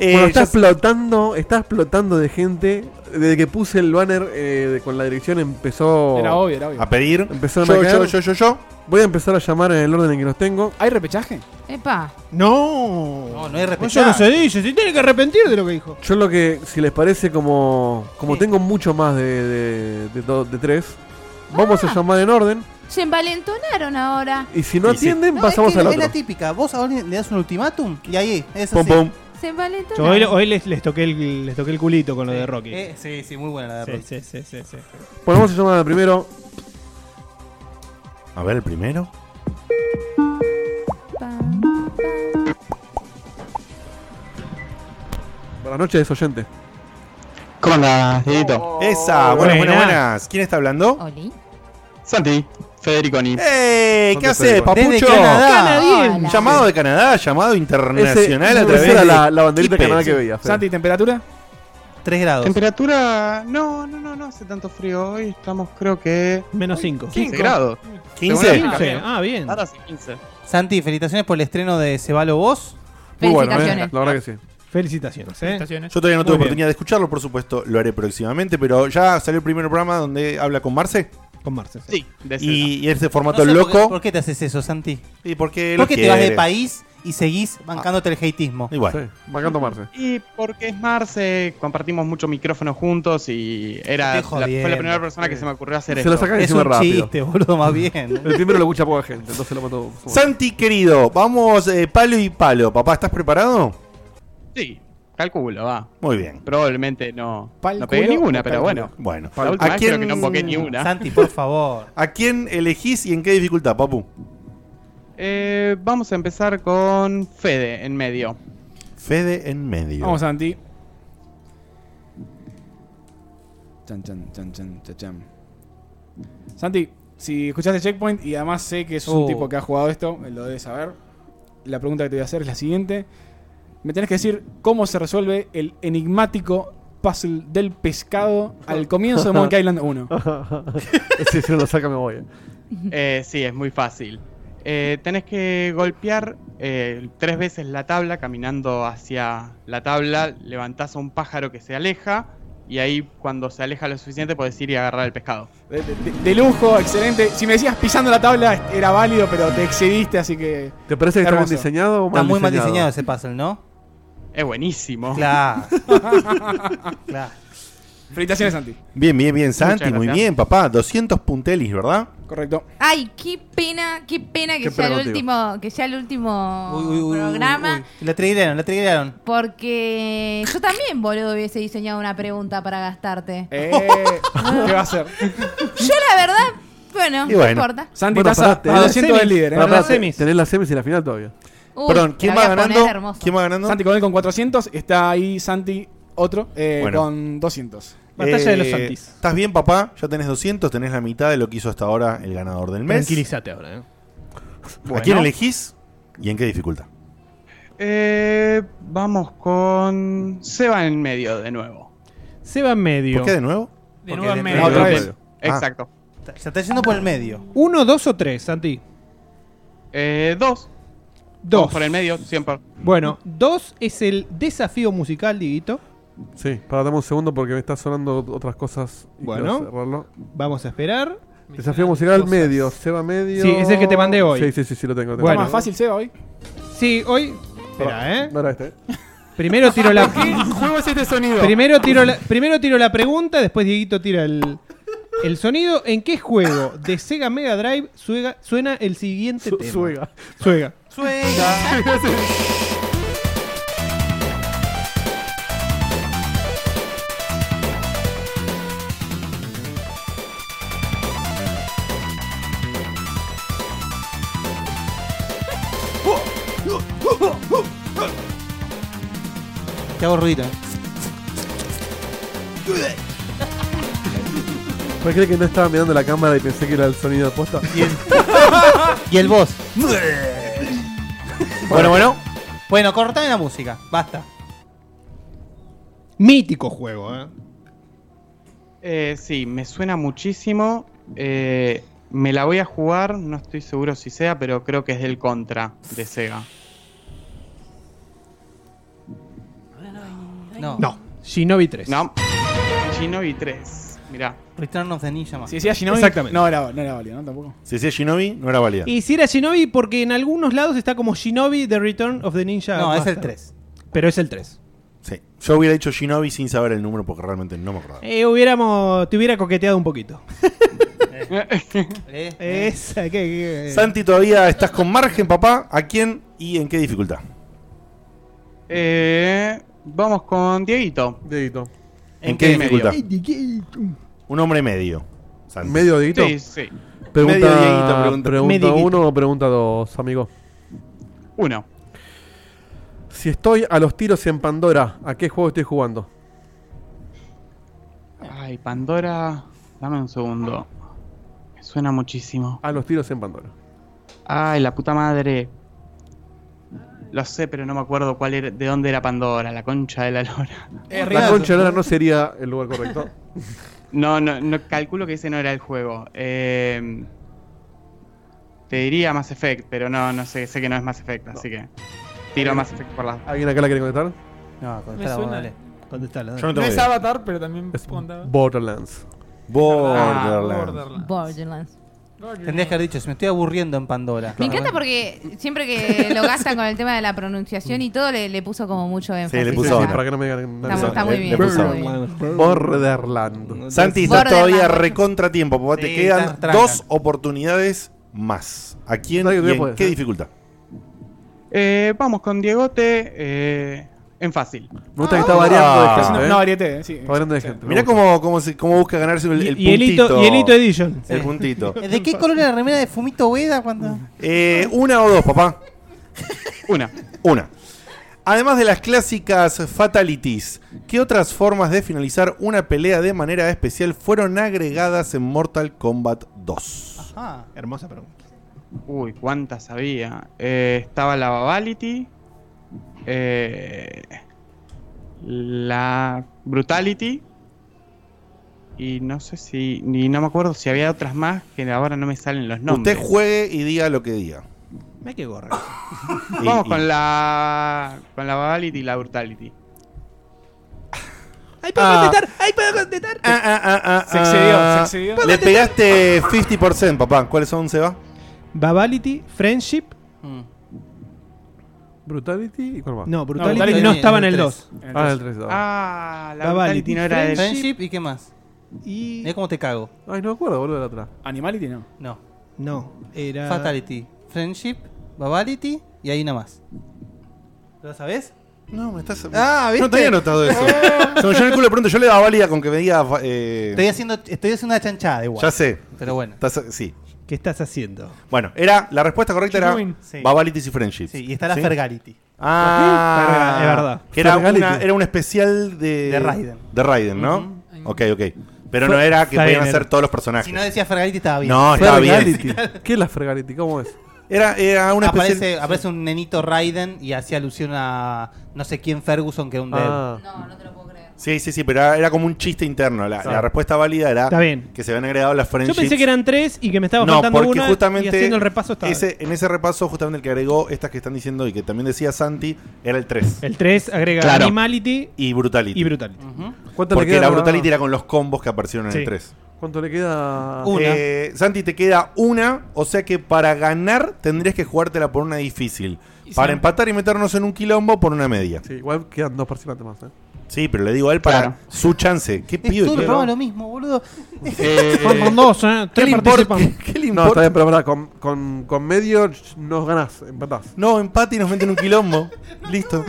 [SPEAKER 10] Eh,
[SPEAKER 1] ya
[SPEAKER 5] está explotando, está explotando de gente. Desde que puse el banner eh, de- con la dirección empezó
[SPEAKER 3] Era obvio, era obvio.
[SPEAKER 1] A pedir.
[SPEAKER 5] Empezaron
[SPEAKER 1] Yo,
[SPEAKER 5] a caer.
[SPEAKER 1] yo, yo, yo, yo.
[SPEAKER 5] Voy a empezar a llamar en el orden en que los tengo.
[SPEAKER 3] ¿Hay repechaje?
[SPEAKER 6] Epa.
[SPEAKER 10] No. No,
[SPEAKER 2] no hay
[SPEAKER 10] Eso no se dice. Se tiene que arrepentir de lo que dijo.
[SPEAKER 5] Yo lo que, si les parece, como, como tengo mucho más de, de, de do- de tres,
[SPEAKER 3] Ah.
[SPEAKER 5] vamos a llamar en orden.
[SPEAKER 6] Se envalentonaron ahora.
[SPEAKER 5] Y si no
[SPEAKER 1] Y si-
[SPEAKER 5] atienden,
[SPEAKER 2] No,
[SPEAKER 5] pasamos
[SPEAKER 2] es que
[SPEAKER 5] al
[SPEAKER 2] Es la
[SPEAKER 5] otro.
[SPEAKER 2] típica. Vos a alguien le das un ultimátum y ahí es así.
[SPEAKER 6] Se
[SPEAKER 10] Yo hoy,
[SPEAKER 6] envalentonaron.
[SPEAKER 10] hoy les, les toqué el, les toqué el culito con lo de Rocky.
[SPEAKER 2] Eh, sí, sí, muy buena la de
[SPEAKER 10] Sí,
[SPEAKER 2] Rocky.
[SPEAKER 10] sí, sí, sí, sí.
[SPEAKER 5] Bueno, vamos a llamar al primero.
[SPEAKER 1] A ver, el primero.
[SPEAKER 5] Buenas noches, oyente.
[SPEAKER 14] ¿Cómo andas, Dieguito?
[SPEAKER 1] Esa, buenas, buenas, buenas. ¿Quién está hablando?
[SPEAKER 6] Oli.
[SPEAKER 14] Santi, Federico Ni.
[SPEAKER 1] ¡Ey! Eh, ¿Qué
[SPEAKER 14] ¿Dónde
[SPEAKER 1] haces,
[SPEAKER 14] estoy?
[SPEAKER 1] papucho?
[SPEAKER 14] Desde Canadá.
[SPEAKER 6] Canadiense.
[SPEAKER 1] Llamado de Canadá, llamado internacional
[SPEAKER 5] Ese-
[SPEAKER 1] a través
[SPEAKER 5] esa era
[SPEAKER 1] de
[SPEAKER 5] la- la banderita de
[SPEAKER 1] Kipe.
[SPEAKER 5] Canadá que veía, Fede. Em-
[SPEAKER 3] Santi, ¿temperatura?
[SPEAKER 2] 3 grados.
[SPEAKER 14] Temperatura. No, no, no, no hace tanto frío. Hoy estamos, creo que.
[SPEAKER 10] Menos 5.
[SPEAKER 14] 15 grados.
[SPEAKER 2] 15.
[SPEAKER 14] Según la
[SPEAKER 2] 15,
[SPEAKER 14] camioneta.
[SPEAKER 10] Ah, bien.
[SPEAKER 14] Ahora hace 15.
[SPEAKER 2] Santi, felicitaciones por el estreno de Cebalo Vos.
[SPEAKER 6] Muy bueno, eh. Felicitaciones.
[SPEAKER 5] La verdad que sí.
[SPEAKER 10] Felicitaciones. ¿eh?
[SPEAKER 1] Yo todavía no
[SPEAKER 10] Muy
[SPEAKER 1] tuve
[SPEAKER 10] bien.
[SPEAKER 1] oportunidad de escucharlo, por supuesto, lo haré próximamente, pero ya salió el primer programa donde habla con Marce.
[SPEAKER 10] Con Marce.
[SPEAKER 14] Sí, de
[SPEAKER 1] Y, y ese formato
[SPEAKER 2] No sé por qué-
[SPEAKER 1] loco.
[SPEAKER 2] ¿Por qué te haces eso, Santi?
[SPEAKER 1] ¿Y por qué
[SPEAKER 2] ¿Por
[SPEAKER 1] lo
[SPEAKER 2] qué te vas de
[SPEAKER 1] quiere?
[SPEAKER 2] país y seguís bancándote el hateismo?
[SPEAKER 1] Igual.
[SPEAKER 5] Bacando Marce.
[SPEAKER 14] Y porque es Marce, compartimos muchos micrófonos juntos y era la-
[SPEAKER 2] Estoy
[SPEAKER 14] fue la
[SPEAKER 2] jodiendo.
[SPEAKER 14] primera persona que se me ocurrió hacer
[SPEAKER 5] Se
[SPEAKER 14] esto.
[SPEAKER 5] lo sacan
[SPEAKER 2] Es
[SPEAKER 5] encima
[SPEAKER 2] un
[SPEAKER 5] rápido.
[SPEAKER 2] chiste, boludo, más bien.
[SPEAKER 5] El primero lo escucha poca gente, entonces lo mató.
[SPEAKER 1] Santi, querido, vamos eh, palo y palo. Papá, ¿estás preparado?
[SPEAKER 14] Sí, calculo, va.
[SPEAKER 1] Muy bien.
[SPEAKER 14] Probablemente no.
[SPEAKER 1] Pal
[SPEAKER 14] no pegué
[SPEAKER 1] culo
[SPEAKER 14] ninguna,
[SPEAKER 1] o
[SPEAKER 14] pero
[SPEAKER 1] pal
[SPEAKER 14] bueno.
[SPEAKER 1] culo. Bueno.
[SPEAKER 14] la última
[SPEAKER 1] ¿A
[SPEAKER 14] vez
[SPEAKER 1] quién-
[SPEAKER 14] creo que no invoqué ni una. [laughs]
[SPEAKER 2] Santi, por favor.
[SPEAKER 1] ¿A quién elegís y en qué dificultad, papu?
[SPEAKER 14] Eh, vamos a empezar con Fede en medio.
[SPEAKER 1] Fede en medio.
[SPEAKER 3] Vamos, Santi. Chan, chan, chan, chan, chan, chan. Santi, si escuchaste Checkpoint y además sé que sos un
[SPEAKER 2] Oh.
[SPEAKER 3] tipo que ha jugado esto, lo debes saber. La pregunta que te voy a hacer es la siguiente. Me tenés que decir cómo se resuelve el enigmático puzzle del pescado al comienzo de Monkey Island
[SPEAKER 5] [laughs]
[SPEAKER 3] 1.
[SPEAKER 5] Sí, si no lo saca me voy. eh.
[SPEAKER 14] Eh, sí, es muy fácil. Eh, tenés que golpear eh, tres veces la tabla, caminando hacia la tabla, levantás a un pájaro que se aleja y ahí cuando se aleja lo suficiente podés ir y agarrar el pescado.
[SPEAKER 3] De, de- de lujo, excelente. Si me decías pisando la tabla era válido, pero te excediste, así que...
[SPEAKER 5] ¿Te parece que está bien
[SPEAKER 3] Hermoso.
[SPEAKER 5] diseñado o
[SPEAKER 2] Está
[SPEAKER 5] mal
[SPEAKER 2] muy mal
[SPEAKER 5] diseñado?
[SPEAKER 2] diseñado ese puzzle, ¿no?
[SPEAKER 14] Es
[SPEAKER 10] [laughs]
[SPEAKER 14] buenísimo.
[SPEAKER 2] Claro. claro.
[SPEAKER 3] Felicitaciones, Santi.
[SPEAKER 1] Bien, bien, bien, Santi,
[SPEAKER 3] Muchas
[SPEAKER 1] muy
[SPEAKER 3] gracias.
[SPEAKER 1] bien, papá. 200 puntelis, ¿verdad?
[SPEAKER 3] Correcto.
[SPEAKER 6] Ay, qué pena, qué pena que
[SPEAKER 1] Qué
[SPEAKER 6] sea
[SPEAKER 1] pena
[SPEAKER 6] el
[SPEAKER 1] contigo.
[SPEAKER 6] último, que sea el último
[SPEAKER 2] Uy, uy, uy,
[SPEAKER 6] programa.
[SPEAKER 2] uy, uy. La triguearon, la triguearon.
[SPEAKER 6] Porque yo también, boludo, hubiese diseñado una pregunta para gastarte.
[SPEAKER 3] Eh, ¿Qué va a hacer?
[SPEAKER 6] [laughs] Yo la verdad, bueno,
[SPEAKER 1] Y bueno.
[SPEAKER 6] no importa.
[SPEAKER 3] Santi,
[SPEAKER 5] Bueno,
[SPEAKER 3] estás
[SPEAKER 5] pará,
[SPEAKER 3] a- a 200 del líder. ¿eh?
[SPEAKER 5] Pará, pará, Tenés las semis y la final todavía.
[SPEAKER 3] Uh,
[SPEAKER 6] Uy,
[SPEAKER 1] Perdón, ¿quién
[SPEAKER 6] la
[SPEAKER 1] va
[SPEAKER 6] voy a poner
[SPEAKER 1] ganando?
[SPEAKER 6] hermosa.
[SPEAKER 1] ¿Quién va ganando?
[SPEAKER 3] Santi con él con 400. Está ahí Santi, otro, eh,
[SPEAKER 1] Bueno.
[SPEAKER 3] con 200.
[SPEAKER 10] Batalla
[SPEAKER 3] Eh,
[SPEAKER 10] de los Santis.
[SPEAKER 1] Eh, ¿Estás bien, papá? Ya tenés 200, tenés la mitad de lo que hizo hasta ahora el ganador del mes.
[SPEAKER 10] Tranquilízate ahora, ¿eh?
[SPEAKER 1] ¿A quién elegís y en qué dificultad?
[SPEAKER 14] Eh, vamos con Seba en medio de nuevo.
[SPEAKER 10] Se va en medio.
[SPEAKER 1] ¿Por qué de nuevo?
[SPEAKER 7] De
[SPEAKER 14] Porque
[SPEAKER 7] nuevo en
[SPEAKER 14] de-
[SPEAKER 7] medio.
[SPEAKER 14] otra
[SPEAKER 1] Ah.
[SPEAKER 14] vez. Exacto.
[SPEAKER 2] Se está yendo por el medio.
[SPEAKER 10] ¿Uno, dos o tres, Santi?
[SPEAKER 14] Eh, dos.
[SPEAKER 10] Dos.
[SPEAKER 14] Vamos Por el medio, siempre.
[SPEAKER 10] Bueno, dos es el desafío musical, Diguito.
[SPEAKER 5] Sí, pará, dame un segundo porque me está sonando otras cosas. y
[SPEAKER 10] Bueno.
[SPEAKER 5] quiero cerrarlo.
[SPEAKER 10] Vamos a esperar.
[SPEAKER 5] Desafío musical medio, Seba medio.
[SPEAKER 10] Sí, es el que te mandé hoy.
[SPEAKER 5] Sí, sí, sí, sí, lo tengo.
[SPEAKER 10] Bueno.
[SPEAKER 3] Más fácil, Seba, hoy.
[SPEAKER 10] Sí, hoy. Espera, ¿eh?
[SPEAKER 5] Ahora este.
[SPEAKER 10] Primero tiro
[SPEAKER 2] [laughs]
[SPEAKER 10] la. [laughs]
[SPEAKER 3] [laughs]
[SPEAKER 7] ¿Qué juego es este sonido? [laughs]
[SPEAKER 10] Primero tiro la, primero tiro la pregunta, después Dieguito tira el, El sonido en qué juego de Sega Mega Drive suega- suena el siguiente
[SPEAKER 5] Su-
[SPEAKER 10] tema.
[SPEAKER 5] suega.
[SPEAKER 10] Suega.
[SPEAKER 2] Te hago ruidito.
[SPEAKER 5] ¿Para creer que no estaba mirando la cámara y pensé que era el sonido de posta? [laughs]
[SPEAKER 2] Y el boss.
[SPEAKER 5] Bueno, bueno.
[SPEAKER 2] Bueno, cortame la música. Basta.
[SPEAKER 10] Mítico juego, ¿eh?
[SPEAKER 14] Eh, sí, me suena muchísimo. Eh, me la voy a jugar, no estoy seguro si sea, pero creo que es del Contra de Sega.
[SPEAKER 2] No.
[SPEAKER 10] No. Shinobi 3.
[SPEAKER 14] No. Shinobi 3. Mirá.
[SPEAKER 2] Return of the Ninja Master.
[SPEAKER 3] Si decía Shinobi,
[SPEAKER 10] Exactamente.
[SPEAKER 3] no era, no era válido, ¿no? Tampoco.
[SPEAKER 1] Si decía Shinobi, no era válida.
[SPEAKER 10] Y si era Shinobi, porque en algunos lados está como Shinobi The Return of the Ninja.
[SPEAKER 1] No, es el
[SPEAKER 10] Master.
[SPEAKER 1] tres.
[SPEAKER 10] Pero es el 3.
[SPEAKER 1] Sí. Yo hubiera dicho Shinobi sin saber el número porque realmente no me acordaba.
[SPEAKER 10] Eh, hubiéramos, te hubiera coqueteado un poquito.
[SPEAKER 2] Eh,
[SPEAKER 1] eh.
[SPEAKER 10] Esa, que- que-
[SPEAKER 1] Santi, todavía estás con margen, papá. ¿A quién y en qué dificultad?
[SPEAKER 14] Eh, vamos con Dieguito.
[SPEAKER 5] Dieguito.
[SPEAKER 1] ¿En, qué, dificultad? Un hombre medio. Santi.
[SPEAKER 5] ¿Medio Dieguito?
[SPEAKER 14] Sí, sí.
[SPEAKER 5] Pregunta,
[SPEAKER 1] Medio Dieguito, pregunta.
[SPEAKER 5] pregunta
[SPEAKER 1] Medio Dieguito.
[SPEAKER 5] uno o pregunta dos, amigo.
[SPEAKER 14] Uno.
[SPEAKER 5] Si estoy a los tiros en Pandora, ¿a qué juego estoy jugando?
[SPEAKER 14] Ay, Pandora. Dame un segundo. Me suena muchísimo.
[SPEAKER 5] A Ah, los tiros en Pandora.
[SPEAKER 14] Ay, la puta madre. Lo sé, pero no me acuerdo cuál era, de dónde era Pandora, la concha de la lora.
[SPEAKER 5] La concha de Lora no sería el lugar
[SPEAKER 14] [laughs]
[SPEAKER 5] correcto.
[SPEAKER 14] No, no, no, calculo que ese no era el juego. Eh, te diría Mass Effect, pero no, no sé, sé que no es Mass Effect, así que tiro Mass Effect por la.
[SPEAKER 5] ¿Alguien acá la quiere contestar?
[SPEAKER 2] No,
[SPEAKER 7] contestala vos, suena. dale.
[SPEAKER 10] Contestala,
[SPEAKER 5] dale.
[SPEAKER 7] No es Avatar, pero también contaba.
[SPEAKER 5] Borderlands.
[SPEAKER 1] Borderlands.
[SPEAKER 6] Borderlands.
[SPEAKER 2] Ah, Tendrías que haber dicho, si me estoy aburriendo en Pandora.
[SPEAKER 6] Me encanta porque siempre que lo gastan con el tema de la pronunciación y todo, le, le puso como mucho énfasis.
[SPEAKER 1] le puso
[SPEAKER 6] acá.
[SPEAKER 1] onda.
[SPEAKER 5] Para que no me digan
[SPEAKER 6] Está- está muy
[SPEAKER 1] Le-
[SPEAKER 6] bien,
[SPEAKER 1] le puso
[SPEAKER 6] está muy
[SPEAKER 1] onda.
[SPEAKER 5] bien. Borderland.
[SPEAKER 1] Santi, estás
[SPEAKER 6] Borderlands.
[SPEAKER 1] todavía recontratiempo, papá. Te
[SPEAKER 2] Sí,
[SPEAKER 1] quedan
[SPEAKER 2] estás tranca.
[SPEAKER 1] dos oportunidades más. ¿A quién
[SPEAKER 5] Dale,
[SPEAKER 1] y
[SPEAKER 5] voy a
[SPEAKER 1] en
[SPEAKER 5] poder,
[SPEAKER 1] qué
[SPEAKER 5] ¿eh?
[SPEAKER 1] dificultad?
[SPEAKER 14] Eh, vamos con Diegote eh, en fácil.
[SPEAKER 5] Me
[SPEAKER 1] Ah,
[SPEAKER 5] gusta que está variando de gente. ¿eh?
[SPEAKER 3] No, variete, sí.
[SPEAKER 5] Está variando de gente.
[SPEAKER 1] Mirá cómo, cómo, se- cómo busca ganarse el, el
[SPEAKER 10] Y- y el hito-
[SPEAKER 1] puntito.
[SPEAKER 10] y el hito edition.
[SPEAKER 1] El
[SPEAKER 10] Sí.
[SPEAKER 1] puntito.
[SPEAKER 2] Eh, ¿De qué color era la remera de Fumito Ueda cuando.?
[SPEAKER 1] Eh, una o dos, papá.
[SPEAKER 14] Una.
[SPEAKER 1] Una. Además de las clásicas fatalities, ¿qué otras formas de finalizar una pelea de manera especial fueron agregadas en Mortal Kombat 2?
[SPEAKER 2] Ah.
[SPEAKER 10] Hermosa pregunta.
[SPEAKER 14] Uy, cuántas había. Eh, estaba la Babality. eh, la Brutality. Y no sé si. Ni no me acuerdo si había otras más que ahora no me salen los nombres.
[SPEAKER 1] Usted juegue y diga lo que diga.
[SPEAKER 10] Me que gorra.
[SPEAKER 1] Y-
[SPEAKER 14] Vamos
[SPEAKER 1] y-
[SPEAKER 14] con la. Con la Babality y la Brutality.
[SPEAKER 10] ¡Ahí puedo
[SPEAKER 1] Ah.
[SPEAKER 10] contestar! ¡Ahí puedo contestar!
[SPEAKER 1] Ah, ah, ah, ah,
[SPEAKER 10] Se excedió,
[SPEAKER 1] ah.
[SPEAKER 10] se excedió.
[SPEAKER 1] Le pegaste 50%, papá. ¿Cuáles son, Seba?
[SPEAKER 10] Babality, Friendship.
[SPEAKER 5] Brutality y cuál más.
[SPEAKER 10] No, Brutality no, estaba en el 2.
[SPEAKER 5] Ah, el 3.
[SPEAKER 14] Ah, la
[SPEAKER 10] Babality
[SPEAKER 14] Brutality no era de.
[SPEAKER 2] Friendship y qué más.
[SPEAKER 10] y.
[SPEAKER 2] Mirá cómo te cago.
[SPEAKER 5] Ay, no me acuerdo, boludo, de atrás.
[SPEAKER 3] Animality no.
[SPEAKER 2] No.
[SPEAKER 10] No, era.
[SPEAKER 2] Fatality, Friendship, Babality y ahí nada más. ¿Lo sabés?
[SPEAKER 1] No, me estás.
[SPEAKER 2] Ah, ¿viste?
[SPEAKER 1] No te había
[SPEAKER 10] [laughs]
[SPEAKER 1] notado eso. Se me llenó el culo de pronto. Yo le daba válida con que me diga. eh,
[SPEAKER 2] Estoy haciendo, estoy haciendo una chanchada igual.
[SPEAKER 1] Ya sé.
[SPEAKER 2] Pero bueno.
[SPEAKER 1] Estás- sí.
[SPEAKER 10] ¿Qué estás haciendo?
[SPEAKER 1] Bueno, era, la respuesta correcta era
[SPEAKER 2] Chiruin. Sí.
[SPEAKER 1] Babalities y Friendships.
[SPEAKER 2] Sí, y está la Fergality.
[SPEAKER 1] Ah,
[SPEAKER 10] Ferga- es verdad.
[SPEAKER 1] Que era,
[SPEAKER 10] Fergality.
[SPEAKER 1] una- era un especial de,
[SPEAKER 2] De Raiden.
[SPEAKER 1] De Raiden, ¿no? Ok, ok. Pero no
[SPEAKER 2] Fer-
[SPEAKER 1] era que
[SPEAKER 2] Está
[SPEAKER 1] podían
[SPEAKER 2] bien,
[SPEAKER 1] hacer
[SPEAKER 2] era.
[SPEAKER 1] todos los personajes.
[SPEAKER 2] Si no decía Fergality estaba bien.
[SPEAKER 1] No, estaba
[SPEAKER 2] [laughs]
[SPEAKER 1] bien.
[SPEAKER 5] Fergality. ¿Qué es la Fregality? ¿Cómo es?
[SPEAKER 1] Era, era una especie.
[SPEAKER 2] Aparece, aparece un nenito Raiden y hacía alusión a no sé quién Ferguson que era un dev.
[SPEAKER 5] Ah.
[SPEAKER 1] Sí, sí, sí, pero era, era como un chiste interno. La, la respuesta válida era
[SPEAKER 10] Está bien.
[SPEAKER 1] que se habían agregado las
[SPEAKER 10] Yo
[SPEAKER 1] friendships.
[SPEAKER 10] pensé que eran tres y que me estaba
[SPEAKER 1] no,
[SPEAKER 10] faltando
[SPEAKER 1] porque
[SPEAKER 10] una.
[SPEAKER 1] justamente
[SPEAKER 10] y haciendo el repaso estaba.
[SPEAKER 1] ese, en ese repaso, justamente el que agregó estas que están diciendo y que también decía Santi, era el 3.
[SPEAKER 10] El 3 agrega
[SPEAKER 1] Claro.
[SPEAKER 10] Animality
[SPEAKER 1] Y Brutality.
[SPEAKER 10] y Brutality.
[SPEAKER 5] ¿Cuánto
[SPEAKER 1] Porque la
[SPEAKER 5] a-
[SPEAKER 1] Brutality era con los combos que aparecieron en
[SPEAKER 10] Sí.
[SPEAKER 1] el 3.
[SPEAKER 5] ¿Cuánto le queda?
[SPEAKER 10] Una.
[SPEAKER 1] Eh, Santi, te queda una, o sea que para ganar tendrías que jugártela por una difícil.
[SPEAKER 7] Y
[SPEAKER 1] Para
[SPEAKER 7] sí.
[SPEAKER 1] empatar y meternos en un quilombo por una media.
[SPEAKER 5] Sí, igual quedan dos participantes más. ¿eh?
[SPEAKER 1] Sí, pero le digo a él para su chance. ¿Qué
[SPEAKER 2] Es
[SPEAKER 1] pibe?
[SPEAKER 2] todo el
[SPEAKER 1] que-
[SPEAKER 2] programa lo mismo, boludo. [laughs]
[SPEAKER 14] Eh,
[SPEAKER 1] ¿Qué le importa? [laughs] ¿Qué- qué le
[SPEAKER 5] No, está
[SPEAKER 1] importa?
[SPEAKER 5] bien, pero pará, con, con, con medio nos ganás, empatás.
[SPEAKER 1] No, empate y nos meten un quilombo. Listo.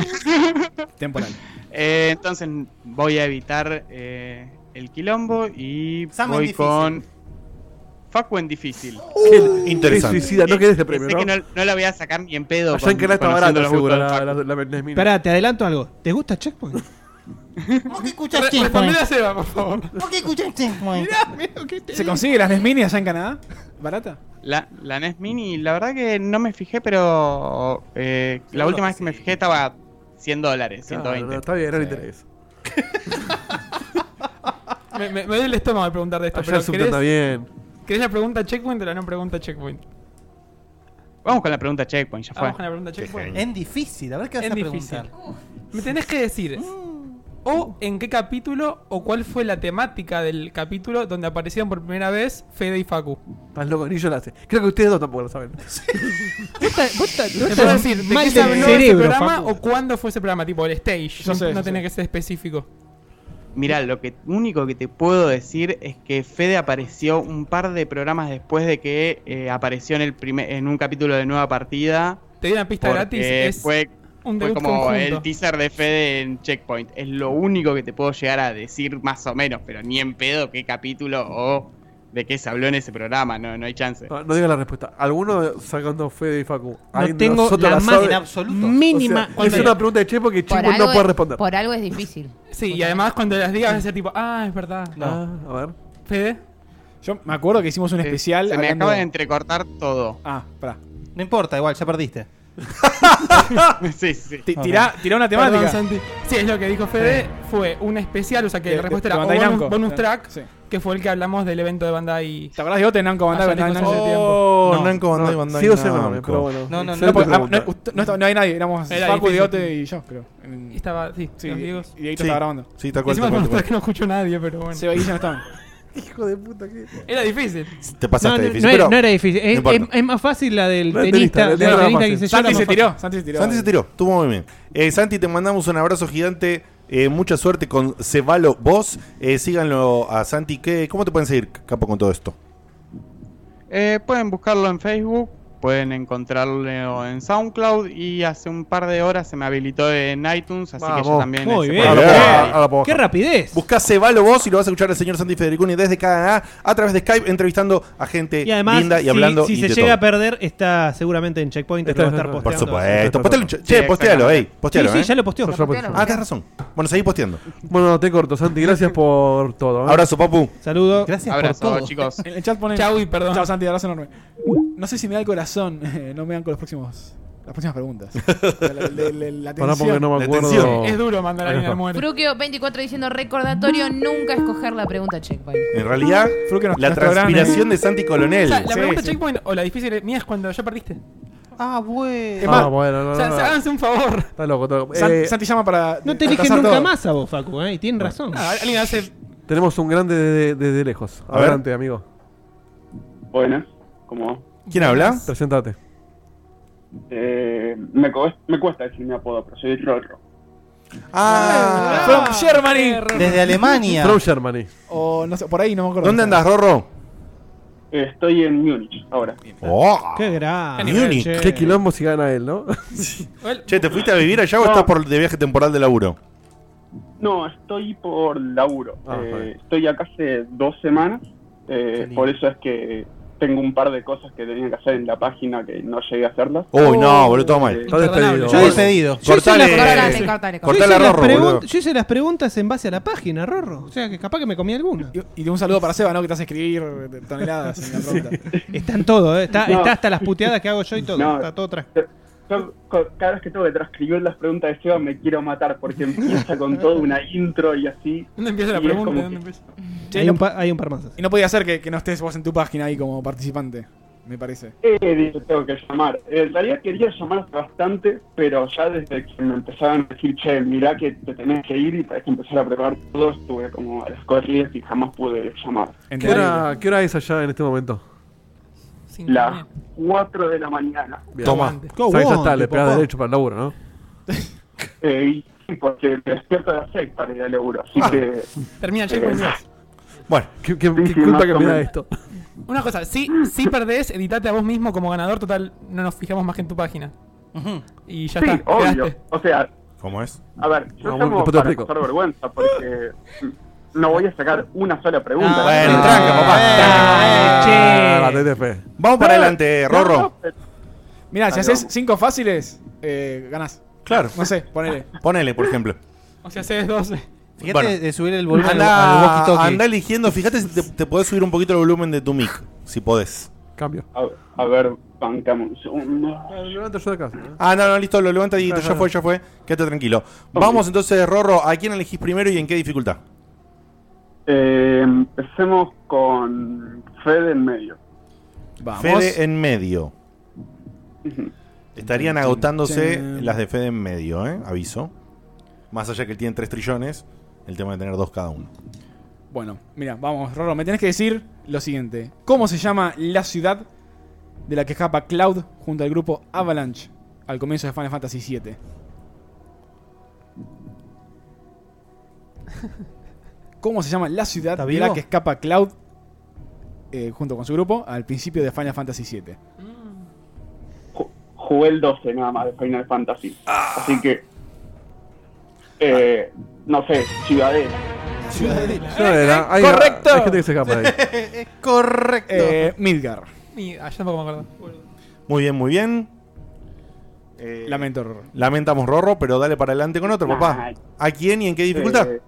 [SPEAKER 3] Temporal.
[SPEAKER 14] Eh, entonces voy a evitar eh, el quilombo y
[SPEAKER 3] Samu en
[SPEAKER 14] voy
[SPEAKER 3] difícil.
[SPEAKER 14] con Facu en difícil.
[SPEAKER 5] Uh, Qué interesante. qué suicida, no querés este
[SPEAKER 14] Sé
[SPEAKER 5] premio,
[SPEAKER 14] que
[SPEAKER 5] ¿no?
[SPEAKER 14] no, no la voy a sacar ni en pedo.
[SPEAKER 5] Allá en Canadá está
[SPEAKER 14] conociendo
[SPEAKER 5] barato,
[SPEAKER 14] los
[SPEAKER 5] [laughs]
[SPEAKER 14] gustos
[SPEAKER 5] seguro,
[SPEAKER 14] de
[SPEAKER 5] la,
[SPEAKER 14] Facu.
[SPEAKER 5] la, la Bendez Mina.
[SPEAKER 10] Pará, te adelanto algo. ¿Te gusta Checkpoint?
[SPEAKER 2] ¿Vos qué escuchás
[SPEAKER 10] Re-
[SPEAKER 2] Checkpoint?
[SPEAKER 10] respondele a
[SPEAKER 3] Seba, por favor.
[SPEAKER 2] ¿Vos qué escuchás Checkpoint?
[SPEAKER 3] ¿Se consigue las NES Mini allá en Canadá? ¿Barata?
[SPEAKER 14] La, la NES Mini, la verdad que no me fijé, pero eh, la
[SPEAKER 3] Seguro
[SPEAKER 14] última
[SPEAKER 3] que
[SPEAKER 14] vez que me fijé estaba 100 dólares,
[SPEAKER 5] Claro,
[SPEAKER 14] 120.
[SPEAKER 5] no, está bien, no le interesa.
[SPEAKER 7] Me, me- me duele el estómago al preguntar de esto.
[SPEAKER 5] Allá
[SPEAKER 7] pero
[SPEAKER 5] el subte anda bien.
[SPEAKER 7] ¿Querés la pregunta checkpoint o la no pregunta checkpoint?
[SPEAKER 14] Vamos con la pregunta checkpoint, ya fue.
[SPEAKER 7] Vamos con la pregunta checkpoint.
[SPEAKER 2] En difícil, a ver qué vas
[SPEAKER 7] Es
[SPEAKER 2] a
[SPEAKER 7] difícil.
[SPEAKER 2] preguntar.
[SPEAKER 7] Me tenés que decir o en qué capítulo o cuál fue la temática del capítulo donde aparecieron por primera vez Fede y Facu.
[SPEAKER 5] Estás loco, ni yo la sé. Creo que ustedes dos tampoco lo saben.
[SPEAKER 7] [laughs] Te
[SPEAKER 5] estás
[SPEAKER 7] puedo decir, ¿de
[SPEAKER 5] mal
[SPEAKER 7] qué se
[SPEAKER 5] del
[SPEAKER 7] habló
[SPEAKER 5] cerebro,
[SPEAKER 7] ese programa
[SPEAKER 5] Facu.
[SPEAKER 7] o cuándo fue ese programa? Tipo, el stage.
[SPEAKER 14] Yo
[SPEAKER 7] no
[SPEAKER 14] sé,
[SPEAKER 7] no
[SPEAKER 14] yo
[SPEAKER 7] tenés
[SPEAKER 14] sé.
[SPEAKER 7] que ser específico.
[SPEAKER 14] Mirá, lo que único que te puedo decir es que Fede apareció un par de programas después de que eh, apareció en el primer, en un capítulo de Nueva Partida.
[SPEAKER 7] Te di una pista
[SPEAKER 14] porque
[SPEAKER 7] gratis, es
[SPEAKER 14] fue,
[SPEAKER 7] un
[SPEAKER 14] fue
[SPEAKER 7] debut
[SPEAKER 14] como
[SPEAKER 7] conjunto.
[SPEAKER 14] el teaser de Fede en Checkpoint. Es lo único que te puedo llegar a decir más o menos, pero ni en pedo qué capítulo o de qué se habló en ese programa, no, no hay chance.
[SPEAKER 5] No, no digas la respuesta. ¿Alguno sacando Fede y Facu? ¿Alguien de
[SPEAKER 14] tengo
[SPEAKER 5] nosotros
[SPEAKER 14] la más
[SPEAKER 5] sabe?
[SPEAKER 14] en absoluto.
[SPEAKER 5] O sea,
[SPEAKER 14] mínima-
[SPEAKER 5] es
[SPEAKER 7] Cuando-
[SPEAKER 5] una pregunta de Che porque Chico no puede responder.
[SPEAKER 6] Por algo es difícil.
[SPEAKER 7] Sí, y además cuando las digas vas a ser tipo, ah, es verdad.
[SPEAKER 5] a ver.
[SPEAKER 7] Fede.
[SPEAKER 3] Yo me acuerdo que hicimos un
[SPEAKER 14] Eh,
[SPEAKER 3] especial.
[SPEAKER 14] se me
[SPEAKER 3] hablando-
[SPEAKER 14] acaba de entrecortar todo.
[SPEAKER 3] Ah, pará.
[SPEAKER 2] No importa, igual, ya perdiste.
[SPEAKER 14] [laughs] sí, sí.
[SPEAKER 3] Ti- tirá- tirá una temática.
[SPEAKER 7] Perdón, Santi. Sí, es lo que dijo Fede. Fue un especial, o sea que
[SPEAKER 3] Eh,
[SPEAKER 7] la respuesta
[SPEAKER 3] de
[SPEAKER 7] era o
[SPEAKER 3] Bandai
[SPEAKER 7] bonus,
[SPEAKER 3] Namco.
[SPEAKER 7] bonus
[SPEAKER 3] Sí.
[SPEAKER 7] track,
[SPEAKER 3] Sí.
[SPEAKER 7] que fue el que hablamos del evento de Bandai.
[SPEAKER 3] ¿Te acordás de Ote, Namco Bandai,
[SPEAKER 7] Allá
[SPEAKER 3] Bandai, Namco
[SPEAKER 7] lejos en el
[SPEAKER 3] ese
[SPEAKER 7] tiempo?
[SPEAKER 3] tiempo?
[SPEAKER 1] No, Oh, Namco, Bandai, Bandai,
[SPEAKER 5] Sigo siendo mame,
[SPEAKER 1] Namco.
[SPEAKER 5] pero bueno.
[SPEAKER 7] No, no, no,
[SPEAKER 5] Excelente
[SPEAKER 7] porque-
[SPEAKER 3] Ah,
[SPEAKER 5] pregunta.
[SPEAKER 3] no, usted- no, estaba- no hay nadie, éramos
[SPEAKER 7] Era
[SPEAKER 3] Facu,
[SPEAKER 7] difícil.
[SPEAKER 3] Diote y yo, creo. En-
[SPEAKER 7] Y estaba, sí,
[SPEAKER 3] Sí,
[SPEAKER 7] los Diegos.
[SPEAKER 3] y ahí
[SPEAKER 1] Sí.
[SPEAKER 3] estaba grabando.
[SPEAKER 1] Sí, te acuerdas.
[SPEAKER 7] Encima fue un track que no escuchó nadie, pero bueno.
[SPEAKER 3] Seba y Guille no estaban.
[SPEAKER 5] Hijo de puta, que.
[SPEAKER 7] [laughs] Era difícil.
[SPEAKER 1] Te
[SPEAKER 10] no,
[SPEAKER 1] pasaste
[SPEAKER 10] no,
[SPEAKER 1] difícil.
[SPEAKER 10] no,
[SPEAKER 1] pero
[SPEAKER 10] era, no era difícil.
[SPEAKER 1] no
[SPEAKER 10] Es,
[SPEAKER 1] importa.
[SPEAKER 10] es- es más fácil la del
[SPEAKER 1] No, el
[SPEAKER 10] tenista,
[SPEAKER 1] tenista,
[SPEAKER 10] la
[SPEAKER 1] el
[SPEAKER 10] del tenista que
[SPEAKER 1] tenista era
[SPEAKER 10] se
[SPEAKER 1] más
[SPEAKER 10] llora
[SPEAKER 1] fácil.
[SPEAKER 10] más
[SPEAKER 1] Santi se
[SPEAKER 10] fácil.
[SPEAKER 3] Santi se tiró.
[SPEAKER 1] Santi se tiró, estuvo muy bien. Eh, Santi, te mandamos un abrazo gigante. eh, mucha suerte con Cebalo Vos. Eh, síganlo a Santi. ¿qué- ¿Cómo te pueden seguir, capo, con todo esto?
[SPEAKER 14] Eh, pueden buscarlo en Facebook, pueden encontrarlo en SoundCloud y hace un par de horas se me habilitó en iTunes, así que yo
[SPEAKER 5] Vamos.
[SPEAKER 14] también
[SPEAKER 5] Muy
[SPEAKER 14] se
[SPEAKER 5] bien.
[SPEAKER 14] puede
[SPEAKER 5] Ahora
[SPEAKER 14] buscar
[SPEAKER 5] puedo-
[SPEAKER 14] ahí.
[SPEAKER 5] ahora puedo bajar.
[SPEAKER 10] rapidez!
[SPEAKER 1] Buscá Cebalo Vos y lo vas a escuchar al señor Santi Federicuni desde Canadá a través de Skype, entrevistando a gente
[SPEAKER 10] Y además,
[SPEAKER 1] linda y
[SPEAKER 10] si-
[SPEAKER 1] hablando.
[SPEAKER 10] si,
[SPEAKER 1] y
[SPEAKER 10] se
[SPEAKER 1] de
[SPEAKER 10] llega a
[SPEAKER 1] todo.
[SPEAKER 10] perder, está seguramente en Checkpoint.
[SPEAKER 5] Está-
[SPEAKER 10] lo va a estar
[SPEAKER 5] por
[SPEAKER 1] Por
[SPEAKER 10] posteando.
[SPEAKER 1] supuesto. Postealo, che,
[SPEAKER 10] Sí,
[SPEAKER 1] postealo,
[SPEAKER 10] exactamente.
[SPEAKER 1] ey. Postealo,
[SPEAKER 10] Sí, sí,
[SPEAKER 1] eh.
[SPEAKER 10] ya lo posteó.
[SPEAKER 5] Yo- yo- yo-
[SPEAKER 1] Ah, tenés razón. Bueno, seguí posteando.
[SPEAKER 5] Bueno, te corto, Santi. Gracias por todo. ¿eh?
[SPEAKER 1] Abrazo, papu.
[SPEAKER 10] Saludos.
[SPEAKER 2] Gracias
[SPEAKER 14] Abrazo,
[SPEAKER 2] por todo.
[SPEAKER 14] chicos.
[SPEAKER 3] En el chat ponen.
[SPEAKER 7] Chau y perdón.
[SPEAKER 3] Chau, Santi, abrazo enorme. No sé si me da el corazón. [laughs] no me dan con los próximos. Las próximas preguntas.
[SPEAKER 1] [laughs]
[SPEAKER 3] La, la- la- la- la
[SPEAKER 5] Pará porque
[SPEAKER 3] tensión.
[SPEAKER 5] no me
[SPEAKER 1] La
[SPEAKER 5] acuerdo.
[SPEAKER 1] tensión.
[SPEAKER 7] Es duro mandar a alguien al muere.
[SPEAKER 6] Fruquio24 diciendo recordatorio, nunca escoger la pregunta checkpoint.
[SPEAKER 1] En
[SPEAKER 7] [laughs]
[SPEAKER 1] realidad,
[SPEAKER 3] Creo que nos-
[SPEAKER 1] la
[SPEAKER 3] nos programen.
[SPEAKER 1] transpiración de Santi
[SPEAKER 7] O
[SPEAKER 1] Colonel.
[SPEAKER 7] sea, la
[SPEAKER 3] Sí,
[SPEAKER 7] pregunta
[SPEAKER 3] sí.
[SPEAKER 7] checkpoint o la difícil mía es cuando ya perdiste.
[SPEAKER 2] Ah, bueno.
[SPEAKER 3] Es más,
[SPEAKER 5] Ah, bueno, no,
[SPEAKER 7] O sea,
[SPEAKER 5] no, no.
[SPEAKER 7] háganse un favor.
[SPEAKER 5] Está loco, está loco.
[SPEAKER 3] San-
[SPEAKER 5] Eh,
[SPEAKER 3] Santi llama para.
[SPEAKER 10] No te eligen
[SPEAKER 3] retrasar
[SPEAKER 10] nunca
[SPEAKER 3] todo.
[SPEAKER 10] más a vos, Facu, ¿eh? y tienen razón.
[SPEAKER 7] Ah, alguien hace.
[SPEAKER 5] Tenemos un grande desde de, de lejos.
[SPEAKER 1] A ver.
[SPEAKER 5] Adelante, amigo.
[SPEAKER 15] Buenas, ¿cómo va?
[SPEAKER 1] ¿Quién habla?
[SPEAKER 5] Presentate.
[SPEAKER 15] Eh, me, co- me cuesta decir mi apodo, pero soy Rorro.
[SPEAKER 1] Ah,
[SPEAKER 3] From Germany.
[SPEAKER 2] Desde Alemania.
[SPEAKER 5] From Germany.
[SPEAKER 3] O no sé, por ahí no me acuerdo.
[SPEAKER 1] ¿dónde andas, Rorro?
[SPEAKER 15] Eh, estoy en Múnich ahora.
[SPEAKER 1] Oh,
[SPEAKER 10] Qué grande.
[SPEAKER 1] Múnich.
[SPEAKER 10] che.
[SPEAKER 5] Qué quilombo si gana
[SPEAKER 15] [laughs]
[SPEAKER 5] él, ¿no?
[SPEAKER 1] Che, ¿te fuiste a vivir allá o
[SPEAKER 15] No.
[SPEAKER 1] estás por de viaje temporal de laburo?
[SPEAKER 15] No, estoy por laburo.
[SPEAKER 5] Ah,
[SPEAKER 15] Eh,
[SPEAKER 5] está bien.
[SPEAKER 15] estoy acá hace dos semanas. eh,
[SPEAKER 10] Qué lindo.
[SPEAKER 15] por eso es que tengo un par de cosas que tenía que hacer en la página que no llegué a hacerlas. Eh,
[SPEAKER 1] Uy, no, boludo, todo mal.
[SPEAKER 5] Está despedido.
[SPEAKER 2] Yo despedido.
[SPEAKER 10] Yo hice
[SPEAKER 1] Cortale,
[SPEAKER 10] las-
[SPEAKER 6] cortale,
[SPEAKER 1] sí.
[SPEAKER 10] Yo
[SPEAKER 6] cortale, cortale.
[SPEAKER 10] hice
[SPEAKER 1] cortale a
[SPEAKER 10] las
[SPEAKER 1] Rorro,
[SPEAKER 10] pregun-
[SPEAKER 1] boludo.
[SPEAKER 10] Este, Yo hice las preguntas en base a la página, Rorro. O sea, que capaz que me comí alguna.
[SPEAKER 3] Y, y un saludo para Seba, ¿no? Que te hace escribir eh, toneladas
[SPEAKER 15] [laughs]
[SPEAKER 10] [laughs]
[SPEAKER 3] en la pregunta.
[SPEAKER 10] Está en todo, ¿eh? está,
[SPEAKER 15] No.
[SPEAKER 10] está hasta las puteadas que hago yo y todo.
[SPEAKER 15] No.
[SPEAKER 10] Está todo atrás.
[SPEAKER 15] Yo, co- cada vez que tengo que transcribir las preguntas de Seba me quiero matar porque empieza
[SPEAKER 7] [laughs]
[SPEAKER 15] con toda una intro y así.
[SPEAKER 7] ¿Dónde empieza la
[SPEAKER 15] Y es
[SPEAKER 7] pregunta?
[SPEAKER 15] como
[SPEAKER 7] ¿Dónde
[SPEAKER 15] que-
[SPEAKER 7] empieza?
[SPEAKER 3] Che,
[SPEAKER 10] hay,
[SPEAKER 3] no-
[SPEAKER 10] un par, hay un par más.
[SPEAKER 3] Y no podía ser que, que no estés vos en tu página ahí como participante, me parece.
[SPEAKER 15] Eh, dije, tengo que llamar. En realidad quería llamar hace bastante, pero ya desde que me empezaron a decir, che, mirá que te tenés que ir y tenés que empezar a preparar todo, estuve como a las corridas y jamás pude llamar.
[SPEAKER 5] ¿Qué
[SPEAKER 3] Entendible.
[SPEAKER 5] hora, qué hora es allá en este momento?
[SPEAKER 7] Sin
[SPEAKER 15] Las
[SPEAKER 7] miedo.
[SPEAKER 15] 4 de la mañana.
[SPEAKER 5] Bien.
[SPEAKER 1] Toma.
[SPEAKER 5] Sabes, ya está, le pegás derecho para el laburo, ¿no?
[SPEAKER 15] Eh, y porque me despierto a las 6 para ir al euro. Así que.
[SPEAKER 7] Ah. Termina el checkpoint.
[SPEAKER 15] eh,
[SPEAKER 7] Dios.
[SPEAKER 1] Bueno,
[SPEAKER 5] qué, qué-
[SPEAKER 15] Sí,
[SPEAKER 5] qué
[SPEAKER 15] sí, más
[SPEAKER 5] culpa que
[SPEAKER 15] o
[SPEAKER 5] me da
[SPEAKER 2] [laughs]
[SPEAKER 15] menos.
[SPEAKER 5] esto.
[SPEAKER 7] Una cosa, si, si perdés, editate a vos mismo como ganador, total, no nos fijamos más que en tu página. Y ya
[SPEAKER 15] sí,
[SPEAKER 7] está.
[SPEAKER 15] obvio.
[SPEAKER 7] quedaste.
[SPEAKER 15] O sea,
[SPEAKER 1] ¿Cómo es?
[SPEAKER 15] a ver, yo
[SPEAKER 1] No,
[SPEAKER 15] llamo
[SPEAKER 1] después te
[SPEAKER 15] para
[SPEAKER 1] explico.
[SPEAKER 15] pasar vergüenza porque no voy a sacar una sola pregunta.
[SPEAKER 1] Ah,
[SPEAKER 15] Eh,
[SPEAKER 1] Bueno, tranca, papá.
[SPEAKER 5] Ah,
[SPEAKER 1] Tranca.
[SPEAKER 5] la TTF.
[SPEAKER 1] Vamos para adelante, Rorro.
[SPEAKER 3] Mirá, si
[SPEAKER 1] Dale,
[SPEAKER 3] haces
[SPEAKER 1] vamos.
[SPEAKER 3] 5 fáciles, eh, ganás.
[SPEAKER 1] Claro.
[SPEAKER 3] No sé, ponele.
[SPEAKER 1] Ponele, por ejemplo.
[SPEAKER 7] O sea, haces 12.
[SPEAKER 2] Fíjate de subir el volumen al- al
[SPEAKER 1] anda,
[SPEAKER 2] walkie-talkie.
[SPEAKER 1] anda eligiendo, fíjate si te, te podés subir un poquito el volumen de tu mic, si podés. Cambio.
[SPEAKER 15] A, a ver, bancamos un segundo.
[SPEAKER 1] Ah, no, no, listo, lo levanta y
[SPEAKER 15] Ah,
[SPEAKER 1] ya
[SPEAKER 15] no.
[SPEAKER 1] fue, ya fue. Quédate tranquilo. Vamos entonces, Rorro, ¿a quién elegís primero y en qué dificultad?
[SPEAKER 15] Eh, empecemos con Fede en medio.
[SPEAKER 1] Fede en medio. Estarían
[SPEAKER 15] Chan,
[SPEAKER 1] agotándose
[SPEAKER 15] chan.
[SPEAKER 1] las de Fede en medio, ¿eh? Aviso. Más allá que él tiene 3 trillones, el tema de tener dos cada uno.
[SPEAKER 3] Bueno, mira, vamos, Rorro, me tenés que decir lo siguiente. ¿Cómo se llama la ciudad de la que escapa Cloud junto al grupo Avalanche al comienzo de Final Fantasy
[SPEAKER 2] [laughs]
[SPEAKER 3] VII? ¿Cómo se llama la ciudad
[SPEAKER 2] ¿Está
[SPEAKER 3] de la
[SPEAKER 2] vivo?
[SPEAKER 3] que escapa Cloud eh, junto con su grupo al principio de Final Fantasy VII?
[SPEAKER 15] Jugué el 12 nada más de Final Fantasy.
[SPEAKER 1] Ah.
[SPEAKER 15] Así que. eh, no sé, Ciudadela.
[SPEAKER 5] Ciudadela, hay-
[SPEAKER 3] ¡Correcto!
[SPEAKER 5] hay gente que se escapa
[SPEAKER 1] [laughs]
[SPEAKER 5] de ahí.
[SPEAKER 7] [laughs] Es correcto.
[SPEAKER 1] Eh,
[SPEAKER 3] Midgar.
[SPEAKER 7] Ni- ah, yo tampoco me acuerdo.
[SPEAKER 1] Muy bien, muy bien.
[SPEAKER 5] Eh,
[SPEAKER 3] Lamento, Rorro.
[SPEAKER 1] Lamentamos, Rorro, pero dale para adelante con otro, papá.
[SPEAKER 15] Ay.
[SPEAKER 1] ¿A quién y en qué dificultad?
[SPEAKER 15] Eh,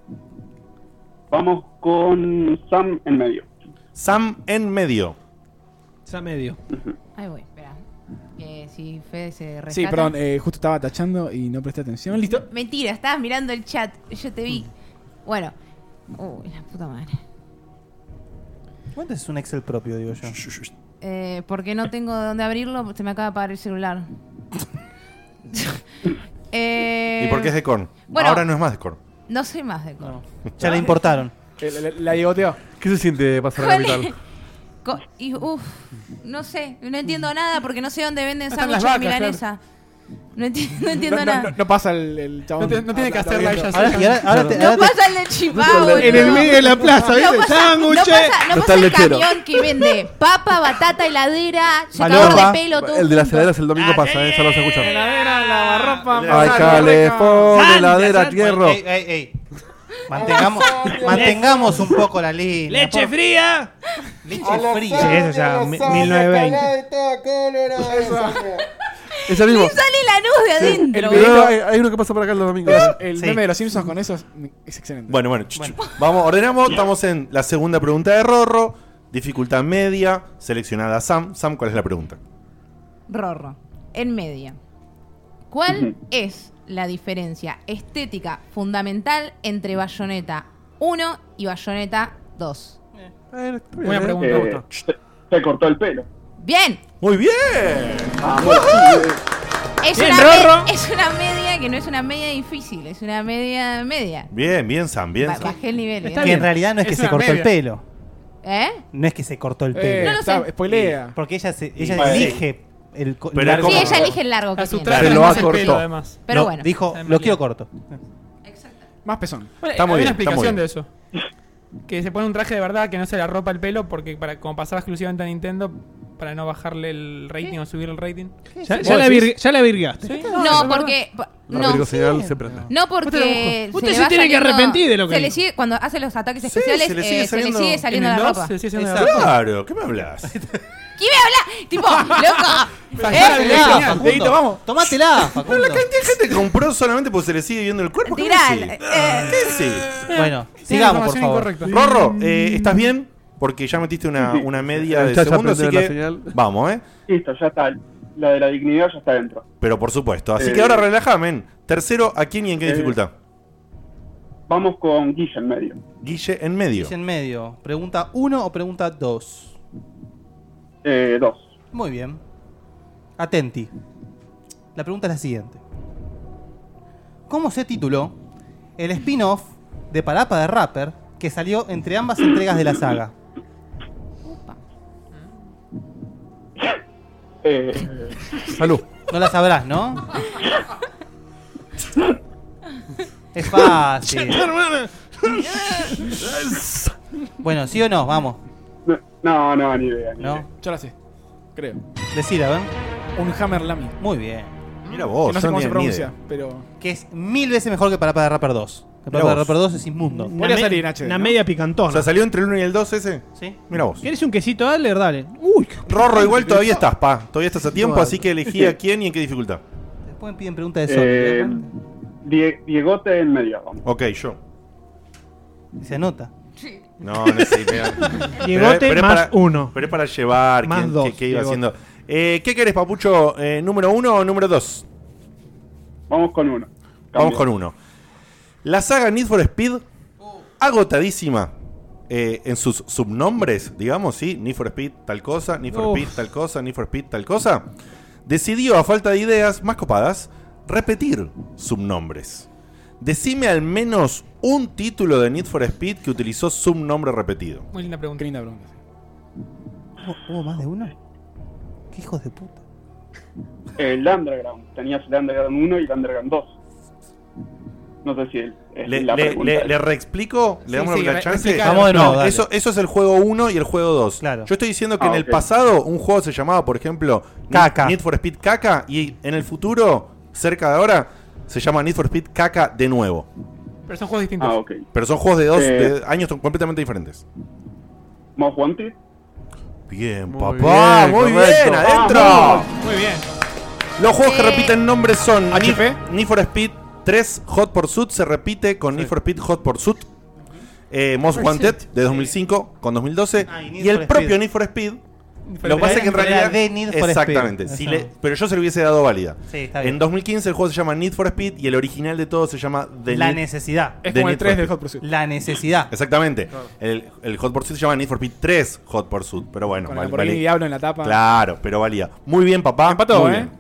[SPEAKER 15] vamos con Sam en medio.
[SPEAKER 1] Sam en medio.
[SPEAKER 10] Está medio.
[SPEAKER 6] Ahí voy, espera. Eh, si Fede se rescata.
[SPEAKER 3] Sí, perdón, eh, justo estaba tachando y no presté atención. Listo.
[SPEAKER 6] Mentira, estabas mirando el chat. Yo te vi. Bueno. Uy, la puta madre.
[SPEAKER 2] ¿Cuánto es un Excel propio, digo yo?
[SPEAKER 6] Eh, porque no tengo dónde abrirlo, se me acaba de apagar el celular. Eh,
[SPEAKER 1] [laughs] ¿Y por qué es de Korn?
[SPEAKER 6] bueno.
[SPEAKER 1] Ahora no es más de Korn.
[SPEAKER 6] No soy más de Córdoba.
[SPEAKER 2] Ya la importaron.
[SPEAKER 3] Eh, La, llegoteó.
[SPEAKER 5] ¿Qué se siente pasar a la
[SPEAKER 6] Jole.
[SPEAKER 5] capital?
[SPEAKER 6] [laughs] Co- y, uf, no sé, no entiendo nada porque no sé dónde venden
[SPEAKER 7] están
[SPEAKER 6] sándwiches
[SPEAKER 7] las
[SPEAKER 6] de
[SPEAKER 7] vacas,
[SPEAKER 6] milanesa. No, enti- [laughs] no entiendo
[SPEAKER 3] no, no,
[SPEAKER 6] nada.
[SPEAKER 3] no- no pasa el, el chabón.
[SPEAKER 7] No te- no tiene que
[SPEAKER 3] Habla-
[SPEAKER 7] hacerla
[SPEAKER 3] habla-
[SPEAKER 7] ella
[SPEAKER 3] habla-
[SPEAKER 7] sola. Y ahora- ahora te-
[SPEAKER 6] No pasa el de Chipá, boludo.
[SPEAKER 10] En el medio de la plaza, ¿viste?
[SPEAKER 6] No pasa, no
[SPEAKER 10] Sándwiches.
[SPEAKER 6] pasa, no
[SPEAKER 5] No
[SPEAKER 6] pasa
[SPEAKER 5] está
[SPEAKER 6] el
[SPEAKER 5] el lechero.
[SPEAKER 6] camión que vende papa, batata, heladera, secador
[SPEAKER 5] Falopa.
[SPEAKER 6] de pelo, todo.
[SPEAKER 5] El de las
[SPEAKER 6] junto. Ah,
[SPEAKER 5] heladeras el domingo pasa, ¿eh? Ya lo escuchamos.
[SPEAKER 3] Heladera, lavarropa,
[SPEAKER 5] Ay, California, heladera, tierra.
[SPEAKER 2] Ey, ey, ey. Mantengamos, mantengamos un poco la línea.
[SPEAKER 10] ¡Leche
[SPEAKER 2] por-
[SPEAKER 10] fría!
[SPEAKER 2] Leche fría.
[SPEAKER 10] Sí, eso ya, mi- 1920.
[SPEAKER 5] Ese mismo.
[SPEAKER 6] Le [laughs] sale la luz de adentro.
[SPEAKER 5] No,
[SPEAKER 6] boludo.
[SPEAKER 5] hay, hay uno que pasa por acá los domingos.
[SPEAKER 3] El
[SPEAKER 1] Sí.
[SPEAKER 3] meme de los Simpsons con eso es, es excelente.
[SPEAKER 1] Bueno, bueno, ch- ch- vamos, ordenamos. Estamos en la segunda pregunta de Rorro. Dificultad media, seleccionada Sam. Sam, ¿cuál es la pregunta?
[SPEAKER 6] Rorro, en media. ¿Cuál es la diferencia estética fundamental entre Bayonetta 1 y Bayonetta 2?
[SPEAKER 3] Buena pregunta,
[SPEAKER 15] Eh,
[SPEAKER 3] Gusto.
[SPEAKER 15] te, te cortó el pelo. Ah,
[SPEAKER 6] Bien,
[SPEAKER 1] Muy bien.
[SPEAKER 15] Vamos.
[SPEAKER 6] es
[SPEAKER 15] Bien,
[SPEAKER 6] una, me-
[SPEAKER 15] Rorro.
[SPEAKER 6] es una media que no es una media difícil, es una media media.
[SPEAKER 1] Bien, bien, Sam, bien.
[SPEAKER 6] Ba-
[SPEAKER 1] Sam.
[SPEAKER 6] bajé ¿eh? el nivel.
[SPEAKER 2] que en realidad no es, que se cortó el pelo.
[SPEAKER 6] ¿Eh?
[SPEAKER 2] No es que se cortó el
[SPEAKER 3] Eh,
[SPEAKER 7] Este,
[SPEAKER 2] pelo.
[SPEAKER 6] no lo sé.
[SPEAKER 3] spoilea.
[SPEAKER 2] Porque ella, se, ella
[SPEAKER 3] Bueno.
[SPEAKER 2] elige el co-
[SPEAKER 1] Pero
[SPEAKER 2] largo.
[SPEAKER 1] ¿cómo?
[SPEAKER 6] Sí, ella elige el largo que
[SPEAKER 7] A su
[SPEAKER 6] tiene.
[SPEAKER 7] traje
[SPEAKER 2] Pero
[SPEAKER 7] le
[SPEAKER 2] lo ha
[SPEAKER 7] hace el pelo,
[SPEAKER 2] cortado.
[SPEAKER 7] además.
[SPEAKER 6] Pero
[SPEAKER 2] No,
[SPEAKER 6] bueno.
[SPEAKER 2] Dijo,
[SPEAKER 7] En
[SPEAKER 2] lo
[SPEAKER 7] realidad.
[SPEAKER 2] quiero corto.
[SPEAKER 3] Más pezón.
[SPEAKER 7] Bueno,
[SPEAKER 1] Está muy
[SPEAKER 7] hay
[SPEAKER 1] bien,
[SPEAKER 7] una
[SPEAKER 1] está muy bien.
[SPEAKER 7] explicación de eso. Que se pone un traje de verdad que no se le arropa el pelo porque para como pasaba exclusivamente a Nintendo para no bajarle el rating o subir el rating.
[SPEAKER 10] Ya, ya la, vir- ya la virgaste.
[SPEAKER 7] Sí,
[SPEAKER 6] No, porque.
[SPEAKER 5] La
[SPEAKER 6] No,
[SPEAKER 5] Rodrigo señal se prende.
[SPEAKER 6] No porque.
[SPEAKER 10] Usted
[SPEAKER 6] le
[SPEAKER 10] se
[SPEAKER 6] va
[SPEAKER 10] tiene que
[SPEAKER 6] saliendo-
[SPEAKER 10] arrepentir de lo que
[SPEAKER 6] se le
[SPEAKER 10] dijo.
[SPEAKER 6] sigue- Cuando hace los ataques especiales, eh, se le sigue saliendo,
[SPEAKER 7] en
[SPEAKER 6] la
[SPEAKER 7] el dos
[SPEAKER 6] ropa.
[SPEAKER 7] se le sigue saliendo la
[SPEAKER 1] Exacto.
[SPEAKER 7] ropa.
[SPEAKER 1] Claro, ¿qué me hablas? [laughs]
[SPEAKER 6] ¿Quién me habla? Tipo, loco.
[SPEAKER 7] Fajá,
[SPEAKER 6] eh,
[SPEAKER 7] mirá,
[SPEAKER 6] loco.
[SPEAKER 7] Facundo. Dieguito, vamos.
[SPEAKER 2] Tomátela, Facundo.
[SPEAKER 1] La cantidad de gente que compró solamente porque se le sigue viendo el cuerpo. ¿Qué
[SPEAKER 6] Tirá,
[SPEAKER 1] decís? ¿Qué decís?
[SPEAKER 2] Bueno, sigamos, por favor.
[SPEAKER 1] Correcto. Rorro, eh, ¿estás bien? Porque ya metiste una,
[SPEAKER 15] Sí.
[SPEAKER 1] una media
[SPEAKER 5] El
[SPEAKER 1] de
[SPEAKER 5] chat ya
[SPEAKER 1] segundo, así
[SPEAKER 5] aprendió la
[SPEAKER 1] que
[SPEAKER 5] señal.
[SPEAKER 1] vamos, ¿eh?
[SPEAKER 15] Listo, ya está. La de la dignidad ya está dentro.
[SPEAKER 1] Pero por supuesto. Así
[SPEAKER 15] Eh.
[SPEAKER 1] que ahora relájame. men. Tercero, ¿a quién y en qué
[SPEAKER 15] Eh.
[SPEAKER 1] dificultad?
[SPEAKER 15] Vamos con Guilla en medio.
[SPEAKER 1] Guille en medio.
[SPEAKER 2] Dice en medio. ¿Pregunta 1 o pregunta 2?
[SPEAKER 15] Eh, dos.
[SPEAKER 2] Muy bien. Atenti. La pregunta es la siguiente. ¿Cómo se tituló el spin-off de Parapa de Rapper que salió entre ambas entregas de la saga? [laughs]
[SPEAKER 15] Eh,
[SPEAKER 5] Salud.
[SPEAKER 2] No la sabrás, ¿no? Es fácil. [laughs] bueno, ¿sí o no? Vamos.
[SPEAKER 15] No, no, ni idea.
[SPEAKER 2] ¿No?
[SPEAKER 3] Yo la sé. Creo.
[SPEAKER 2] Decir, a ver.
[SPEAKER 3] Un Hammer Lamy.
[SPEAKER 2] Muy bien.
[SPEAKER 1] Mira
[SPEAKER 3] Que no sé cómo se pronuncia, pero.
[SPEAKER 2] Que es mil veces mejor que para para Rapper 2. Que para
[SPEAKER 1] Mirá
[SPEAKER 2] para
[SPEAKER 1] vos.
[SPEAKER 2] Rapper 2 es inmundo.
[SPEAKER 1] Podría
[SPEAKER 10] me-
[SPEAKER 1] salir en HD,
[SPEAKER 10] Una
[SPEAKER 1] ¿no?
[SPEAKER 10] media picantona.
[SPEAKER 1] O sea, salió entre el 1 y el 2 ese.
[SPEAKER 2] Sí.
[SPEAKER 1] Mira vos.
[SPEAKER 10] ¿Quieres un quesito Adler? Dale. Uy,
[SPEAKER 1] Rorro, igual todavía estás, pa. Todavía estás a tiempo,
[SPEAKER 10] Igual.
[SPEAKER 1] así que elegí a quién y en qué dificultad.
[SPEAKER 2] Después me piden pregunta de Sony.
[SPEAKER 15] Eh, Die- Diegote en medio. vamos.
[SPEAKER 1] Ok, yo.
[SPEAKER 2] Se anota.
[SPEAKER 1] No, no sé. mira.
[SPEAKER 10] Diegote
[SPEAKER 1] es
[SPEAKER 10] más
[SPEAKER 1] para-
[SPEAKER 10] uno.
[SPEAKER 1] Pero es para llevar.
[SPEAKER 10] Más
[SPEAKER 1] quién-
[SPEAKER 10] dos,
[SPEAKER 1] qué, qué iba
[SPEAKER 10] Diegote.
[SPEAKER 1] haciendo? Eh, ¿Qué querés, Papucho? Eh, ¿Número uno o número dos?
[SPEAKER 15] Vamos con uno.
[SPEAKER 1] Vamos con uno. La saga Need for Speed, agotadísima eh, en sus subnombres, digamos, ¿sí? Need for Speed tal cosa, Need for
[SPEAKER 15] Uf.
[SPEAKER 1] Speed tal cosa, Need for Speed tal cosa, decidió, a falta de ideas más copadas, repetir subnombres. Decime al menos un título de Need for Speed que utilizó subnombre repetido.
[SPEAKER 7] Muy linda pregunta.
[SPEAKER 3] linda pregunta.
[SPEAKER 2] ¿Hubo, hubo más de uno? ¿Qué hijos de puta?
[SPEAKER 15] El Underground. Tenías el Underground 1 y el Underground 2. No sé si el- es
[SPEAKER 1] Le,
[SPEAKER 15] la
[SPEAKER 1] le-
[SPEAKER 15] pregunta.
[SPEAKER 1] le- le reexplico, le
[SPEAKER 15] Sí,
[SPEAKER 1] damos
[SPEAKER 15] sí,
[SPEAKER 1] la
[SPEAKER 15] re-
[SPEAKER 1] chance.
[SPEAKER 15] explícalo. Vamos de nuevo,
[SPEAKER 1] No,
[SPEAKER 15] dale.
[SPEAKER 1] eso, eso es el juego 1 y el juego 2. Yo estoy diciendo que
[SPEAKER 15] Ah,
[SPEAKER 1] en
[SPEAKER 15] ok.
[SPEAKER 1] el pasado un juego se llamaba, por ejemplo,
[SPEAKER 2] Caca.
[SPEAKER 1] Need for Speed Caca y en el futuro, cerca de ahora, se llama Need for Speed Caca de nuevo.
[SPEAKER 7] Pero son juegos
[SPEAKER 15] Ah,
[SPEAKER 7] distintos.
[SPEAKER 1] Pero son juegos de dos
[SPEAKER 15] Eh.
[SPEAKER 1] de años completamente diferentes.
[SPEAKER 15] Most Wanted.
[SPEAKER 1] Bien, papá,
[SPEAKER 15] bien,
[SPEAKER 1] muy
[SPEAKER 15] correcto.
[SPEAKER 1] bien, adentro.
[SPEAKER 15] Vamos.
[SPEAKER 7] Muy bien.
[SPEAKER 1] Los juegos que
[SPEAKER 15] Eh.
[SPEAKER 1] repiten nombres son Need, Need for Speed 3 Hot Pursuit se repite con Need for Speed Hot Pursuit. Eh, Most
[SPEAKER 2] Pursuit.
[SPEAKER 1] Wanted de 2005 con 2012
[SPEAKER 2] Ah, y Need
[SPEAKER 1] y el
[SPEAKER 2] for
[SPEAKER 1] propio
[SPEAKER 2] Speed.
[SPEAKER 1] Need for Speed.
[SPEAKER 2] for
[SPEAKER 1] Lo que pasa es que en
[SPEAKER 2] Speed.
[SPEAKER 1] realidad
[SPEAKER 2] Era de Need for
[SPEAKER 1] exactamente,
[SPEAKER 2] Speed.
[SPEAKER 1] si
[SPEAKER 2] Eso.
[SPEAKER 1] le- pero yo se lo hubiese dado válida.
[SPEAKER 2] Sí, está bien.
[SPEAKER 1] en 2015 el juego se llama Need for Speed y el original de todo se llama The
[SPEAKER 2] la
[SPEAKER 1] Need-
[SPEAKER 2] necesidad.
[SPEAKER 1] The Need for Speed.
[SPEAKER 2] La necesidad.
[SPEAKER 1] Exactamente. El, el Hot Pursuit se llama Need for Speed 3 Hot Pursuit, pero bueno,
[SPEAKER 3] Con
[SPEAKER 1] val-
[SPEAKER 3] el Lamborghini
[SPEAKER 1] valía.
[SPEAKER 3] Diablo en la tapa.
[SPEAKER 1] Claro, pero valía. Muy bien, papá.
[SPEAKER 3] Empató,
[SPEAKER 1] Muy
[SPEAKER 3] ¿eh?
[SPEAKER 1] bien.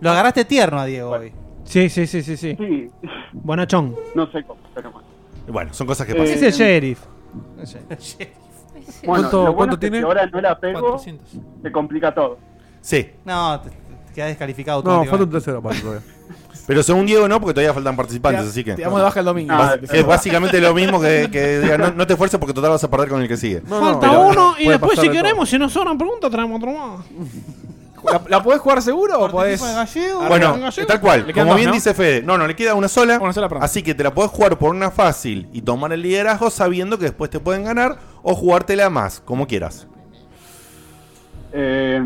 [SPEAKER 2] Lo agarraste tierno a Diego hoy.
[SPEAKER 10] Sí, sí, sí, sí, sí. Bonachón.
[SPEAKER 15] No sé cómo, pero bueno.
[SPEAKER 1] Bueno, son cosas que
[SPEAKER 15] Eh,
[SPEAKER 1] pasan.
[SPEAKER 10] Ese es el sheriff.
[SPEAKER 15] Bueno,
[SPEAKER 1] ¿Cuánto-
[SPEAKER 15] lo bueno
[SPEAKER 1] cuánto
[SPEAKER 15] es que
[SPEAKER 1] tiene?
[SPEAKER 15] Si ahora no la pego, se complica todo.
[SPEAKER 1] Sí.
[SPEAKER 2] No, te, te quedas descalificado.
[SPEAKER 1] No, falta un
[SPEAKER 5] tercero para
[SPEAKER 2] [laughs]
[SPEAKER 5] todavía.
[SPEAKER 1] Pero según Diego no, porque todavía faltan participantes,
[SPEAKER 2] Te-
[SPEAKER 1] así que.
[SPEAKER 2] te damos de baja el domingo.
[SPEAKER 1] Bas-
[SPEAKER 2] Ah,
[SPEAKER 1] que es básicamente lo mismo que, que diga, no, no te esfuerces porque total vas a perder con el que sigue.
[SPEAKER 9] Falta
[SPEAKER 1] Pero-
[SPEAKER 9] uno y
[SPEAKER 1] puede
[SPEAKER 9] después,
[SPEAKER 1] pasar
[SPEAKER 9] si
[SPEAKER 1] de todo.
[SPEAKER 9] queremos, si nos sobran preguntas, traemos otro más.
[SPEAKER 3] ¿La, la podés jugar seguro o
[SPEAKER 1] Pues,
[SPEAKER 3] podés.?
[SPEAKER 1] Bueno,
[SPEAKER 3] Arriba.
[SPEAKER 1] tal cual.
[SPEAKER 3] Le quedan
[SPEAKER 1] Como
[SPEAKER 3] dos,
[SPEAKER 1] bien
[SPEAKER 3] ¿no?
[SPEAKER 1] dice Fede, no, no, le queda una sola. así que te la podés jugar por una fácil y tomar el liderazgo sabiendo que después te pueden ganar o jugártela más, como quieras.
[SPEAKER 15] Eh,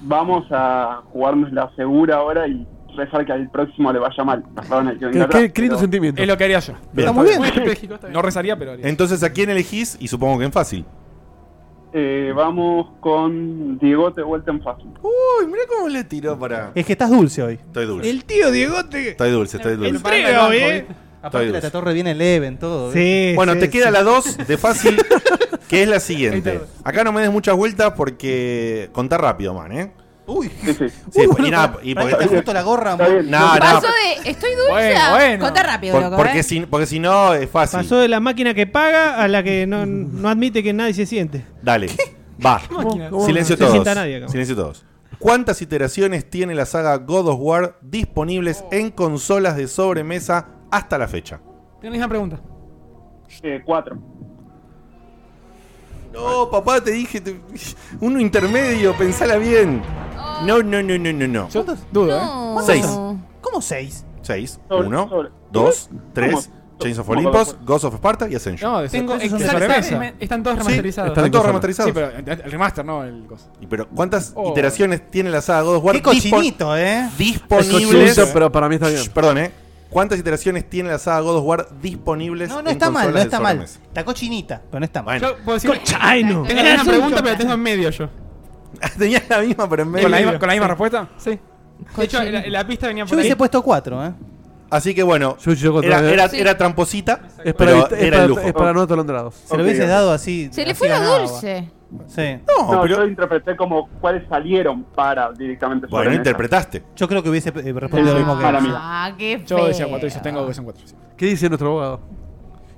[SPEAKER 15] vamos a jugarnos la segura ahora y rezar que al próximo le vaya mal. Perdón, el que venga atrás, pero-
[SPEAKER 3] Es lo que haría yo.
[SPEAKER 1] Bien. Está muy bien.
[SPEAKER 3] estratégico, está bien. No rezaría, pero haría.
[SPEAKER 1] Entonces, ¿a quién elegís? Y supongo que en fácil.
[SPEAKER 15] [laughs] Eh, vamos con Diegote vuelta en fácil.
[SPEAKER 1] Uy, mira cómo le tiró para.
[SPEAKER 2] Es que estás dulce hoy.
[SPEAKER 1] Estoy dulce.
[SPEAKER 2] El
[SPEAKER 9] tío Diegote.
[SPEAKER 1] Estoy dulce, estoy dulce.
[SPEAKER 9] Entrega hoy, eh.
[SPEAKER 1] Estoy
[SPEAKER 2] Aparte la
[SPEAKER 1] dulce.
[SPEAKER 2] trató re bien leve en todo. ¿eh?
[SPEAKER 1] bueno, te queda la 2 de fácil, que es la siguiente. Acá no me des muchas vueltas porque contá rápido, man, ¿eh? Uy. Sí, pues, y nada, y porque
[SPEAKER 2] Te justo la gorra.
[SPEAKER 1] bien. No, no.
[SPEAKER 6] Paso de. Estoy dulce. a-
[SPEAKER 10] bueno.
[SPEAKER 6] Ah, Contá rápido,
[SPEAKER 1] por-
[SPEAKER 6] loco.
[SPEAKER 1] porque
[SPEAKER 6] ¿eh?
[SPEAKER 1] si porque si no es fácil.
[SPEAKER 10] Pasó de la máquina que paga a la que no, no admite que nadie se siente.
[SPEAKER 6] [laughs]
[SPEAKER 1] Dale. Va.
[SPEAKER 10] máquina?
[SPEAKER 1] Silencio
[SPEAKER 10] No se
[SPEAKER 1] todos.
[SPEAKER 10] sienta nadie acá.
[SPEAKER 1] Silencio todos. ¿Cuántas iteraciones tiene la saga God of War disponibles en consolas de sobremesa hasta la fecha?
[SPEAKER 7] Tengo la misma pregunta.
[SPEAKER 15] Eh, cuatro.
[SPEAKER 1] No, papá, te dije te- uno intermedio, pensala bien. No, no, no, no, no, no.
[SPEAKER 3] Yo dudo,
[SPEAKER 2] No.
[SPEAKER 1] ¿eh? Seis.
[SPEAKER 2] ¿Cómo seis?
[SPEAKER 1] 6,
[SPEAKER 2] Sobre-
[SPEAKER 1] 1,
[SPEAKER 2] sobre-
[SPEAKER 1] 2, 3,
[SPEAKER 2] Vamos.
[SPEAKER 1] Chains of
[SPEAKER 2] Vamos,
[SPEAKER 1] Olympus,
[SPEAKER 2] vamos.
[SPEAKER 1] Ghost of Sparta y Ascension.
[SPEAKER 3] No, de
[SPEAKER 7] Tengo
[SPEAKER 3] de
[SPEAKER 7] exacta-
[SPEAKER 3] sobremesa.
[SPEAKER 7] me- están todos
[SPEAKER 3] Sí,
[SPEAKER 7] remasterizados.
[SPEAKER 1] están todos remasterizados.
[SPEAKER 3] Sí, pero
[SPEAKER 5] eh,
[SPEAKER 3] eh, el el remaster, no el cosa.
[SPEAKER 1] Y Pero ¿cuántas
[SPEAKER 3] Oh.
[SPEAKER 1] iteraciones tiene la saga God of War?
[SPEAKER 3] Qué cochinito,
[SPEAKER 1] dispon-
[SPEAKER 3] eh.
[SPEAKER 1] Disponibles.
[SPEAKER 5] Es cochinito, pero para mí está bien.
[SPEAKER 1] Shh, perdón, eh. ¿Cuántas iteraciones tiene la saga God of War disponibles?
[SPEAKER 2] No, no está mal, no está mal.
[SPEAKER 1] Está
[SPEAKER 2] Está cochinita, pero no está mal.
[SPEAKER 1] Bueno.
[SPEAKER 7] Puedo decir- Tengo la misma pregunta, pero la tengo en medio yo.
[SPEAKER 1] [laughs] Tenías la misma, pero en medio.
[SPEAKER 7] ¿Con la misma- con la misma
[SPEAKER 3] respuesta?
[SPEAKER 7] Sí. De hecho, la, la pista venía por
[SPEAKER 2] Yo
[SPEAKER 7] ahí.
[SPEAKER 2] hubiese puesto cuatro, ¿eh?
[SPEAKER 1] Así que bueno, era,
[SPEAKER 5] todavía.
[SPEAKER 1] era,
[SPEAKER 5] Sí.
[SPEAKER 1] era tramposita,
[SPEAKER 5] Es para,
[SPEAKER 1] pero
[SPEAKER 5] evita- es
[SPEAKER 1] era
[SPEAKER 5] para-
[SPEAKER 1] el lujo.
[SPEAKER 5] es para no atolondrados.
[SPEAKER 2] Se lo hubieses dado así.
[SPEAKER 6] Se le
[SPEAKER 2] así
[SPEAKER 6] fue lo
[SPEAKER 2] ganaba.
[SPEAKER 6] dulce.
[SPEAKER 2] Sí.
[SPEAKER 15] No, yo interpreté como cuáles salieron para directamente
[SPEAKER 1] Bueno,
[SPEAKER 15] sobremesa.
[SPEAKER 1] interpretaste.
[SPEAKER 2] Yo creo que hubiese eh, respondido lo mismo que
[SPEAKER 15] Para mí.
[SPEAKER 6] Ah, qué
[SPEAKER 3] Yo decía
[SPEAKER 6] feo.
[SPEAKER 3] cuatro, y yo tengo que son cuatro. sí.
[SPEAKER 5] ¿Qué dice nuestro abogado?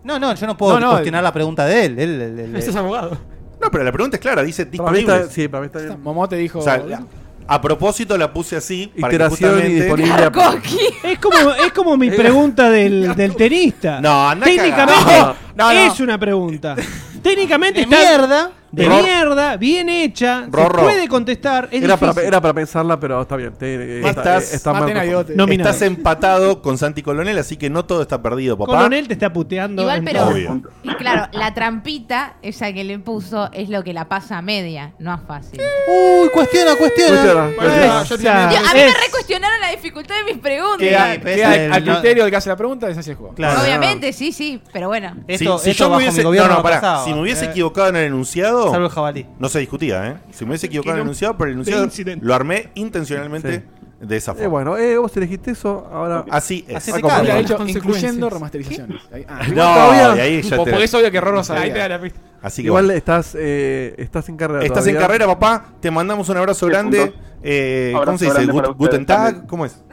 [SPEAKER 2] No, no, yo no puedo
[SPEAKER 5] No, eh, no,
[SPEAKER 2] cuestionar
[SPEAKER 1] [laughs]
[SPEAKER 2] la pregunta de él. él, él, él-
[SPEAKER 7] Ese es abogado.
[SPEAKER 1] No, pero la pregunta es clara, dice
[SPEAKER 5] Para mí
[SPEAKER 1] disponibles.
[SPEAKER 5] está, sí, para mí está bien.
[SPEAKER 3] Momo te dijo.
[SPEAKER 1] O sea, la- A propósito la puse así.
[SPEAKER 5] Iteración y
[SPEAKER 1] [laughs]
[SPEAKER 5] disponible a- Coqui.
[SPEAKER 10] Es como, es como mi pregunta
[SPEAKER 1] [laughs]
[SPEAKER 10] del, del tenista.
[SPEAKER 1] No, andá
[SPEAKER 10] Técnicamente
[SPEAKER 1] cagado. No, no, no.
[SPEAKER 10] es una
[SPEAKER 1] [laughs]
[SPEAKER 10] pregunta. Técnicamente
[SPEAKER 2] De
[SPEAKER 10] está
[SPEAKER 2] mierda.
[SPEAKER 10] De
[SPEAKER 5] Ror-
[SPEAKER 10] mierda, bien hecha.
[SPEAKER 5] Rorro.
[SPEAKER 10] Se puede contestar. Es
[SPEAKER 5] Era
[SPEAKER 10] difícil.
[SPEAKER 5] para, [laughs] era para pensarla, pero está bien. te- eh, está-
[SPEAKER 1] Estás,
[SPEAKER 5] eh, está mal mejor.
[SPEAKER 1] estás empatado con Santi Colonel, así que no todo está perdido, papá.
[SPEAKER 10] Coronel te está puteando.
[SPEAKER 6] Igual,
[SPEAKER 10] en-
[SPEAKER 6] pero-
[SPEAKER 1] Obvio.
[SPEAKER 6] Y claro, la trampita, esa que le puso, es lo que la pasa a media, no a fácil.
[SPEAKER 2] Uy, cuestiona, cuestiona.
[SPEAKER 3] Bueno, yo tenía-
[SPEAKER 6] Yo- a mí me recuestionaron la dificultad de mis preguntas.
[SPEAKER 3] Queda,
[SPEAKER 2] pero
[SPEAKER 3] queda
[SPEAKER 2] ese es
[SPEAKER 3] al
[SPEAKER 2] el- no-
[SPEAKER 3] criterio del que hace la pregunta, es así el juego.
[SPEAKER 1] Claro.
[SPEAKER 6] Obviamente, sí, sí, pero bueno.
[SPEAKER 1] si, si yo me hubiese, no, no, pará. Si me hubiese equivocado en el enunciado,
[SPEAKER 2] Eh, Salvo el jabalí.
[SPEAKER 1] no se discutía, ¿eh? Si me hubiese equivocado en el
[SPEAKER 5] Quilombo
[SPEAKER 1] enunciado, pero
[SPEAKER 5] de
[SPEAKER 1] el enunciado
[SPEAKER 5] incidente.
[SPEAKER 1] lo armé intencionalmente de esa forma.
[SPEAKER 5] Eh, bueno, eh, vos elegiste eso, ahora. Ah,
[SPEAKER 1] Así es.
[SPEAKER 5] Así
[SPEAKER 1] Así
[SPEAKER 5] se
[SPEAKER 1] se
[SPEAKER 5] cae.
[SPEAKER 3] Había
[SPEAKER 1] Bueno.
[SPEAKER 3] hecho
[SPEAKER 5] Consecuencias.
[SPEAKER 3] incluyendo remasterizaciones. Ahí- ah,
[SPEAKER 1] No,
[SPEAKER 3] igual todavía-
[SPEAKER 1] y ahí ya
[SPEAKER 3] por,
[SPEAKER 1] te-
[SPEAKER 3] por eso obvio que Rorro sabía.
[SPEAKER 1] Ahí te da
[SPEAKER 7] la pista.
[SPEAKER 1] Así que
[SPEAKER 5] Igual
[SPEAKER 1] bueno.
[SPEAKER 5] estás, eh, estás en carrera.
[SPEAKER 1] Estás en
[SPEAKER 5] todavía.
[SPEAKER 1] carrera, papá. Te mandamos un abrazo
[SPEAKER 5] Sí,
[SPEAKER 1] grande.
[SPEAKER 5] punto.
[SPEAKER 1] Eh,
[SPEAKER 5] Abrazo
[SPEAKER 1] ¿Cómo se dice?
[SPEAKER 5] grande para
[SPEAKER 1] Gut-
[SPEAKER 5] ustedes
[SPEAKER 1] Guten Tag.
[SPEAKER 5] también.
[SPEAKER 1] ¿Cómo es?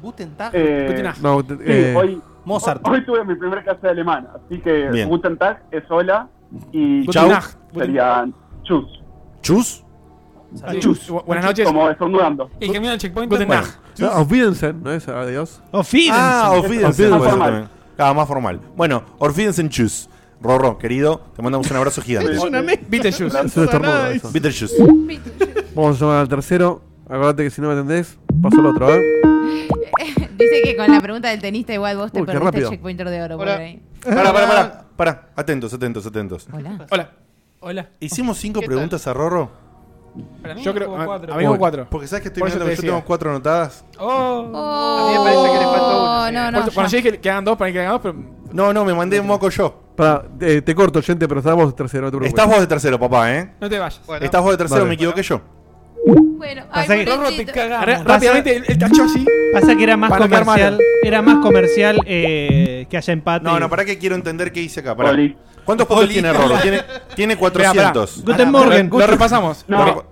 [SPEAKER 2] Guten Tag.
[SPEAKER 15] Eh,
[SPEAKER 1] Guten Tag.
[SPEAKER 5] No,
[SPEAKER 15] sí,
[SPEAKER 5] eh,
[SPEAKER 15] hoy,
[SPEAKER 2] Mozart.
[SPEAKER 15] Hoy, tuve mi primera clase de alemán, así que
[SPEAKER 1] Bien.
[SPEAKER 15] Guten Tag es hola y
[SPEAKER 1] Guten Chau. Tag.
[SPEAKER 15] serían chus.
[SPEAKER 1] ¿Chus?
[SPEAKER 3] Chus. Bu- Buenas noches.
[SPEAKER 15] Como estornudando.
[SPEAKER 7] El camino del checkpoint.
[SPEAKER 3] Guten
[SPEAKER 1] Bueno.
[SPEAKER 3] Tag.
[SPEAKER 5] No, Auf Wiedersehen, ¿no es? Adiós.
[SPEAKER 1] Ah, Ofídense.
[SPEAKER 5] Auf Wiedersehen.
[SPEAKER 1] Ah, más formal. Bueno, Orfídense Chus. Rorro, querido, te mandamos un abrazo gigante.
[SPEAKER 10] Es una mezcla.
[SPEAKER 3] Viste Chus.
[SPEAKER 5] Es un estornudo, eso.
[SPEAKER 1] Bitter Chus.
[SPEAKER 5] Vamos a llamar al tercero. Acordate que si no me atendés, pasó el otro, ¿eh?
[SPEAKER 6] [laughs] Dice que con la pregunta del tenista igual vos te
[SPEAKER 5] Uy, qué
[SPEAKER 6] perdiste el
[SPEAKER 5] rápido.
[SPEAKER 6] checkpointer de oro por ahí.
[SPEAKER 1] Pará, pará, pará, pará. Atentos, atentos, atentos.
[SPEAKER 6] Hola.
[SPEAKER 3] Hola.
[SPEAKER 7] Hola.
[SPEAKER 1] ¿Hicimos cinco
[SPEAKER 7] ¿Qué tal?
[SPEAKER 1] preguntas a Rorro?
[SPEAKER 7] Para mí
[SPEAKER 3] Yo creo-
[SPEAKER 7] hubo
[SPEAKER 3] a-
[SPEAKER 7] cuatro.
[SPEAKER 3] a mí hubo
[SPEAKER 1] Uy,
[SPEAKER 3] cuatro.
[SPEAKER 1] Porque sabes que estoy
[SPEAKER 3] Por eso te
[SPEAKER 1] mirando que yo
[SPEAKER 3] decía.
[SPEAKER 1] tengo cuatro anotadas.
[SPEAKER 7] Oh.
[SPEAKER 6] Oh.
[SPEAKER 7] A mí me parece que le faltó
[SPEAKER 6] No,
[SPEAKER 7] uno.
[SPEAKER 6] no,
[SPEAKER 3] Por eso- Cuando yo
[SPEAKER 6] ya. Este
[SPEAKER 3] dije que quedan dos, para que quedan dos, pero
[SPEAKER 1] No, no, me mandé moco yo.
[SPEAKER 5] Pará, eh, te corto, gente, pero estamos de tercero, no te preocupes.
[SPEAKER 1] Estás vos de tercero, papá, ¿eh?
[SPEAKER 7] No te vayas.
[SPEAKER 1] Estás vos de tercero,
[SPEAKER 5] Vale.
[SPEAKER 1] me equivoqué yo.
[SPEAKER 6] Bueno,
[SPEAKER 10] Pasa
[SPEAKER 6] ay,
[SPEAKER 10] que-
[SPEAKER 6] pobrecito.
[SPEAKER 3] Ra- rápidamente el, el tacho así.
[SPEAKER 10] Pasa que era más
[SPEAKER 3] Para quedar
[SPEAKER 10] comercial.
[SPEAKER 3] malo.
[SPEAKER 10] Era más comercial eh, que haya empate.
[SPEAKER 1] No, no, para que quiero entender qué hice acá. Pará.
[SPEAKER 15] Oli.
[SPEAKER 1] ¿Cuántos puntos
[SPEAKER 3] Oli.
[SPEAKER 1] tiene Rorro? Tiene, tiene 400.
[SPEAKER 10] Guten Morgen.
[SPEAKER 3] Lo repasamos.
[SPEAKER 15] No,
[SPEAKER 1] Lo-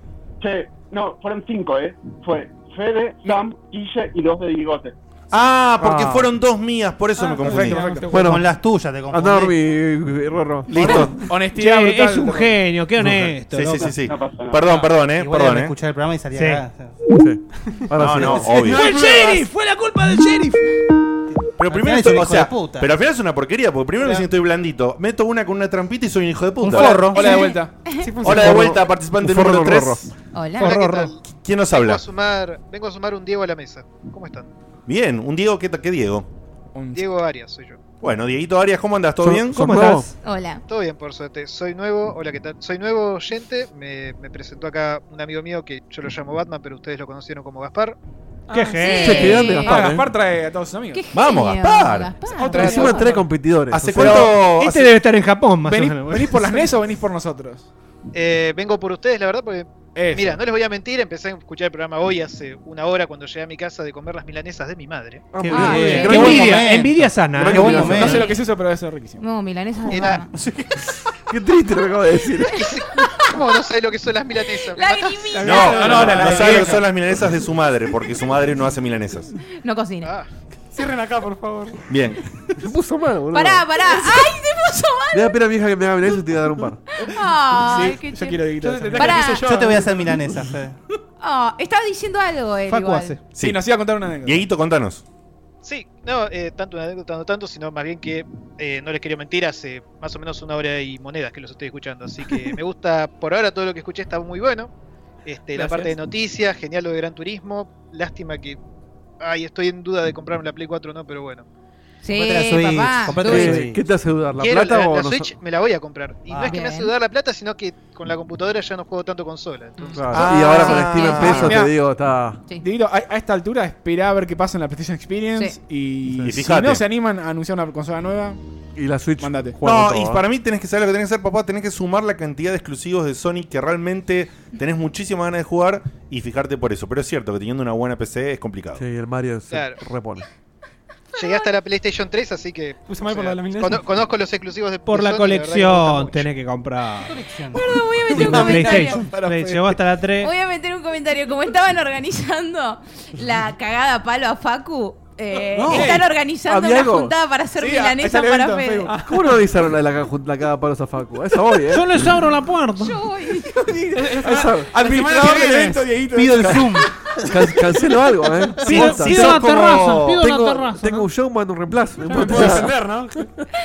[SPEAKER 15] che, no, fueron cinco, ¿eh? Fue Fede, Sam, Guille y dos de bigote.
[SPEAKER 1] Ah, porque
[SPEAKER 5] Ah.
[SPEAKER 1] fueron dos mías, por eso me confundí.
[SPEAKER 3] Ah, perfecto, perfecto.
[SPEAKER 5] Bueno,
[SPEAKER 2] Con las tuyas te confundí.
[SPEAKER 5] andá a dormir, Rorro.
[SPEAKER 1] Listo.
[SPEAKER 3] Honestidad
[SPEAKER 10] Che,
[SPEAKER 3] brutal.
[SPEAKER 10] es un genio, qué honesto.
[SPEAKER 1] Sí, sí,
[SPEAKER 10] loco.
[SPEAKER 1] sí, sí.
[SPEAKER 15] No pasa nada.
[SPEAKER 1] Perdón, perdón, eh.
[SPEAKER 2] Igual
[SPEAKER 1] Perdón,
[SPEAKER 2] era
[SPEAKER 1] eh.
[SPEAKER 2] escuchar el programa y salía
[SPEAKER 10] Sí.
[SPEAKER 2] acá.
[SPEAKER 5] Sí. Ahora
[SPEAKER 1] No,
[SPEAKER 5] sí.
[SPEAKER 1] no,
[SPEAKER 10] ¡Fue
[SPEAKER 1] obvio.
[SPEAKER 10] el sheriff! ¡Fue la culpa del sheriff!
[SPEAKER 1] Pero primero,
[SPEAKER 2] final es un
[SPEAKER 1] o
[SPEAKER 2] hijo
[SPEAKER 1] sea,
[SPEAKER 2] de puta.
[SPEAKER 1] pero al final es una porquería, porque primero me dicen que estoy blandito, meto una con una trampita y soy un hijo de puta.
[SPEAKER 3] Hola, Hola de
[SPEAKER 1] [laughs]
[SPEAKER 3] vuelta.
[SPEAKER 1] Hola de vuelta, participante
[SPEAKER 5] Un forro
[SPEAKER 1] número
[SPEAKER 5] con
[SPEAKER 1] 3.
[SPEAKER 6] Hola.
[SPEAKER 4] Hola, ¿qué
[SPEAKER 2] Horror.
[SPEAKER 4] tal?
[SPEAKER 1] ¿Quién nos
[SPEAKER 4] Vengo
[SPEAKER 1] habla?
[SPEAKER 4] a, sumar, vengo a sumar un Diego a la mesa. ¿Cómo están?
[SPEAKER 1] Bien, un Diego, ¿qué, ta- qué Diego?
[SPEAKER 4] Diego Arias soy yo.
[SPEAKER 1] Bueno, Dieguito Arias, ¿cómo andas? ¿Todo
[SPEAKER 5] ¿Sos-
[SPEAKER 1] bien?
[SPEAKER 5] sos
[SPEAKER 10] ¿Cómo
[SPEAKER 5] nuevo?
[SPEAKER 10] estás?
[SPEAKER 6] Hola.
[SPEAKER 4] Todo bien, por suerte. Soy nuevo, hola, ¿qué tal? Soy nuevo oyente. Me, me presentó acá un amigo mío que yo lo llamo Batman, pero ustedes lo conocieron como Gaspar.
[SPEAKER 10] ¡Qué
[SPEAKER 6] sí.
[SPEAKER 10] genio!
[SPEAKER 5] Che, qué grande,
[SPEAKER 6] Eh.
[SPEAKER 3] Ah,
[SPEAKER 5] Gaspar. eh.
[SPEAKER 3] Gaspar trae a todos sus amigos.
[SPEAKER 6] Qué
[SPEAKER 1] Vamos,
[SPEAKER 6] genio,
[SPEAKER 1] Gaspar.
[SPEAKER 5] Pero Encima trae competidores.
[SPEAKER 1] ¿Hace
[SPEAKER 5] o sea,
[SPEAKER 1] cuánto?
[SPEAKER 10] Este
[SPEAKER 1] hace-
[SPEAKER 10] debe estar en Japón, más
[SPEAKER 3] ¿Venís,
[SPEAKER 10] o menos.
[SPEAKER 3] venís por las NES o venís por nosotros?
[SPEAKER 4] Eh, vengo por ustedes, la verdad, porque
[SPEAKER 3] Eso.
[SPEAKER 4] mira, no les voy a mentir, empecé a escuchar el programa hoy hace una hora cuando llegué a mi casa de comer las milanesas de mi madre.
[SPEAKER 5] Ah,
[SPEAKER 10] Qué
[SPEAKER 5] muy
[SPEAKER 6] Ah,
[SPEAKER 5] bien.
[SPEAKER 10] bien.
[SPEAKER 6] bien.
[SPEAKER 10] Qué
[SPEAKER 6] Qué buen
[SPEAKER 10] envidia,
[SPEAKER 2] momento.
[SPEAKER 10] envidia sana.
[SPEAKER 1] Qué buen
[SPEAKER 10] eh.
[SPEAKER 1] momento.
[SPEAKER 3] No sé lo que es eso, pero debe ser
[SPEAKER 6] [laughs]
[SPEAKER 3] riquísimo.
[SPEAKER 6] No, milanesa de
[SPEAKER 4] Era-
[SPEAKER 6] mamá.
[SPEAKER 5] Qué triste lo que acabo
[SPEAKER 3] [laughs]
[SPEAKER 5] de decir.
[SPEAKER 4] [laughs] ¿Cómo no sabés lo que son las milanesas?
[SPEAKER 6] Lagrimita.
[SPEAKER 1] No, no, no, no sabe lo que son las milanesas de su madre, porque su madre no hace milanesas.
[SPEAKER 6] No cocina.
[SPEAKER 4] Ah,
[SPEAKER 3] Cierren acá, por favor.
[SPEAKER 1] Bien.
[SPEAKER 5] Se puso mal, boludo.
[SPEAKER 6] Pará, pará. ¡Ay, se puso
[SPEAKER 5] Le da pena a mi hija que me haga venir y te voy a dar un par.
[SPEAKER 6] mal! ¡Ay,
[SPEAKER 3] Sí,
[SPEAKER 6] qué
[SPEAKER 3] yo
[SPEAKER 6] che-
[SPEAKER 3] quiero Dieguito.
[SPEAKER 7] Yo te-
[SPEAKER 3] también.
[SPEAKER 7] Pará.
[SPEAKER 2] Yo te voy a hacer milanesa, Fede.
[SPEAKER 6] Ah, estaba diciendo algo él
[SPEAKER 10] Facu
[SPEAKER 6] igual.
[SPEAKER 10] hace.
[SPEAKER 3] Sí, nos iba a contar una anécdota.
[SPEAKER 1] Dieguito, contanos.
[SPEAKER 4] Sí, no, eh, tanto una anécdota, no tanto, sino más bien que eh, no les quería mentir, hace más o menos una hora y monedas que los estoy escuchando, así que me gusta, por ahora todo lo que escuché está muy bueno. Este, la
[SPEAKER 3] Gracias.
[SPEAKER 4] parte de noticias, genial lo de Gran Turismo, lástima que... Ay, estoy en duda de comprarme la Play 4 o no, pero bueno.
[SPEAKER 6] Sí,
[SPEAKER 2] Comprate la Switch,
[SPEAKER 6] papá.
[SPEAKER 2] comprate
[SPEAKER 6] Switch.
[SPEAKER 2] la
[SPEAKER 5] Eh, ¿Qué te hace dudar? ¿La
[SPEAKER 4] Quiero
[SPEAKER 5] plata
[SPEAKER 4] la,
[SPEAKER 5] o
[SPEAKER 4] la
[SPEAKER 5] no?
[SPEAKER 4] Switch, me la voy a comprar. Y no
[SPEAKER 2] Ah.
[SPEAKER 4] es que me hace
[SPEAKER 6] Bien.
[SPEAKER 4] dudar la plata, sino que con la computadora ya no juego tanto consola. Entonces,
[SPEAKER 5] Claro,
[SPEAKER 1] Ah,
[SPEAKER 5] y ahora
[SPEAKER 1] sí,
[SPEAKER 5] con Steam
[SPEAKER 6] sí,
[SPEAKER 5] en
[SPEAKER 6] sí.
[SPEAKER 5] pesos
[SPEAKER 3] Ah, Mirá.
[SPEAKER 5] te digo, está.
[SPEAKER 6] Sí.
[SPEAKER 3] Dieguito, a, a esta altura espera a ver qué pasa en la PlayStation Experience. Y,
[SPEAKER 1] Y
[SPEAKER 3] si
[SPEAKER 1] fíjate.
[SPEAKER 3] no se animan a anunciar una consola nueva,
[SPEAKER 5] Y la Switch.
[SPEAKER 3] Mandate.
[SPEAKER 5] juega
[SPEAKER 1] No,
[SPEAKER 5] con
[SPEAKER 1] y
[SPEAKER 5] todo,
[SPEAKER 1] para
[SPEAKER 5] ¿eh?
[SPEAKER 1] mí tenés que saber lo que tenés que hacer, papá. Tenés que sumar la cantidad de exclusivos de Sony que realmente tenés muchísimas ganas de jugar y fijarte por eso. Pero es cierto que teniendo una buena PC es complicado.
[SPEAKER 5] Sí, el Mario se
[SPEAKER 4] Claro.
[SPEAKER 5] repone.
[SPEAKER 4] llegué hasta la PlayStation 3, así que
[SPEAKER 7] Puse mal por la laminada.
[SPEAKER 4] cono- conozco los exclusivos de
[SPEAKER 10] Por
[SPEAKER 4] de
[SPEAKER 10] la
[SPEAKER 4] Sony, verdad que me gusta
[SPEAKER 10] colección
[SPEAKER 4] mucho.
[SPEAKER 10] tenés que comprar.
[SPEAKER 6] Perdón, voy a meter un
[SPEAKER 10] Una
[SPEAKER 6] comentario.
[SPEAKER 10] PlayStation. Le Llegó hasta la 3.
[SPEAKER 6] Voy a meter un comentario. Como estaban organizando la cagada a palo a Facu, eh,
[SPEAKER 5] No.
[SPEAKER 6] están
[SPEAKER 5] Hey,
[SPEAKER 6] organizando
[SPEAKER 5] ¿había
[SPEAKER 6] una
[SPEAKER 5] algo?
[SPEAKER 6] juntada para hacer
[SPEAKER 5] Sí,
[SPEAKER 6] milanesa para Fede.
[SPEAKER 5] ¿Cómo no avisaron la de la, ca- la cagada palos a Facu? A esa voy, ¿eh?
[SPEAKER 9] Yo les abro la puerta.
[SPEAKER 5] A esa-
[SPEAKER 9] Administrador del evento,
[SPEAKER 3] Dieguito.
[SPEAKER 5] Pido el Zoom. Can- cancelo algo, ¿eh?
[SPEAKER 1] Pido-
[SPEAKER 5] Posta.
[SPEAKER 1] pido la terraza, pido la
[SPEAKER 5] tengo,
[SPEAKER 1] terraza,
[SPEAKER 5] Tengo un show, mando un reemplazo. No importa.
[SPEAKER 3] ¿no?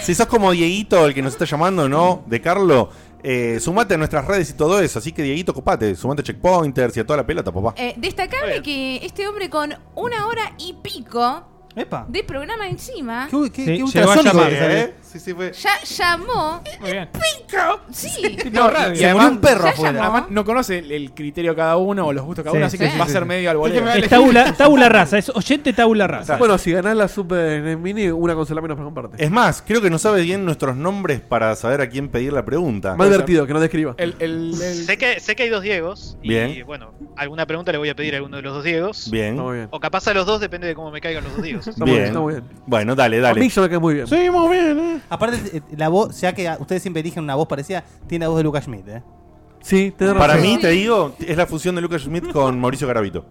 [SPEAKER 1] Si sos como Dieguito, el que nos está llamando, ¿no? De Carlo, eh, sumate a nuestras redes y todo eso. Así que Dieguito, copate, sumate a checkpointers y a toda la pelota, papá.
[SPEAKER 6] Eh, destacable que este hombre con una hora y pico
[SPEAKER 2] Epa.
[SPEAKER 6] de programa encima
[SPEAKER 2] qué-
[SPEAKER 1] Sí,
[SPEAKER 2] qué
[SPEAKER 1] llegó
[SPEAKER 2] ultrasónico
[SPEAKER 1] a llamar,
[SPEAKER 2] que sale.
[SPEAKER 1] ¿eh? Sí, sí, fue.
[SPEAKER 6] ya llamó. ¡Pico! Sí.
[SPEAKER 3] radio.
[SPEAKER 2] se murió un perro afuera.
[SPEAKER 3] Además, no conoce el, el criterio de cada uno o los gustos de cada
[SPEAKER 2] Sí,
[SPEAKER 3] uno, así que
[SPEAKER 2] sí,
[SPEAKER 3] va
[SPEAKER 2] sí,
[SPEAKER 3] a ser
[SPEAKER 2] sí.
[SPEAKER 3] medio al
[SPEAKER 2] Es que
[SPEAKER 3] voleo.
[SPEAKER 2] me va a
[SPEAKER 10] Tabula, tabula rasa, es oyente tabula rasa.
[SPEAKER 5] Bueno, si ganás la Super en Mini, una consola menos para comparte.
[SPEAKER 1] Es más, creo que no sabe bien nuestros nombres para saber a quién pedir la pregunta.
[SPEAKER 5] Más divertido, que no describa.
[SPEAKER 4] Sé, que, sé que hay dos Diegos. Y
[SPEAKER 1] Bien.
[SPEAKER 4] bueno, alguna pregunta le voy a pedir a alguno de los dos Diegos.
[SPEAKER 1] Bien. Está muy bien.
[SPEAKER 4] O capaz a los dos, depende de cómo me caigan los
[SPEAKER 1] [laughs]
[SPEAKER 4] dos Diegos.
[SPEAKER 1] bien. Bueno, dale, dale.
[SPEAKER 5] muy bien.
[SPEAKER 10] Seguimos bien, ¿eh?
[SPEAKER 2] Aparte, eh, la voz, ya que ah, ustedes siempre eligen una voz parecida, tiene la voz de Lucas Schmidt, ¿eh?
[SPEAKER 5] Sí,
[SPEAKER 1] Para mí, te digo, es la fusión de Lucas Schmidt con Mauricio Garavito.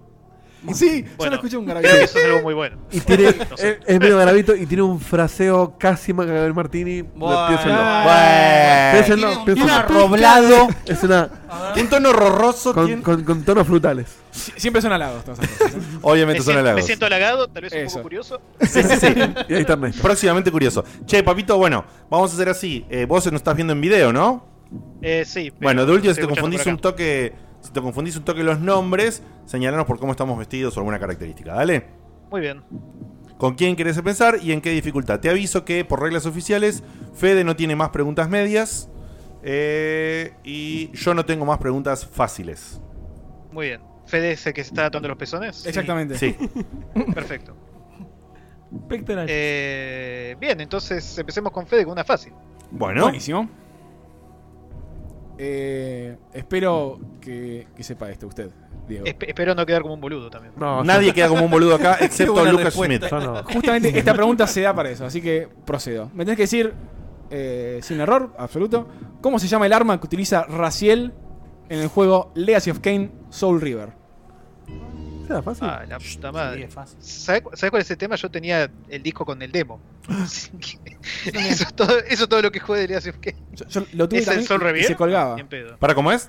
[SPEAKER 3] Sí, yo
[SPEAKER 4] Bueno,
[SPEAKER 3] lo escuché un
[SPEAKER 4] creo
[SPEAKER 3] garabito.
[SPEAKER 4] que eso es algo muy bueno.
[SPEAKER 5] Y tiene,
[SPEAKER 4] [laughs] No
[SPEAKER 5] es,
[SPEAKER 4] sé.
[SPEAKER 5] es medio garabito y tiene un fraseo casi más que Gabriel Martini.
[SPEAKER 4] Bueno.
[SPEAKER 5] Piénsenlo.
[SPEAKER 1] Bueno.
[SPEAKER 5] Piénsenlo,
[SPEAKER 1] Tiene
[SPEAKER 5] piénsenlo.
[SPEAKER 1] un- tiene un arroblado.
[SPEAKER 5] [laughs] Es una.
[SPEAKER 1] Un tono rorroso
[SPEAKER 5] Con,
[SPEAKER 1] tiene.
[SPEAKER 5] con, con tonos frutales.
[SPEAKER 3] Sie- Siempre son halagos todas esas cosas. ¿no?
[SPEAKER 1] Obviamente
[SPEAKER 4] Me
[SPEAKER 1] son
[SPEAKER 4] sien-
[SPEAKER 1] halagos.
[SPEAKER 4] Me siento halagado, tal vez un
[SPEAKER 3] Eso.
[SPEAKER 4] poco curioso.
[SPEAKER 1] Sí, sí, sí.
[SPEAKER 5] [laughs] Y ahí está Ernesto.
[SPEAKER 1] Próximamente curioso. Che, papito, bueno, vamos a hacer así. Eh, vos nos estás viendo en video, ¿no?
[SPEAKER 4] Eh, sí. pero
[SPEAKER 1] Bueno, de último, si
[SPEAKER 4] estoy
[SPEAKER 1] te
[SPEAKER 4] escuchando
[SPEAKER 1] confundís
[SPEAKER 4] por acá.
[SPEAKER 1] un toque. Si te confundís un toque los nombres, señalanos por cómo estamos vestidos o alguna característica, ¿dale?
[SPEAKER 4] Muy bien.
[SPEAKER 1] ¿Con quién querés pensar y en qué dificultad? Te aviso que por reglas oficiales, Fede no tiene más preguntas medias. eh, y yo no tengo más preguntas fáciles.
[SPEAKER 4] Muy bien. Fede es el que se está atando los pezones.
[SPEAKER 3] Exactamente.
[SPEAKER 1] Sí.
[SPEAKER 4] [laughs] Perfecto. Eh, bien, entonces empecemos con Fede con una fácil.
[SPEAKER 1] [laughs] Bueno.
[SPEAKER 3] Buenísimo. Eh, espero que, que sepa esto usted, Diego.
[SPEAKER 4] Espe- espero no quedar como un boludo también.
[SPEAKER 1] Nadie queda como un boludo acá,
[SPEAKER 3] [laughs] Qué
[SPEAKER 1] excepto
[SPEAKER 3] buena
[SPEAKER 1] Lucas
[SPEAKER 3] respuesta.
[SPEAKER 1] Schmidt.
[SPEAKER 3] Justamente esta pregunta se da para eso, así que procedo. Me tenés que decir, eh, sin error, absoluto, ¿cómo se llama el arma que utiliza Raziel en el juego Legacy of Kane Soul River?
[SPEAKER 5] Era fácil.
[SPEAKER 4] Ah, la puta madre. ¿Sabes cuál es el tema? Yo tenía el disco con el demo. Así que- [laughs] eso, es todo, eso es todo lo que jugué de Legacy of Kane.
[SPEAKER 3] Yo lo tuve
[SPEAKER 4] ¿Es el
[SPEAKER 3] también
[SPEAKER 4] Soul
[SPEAKER 3] y- y
[SPEAKER 4] Revier?
[SPEAKER 3] se colgaba.
[SPEAKER 4] Ni en pedo.
[SPEAKER 1] ¿Para cómo es?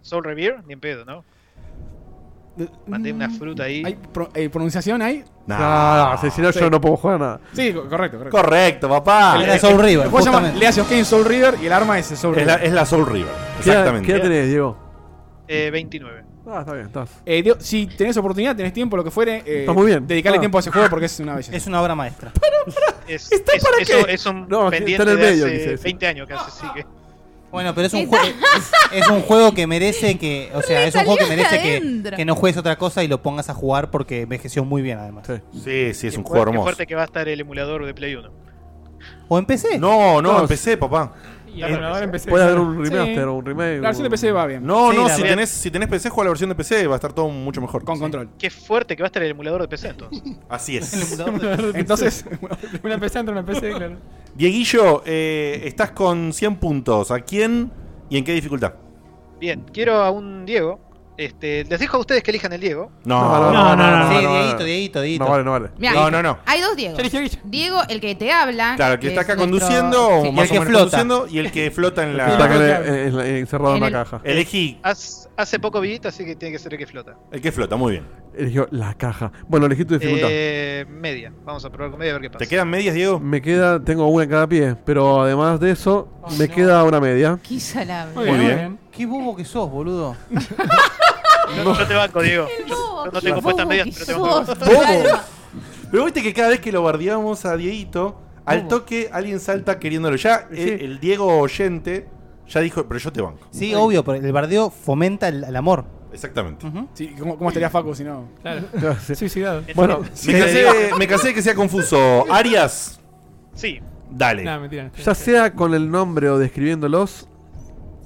[SPEAKER 4] Soul Revier, ni en pedo, ¿no? Mandé una fruta ahí.
[SPEAKER 3] ¿Hay pro- eh, pronunciación ahí?
[SPEAKER 5] No, no, si- si no, yo
[SPEAKER 3] Sí.
[SPEAKER 5] no puedo jugar nada.
[SPEAKER 3] Sí, co- correcto, correcto.
[SPEAKER 1] Correcto, papá.
[SPEAKER 3] El- el- El juego se llama Legacy of Kane Soul River y el arma es el Soul
[SPEAKER 1] Es
[SPEAKER 3] River.
[SPEAKER 1] la, es la Soul River.
[SPEAKER 5] ¿Qué edad-
[SPEAKER 1] Exactamente.
[SPEAKER 5] ¿Qué edad tenés, Diego?
[SPEAKER 4] Eh, 29.
[SPEAKER 5] Ah, está bien, estás.
[SPEAKER 3] Eh, Diego, si tenés oportunidad, tenés tiempo, lo que fuere, eh,
[SPEAKER 5] Está muy bien.
[SPEAKER 3] dedicale
[SPEAKER 5] Ah.
[SPEAKER 3] tiempo a ese juego
[SPEAKER 2] [laughs]
[SPEAKER 3] porque es una belleza.
[SPEAKER 2] Es una obra maestra.
[SPEAKER 4] Es,
[SPEAKER 2] ¿Está
[SPEAKER 4] es-
[SPEAKER 2] para
[SPEAKER 4] eso
[SPEAKER 2] qué?
[SPEAKER 4] es un
[SPEAKER 2] No,
[SPEAKER 4] pendiente
[SPEAKER 2] está en el medio,
[SPEAKER 4] de
[SPEAKER 2] quise
[SPEAKER 4] hace
[SPEAKER 2] decir.
[SPEAKER 4] 20 años casi, así que.
[SPEAKER 2] Bueno, pero es un, jue- es, es un juego que merece que. O sea, es un juego que merece que,
[SPEAKER 4] adentro.
[SPEAKER 2] que no juegues otra cosa y lo pongas a jugar porque envejeció muy bien, además.
[SPEAKER 1] Sí, sí, es un juego
[SPEAKER 4] Qué fuerte- qué
[SPEAKER 1] hermoso.
[SPEAKER 4] fuerte que va a estar el emulador de Play 1.
[SPEAKER 2] ¿O empecé?
[SPEAKER 1] No, no,
[SPEAKER 2] No,
[SPEAKER 1] empecé, papá.
[SPEAKER 3] Y el emulador en PC.
[SPEAKER 5] Puede haber
[SPEAKER 3] Sí.
[SPEAKER 5] un remaster o un remake.
[SPEAKER 3] La versión de PC va bien.
[SPEAKER 1] No,
[SPEAKER 3] Sí,
[SPEAKER 1] no,
[SPEAKER 3] la
[SPEAKER 1] si
[SPEAKER 3] verdad.
[SPEAKER 1] tenés, si tenés PC, juega la versión de PC, va a estar todo mucho mejor. Con
[SPEAKER 3] control.
[SPEAKER 4] Qué fuerte que va a estar el emulador de PC entonces.
[SPEAKER 2] [laughs]
[SPEAKER 1] Así es.
[SPEAKER 3] Entonces,
[SPEAKER 7] una PC entra una PC, claro.
[SPEAKER 1] Dieguillo, eh, estás con 100 puntos. ¿A quién y en qué dificultad?
[SPEAKER 4] Bien, quiero a un Diego. Este, les dejo a ustedes que elijan el Diego.
[SPEAKER 2] Sí, Dieguito, Dieguito, Dieguito.
[SPEAKER 1] No vale, no vale.
[SPEAKER 6] Mirá,
[SPEAKER 1] No, no, no.
[SPEAKER 6] Hay dos Diegos. Diego, el que te habla.
[SPEAKER 1] Claro, el que está
[SPEAKER 6] es
[SPEAKER 1] acá
[SPEAKER 6] nuestro-
[SPEAKER 1] conduciendo, o
[SPEAKER 6] Sí.
[SPEAKER 1] más o menos conduciendo, y el que flota en la.
[SPEAKER 5] Está acá en- en- en- encerrado en
[SPEAKER 4] En
[SPEAKER 5] la
[SPEAKER 4] el-
[SPEAKER 5] caja.
[SPEAKER 1] eh, Elegí
[SPEAKER 4] Haz- hace poco villita, así que tiene que ser el que flota.
[SPEAKER 1] el que flota, muy bien.
[SPEAKER 4] [laughs]
[SPEAKER 5] Eligió la caja. Bueno, elegí tu dificultad.
[SPEAKER 4] Eh, media. Vamos a probar con media a ver qué pasa.
[SPEAKER 1] quedan medias, Diego?
[SPEAKER 5] Me queda, tengo una en cada pie, pero además de eso,
[SPEAKER 7] Oh,
[SPEAKER 5] me queda una media.
[SPEAKER 6] Qué insalable.
[SPEAKER 5] Muy Muy bien. bien.
[SPEAKER 2] Qué bobo que sos, boludo.
[SPEAKER 4] Yo, yo te banco, Diego. Yo, yo no tengo puestas medias, pero tengo que-
[SPEAKER 1] ¡Bobo! Pero viste que cada vez que lo bardeamos a Dieguito, al toque alguien salta queriéndolo. Ya el, el Diego oyente ya dijo, pero yo te banco.
[SPEAKER 2] Sí, obvio, pero el bardeo fomenta el, el amor.
[SPEAKER 1] Exactamente.
[SPEAKER 3] sí, ¿cómo, cómo estaría Facu si no?
[SPEAKER 7] Claro.
[SPEAKER 3] Suicidado.
[SPEAKER 1] Bueno,
[SPEAKER 5] Sí.
[SPEAKER 1] me casé, me casé que sea confuso. Arias.
[SPEAKER 4] Sí.
[SPEAKER 1] Dale.
[SPEAKER 7] No, mentira, no estoy-
[SPEAKER 5] Ya sea con el nombre o describiéndolos,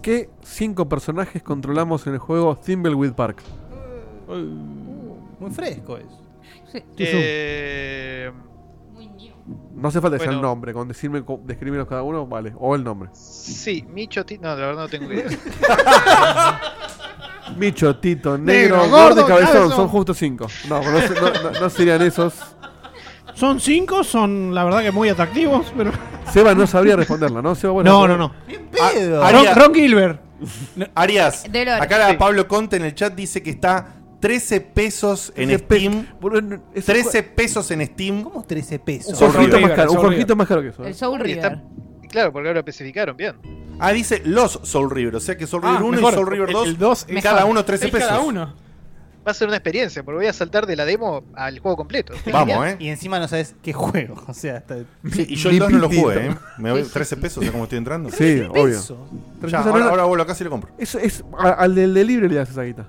[SPEAKER 5] ¿qué cinco personajes controlamos en el juego Thimbleweed Park?
[SPEAKER 2] Muy fresco es.
[SPEAKER 4] Eh,
[SPEAKER 5] No hace falta decir el
[SPEAKER 4] Bueno.
[SPEAKER 5] nombre, con decirme co- describirlos cada uno, vale, o el nombre.
[SPEAKER 4] sí, Micho Ti- No, la verdad no
[SPEAKER 1] [laughs]
[SPEAKER 4] tengo idea.
[SPEAKER 5] Micho, Tito,
[SPEAKER 4] Negro,
[SPEAKER 5] Negro,
[SPEAKER 4] gordo,
[SPEAKER 5] Gordo y Cabezón,
[SPEAKER 4] cabezón.
[SPEAKER 5] son justo cinco. No, no, se- no- no- no serían esos.
[SPEAKER 10] Son cinco, son la verdad que muy atractivos, pero.
[SPEAKER 5] Seba no sabría responderla, ¿no? Seba, bueno,
[SPEAKER 10] No, no, no.
[SPEAKER 1] pedo.
[SPEAKER 10] Ron, Ron Gilbert.
[SPEAKER 1] Arias,
[SPEAKER 10] Dolores.
[SPEAKER 1] acá
[SPEAKER 10] Sí.
[SPEAKER 1] Pablo Conte en el chat dice que está 13 pesos en
[SPEAKER 5] 13 pe-
[SPEAKER 1] Steam. 13 pesos en Steam. ¿Cómo
[SPEAKER 2] 13 pesos?
[SPEAKER 5] Un forjito más caro, un forjito más caro que eso.
[SPEAKER 1] El
[SPEAKER 6] Soul
[SPEAKER 4] Y está- y claro, porque ahora lo especificaron bien.
[SPEAKER 1] Ah, dice los Soul River, o sea que
[SPEAKER 4] Ah,
[SPEAKER 1] Soul River 1 y Soul River 2, cada uno 13 pesos.
[SPEAKER 4] Va a ser una experiencia, porque voy a saltar de la demo al juego completo.
[SPEAKER 1] Vamos, eh.
[SPEAKER 2] Y encima no sabes qué juego. [laughs] O sea, está-
[SPEAKER 1] Sí, y yo el 2 no lo jugué, ¿eh? Me voy 13 pesos, ¿sabes cómo estoy entrando?
[SPEAKER 5] Sí, obvio.
[SPEAKER 1] Ya,
[SPEAKER 5] Tranquilo,
[SPEAKER 1] ahora,
[SPEAKER 5] no-
[SPEAKER 1] ahora vuelvo acá y lo compro.
[SPEAKER 5] Eso es, a- al del delivery le das esa guita.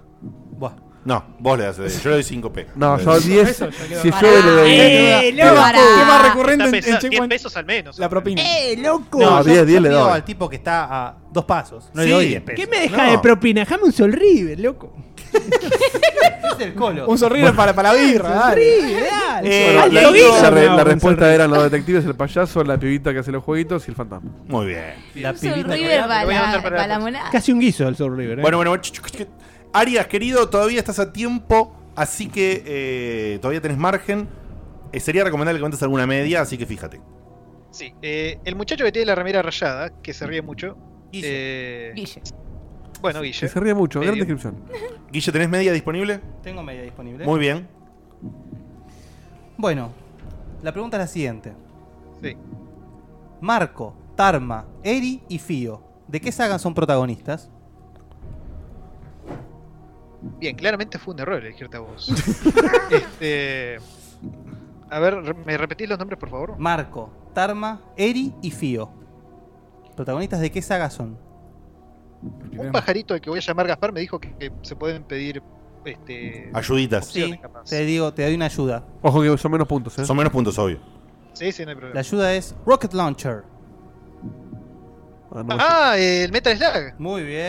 [SPEAKER 1] No, vos le das, eh, yo le doy 5 pesos.
[SPEAKER 5] No,
[SPEAKER 1] Le
[SPEAKER 5] yo
[SPEAKER 1] doy
[SPEAKER 5] 10.
[SPEAKER 1] Eso, ya quedó.
[SPEAKER 5] Si yo le doy.
[SPEAKER 2] Ah,
[SPEAKER 4] más
[SPEAKER 3] recurrente en-
[SPEAKER 4] está
[SPEAKER 3] en
[SPEAKER 4] pesado, 10
[SPEAKER 3] Checkpoint.
[SPEAKER 4] pesos al menos.
[SPEAKER 3] La propina.
[SPEAKER 10] ¡Eh,
[SPEAKER 2] loco!
[SPEAKER 5] No,
[SPEAKER 2] yo-
[SPEAKER 5] 10,
[SPEAKER 2] yo
[SPEAKER 5] 10 le
[SPEAKER 2] pido
[SPEAKER 5] doy.
[SPEAKER 2] al tipo que está a dos pasos. No
[SPEAKER 5] Sí.
[SPEAKER 2] le doy 10 pesos.
[SPEAKER 10] ¿Qué me deja de propina? Dejame un Sol River, loco.
[SPEAKER 2] es el colo?
[SPEAKER 3] Un sonrío para, para la birra, dale. Eh,
[SPEAKER 5] Bueno,
[SPEAKER 10] Al
[SPEAKER 5] la,
[SPEAKER 10] de Guilla
[SPEAKER 5] la
[SPEAKER 10] me
[SPEAKER 5] re-
[SPEAKER 10] hago
[SPEAKER 5] la
[SPEAKER 10] un
[SPEAKER 5] respuesta eran los detectives, el payaso, la pibita que hace los jueguitos y el fantasma.
[SPEAKER 1] Muy bien.
[SPEAKER 2] La
[SPEAKER 6] Soul
[SPEAKER 10] [laughs]
[SPEAKER 2] pibita.
[SPEAKER 6] River
[SPEAKER 4] Lo voy a anotar para
[SPEAKER 6] para la
[SPEAKER 4] la
[SPEAKER 6] monada.
[SPEAKER 10] Casi un guiso el Soul River. ¿eh?
[SPEAKER 1] Bueno, bueno, bueno. chuc, chuc, chuc. Arias, querido, todavía estás a tiempo, así que eh, todavía tenés margen. Eh, sería recomendable que cuentes alguna media, así que fíjate.
[SPEAKER 4] Sí, eh, el muchacho que tiene la remera rayada, que se ríe mucho. eh, Bueno, Guille.
[SPEAKER 5] Que se ríe mucho, gran
[SPEAKER 4] Medio.
[SPEAKER 5] descripción.
[SPEAKER 1] Guille, ¿tenés media disponible?
[SPEAKER 2] Tengo media disponible.
[SPEAKER 1] Muy bien.
[SPEAKER 2] Bueno, la pregunta es la siguiente.
[SPEAKER 4] Sí.
[SPEAKER 2] Marco, Tarma, Eri y Fío, ¿de qué saga son protagonistas?
[SPEAKER 4] Bien, claramente fue un error elegirte a
[SPEAKER 6] [laughs]
[SPEAKER 4] vos. este, a ver, re- ¿me repetís los nombres, por favor?
[SPEAKER 2] Marco, Tarma, Eri y Fío. ¿Protagonistas de qué saga son?
[SPEAKER 4] Un pajarito al que voy a llamar Gaspar me dijo que, que se pueden pedir este,
[SPEAKER 1] Ayuditas.
[SPEAKER 4] opciones, capaz.
[SPEAKER 2] Te digo, te doy una ayuda.
[SPEAKER 5] Ojo que son menos puntos, ¿eh?
[SPEAKER 1] Son menos puntos, obvio.
[SPEAKER 4] Sí, sí, no hay problema.
[SPEAKER 2] La ayuda es Rocket Launcher.
[SPEAKER 4] Ah, el Metal Slug.
[SPEAKER 2] Muy bien.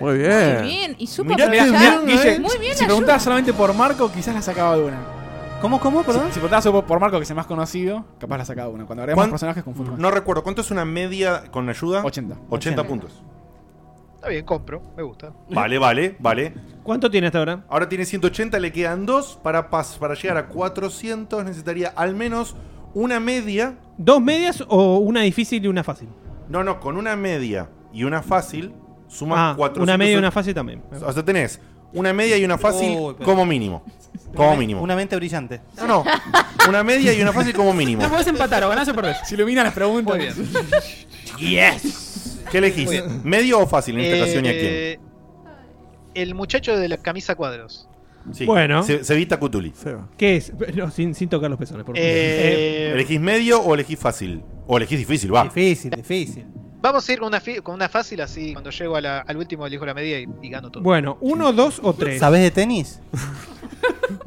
[SPEAKER 5] Muy bien.
[SPEAKER 6] Muy bien, y supo
[SPEAKER 3] Mirá,
[SPEAKER 6] aprovechar.
[SPEAKER 3] mirá,
[SPEAKER 4] eh.
[SPEAKER 3] Guille,
[SPEAKER 6] muy bien
[SPEAKER 3] si
[SPEAKER 6] la
[SPEAKER 3] preguntaba
[SPEAKER 6] ayuda.
[SPEAKER 3] solamente por Marco, quizás la sacaba de una.
[SPEAKER 2] ¿Cómo, cómo,
[SPEAKER 3] perdón? Si, si preguntabas por, por Marco, que es el más conocido, capaz la sacaba de una. Cuando hablemos
[SPEAKER 1] ¿Cuán-
[SPEAKER 3] personajes, confundo más.
[SPEAKER 1] No recuerdo, ¿cuánto es una media con ayuda?
[SPEAKER 3] 80.
[SPEAKER 1] 80, puntos.
[SPEAKER 4] Está bien, compro, me gusta.
[SPEAKER 1] Vale, vale, vale.
[SPEAKER 10] ¿Cuánto tiene hasta ahora?
[SPEAKER 1] Ahora tiene 180, le quedan dos. Para, pas- para llegar a 400 necesitaría al menos una media.
[SPEAKER 10] ¿Dos medias o una difícil y una fácil?
[SPEAKER 1] No, no, con una media y una fácil suma
[SPEAKER 10] Ah,
[SPEAKER 1] 400.
[SPEAKER 10] una media y una fácil también.
[SPEAKER 1] O sea, tenés una media y una fácil
[SPEAKER 2] Uy, pero-
[SPEAKER 1] como mínimo. Como mínimo.
[SPEAKER 2] Una mente brillante.
[SPEAKER 1] No, no. Una media y una fácil como
[SPEAKER 2] [laughs]
[SPEAKER 1] mínimo.
[SPEAKER 7] No podés empatar o ganás o perdés.
[SPEAKER 3] Si ilumina las preguntas.
[SPEAKER 1] Yes. ¿Qué
[SPEAKER 4] Muy
[SPEAKER 1] elegís? ¿Medio o fácil en esta ocasión y a quién?
[SPEAKER 4] Eh, el muchacho de la camisa cuadros.
[SPEAKER 1] Sí.
[SPEAKER 10] bueno.
[SPEAKER 1] Se, Sevita Cutuli.
[SPEAKER 10] ¿Qué es? [laughs] No, sin, sin tocar los pezones, por favor.
[SPEAKER 4] Eh,
[SPEAKER 1] ¿Elegís medio o elegís fácil? O elegís difícil, va.
[SPEAKER 2] Difícil, difícil.
[SPEAKER 4] Vamos a ir con una, fi- con una fácil así. Cuando llego a la- al último elijo la media y, y gano todo.
[SPEAKER 10] Bueno, uno, dos o tres.
[SPEAKER 2] ¿Sabes de tenis? Eh,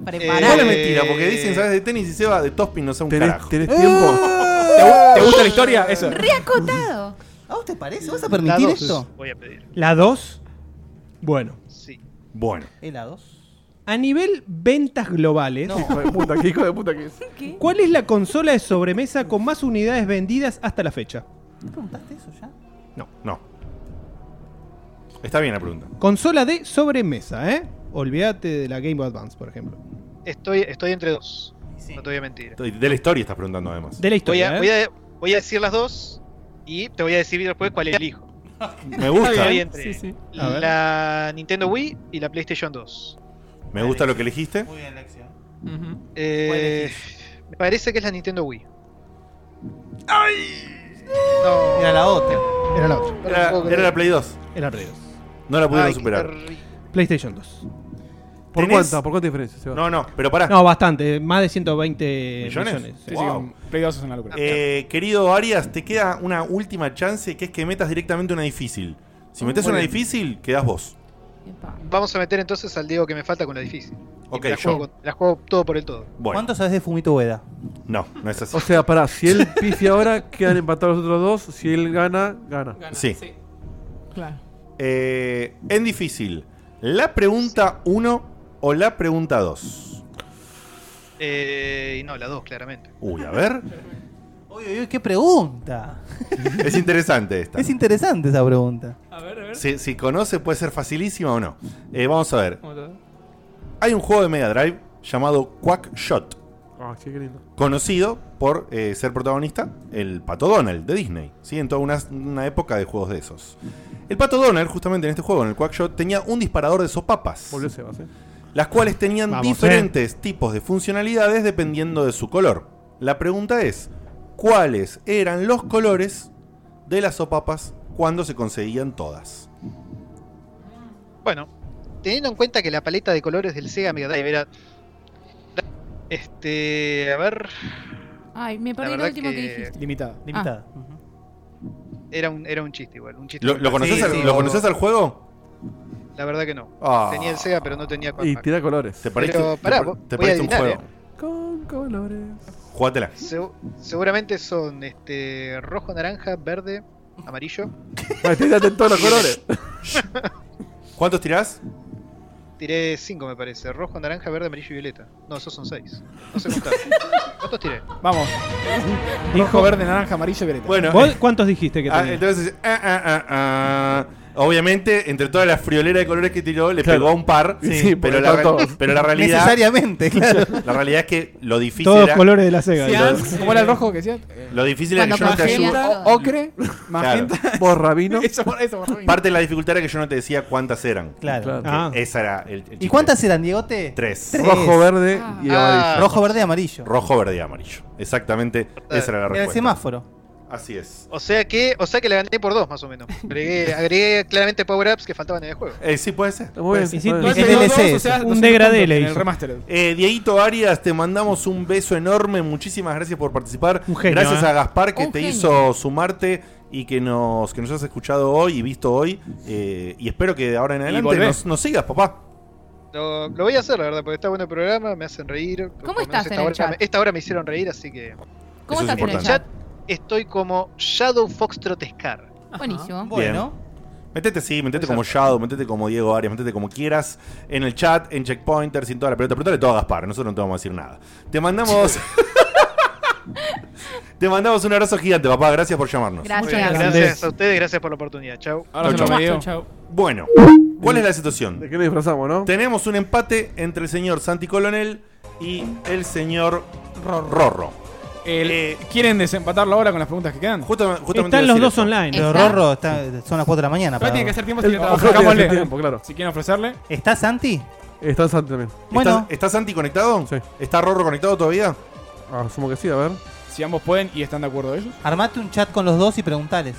[SPEAKER 4] Prepará.
[SPEAKER 1] Igual es mentira, porque dicen, ¿sabes? De tenis y Seba de Tospin no sé un
[SPEAKER 5] ¿Tenés,
[SPEAKER 1] carajo.
[SPEAKER 5] tenés tiempo?
[SPEAKER 3] ¿Te, gu- te gusta la historia? Eso.
[SPEAKER 6] Reacotado.
[SPEAKER 2] ¿A vos te parece? ¿Vas a
[SPEAKER 4] La
[SPEAKER 2] permitir
[SPEAKER 4] dos
[SPEAKER 2] esto?
[SPEAKER 4] Voy a pedir.
[SPEAKER 10] La dos. Bueno.
[SPEAKER 4] Sí.
[SPEAKER 1] Bueno.
[SPEAKER 2] ¿El A2?
[SPEAKER 10] A nivel ventas globales,
[SPEAKER 2] No.
[SPEAKER 5] Hijo de puta, qué hijo de puta que es.
[SPEAKER 10] ¿cuál es la consola de sobremesa con más unidades vendidas hasta la fecha?
[SPEAKER 2] ¿Te preguntaste eso ya?
[SPEAKER 1] No, no. Está bien la pregunta.
[SPEAKER 10] Consola de sobremesa, ¿eh? Olvídate de la Game Boy Advance, por ejemplo.
[SPEAKER 4] Estoy, estoy entre dos. No te voy a mentir.
[SPEAKER 1] Estoy- De la historia estás preguntando además.
[SPEAKER 10] De la
[SPEAKER 4] Voy
[SPEAKER 10] historia,
[SPEAKER 4] a,
[SPEAKER 10] ¿eh?
[SPEAKER 4] voy, a, voy a decir las dos y te voy a decir después cuál elijo.
[SPEAKER 1] Me gusta.
[SPEAKER 4] Estoy entre
[SPEAKER 7] Sí, sí.
[SPEAKER 10] A ver.
[SPEAKER 4] la Nintendo Wii y la PlayStation 2.
[SPEAKER 1] Me gusta lo que elegiste.
[SPEAKER 2] Muy bien, elección.
[SPEAKER 7] Ujú.
[SPEAKER 4] Eh, me parece que es la Nintendo Wii.
[SPEAKER 2] Mira la otra.
[SPEAKER 10] Era la otra.
[SPEAKER 1] Era, era la Play 2.
[SPEAKER 10] Era Redos.
[SPEAKER 1] No la pudieron
[SPEAKER 4] Ay, qué
[SPEAKER 1] superar.
[SPEAKER 4] terrible.
[SPEAKER 10] PlayStation 2.
[SPEAKER 5] ¿Por
[SPEAKER 1] ¿Tenés?
[SPEAKER 5] cuánta? ¿Por cuánta diferencia? Seba?
[SPEAKER 1] No, no, pero pará.
[SPEAKER 10] No, bastante. eh, Más de 120
[SPEAKER 1] ¿Millones?
[SPEAKER 10] Eh, millones.
[SPEAKER 1] Sí,
[SPEAKER 3] Sí,
[SPEAKER 1] Wow.
[SPEAKER 3] sí, con Play 2 es una locura.
[SPEAKER 1] Eh, querido Arias, te queda una última chance que es que metas directamente una difícil. Si metes
[SPEAKER 4] Muy
[SPEAKER 1] una
[SPEAKER 4] bien.
[SPEAKER 1] difícil, quedás vos.
[SPEAKER 4] Vamos a meter entonces al Diego que me falta con la difícil.
[SPEAKER 1] Ok,
[SPEAKER 4] la,
[SPEAKER 1] yo.
[SPEAKER 4] juego, con- la juego todo por el todo.
[SPEAKER 1] Bueno,
[SPEAKER 2] ¿Cuánto sabes de Fumito Ueda?
[SPEAKER 1] no, no es así.
[SPEAKER 5] O sea, pará, si él pifia ahora, quedan empatados los otros dos. Si él gana, gana.
[SPEAKER 1] Sí.
[SPEAKER 6] Claro.
[SPEAKER 1] Eh, en difícil, ¿la pregunta 1 o la pregunta 2?
[SPEAKER 4] Eh, y no, la dos, claramente.
[SPEAKER 1] Uy,
[SPEAKER 2] [laughs]
[SPEAKER 1] a ver.
[SPEAKER 2] Uy, uy, uy, qué pregunta.
[SPEAKER 1] Es interesante esta.
[SPEAKER 2] Es interesante esa pregunta.
[SPEAKER 7] A ver, a ver.
[SPEAKER 1] Si, si conoce, puede ser facilísima o no. Eh, vamos a ver.
[SPEAKER 7] ¿Cómo te va?
[SPEAKER 1] Hay un juego de Mega Drive llamado Quack Shot.
[SPEAKER 5] Ah, sí, qué lindo.
[SPEAKER 1] conocido por eh, ser protagonista el Pato Donald de Disney, ¿sí? en toda una, una época de juegos de esos. El Pato Donald, justamente en este juego, en el Quackshot, tenía un disparador de sopapas,
[SPEAKER 5] Volvió Sebas, ¿eh?
[SPEAKER 1] las cuales tenían
[SPEAKER 5] Vamos,
[SPEAKER 1] diferentes tipos de funcionalidades dependiendo de su color. La pregunta es, ¿cuáles eran los colores de las sopapas cuando se conseguían todas?
[SPEAKER 4] Bueno, teniendo en cuenta que la paleta de colores del Sega Mega Drive era. Este. A ver.
[SPEAKER 6] Ay, me perdí lo
[SPEAKER 4] verdad
[SPEAKER 6] último que,
[SPEAKER 4] que-
[SPEAKER 6] dijiste.
[SPEAKER 4] Limitada,
[SPEAKER 6] Ah.
[SPEAKER 4] limitada. Era un, era un chiste igual. Un chiste
[SPEAKER 1] ¿Lo, lo conoces, al, ¿lo conoces al juego?
[SPEAKER 4] La verdad que no.
[SPEAKER 1] Ah.
[SPEAKER 4] Tenía el Sega, pero no tenía
[SPEAKER 1] Y
[SPEAKER 4] Compact.
[SPEAKER 1] tira colores. Te parece
[SPEAKER 4] Pero, pará,
[SPEAKER 1] te,
[SPEAKER 4] vos- voy a eh.
[SPEAKER 1] parece un
[SPEAKER 4] adivinar, eh.
[SPEAKER 1] juego.
[SPEAKER 5] Con colores.
[SPEAKER 1] [laughs] Jugátela.
[SPEAKER 4] Segu- seguramente son este rojo, naranja, verde, amarillo.
[SPEAKER 5] Ay, tírate en todos los colores.
[SPEAKER 4] [laughs]
[SPEAKER 1] ¿Cuántos tirás?
[SPEAKER 4] Tiré 5 me parece. Rojo, naranja, verde, amarillo y violeta. No, esos son 6. No
[SPEAKER 1] [laughs]
[SPEAKER 4] sé contar. ¿Cuántos tiré?
[SPEAKER 3] Vamos. Rojo, verde, naranja, amarillo y violeta.
[SPEAKER 1] Bueno,
[SPEAKER 10] ¿Vos
[SPEAKER 1] eh,
[SPEAKER 10] cuántos dijiste que
[SPEAKER 1] Ah,
[SPEAKER 10] tenías?
[SPEAKER 1] entonces, ah, ah, ah, ah. obviamente, entre toda la friolera de colores que tiró, le pegó a un par.
[SPEAKER 10] Sí, sí,
[SPEAKER 1] pero,
[SPEAKER 10] porque
[SPEAKER 1] la,
[SPEAKER 10] todos.
[SPEAKER 1] pero la realidad.
[SPEAKER 2] Necesariamente, claro.
[SPEAKER 1] [laughs] La realidad es que lo difícil.
[SPEAKER 10] Todos
[SPEAKER 1] era-
[SPEAKER 10] colores de la Sega.
[SPEAKER 1] Lo,
[SPEAKER 3] ¿Cómo era el rojo que decía?
[SPEAKER 1] lo difícil era que yo no te ayudo.
[SPEAKER 3] O- Ocre, [laughs] magenta.
[SPEAKER 5] Vos, Rabino.
[SPEAKER 3] [laughs] Eso, eso,
[SPEAKER 1] Parte de la dificultad era que yo no te decía cuántas eran.
[SPEAKER 2] Claro. Claro.
[SPEAKER 1] Que
[SPEAKER 2] Ah.
[SPEAKER 1] Esa era el, el chiste.
[SPEAKER 2] ¿Y cuántas eran, Diegote?
[SPEAKER 1] Tres.
[SPEAKER 5] Rojo, verde y
[SPEAKER 1] Ah.
[SPEAKER 5] amarillo.
[SPEAKER 2] Rojo, verde y amarillo. Eh,
[SPEAKER 1] Rojo, verde y amarillo. Exactamente, esa era la
[SPEAKER 2] Era el
[SPEAKER 1] respuesta.
[SPEAKER 2] semáforo.
[SPEAKER 1] Así es.
[SPEAKER 4] O sea que, o sea que la gané por 2 más o menos. Agregué, agregué claramente power-ups que faltaban en el juego.
[SPEAKER 1] Eh, sí, puede ser.
[SPEAKER 5] Muy bien,
[SPEAKER 1] Hiciste-
[SPEAKER 5] muy bien.
[SPEAKER 1] Es DLC,
[SPEAKER 3] o sea,
[SPEAKER 1] sí.
[SPEAKER 3] 200 degradé puntos le en el hizo. remastered.
[SPEAKER 1] Eh, Dieguito Arias, te mandamos un beso enorme. Muchísimas gracias por participar.
[SPEAKER 10] genio,
[SPEAKER 1] gracias
[SPEAKER 10] eh.
[SPEAKER 1] a Gaspar que
[SPEAKER 10] Un
[SPEAKER 1] te
[SPEAKER 10] genio.
[SPEAKER 1] hizo sumarte y que nos, que nos has escuchado hoy y visto hoy. Eh, y espero que de ahora en adelante
[SPEAKER 3] volvé.
[SPEAKER 1] nos, nos sigas, papá.
[SPEAKER 4] Lo, lo voy a hacer, la verdad, porque está bueno el programa, me hacen reír. Por lo menos
[SPEAKER 6] estás en
[SPEAKER 4] esta
[SPEAKER 6] el
[SPEAKER 4] hora,
[SPEAKER 6] chat?
[SPEAKER 4] me- Esta hora me hicieron reír, así que.
[SPEAKER 6] ¿Cómo
[SPEAKER 1] Eso es
[SPEAKER 6] estás en el
[SPEAKER 1] importante.
[SPEAKER 6] chat?
[SPEAKER 4] Estoy como Shadow Foxtrot Scar.
[SPEAKER 6] Buenísimo.
[SPEAKER 1] Bueno. Metete, sí, metete como Shadow, metete como Diego Arias, metete como quieras en el chat, en Checkpointers, sin toda la pelota. Preguntale todo a Gaspar, nosotros no te vamos a decir nada. Te mandamos. [laughs] te mandamos un abrazo gigante, papá. Gracias por llamarnos.
[SPEAKER 4] Muy bien, gracias a ustedes, gracias por la oportunidad. Chau.
[SPEAKER 1] Chau, chau. Bueno, ¿cuál es la situación?
[SPEAKER 5] ¿De qué nos disfrazamos, no?
[SPEAKER 1] Tenemos un empate entre el señor Santi Colonel y el señor Rorro. Eh,
[SPEAKER 3] El- Eh, ¿Quieren desempatarlo ahora con las preguntas que quedan?
[SPEAKER 2] Están los dos online. Pero Rorro está- son las 4 de la mañana.
[SPEAKER 3] Ahora
[SPEAKER 2] para-
[SPEAKER 3] tiene que hacer tiempo si
[SPEAKER 2] El-
[SPEAKER 3] le
[SPEAKER 2] Ojalá
[SPEAKER 3] trabajamos.
[SPEAKER 2] que haga tiempo.
[SPEAKER 5] claro.
[SPEAKER 3] Si quieren ofrecerle.
[SPEAKER 2] ¿Está Santi?
[SPEAKER 5] Está Santi también.
[SPEAKER 2] Bueno.
[SPEAKER 1] ¿Está, está Santi conectado? ¿Está Rorro conectado todavía?
[SPEAKER 2] Ah,
[SPEAKER 5] Asumo que sí, a ver.
[SPEAKER 3] Si ambos pueden y están de acuerdo ellos.
[SPEAKER 2] Armate un chat con los dos y preguntales.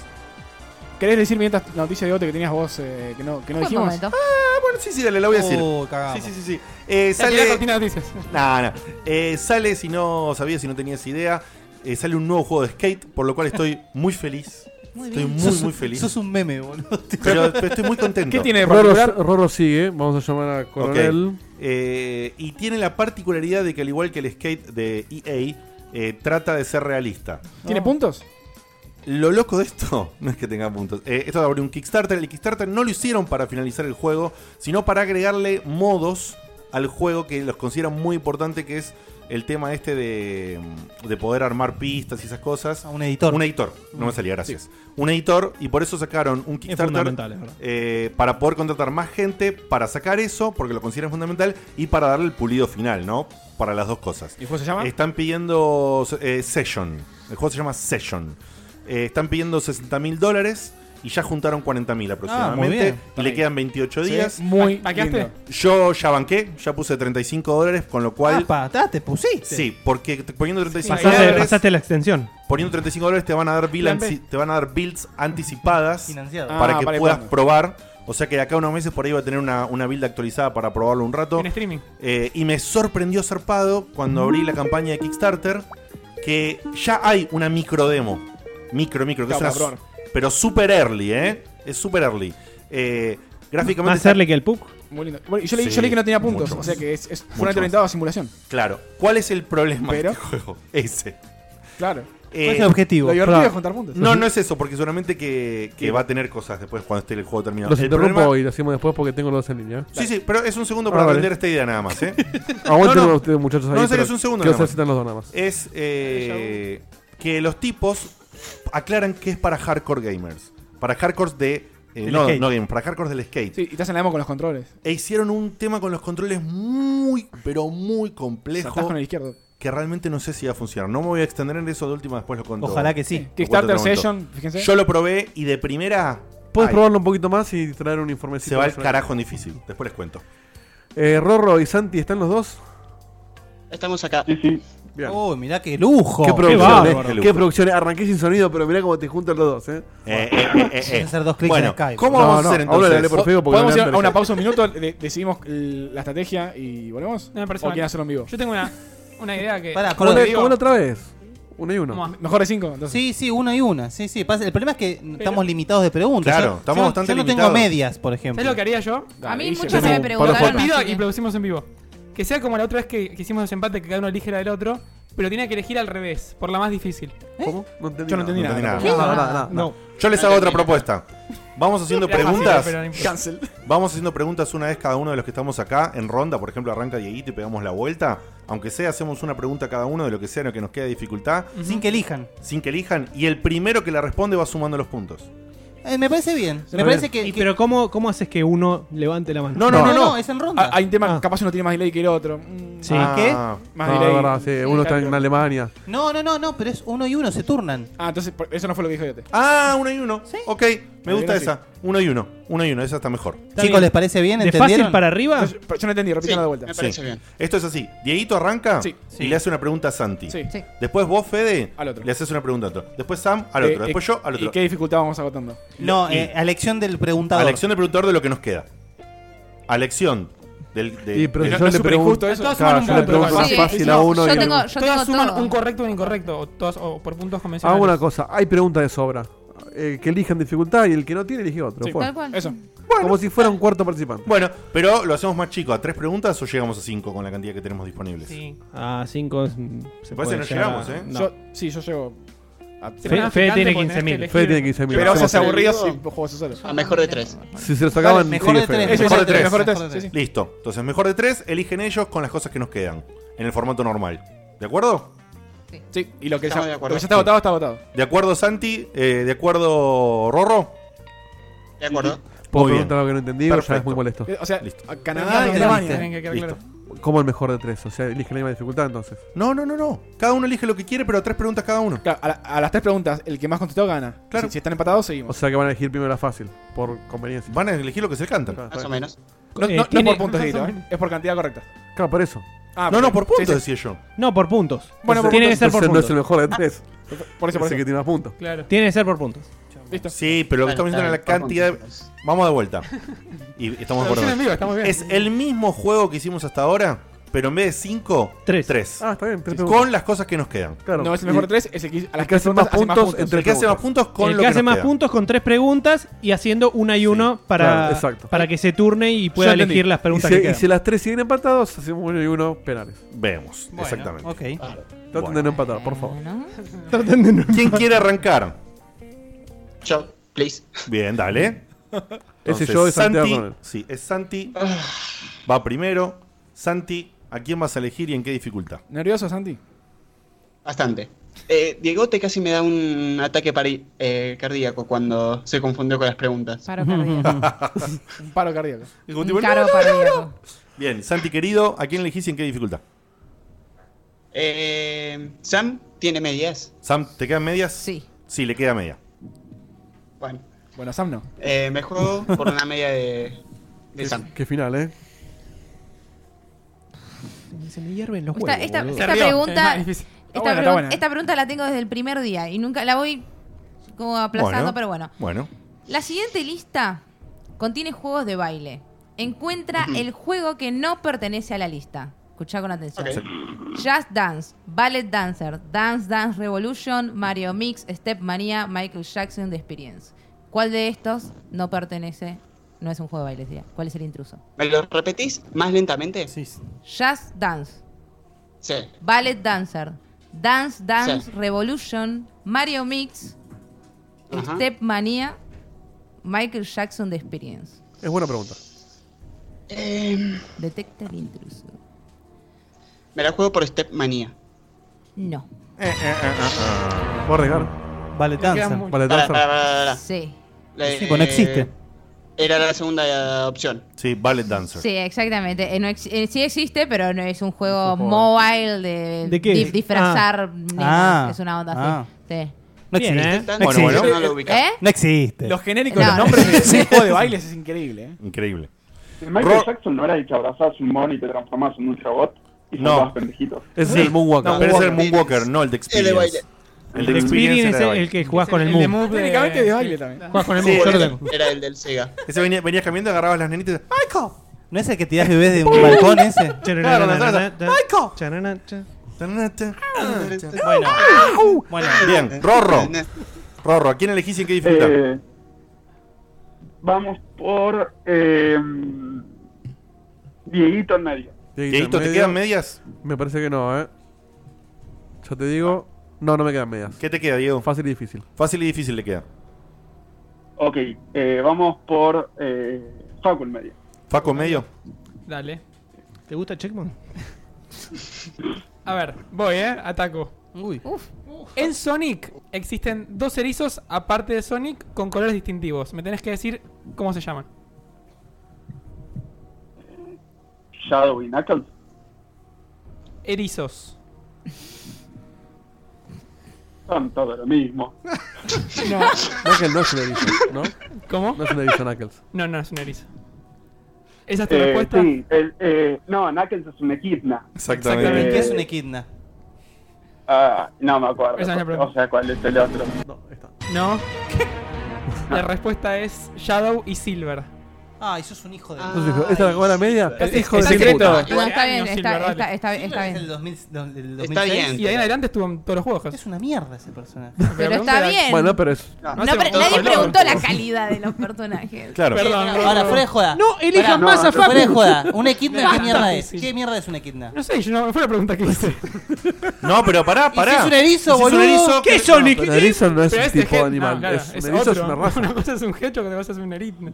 [SPEAKER 3] ¿Querés decir mientras la noticia de Ote que tenías vos eh, que no, que no
[SPEAKER 2] Buen
[SPEAKER 3] dijimos?
[SPEAKER 2] momento.
[SPEAKER 1] Ah, bueno, sí, sí, dale, la voy a decir.
[SPEAKER 2] Oh, cagamos.
[SPEAKER 1] Sí, sí, sí. sí. Eh,
[SPEAKER 3] Ya
[SPEAKER 1] sale.
[SPEAKER 3] tirá cortina de noticias.
[SPEAKER 1] [laughs] Nah, nah. Eh, sale, si no sabías, si no tenías idea, eh, sale un nuevo juego de skate, por lo cual estoy muy feliz. estoy muy,
[SPEAKER 2] Sos-
[SPEAKER 1] muy feliz.
[SPEAKER 2] Sos un meme, boludo. [laughs]
[SPEAKER 1] Pero, pero estoy muy contento.
[SPEAKER 5] Rorro, Rorro sigue. Vamos a llamar a
[SPEAKER 1] Ok.
[SPEAKER 5] Coronel.
[SPEAKER 1] Eh, y tiene la particularidad de que, al igual que el skate de EA, eh, trata de ser realista.
[SPEAKER 2] Ah.
[SPEAKER 3] ¿Tiene puntos?
[SPEAKER 1] Lo loco de esto [laughs] no es que tenga puntos. Eh, esto abrió un Kickstarter. El Kickstarter no lo hicieron para finalizar el juego, sino para agregarle modos al juego que los consideran muy importante, que es el tema este de, mm, de poder armar pistas y esas cosas.
[SPEAKER 2] un editor.
[SPEAKER 1] Un editor. No me salía, gracias.
[SPEAKER 2] Sí.
[SPEAKER 1] Un editor, y por eso sacaron un Kickstarter
[SPEAKER 10] fundamental, es verdad.
[SPEAKER 1] eh, para poder contratar más gente, para sacar eso, porque lo consideran fundamental, y para darle el pulido final, ¿no? Para las dos cosas.
[SPEAKER 3] ¿Y el juego se llama?
[SPEAKER 1] Están pidiendo eh, Session. El juego se llama Session. Eh, están pidiendo 60 mil dólares y ya juntaron 40 mil
[SPEAKER 3] Ah, muy
[SPEAKER 1] aproximadamente.
[SPEAKER 3] bien.
[SPEAKER 1] y le quedan 28
[SPEAKER 3] Sí,
[SPEAKER 1] días.
[SPEAKER 3] muy ¿Banqueaste? lindo.
[SPEAKER 1] Yo ya banqué, ya puse 35 dólares, con lo cual.
[SPEAKER 2] Ah, te pusiste.
[SPEAKER 1] Sí, porque te- poniendo 35
[SPEAKER 10] Pasaste,
[SPEAKER 1] dólares.
[SPEAKER 10] pasaste la extensión.
[SPEAKER 1] Poniendo 35 dólares te van a dar, bill
[SPEAKER 10] Plan
[SPEAKER 1] anti-
[SPEAKER 10] B.
[SPEAKER 1] te van a dar builds anticipadas
[SPEAKER 2] Financiadas.
[SPEAKER 1] para
[SPEAKER 3] Ah,
[SPEAKER 1] que
[SPEAKER 3] para ir
[SPEAKER 1] puedas
[SPEAKER 3] probando.
[SPEAKER 1] probar. O sea que de acá a unos meses por ahí va a tener una, una build actualizada para probarlo un rato.
[SPEAKER 3] En streaming.
[SPEAKER 1] Eh, y me sorprendió zarpado cuando abrí la campaña de Kickstarter que ya hay una micro demo. Micro, micro, que
[SPEAKER 3] Claro,
[SPEAKER 1] es una
[SPEAKER 3] para
[SPEAKER 1] su- Pero super early, ¿eh? Es super early. Eh, gráficamente.
[SPEAKER 10] Más
[SPEAKER 1] está-
[SPEAKER 10] early que el PUC.
[SPEAKER 3] Muy lindo. Bueno, y yo, leí,
[SPEAKER 1] Sí,
[SPEAKER 3] yo leí que no tenía puntos,
[SPEAKER 1] mucho
[SPEAKER 3] o sea
[SPEAKER 1] más.
[SPEAKER 3] que es, es
[SPEAKER 1] Mucho más.
[SPEAKER 3] puramente orientado a simulación.
[SPEAKER 1] Claro. ¿Cuál es el problema
[SPEAKER 3] Pero-
[SPEAKER 1] de este [laughs] juego? Ese.
[SPEAKER 3] Claro.
[SPEAKER 1] Eh,
[SPEAKER 3] ¿Cuál es el objetivo? Lo divertido Pará. es juntar puntos.
[SPEAKER 1] No, no es eso, porque seguramente que, que
[SPEAKER 5] Sí.
[SPEAKER 1] va a tener cosas después cuando esté el juego terminado.
[SPEAKER 5] Los
[SPEAKER 1] El
[SPEAKER 5] interrumpo
[SPEAKER 1] problema-
[SPEAKER 5] y lo hacemos después porque tengo los dos en línea.
[SPEAKER 1] Sí, sí, pero es un segundo
[SPEAKER 5] Ah,
[SPEAKER 1] para
[SPEAKER 5] vale.
[SPEAKER 1] vender esta idea nada más, ¿eh?
[SPEAKER 5] [laughs] Aguanten ustedes, muchachos,
[SPEAKER 1] No,
[SPEAKER 5] ahí,
[SPEAKER 1] en
[SPEAKER 5] pero
[SPEAKER 1] serio, es un segundo.
[SPEAKER 5] quiero
[SPEAKER 1] nada más.
[SPEAKER 5] saber si están los dos nada más.
[SPEAKER 1] Es eh, que los tipos aclaran que es para hardcore gamers. Para hardcores de. eh,
[SPEAKER 3] Del
[SPEAKER 1] no,
[SPEAKER 3] skate.
[SPEAKER 1] no gamers, para hardcores del skate.
[SPEAKER 3] Sí, y te hacen la demo con los controles.
[SPEAKER 1] E hicieron un tema con los controles muy, pero muy complejo.
[SPEAKER 3] Saltás con el izquierdo.
[SPEAKER 1] que realmente no sé si va a funcionar. No me voy a extender en eso de última, después lo conto.
[SPEAKER 2] Ojalá que sí.
[SPEAKER 1] Lo cuento
[SPEAKER 3] Kickstarter
[SPEAKER 1] en otro momento.
[SPEAKER 3] Session, fíjense.
[SPEAKER 1] Yo lo probé y de primera
[SPEAKER 5] Puedes
[SPEAKER 1] Ay.
[SPEAKER 5] probarlo un poquito más y traer un informe.
[SPEAKER 1] se va al carajo en difícil. Después les cuento.
[SPEAKER 5] Eh, Rorro y Santi, ¿están los dos?
[SPEAKER 16] Estamos acá.
[SPEAKER 2] Uy, mirá qué lujo.
[SPEAKER 5] Qué producción,
[SPEAKER 2] bárbaro.
[SPEAKER 5] eh. qué, producción. eh. Arranqué sin sonido, pero mirá cómo te juntan los dos, eh.
[SPEAKER 1] Eh, eh, eh, eh, eh.
[SPEAKER 2] hacer dos clics
[SPEAKER 1] Bueno,
[SPEAKER 2] en Skype.
[SPEAKER 1] ¿cómo
[SPEAKER 5] No,
[SPEAKER 1] vamos
[SPEAKER 5] no,
[SPEAKER 1] a hacer
[SPEAKER 5] ahora le
[SPEAKER 1] entonces?
[SPEAKER 5] hablé por Facebook porque
[SPEAKER 3] ¿Podemos ir
[SPEAKER 5] no le
[SPEAKER 3] a una
[SPEAKER 5] hablé por
[SPEAKER 3] pausa un minuto? De- decidimos el- la estrategia y volvemos.
[SPEAKER 7] No, me parece
[SPEAKER 3] ¿O
[SPEAKER 7] mal.
[SPEAKER 3] quieren hacerlo en vivo?
[SPEAKER 7] Yo tengo una, una idea que.
[SPEAKER 2] Pará,
[SPEAKER 5] Como
[SPEAKER 2] Ahora
[SPEAKER 5] la-
[SPEAKER 2] digo-
[SPEAKER 5] como la otra vez. Uno y uno.
[SPEAKER 3] Mejor de cinco, entonces.
[SPEAKER 2] Sí, sí, una y una. Sí, sí. Pasa- El problema es que estamos limitados de preguntas.
[SPEAKER 1] Claro,
[SPEAKER 2] Yo-
[SPEAKER 1] estamos
[SPEAKER 2] yo no-
[SPEAKER 1] bastante
[SPEAKER 2] Yo no
[SPEAKER 1] limitados.
[SPEAKER 2] tengo medias, por ejemplo.
[SPEAKER 7] ¿Sabes lo que haría yo?
[SPEAKER 2] Dale,
[SPEAKER 7] a mí
[SPEAKER 2] hice
[SPEAKER 7] muchos
[SPEAKER 2] como
[SPEAKER 7] me
[SPEAKER 2] para
[SPEAKER 7] preguntaron.
[SPEAKER 2] Fortnite.
[SPEAKER 7] Partido y producimos en vivo. Que sea como la otra vez que, que hicimos desempate, que cada uno elige la del otro, pero tenía que elegir al revés, por la más difícil.
[SPEAKER 5] ¿Cómo? No entendí
[SPEAKER 3] Yo no entendí
[SPEAKER 1] No entendí
[SPEAKER 3] nada.
[SPEAKER 1] nada. No,
[SPEAKER 5] nada, nada,
[SPEAKER 1] No. Yo les hago otra propuesta. Vamos haciendo
[SPEAKER 7] Era fácil,
[SPEAKER 1] preguntas.
[SPEAKER 7] pero no importa. Cancel.
[SPEAKER 1] Vamos haciendo preguntas una vez cada uno de los que estamos acá en ronda. Por ejemplo, arranca Dieguito y pegamos la vuelta. Aunque sea, hacemos una pregunta cada uno de lo que sea, lo que nos queda de dificultad.
[SPEAKER 2] Sin que elijan.
[SPEAKER 1] Sin que elijan. Y el primero que la responde va sumando los puntos.
[SPEAKER 2] Eh, me parece bien. Me parece que.
[SPEAKER 10] Y pero ¿cómo, ¿cómo haces que uno levante la mano?
[SPEAKER 1] No, no, no, no,
[SPEAKER 2] es en ronda.
[SPEAKER 3] Ah, Hay un tema, capaz uno tiene más delay que el otro. Mm,
[SPEAKER 10] Sí.
[SPEAKER 1] Ah,
[SPEAKER 3] Más
[SPEAKER 5] no,
[SPEAKER 3] delay.
[SPEAKER 5] es verdad, sí, uno está en Alemania.
[SPEAKER 2] No, no, no, no, pero es uno y uno, se turnan.
[SPEAKER 3] Ah, entonces por- eso no fue lo que dijo Yote.
[SPEAKER 1] Ah, uno y uno. Ok, me
[SPEAKER 3] Ahí
[SPEAKER 1] gusta
[SPEAKER 3] viene
[SPEAKER 1] esa. Uno y uno. Uno y uno, esa está mejor.
[SPEAKER 2] Está Chicos, bien. ¿les parece bien? ¿De ¿Entendieron? fácil para arriba?
[SPEAKER 3] No, Yo, yo no entendí, repítalo de vuelta.
[SPEAKER 1] Sí. Esto es así. Dieguito arranca
[SPEAKER 3] Sí.
[SPEAKER 1] y le hace una pregunta a Santi.
[SPEAKER 3] Sí. Sí.
[SPEAKER 1] Después vos, Fede,
[SPEAKER 3] Al otro.
[SPEAKER 1] le haces una pregunta a otro. Después Sam al
[SPEAKER 3] Eh,
[SPEAKER 1] otro.
[SPEAKER 3] eh,
[SPEAKER 1] Después yo al otro.
[SPEAKER 3] ¿Y qué dificultad vamos agotando?
[SPEAKER 2] No,
[SPEAKER 1] Y-
[SPEAKER 2] eh, a elección del preguntador.
[SPEAKER 1] A la acción del productor de lo que nos queda. A la acción del. de-
[SPEAKER 5] Y pero
[SPEAKER 1] del-
[SPEAKER 5] si yo le pregunto eso, claro, yo le pregunto más fácil a uno y a-
[SPEAKER 7] Todas
[SPEAKER 6] tengo
[SPEAKER 7] suman
[SPEAKER 6] todo.
[SPEAKER 7] un correcto o un incorrecto, o, todas- o por puntos convencionales.
[SPEAKER 5] Hago una cosa, hay preguntas de sobra. Eh, que elijan dificultad y el que no tiene elige otro.
[SPEAKER 7] Sí.
[SPEAKER 5] Fue.
[SPEAKER 7] Tal cual. Eso.
[SPEAKER 5] Como si fuera un cuarto participante.
[SPEAKER 1] Bueno, pero lo hacemos más chico, a tres preguntas o llegamos a cinco con la cantidad que tenemos disponibles.
[SPEAKER 10] A 5 Ah, se
[SPEAKER 1] Me
[SPEAKER 10] puede
[SPEAKER 1] parece que no
[SPEAKER 10] llegar a-
[SPEAKER 1] llegamos, ¿eh?
[SPEAKER 10] no.
[SPEAKER 3] Yo- sí, yo llego. a-
[SPEAKER 10] Fe- Fede Fede tiene 15.000.
[SPEAKER 3] elegir.
[SPEAKER 5] Fede tiene 15.000.
[SPEAKER 3] Pero vos
[SPEAKER 5] Hacemos
[SPEAKER 3] sos aburrido si
[SPEAKER 16] el-
[SPEAKER 3] jugás solo.
[SPEAKER 16] A mejor de tres.
[SPEAKER 5] Si se lo sacaban,
[SPEAKER 1] Dale,
[SPEAKER 5] sigue Fede.
[SPEAKER 1] Eso es
[SPEAKER 3] Mejor de
[SPEAKER 1] el tres,
[SPEAKER 3] tres,
[SPEAKER 1] mejor de tres.
[SPEAKER 3] mejor de tres.
[SPEAKER 1] Listo. Entonces, mejor de tres, eligen ellos con las cosas que nos quedan. En el formato normal. ¿De acuerdo?
[SPEAKER 3] Sí, y lo que, ya,
[SPEAKER 16] Estamos de
[SPEAKER 3] lo
[SPEAKER 16] acuerdo.
[SPEAKER 3] que ya está agotado, está agotado.
[SPEAKER 1] ¿De acuerdo, Santi? Eh, ¿De acuerdo, Rorro?
[SPEAKER 16] De acuerdo.
[SPEAKER 5] Puedo
[SPEAKER 1] Muy bien.
[SPEAKER 5] preguntar lo que no entendí, o ya es
[SPEAKER 1] Perfecto. Eh,
[SPEAKER 5] muy molesto.
[SPEAKER 3] Eh, O sea,
[SPEAKER 1] Listo.
[SPEAKER 3] a Canadá y Alemania.
[SPEAKER 7] que quedar
[SPEAKER 1] Listo.
[SPEAKER 7] claro.
[SPEAKER 5] ¿Cómo el mejor de tres? O sea, elige la misma dificultad entonces.
[SPEAKER 1] No, no, no, no. Cada uno elige lo que quiere, pero a tres preguntas cada uno.
[SPEAKER 3] Claro, a, la- a las tres preguntas, el que más contestó gana.
[SPEAKER 1] Claro.
[SPEAKER 3] Si, si están empatados, seguimos.
[SPEAKER 5] O sea que van a elegir primero la fácil, por conveniencia.
[SPEAKER 1] Van a elegir lo que se les canta.
[SPEAKER 16] Más o menos.
[SPEAKER 3] No,
[SPEAKER 10] Eh,
[SPEAKER 3] no- no
[SPEAKER 10] tiene-
[SPEAKER 3] por puntos, Dieguito,
[SPEAKER 10] más o
[SPEAKER 3] ¿eh? es por cantidad correcta.
[SPEAKER 5] Claro, por eso.
[SPEAKER 3] Ah,
[SPEAKER 1] No, no, por
[SPEAKER 3] perfecto.
[SPEAKER 1] puntos,
[SPEAKER 3] Sí,
[SPEAKER 1] decía yo.
[SPEAKER 10] No, por puntos.
[SPEAKER 3] Bueno, por
[SPEAKER 10] tiene que
[SPEAKER 3] puntos,
[SPEAKER 10] ser por
[SPEAKER 5] Entonces no es
[SPEAKER 10] puntos.
[SPEAKER 5] el mejor de tres.
[SPEAKER 3] sí. Por eso, por
[SPEAKER 5] Ese
[SPEAKER 3] eso.
[SPEAKER 5] que tiene más puntos.
[SPEAKER 7] Claro.
[SPEAKER 10] Tiene que ser por puntos.
[SPEAKER 3] Listo.
[SPEAKER 1] Sí, pero lo que estamos
[SPEAKER 16] Bueno,
[SPEAKER 1] diciendo es la
[SPEAKER 16] está bien,
[SPEAKER 1] cantidad.
[SPEAKER 16] por puntos.
[SPEAKER 1] de- Vamos de vuelta. Y estamos de
[SPEAKER 3] Producción
[SPEAKER 1] acuerdo.
[SPEAKER 3] en vivo, estamos bien.
[SPEAKER 1] Es el mismo juego que hicimos hasta ahora, pero en vez de 5,
[SPEAKER 10] Tres.
[SPEAKER 1] 3.
[SPEAKER 5] Ah, está bien. Tres preguntas.
[SPEAKER 1] Con las cosas que nos quedan.
[SPEAKER 5] Claro.
[SPEAKER 3] No es el mejor de
[SPEAKER 5] Y-
[SPEAKER 3] tres,
[SPEAKER 5] [laughs]
[SPEAKER 3] es el que a
[SPEAKER 5] El
[SPEAKER 3] las
[SPEAKER 5] que
[SPEAKER 3] tres
[SPEAKER 5] hace
[SPEAKER 3] preguntas
[SPEAKER 5] más
[SPEAKER 3] hace más
[SPEAKER 5] puntos
[SPEAKER 3] puntos.
[SPEAKER 5] entre
[SPEAKER 1] El que hace más
[SPEAKER 5] preguntas.
[SPEAKER 1] puntos con
[SPEAKER 10] el
[SPEAKER 1] lo
[SPEAKER 10] que
[SPEAKER 1] que
[SPEAKER 10] hace
[SPEAKER 1] nos
[SPEAKER 10] más
[SPEAKER 1] queda.
[SPEAKER 10] puntos con tres preguntas y haciendo una y uno
[SPEAKER 5] claro,
[SPEAKER 10] para,
[SPEAKER 5] exacto.
[SPEAKER 10] para que se turne y pueda
[SPEAKER 3] Ya entendí.
[SPEAKER 10] elegir las
[SPEAKER 5] Y
[SPEAKER 10] preguntas
[SPEAKER 5] si,
[SPEAKER 10] que
[SPEAKER 5] y
[SPEAKER 10] quedan.
[SPEAKER 5] si las tres siguen empatados, hacemos uno y uno penales.
[SPEAKER 1] Vemos,
[SPEAKER 2] Bueno,
[SPEAKER 1] exactamente.
[SPEAKER 2] Ok.
[SPEAKER 5] Traten de no empatar, por favor.
[SPEAKER 6] Bueno.
[SPEAKER 1] ¿Quién quiere arrancar?
[SPEAKER 16] Yo, please.
[SPEAKER 1] Bien, dale.
[SPEAKER 5] [laughs] Ese
[SPEAKER 1] Entonces,
[SPEAKER 5] yo es
[SPEAKER 1] Santi.
[SPEAKER 5] Santiago.
[SPEAKER 1] Sí, es Santi.
[SPEAKER 16] Ah.
[SPEAKER 1] Va primero. Santi, ¿a quién vas a elegir y en qué dificultad?
[SPEAKER 3] ¿Nervioso, Santi?
[SPEAKER 16] Bastante. Eh, Diegote casi me da un ataque pari- eh, cardíaco cuando se confundió con las preguntas.
[SPEAKER 6] Paro cardíaco.
[SPEAKER 3] Un paro [laughs] cardíaco.
[SPEAKER 6] Un caro cardíaco.
[SPEAKER 1] Bien, Santi querido, ¿a quién elegís y en qué dificultad?
[SPEAKER 16] [laughs] Eh, Sam tiene medias.
[SPEAKER 1] Sam, ¿te quedan medias?
[SPEAKER 6] Sí.
[SPEAKER 1] Sí, le queda media.
[SPEAKER 16] Bueno,
[SPEAKER 3] Bueno, Sam no.
[SPEAKER 16] eh, me juego por una media de, de Sam.
[SPEAKER 5] Qué final, ¿eh?
[SPEAKER 10] Se me hierven los
[SPEAKER 6] Esta,
[SPEAKER 10] huevos.
[SPEAKER 6] esta,
[SPEAKER 10] boludo.
[SPEAKER 6] esta
[SPEAKER 7] Se rió, es
[SPEAKER 6] pregunta,
[SPEAKER 7] más difícil.
[SPEAKER 6] esta,
[SPEAKER 3] buena, está
[SPEAKER 6] pregun-
[SPEAKER 3] buena, eh.
[SPEAKER 6] esta pregunta la tengo desde el primer día y nunca la voy como aplazando, pero bueno.
[SPEAKER 1] Bueno.
[SPEAKER 6] La siguiente lista contiene juegos de baile. Encuentra
[SPEAKER 16] Ujú.
[SPEAKER 6] el juego que no pertenece a la lista. Escucha con atención.
[SPEAKER 16] Ok.
[SPEAKER 6] Just Dance, Ballet Dancer, Dance Dance Revolution, Mario Mix, Step Mania, Michael Jackson The Experience. ¿Cuál de estos no pertenece? No es un juego de baile, tía. ¿Cuál es el intruso?
[SPEAKER 16] ¿Me lo repetís más lentamente?
[SPEAKER 2] Sí.
[SPEAKER 6] Just Dance,
[SPEAKER 16] Sí.
[SPEAKER 6] Ballet Dancer, Dance Dance
[SPEAKER 16] Sí.
[SPEAKER 6] Revolution, Mario Mix,
[SPEAKER 16] Ajá.
[SPEAKER 6] Step Mania, Michael Jackson The Experience.
[SPEAKER 5] Es buena pregunta.
[SPEAKER 16] Eh,
[SPEAKER 6] Detecta el intruso.
[SPEAKER 16] me la juego por Step Manía.
[SPEAKER 6] No.
[SPEAKER 5] Eh, Voy a arriesgar.
[SPEAKER 2] Vale,
[SPEAKER 7] quedan
[SPEAKER 2] danza.
[SPEAKER 7] muy-
[SPEAKER 5] Vale,
[SPEAKER 16] Para,
[SPEAKER 5] danza.
[SPEAKER 16] para, para, para.
[SPEAKER 6] Sí.
[SPEAKER 16] La-
[SPEAKER 2] Sí, pues no existe.
[SPEAKER 16] Eh, Era la segunda opción.
[SPEAKER 1] Sí, Ballet Dancer.
[SPEAKER 6] Sí, exactamente. Eh, no ex- eh, sí existe, pero no es un juego mobile de,
[SPEAKER 2] ¿De qué?
[SPEAKER 6] di- disfrazar.
[SPEAKER 2] Ah.
[SPEAKER 6] niños.
[SPEAKER 2] Ah,
[SPEAKER 6] es una onda
[SPEAKER 2] ah.
[SPEAKER 6] así. Sí.
[SPEAKER 2] No
[SPEAKER 6] Bien,
[SPEAKER 2] existe.
[SPEAKER 6] ¿eh?
[SPEAKER 2] No
[SPEAKER 1] Bueno,
[SPEAKER 2] existe.
[SPEAKER 1] bueno. Yo no lo
[SPEAKER 6] ubicaba. ¿Eh?
[SPEAKER 2] No existe.
[SPEAKER 3] Los genéricos,
[SPEAKER 6] No.
[SPEAKER 3] los
[SPEAKER 6] [laughs]
[SPEAKER 3] nombres de- de juego de bailes es increíble. ¿eh?
[SPEAKER 1] Increíble.
[SPEAKER 15] Michael
[SPEAKER 1] Ro-
[SPEAKER 15] Jackson no era el que abrazabas un mono y te transformabas en un robot y
[SPEAKER 1] No.
[SPEAKER 15] saltabas pendejitos.
[SPEAKER 1] Ese [laughs] es el Moonwalker. pero ese es el Moonwalker, no el
[SPEAKER 15] El de
[SPEAKER 1] de Experience.
[SPEAKER 15] baile.
[SPEAKER 1] El de Experience era de baile.
[SPEAKER 3] Técnicamente de
[SPEAKER 6] este.
[SPEAKER 3] baile también.
[SPEAKER 2] Juegas con el
[SPEAKER 16] Sí,
[SPEAKER 2] Moonwalker,
[SPEAKER 16] era-
[SPEAKER 2] yo lo tengo.
[SPEAKER 16] Era el del Sega.
[SPEAKER 1] Ese venía- venías caminando, agarrabas las nenitas. y-
[SPEAKER 2] ¡Michael! ¿No es el que tirás bebés de un balcón ese?
[SPEAKER 1] [laughs] Claro, la salsa.
[SPEAKER 2] Bueno, bueno.
[SPEAKER 1] Bien, Rorro. Rorro, ¿a quién elegís y en qué disfruta?
[SPEAKER 15] Eh, vamos por eh, Dieguito en medio.
[SPEAKER 1] Dieguito, ¿te quedan medias?
[SPEAKER 5] Me parece que no, ¿eh? Yo te digo. No, no me quedan medias.
[SPEAKER 1] ¿Qué te queda, Diego?
[SPEAKER 5] Fácil y difícil.
[SPEAKER 1] Fácil y difícil le queda.
[SPEAKER 15] Ok, eh, vamos por eh, Facu en medio.
[SPEAKER 1] Faco en medio.
[SPEAKER 7] Dale.
[SPEAKER 10] ¿Te gusta Checkman?
[SPEAKER 7] [laughs] A ver, voy, ¿eh? Ataco. En Sonic existen dos erizos aparte de Sonic con colores distintivos. Me tenés que decir cómo se llaman.
[SPEAKER 15] Shadow y Knuckles.
[SPEAKER 7] Erizos.
[SPEAKER 15] Son todo
[SPEAKER 3] [laughs]
[SPEAKER 15] lo mismo.
[SPEAKER 7] No.
[SPEAKER 5] Knuckles no es un erizo, ¿no?
[SPEAKER 7] ¿Cómo?
[SPEAKER 5] No es un erizo, Knuckles.
[SPEAKER 7] No, no, es un erizo. ¿Esa es tu
[SPEAKER 15] Eh,
[SPEAKER 7] respuesta?
[SPEAKER 15] Sí, el, eh, no, Knuckles es un equidna.
[SPEAKER 2] ¿Qué es
[SPEAKER 15] Eh,
[SPEAKER 2] un equidna?
[SPEAKER 15] ah, no me acuerdo.
[SPEAKER 7] Esa es la pregunta.
[SPEAKER 15] o sea, ¿cuál es el otro?
[SPEAKER 7] No. [laughs] La respuesta es Shadow y Silver.
[SPEAKER 2] Ay, sos un hijo de.
[SPEAKER 5] Entonces, ¿Esta es la buena media?
[SPEAKER 7] Es-
[SPEAKER 5] Hijo
[SPEAKER 7] es
[SPEAKER 5] de
[SPEAKER 7] secreto.
[SPEAKER 5] puta.
[SPEAKER 6] No, Ah. está bien,
[SPEAKER 7] Años,
[SPEAKER 6] está,
[SPEAKER 7] Silver,
[SPEAKER 6] está, está, está
[SPEAKER 2] Es
[SPEAKER 6] bien.
[SPEAKER 2] el 2000, del- del 2006.
[SPEAKER 16] Está bien.
[SPEAKER 7] Y de ahí en adelante estuvo en todos los juegos.
[SPEAKER 2] Es una mierda ese personaje.
[SPEAKER 6] Pero está bien.
[SPEAKER 5] Bueno, pero es.
[SPEAKER 6] No, pero nadie preguntó la calidad de los personajes.
[SPEAKER 5] Claro.
[SPEAKER 2] Perdón,
[SPEAKER 6] Perdón,
[SPEAKER 2] Ahora, fuera de joda.
[SPEAKER 6] No,
[SPEAKER 2] elija
[SPEAKER 6] elijan más a
[SPEAKER 2] Fuera de
[SPEAKER 6] Facu.
[SPEAKER 2] [laughs] joda. ¿Un equidna qué
[SPEAKER 7] Basta,
[SPEAKER 2] mierda es?
[SPEAKER 7] sí.
[SPEAKER 2] ¿Qué mierda es un equidna?
[SPEAKER 7] No sé, yo no, fue la pregunta que hice.
[SPEAKER 1] No, pero pará, pará.
[SPEAKER 2] ¿Y si es un erizo,
[SPEAKER 1] ¿Y si es un
[SPEAKER 2] boludo?
[SPEAKER 1] erizo?
[SPEAKER 2] ¿Qué
[SPEAKER 1] No,
[SPEAKER 2] son,
[SPEAKER 1] pero
[SPEAKER 2] Nikitin?
[SPEAKER 1] el erizo no es
[SPEAKER 7] Pero
[SPEAKER 1] un
[SPEAKER 7] este
[SPEAKER 1] tipo
[SPEAKER 7] gen-
[SPEAKER 1] de animal,
[SPEAKER 7] claro,
[SPEAKER 1] es- un erizo es
[SPEAKER 7] [laughs] otro.
[SPEAKER 1] una raza.
[SPEAKER 7] Una cosa es un hecho, otra cosa es un eritna.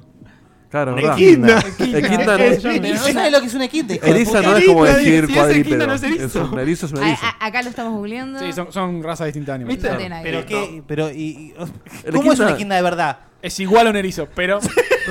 [SPEAKER 5] Claro,
[SPEAKER 1] Un
[SPEAKER 5] ¿verdad?
[SPEAKER 1] equidna.
[SPEAKER 7] Equidna.
[SPEAKER 5] Equidna no es.
[SPEAKER 7] Eh,
[SPEAKER 2] ¿No sabes lo que es un equidna? hijo de
[SPEAKER 5] Eriza
[SPEAKER 2] puta?
[SPEAKER 5] no es como
[SPEAKER 7] Equidna,
[SPEAKER 5] decir
[SPEAKER 7] si es equidna,
[SPEAKER 5] cuadrípedo.
[SPEAKER 7] no es erizo.
[SPEAKER 5] Es un erizo, es un erizo.
[SPEAKER 6] A- a- acá lo estamos googleando.
[SPEAKER 3] Sí, son, son razas distintas de animales.
[SPEAKER 6] ¿Viste? No tiene nada que
[SPEAKER 2] Pero
[SPEAKER 6] ver.
[SPEAKER 2] qué. Pero, y, y-
[SPEAKER 3] El
[SPEAKER 2] ¿Cómo es
[SPEAKER 3] equidna-
[SPEAKER 2] un equidna de verdad?
[SPEAKER 3] Es igual a un erizo, pero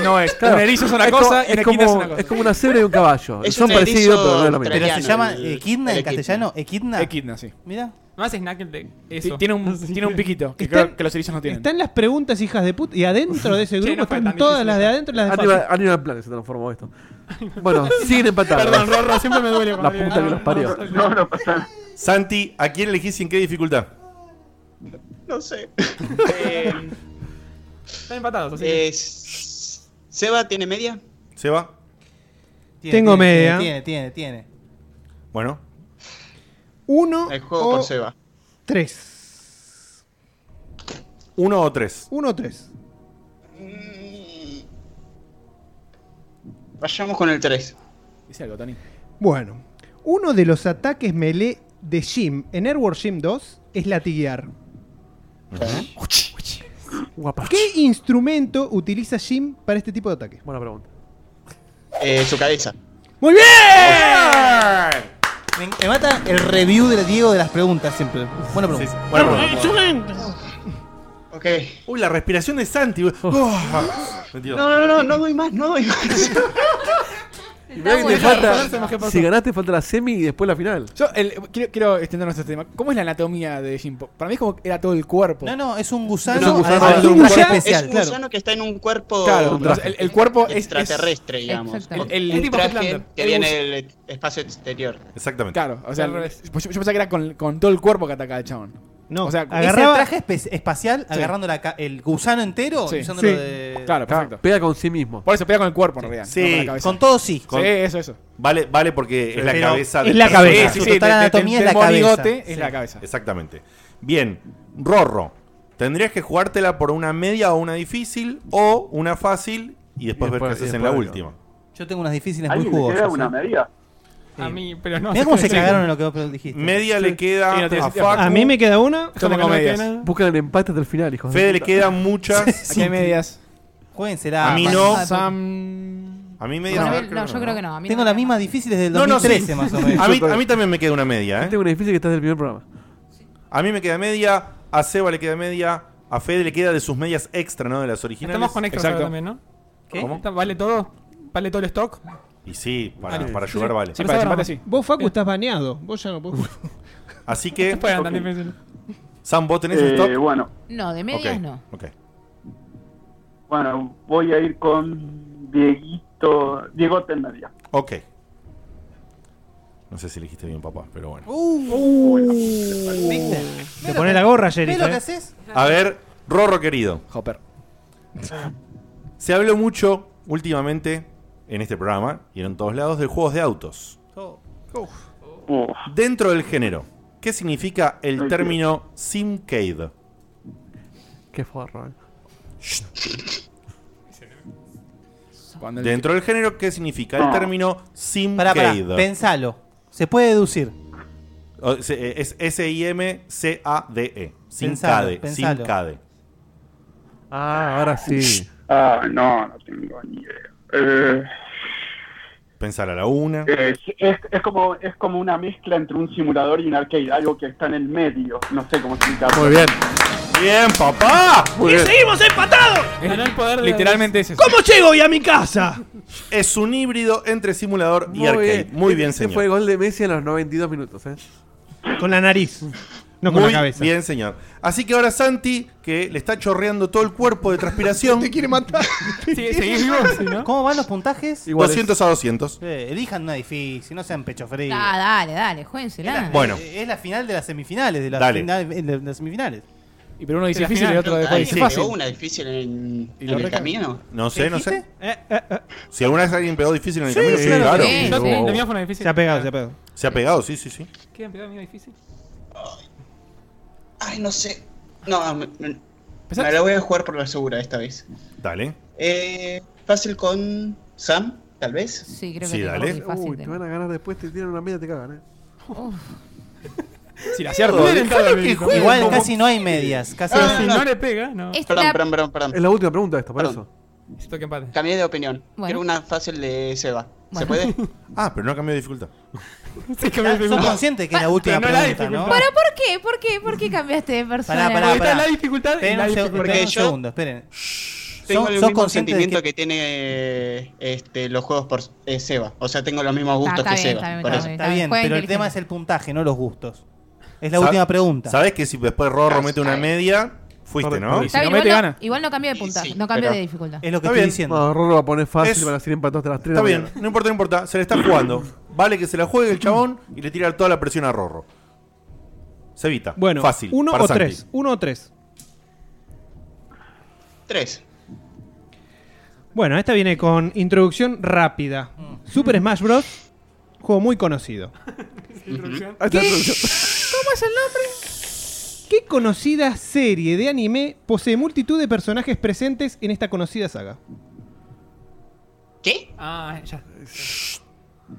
[SPEAKER 3] no es. Un erizo es una
[SPEAKER 5] Es
[SPEAKER 3] cosa y
[SPEAKER 5] como-
[SPEAKER 3] una
[SPEAKER 5] es
[SPEAKER 3] equidna es
[SPEAKER 5] como,
[SPEAKER 3] una cosa.
[SPEAKER 5] es como una cebra y un caballo.
[SPEAKER 3] Es
[SPEAKER 5] Son
[SPEAKER 3] un erizo
[SPEAKER 5] parecidos, pero no es lo mismo.
[SPEAKER 2] Pero se llama
[SPEAKER 3] el-
[SPEAKER 2] equidna
[SPEAKER 3] el
[SPEAKER 2] en
[SPEAKER 3] equidna.
[SPEAKER 2] castellano. Equidna.
[SPEAKER 3] Equidna, sí.
[SPEAKER 2] Mira.
[SPEAKER 7] No haces snack de eso.
[SPEAKER 3] Tiene
[SPEAKER 7] [laughs]
[SPEAKER 3] un, tiene un piquito que, creo que los erizos no tienen.
[SPEAKER 10] Están las preguntas, hijas de puta. Y adentro de [laughs] ese grupo
[SPEAKER 3] no fue
[SPEAKER 10] están
[SPEAKER 3] tan
[SPEAKER 10] todas
[SPEAKER 3] difícil
[SPEAKER 10] las de
[SPEAKER 3] esta.
[SPEAKER 10] adentro y las de
[SPEAKER 5] Animal,
[SPEAKER 10] afuera.
[SPEAKER 5] Animal Planet se transformó esto.
[SPEAKER 15] [laughs]
[SPEAKER 5] Bueno, siguen empatados.
[SPEAKER 7] Perdón, Rorro, siempre me duele. cuando
[SPEAKER 5] La
[SPEAKER 7] digo-
[SPEAKER 5] puta que los parió.
[SPEAKER 15] No, no pasa nada.
[SPEAKER 1] Santi, ¿a quién elegís y en qué dificultad?
[SPEAKER 16] No sé.
[SPEAKER 7] Están empatados, así. que-
[SPEAKER 16] Eh, s- ¿Seba tiene media?
[SPEAKER 1] ¿Se va?
[SPEAKER 2] Tiene,
[SPEAKER 10] Tengo
[SPEAKER 2] tiene,
[SPEAKER 10] media.
[SPEAKER 2] Tiene, tiene, tiene.
[SPEAKER 1] Bueno.
[SPEAKER 10] Uno
[SPEAKER 16] El juego
[SPEAKER 10] o
[SPEAKER 16] por Seba.
[SPEAKER 10] tres.
[SPEAKER 1] ¿Uno o tres?
[SPEAKER 10] Uno o tres.
[SPEAKER 16] Vayamos con el 3.
[SPEAKER 3] Dice algo, Tani.
[SPEAKER 10] Bueno, uno de los ataques melee de Jim en Airward Jim 2 es latiguear. ¿Qué instrumento utiliza Jim para este tipo de ataque?
[SPEAKER 5] Buena pregunta.
[SPEAKER 16] Eh, su cabeza.
[SPEAKER 10] ¡Muy bien!
[SPEAKER 2] Me, me mata el review de Diego de las preguntas siempre. Buena pregunta.
[SPEAKER 9] Ah,
[SPEAKER 1] Bueno, bueno.
[SPEAKER 9] ¡Excelente!
[SPEAKER 16] Ok.
[SPEAKER 1] Uy, la respiración de Santi. Oh. Metido.
[SPEAKER 16] No, no, no, no doy más, no doy más.
[SPEAKER 5] Y mirá que
[SPEAKER 6] muy
[SPEAKER 5] te
[SPEAKER 6] bien.
[SPEAKER 3] Ponerse más que
[SPEAKER 5] falta,
[SPEAKER 3] pasó.
[SPEAKER 5] si ganaste, falta la semi y después la final.
[SPEAKER 3] Yo el- quiero, quiero extendernos a este tema. ¿Cómo es la anatomía de Jimpo? Para mí es como que era todo el cuerpo.
[SPEAKER 2] No, no, es un gusano.
[SPEAKER 5] Es un gusano
[SPEAKER 2] además de Ah, un
[SPEAKER 5] adentro de un
[SPEAKER 2] cuerpo
[SPEAKER 5] gusano.
[SPEAKER 16] Es
[SPEAKER 2] especial.
[SPEAKER 16] un
[SPEAKER 2] claro.
[SPEAKER 16] gusano que está en un cuerpo
[SPEAKER 3] Claro, o sea, el, el cuerpo es, es-
[SPEAKER 16] extraterrestre, digamos.
[SPEAKER 6] Exactamente.
[SPEAKER 3] el,
[SPEAKER 16] Un
[SPEAKER 3] el-
[SPEAKER 16] traje que
[SPEAKER 3] el-
[SPEAKER 16] viene del espacio exterior.
[SPEAKER 1] Exactamente.
[SPEAKER 3] Claro, o sea,
[SPEAKER 7] Al revés.
[SPEAKER 3] pues yo, yo pensaba que era con, con todo el cuerpo que atacaba el chabón.
[SPEAKER 10] No,
[SPEAKER 3] o sea,
[SPEAKER 2] Es el
[SPEAKER 10] Agarraba-
[SPEAKER 2] traje espe- espacial agarrando la ca- el gusano entero
[SPEAKER 3] Sí.
[SPEAKER 2] y usándolo
[SPEAKER 10] Sí.
[SPEAKER 2] de.
[SPEAKER 3] Claro, perfecto.
[SPEAKER 5] Pega con sí mismo.
[SPEAKER 3] Por eso pega con el cuerpo en realidad.
[SPEAKER 1] Sí,
[SPEAKER 3] no con la cabeza.
[SPEAKER 2] Con todo sí.
[SPEAKER 1] Con-
[SPEAKER 3] Sí, eso, eso.
[SPEAKER 1] Vale, vale porque es la
[SPEAKER 2] Pero
[SPEAKER 1] cabeza
[SPEAKER 10] es la
[SPEAKER 1] personaje.
[SPEAKER 10] cabeza.
[SPEAKER 2] Su total anatomía es la
[SPEAKER 3] monigote
[SPEAKER 2] cabeza. Sí.
[SPEAKER 3] es la cabeza.
[SPEAKER 1] Exactamente. Bien, Rorro, tendrías que jugártela por una media o una difícil o una fácil
[SPEAKER 5] Y
[SPEAKER 1] y después,
[SPEAKER 5] después-
[SPEAKER 1] ver qué haces
[SPEAKER 5] y
[SPEAKER 1] en la
[SPEAKER 5] después-
[SPEAKER 1] última.
[SPEAKER 2] Yo tengo unas difíciles muy
[SPEAKER 15] ¿Alguien le
[SPEAKER 2] jugosas.
[SPEAKER 15] queda una
[SPEAKER 2] ¿eh?
[SPEAKER 15] media?
[SPEAKER 7] A mí, pero no.
[SPEAKER 2] Mirá cómo se
[SPEAKER 7] Sí.
[SPEAKER 2] cagaron en lo que vos dijiste.
[SPEAKER 1] Media le
[SPEAKER 3] Sí,
[SPEAKER 1] queda
[SPEAKER 3] no tiene
[SPEAKER 1] a
[SPEAKER 3] sentido.
[SPEAKER 1] Facu.
[SPEAKER 10] A mí me queda una.
[SPEAKER 3] Yo tengo medias.
[SPEAKER 5] Buscan el empate hasta el final, hijos. de
[SPEAKER 1] Fede le
[SPEAKER 5] puta.
[SPEAKER 1] queda [laughs] muchas.
[SPEAKER 3] Aquí hay medias.
[SPEAKER 2] Juéguensela.
[SPEAKER 1] A mí
[SPEAKER 2] man.
[SPEAKER 1] no.
[SPEAKER 3] Sam.
[SPEAKER 1] A mí
[SPEAKER 6] Bueno,
[SPEAKER 1] media no.
[SPEAKER 6] a mí- no, yo creo que no.
[SPEAKER 2] Ah,
[SPEAKER 6] a mí
[SPEAKER 2] pues- Tengo
[SPEAKER 6] no me
[SPEAKER 2] las mismas difíciles del
[SPEAKER 1] No, no, sí.
[SPEAKER 2] 2013 más o menos.
[SPEAKER 1] A mí, a mí también me queda una media,
[SPEAKER 5] Tengo
[SPEAKER 1] ¿eh?
[SPEAKER 5] un edificio que está desde el primer programa.
[SPEAKER 1] A mí me queda media, a Seba le queda media, a Fede le queda de sus medias extra, ¿no? De las originales.
[SPEAKER 7] Estamos con extras
[SPEAKER 3] Exacto.
[SPEAKER 7] ahora también, ¿no? ¿Qué? ¿Vale todo? ¿Vale todo el stock?
[SPEAKER 1] Y sí, para,
[SPEAKER 7] Vale.
[SPEAKER 1] para
[SPEAKER 7] Sí.
[SPEAKER 1] ayudar vale.
[SPEAKER 7] Sí, para desempate, sí.
[SPEAKER 10] Vos, Facu, estás baneado. Vos ya no podés jugar.
[SPEAKER 1] [laughs] Así que.
[SPEAKER 7] fueran tan
[SPEAKER 1] Ok.
[SPEAKER 7] difíciles.
[SPEAKER 1] Sam, ¿vos tenés
[SPEAKER 15] Eh,
[SPEAKER 1] un stock?
[SPEAKER 15] bueno.
[SPEAKER 6] No, de medias
[SPEAKER 1] Ok,
[SPEAKER 6] no.
[SPEAKER 1] ok.
[SPEAKER 15] Bueno, voy a ir con Dieguito, Diego Tendaría.
[SPEAKER 1] Ok. No sé si elegiste bien, papá, pero bueno.
[SPEAKER 2] ¿Viste?
[SPEAKER 10] Uh, Te pones la gorra, Jerry.
[SPEAKER 2] Uh. ¿Ves lo que haces?
[SPEAKER 1] eh. A ver, Rorro querido.
[SPEAKER 3] Hopper.
[SPEAKER 1] Se habló mucho últimamente en este programa y en todos lados de juegos de autos. Dentro del género, ¿qué significa el término Simcade?
[SPEAKER 5] Qué forro. eh.
[SPEAKER 3] Cuando el-
[SPEAKER 1] Dentro del género, ¿qué significa el término
[SPEAKER 2] Pará, pará,
[SPEAKER 1] Simcade?
[SPEAKER 2] pensalo. Se puede deducir.
[SPEAKER 1] O sea, eh, Es S-I-M-C-A-D-E.
[SPEAKER 2] Pensalo,
[SPEAKER 1] Simcade.
[SPEAKER 2] pensalo.
[SPEAKER 1] Simcade.
[SPEAKER 5] Ah, ahora sí.
[SPEAKER 15] Ah, no, no tengo ni idea. Eh,
[SPEAKER 1] Pensar a la una.
[SPEAKER 15] es, es- es como, es como una mezcla entre un simulador y un arcade, algo que está en el medio. No sé cómo explicarlo.
[SPEAKER 5] Muy bien.
[SPEAKER 1] Bien, papá.
[SPEAKER 15] Muy
[SPEAKER 10] ¡Y
[SPEAKER 15] bien.
[SPEAKER 10] seguimos empatados!
[SPEAKER 7] Ganó el poder de
[SPEAKER 3] Literalmente es eso.
[SPEAKER 10] ¿Cómo llego hoy a mi casa?
[SPEAKER 1] Es un híbrido entre simulador y arcade. Muy bien,
[SPEAKER 5] Ese
[SPEAKER 1] señor.
[SPEAKER 5] fue el gol de Messi a los 92 minutos, ¿eh?
[SPEAKER 10] Con la nariz. No con
[SPEAKER 1] Muy
[SPEAKER 10] la cabeza.
[SPEAKER 1] bien, señor. Así que ahora Santi, que le está chorreando todo el cuerpo de transpiración. Te quiere [laughs] matar.
[SPEAKER 7] Sí, seguís vivo, sí, ¿no?
[SPEAKER 2] ¿Cómo van los puntajes?
[SPEAKER 1] 200 a 200.
[SPEAKER 2] Eh, elijan una difícil, no sean pecho frío.
[SPEAKER 6] Ah, dale, dale, juénsela.
[SPEAKER 1] Bueno.
[SPEAKER 2] Eh, Es la final de las semifinales. De las,
[SPEAKER 1] Dale.
[SPEAKER 2] final- eh, de las semifinales.
[SPEAKER 3] Y pero uno dice
[SPEAKER 7] La
[SPEAKER 3] difícil y el
[SPEAKER 7] final,
[SPEAKER 3] otro
[SPEAKER 16] ¿Alguien
[SPEAKER 3] dice
[SPEAKER 16] se
[SPEAKER 3] fácil.
[SPEAKER 16] pegó una difícil en,
[SPEAKER 3] Y
[SPEAKER 16] en
[SPEAKER 3] lo
[SPEAKER 16] el
[SPEAKER 3] reca-
[SPEAKER 16] camino?
[SPEAKER 1] No sé, no sé.
[SPEAKER 2] ¿Dijiste?
[SPEAKER 16] Eh,
[SPEAKER 1] Si alguna vez alguien pegó difícil en el
[SPEAKER 2] Sí,
[SPEAKER 1] camino, sí,
[SPEAKER 2] claro
[SPEAKER 1] claro.
[SPEAKER 6] que sí.
[SPEAKER 7] Yo-
[SPEAKER 1] Pero-
[SPEAKER 7] La mía fue una difícil.
[SPEAKER 10] Se ha pegado, se ha pegado.
[SPEAKER 1] Se ha pegado, sí, sí, sí.
[SPEAKER 7] ¿Qué? ¿Han pegado amigo difícil?
[SPEAKER 16] Ay, no sé. No, ah, me, me-
[SPEAKER 7] Pensá-
[SPEAKER 16] me la voy a jugar por la segura esta vez.
[SPEAKER 1] Dale.
[SPEAKER 16] Eh, fácil con Sam, tal vez.
[SPEAKER 6] Sí, creo
[SPEAKER 1] Sí,
[SPEAKER 6] que tengo
[SPEAKER 1] dale.
[SPEAKER 6] muy fácil.
[SPEAKER 5] Uy, te van a ganar después, te tiran una media y te cagan, ¿eh?
[SPEAKER 3] Si la acierto. ¿eh?
[SPEAKER 1] Joder,
[SPEAKER 3] Miren,
[SPEAKER 1] déjalo
[SPEAKER 3] claro,
[SPEAKER 1] que
[SPEAKER 3] no.
[SPEAKER 1] juegue.
[SPEAKER 2] Igual
[SPEAKER 1] como-
[SPEAKER 2] casi no hay medias. Casi
[SPEAKER 16] Ah,
[SPEAKER 2] no
[SPEAKER 7] Si
[SPEAKER 2] hay-
[SPEAKER 7] no le pega, no.
[SPEAKER 6] Es
[SPEAKER 16] Perdón,
[SPEAKER 6] la-
[SPEAKER 16] perdón, perdón,
[SPEAKER 5] Es
[SPEAKER 16] perdón.
[SPEAKER 5] la última pregunta esta, por
[SPEAKER 16] Perdón.
[SPEAKER 5] eso.
[SPEAKER 7] Esto que empate.
[SPEAKER 16] Cambié de opinión.
[SPEAKER 6] Bueno.
[SPEAKER 16] Quiero una fácil de Seba.
[SPEAKER 6] Bueno.
[SPEAKER 16] ¿Se puede?
[SPEAKER 6] [laughs]
[SPEAKER 1] Ah, pero no ha cambiado de dificultad.
[SPEAKER 7] Sí, que me
[SPEAKER 2] Ah, Sos
[SPEAKER 7] pegó.
[SPEAKER 2] consciente que es la última
[SPEAKER 7] no la
[SPEAKER 2] pregunta, ¿no?
[SPEAKER 7] dificultad.
[SPEAKER 6] ¿Pero por qué? ¿Por qué? ¿Por qué cambiaste de persona?
[SPEAKER 2] Pará, pará,
[SPEAKER 7] Porque está
[SPEAKER 2] pará.
[SPEAKER 7] la dificultad y
[SPEAKER 2] Esperen
[SPEAKER 7] la
[SPEAKER 2] un, seg-
[SPEAKER 7] dificultad.
[SPEAKER 2] esperen un
[SPEAKER 16] yo-
[SPEAKER 2] segundo, esperen.
[SPEAKER 16] Tengo
[SPEAKER 2] ¿Sos-
[SPEAKER 16] el
[SPEAKER 2] sos
[SPEAKER 16] mismo
[SPEAKER 2] consciente de
[SPEAKER 16] sentimiento
[SPEAKER 2] que-
[SPEAKER 16] que, tiene eh, este, los juegos por eh, Seba. O sea, tengo los mismos
[SPEAKER 6] Está-
[SPEAKER 16] gustos
[SPEAKER 6] Ah, está
[SPEAKER 16] que
[SPEAKER 6] bien,
[SPEAKER 16] Seba.
[SPEAKER 6] está bien,
[SPEAKER 16] por
[SPEAKER 6] está
[SPEAKER 16] eso.
[SPEAKER 6] bien.
[SPEAKER 2] Está bien,
[SPEAKER 6] juega
[SPEAKER 2] pero el
[SPEAKER 6] inteligente.
[SPEAKER 2] tema es el puntaje, no los gustos. Es la
[SPEAKER 1] Sa-
[SPEAKER 2] última pregunta.
[SPEAKER 1] Sabés que si después Rorro mete una media, fuiste, ¿no?
[SPEAKER 3] Sí.
[SPEAKER 6] Está
[SPEAKER 3] Si
[SPEAKER 6] bien,
[SPEAKER 3] no mete,
[SPEAKER 6] igual, no,
[SPEAKER 3] gana.
[SPEAKER 6] igual no cambio de
[SPEAKER 16] Y
[SPEAKER 6] punta,
[SPEAKER 16] sí,
[SPEAKER 6] no cambio
[SPEAKER 16] pero-
[SPEAKER 6] de dificultad.
[SPEAKER 2] Es lo que
[SPEAKER 1] Está
[SPEAKER 2] estoy
[SPEAKER 1] bien.
[SPEAKER 2] diciendo.
[SPEAKER 5] No, Ah, Rorro va a poner fácil
[SPEAKER 1] Es-
[SPEAKER 5] y van a seguir empatados hasta las 3
[SPEAKER 1] Está bien, no importa, no importa. Se le está
[SPEAKER 5] [laughs]
[SPEAKER 1] jugando. Vale que se la juegue el chabón y le tira toda la presión a Rorro. Se evita.
[SPEAKER 10] Bueno,
[SPEAKER 1] Fácil.
[SPEAKER 10] uno
[SPEAKER 1] para
[SPEAKER 10] o
[SPEAKER 1] Santi.
[SPEAKER 10] tres. Uno o tres.
[SPEAKER 16] Tres.
[SPEAKER 10] Bueno, esta viene con introducción rápida. Super Smash Bros. Juego muy conocido.
[SPEAKER 5] Ahí está
[SPEAKER 10] ¿Qué?
[SPEAKER 5] la solución.
[SPEAKER 6] ¿Cómo es el nombre?
[SPEAKER 10] ¿Qué conocida serie de anime posee multitud de personajes presentes en esta conocida saga?
[SPEAKER 16] ¿Qué?
[SPEAKER 7] Ah, ya.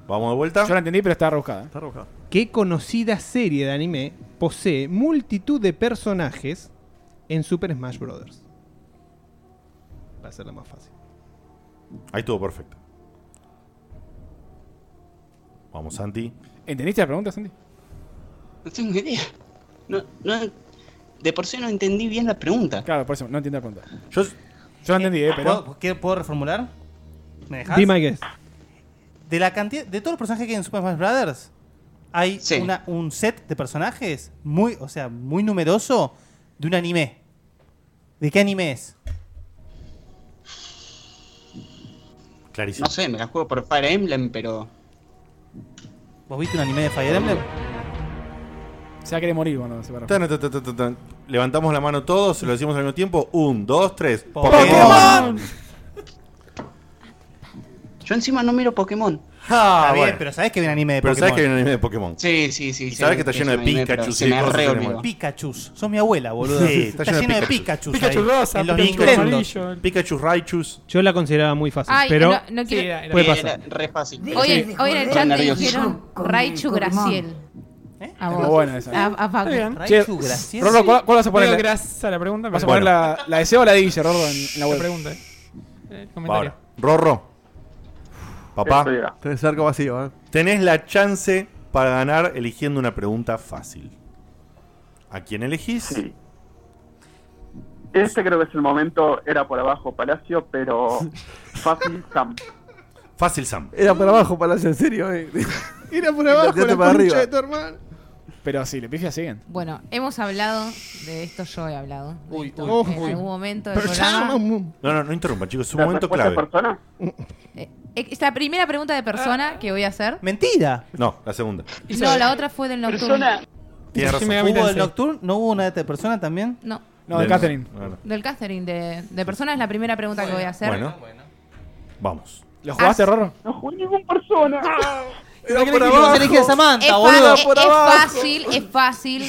[SPEAKER 1] Vamos de vuelta.
[SPEAKER 3] Yo la entendí, pero estaba rebuscada.
[SPEAKER 5] Está roja.
[SPEAKER 10] ¿Qué conocida serie de anime posee multitud de personajes en Super Smash Bros.? Para hacerla más fácil.
[SPEAKER 1] Ahí estuvo perfecto. Vamos, Santi.
[SPEAKER 3] ¿Entendiste la pregunta, Santi?
[SPEAKER 16] No tengo idea. No, no- de por sí no entendí bien la pregunta.
[SPEAKER 3] Claro, por eso no entiendo la pregunta.
[SPEAKER 1] Yo,
[SPEAKER 3] Yo la entendí, eh, pero.
[SPEAKER 2] ¿Puedo, qué- puedo reformular? ¿Me dejas?
[SPEAKER 10] Be my guest.
[SPEAKER 2] De la cantidad de todos los personajes que hay en Super Smash Brothers, hay
[SPEAKER 16] Sí.
[SPEAKER 2] una- un set de personajes muy, o sea, muy numeroso de un anime. ¿De qué anime es?
[SPEAKER 1] clarísimo.
[SPEAKER 16] No sé, me la juego por Fire Emblem, pero.
[SPEAKER 2] ¿Vos viste un anime de Fire Emblem?
[SPEAKER 3] Se va a querer morir cuando se para.
[SPEAKER 1] Tan, tan, tan, tan, tan. Levantamos la mano todos, lo decimos al mismo tiempo. Un, dos, tres.
[SPEAKER 2] Pokémon.
[SPEAKER 16] Yo encima no miro Pokémon.
[SPEAKER 2] Ah,
[SPEAKER 1] Ah,
[SPEAKER 2] bien,
[SPEAKER 1] bueno.
[SPEAKER 2] pero sabés que viene anime de
[SPEAKER 1] Pero sabes
[SPEAKER 2] Pokémon.
[SPEAKER 1] que hay un anime de Pokémon.
[SPEAKER 16] Sí, sí, sí.
[SPEAKER 1] Y sabes que está lleno de Pikachu,
[SPEAKER 16] Pikachu,
[SPEAKER 1] sí,
[SPEAKER 16] Se me
[SPEAKER 1] cosas que
[SPEAKER 16] re
[SPEAKER 1] tenemos.
[SPEAKER 16] olvidó.
[SPEAKER 2] Pikachu. Sos mi abuela, boludo.
[SPEAKER 1] Sí,
[SPEAKER 2] está, lleno de Pikachu.
[SPEAKER 7] Pikachu rosa,
[SPEAKER 2] en los
[SPEAKER 7] Pikachu
[SPEAKER 2] Nintendo.
[SPEAKER 7] amarillo.
[SPEAKER 1] Pikachu Raichus.
[SPEAKER 10] Yo la consideraba muy fácil,
[SPEAKER 6] Ay,
[SPEAKER 10] pero
[SPEAKER 6] no, no
[SPEAKER 7] Sí,
[SPEAKER 6] quiero-
[SPEAKER 7] era- era-
[SPEAKER 10] Puede pasar.
[SPEAKER 16] Era re fácil. pero
[SPEAKER 6] Hoy,
[SPEAKER 16] sí.
[SPEAKER 6] en, hoy en el
[SPEAKER 16] Re
[SPEAKER 6] chat te
[SPEAKER 16] nervioso.
[SPEAKER 6] dijeron Raichu Graciel.
[SPEAKER 2] ¿Eh?
[SPEAKER 6] A
[SPEAKER 3] Está
[SPEAKER 6] vos.
[SPEAKER 3] buena esa.
[SPEAKER 6] A, a Facu.
[SPEAKER 7] Está bien.
[SPEAKER 3] Che,
[SPEAKER 2] ah, Raichu, gracias.
[SPEAKER 3] Rorro, ¿cuál, cuál vas a poner?
[SPEAKER 7] Bueno,
[SPEAKER 3] ¿La,
[SPEAKER 7] gracias a la pregunta.
[SPEAKER 3] ¿Vas a
[SPEAKER 7] pero-
[SPEAKER 3] poner la, la de Seba o la de Guille, Rorro, en, en la
[SPEAKER 7] la
[SPEAKER 3] web?
[SPEAKER 7] pregunta. eh. El comentario.
[SPEAKER 1] Ahora, Rorro. Papá,
[SPEAKER 15] Eso era.
[SPEAKER 5] Tenés arco vacío, ¿eh?
[SPEAKER 1] tenés la chance para ganar eligiendo una pregunta fácil. ¿A quién elegís?
[SPEAKER 15] Sí. Este creo que es el momento, era por abajo Palacio,
[SPEAKER 2] [laughs]
[SPEAKER 15] pero fácil Sam.
[SPEAKER 1] Fácil Sam.
[SPEAKER 5] Era para abajo, Palacio, en serio. eh.
[SPEAKER 3] Era por
[SPEAKER 5] abajo,
[SPEAKER 3] abajo
[SPEAKER 5] Tiraste
[SPEAKER 3] la
[SPEAKER 5] la para concha arriba.
[SPEAKER 3] de
[SPEAKER 5] de
[SPEAKER 3] tu hermano. Pero sí, le pifia siguen.
[SPEAKER 6] Bueno, hemos hablado de esto, yo he hablado. de esto
[SPEAKER 3] uy,
[SPEAKER 6] en
[SPEAKER 3] uy.
[SPEAKER 6] algún momento del
[SPEAKER 1] Pero ya
[SPEAKER 6] programa.
[SPEAKER 1] No, no, no interrumpan, chicos, es un
[SPEAKER 15] ¿La
[SPEAKER 1] momento
[SPEAKER 15] respuesta
[SPEAKER 1] clave.
[SPEAKER 15] de persona?
[SPEAKER 6] Eh, Es la primera pregunta de
[SPEAKER 2] Ah.
[SPEAKER 6] persona que voy a hacer.
[SPEAKER 2] Mentira.
[SPEAKER 1] No, la segunda.
[SPEAKER 6] No, la otra fue del nocturno.
[SPEAKER 2] Persona.
[SPEAKER 1] Tiene razón.
[SPEAKER 2] ¿Hubo el Nocturne? ¿No hubo una de persona también?
[SPEAKER 6] No.
[SPEAKER 2] No,
[SPEAKER 1] de Del-
[SPEAKER 2] Catherine.
[SPEAKER 1] Catherine. Bueno.
[SPEAKER 6] Del Catherine, de, de persona es la primera pregunta que voy a hacer.
[SPEAKER 1] Bueno, vamos.
[SPEAKER 3] ¿Lo
[SPEAKER 6] jugaste,
[SPEAKER 3] Rorro?
[SPEAKER 15] No jugué ningún persona.
[SPEAKER 2] Ah. Era por abajo. Tenés que ir a Samantha,
[SPEAKER 6] es, fa-
[SPEAKER 2] boludo.
[SPEAKER 6] es-
[SPEAKER 2] Por
[SPEAKER 6] es
[SPEAKER 2] abajo.
[SPEAKER 6] fácil, es fácil.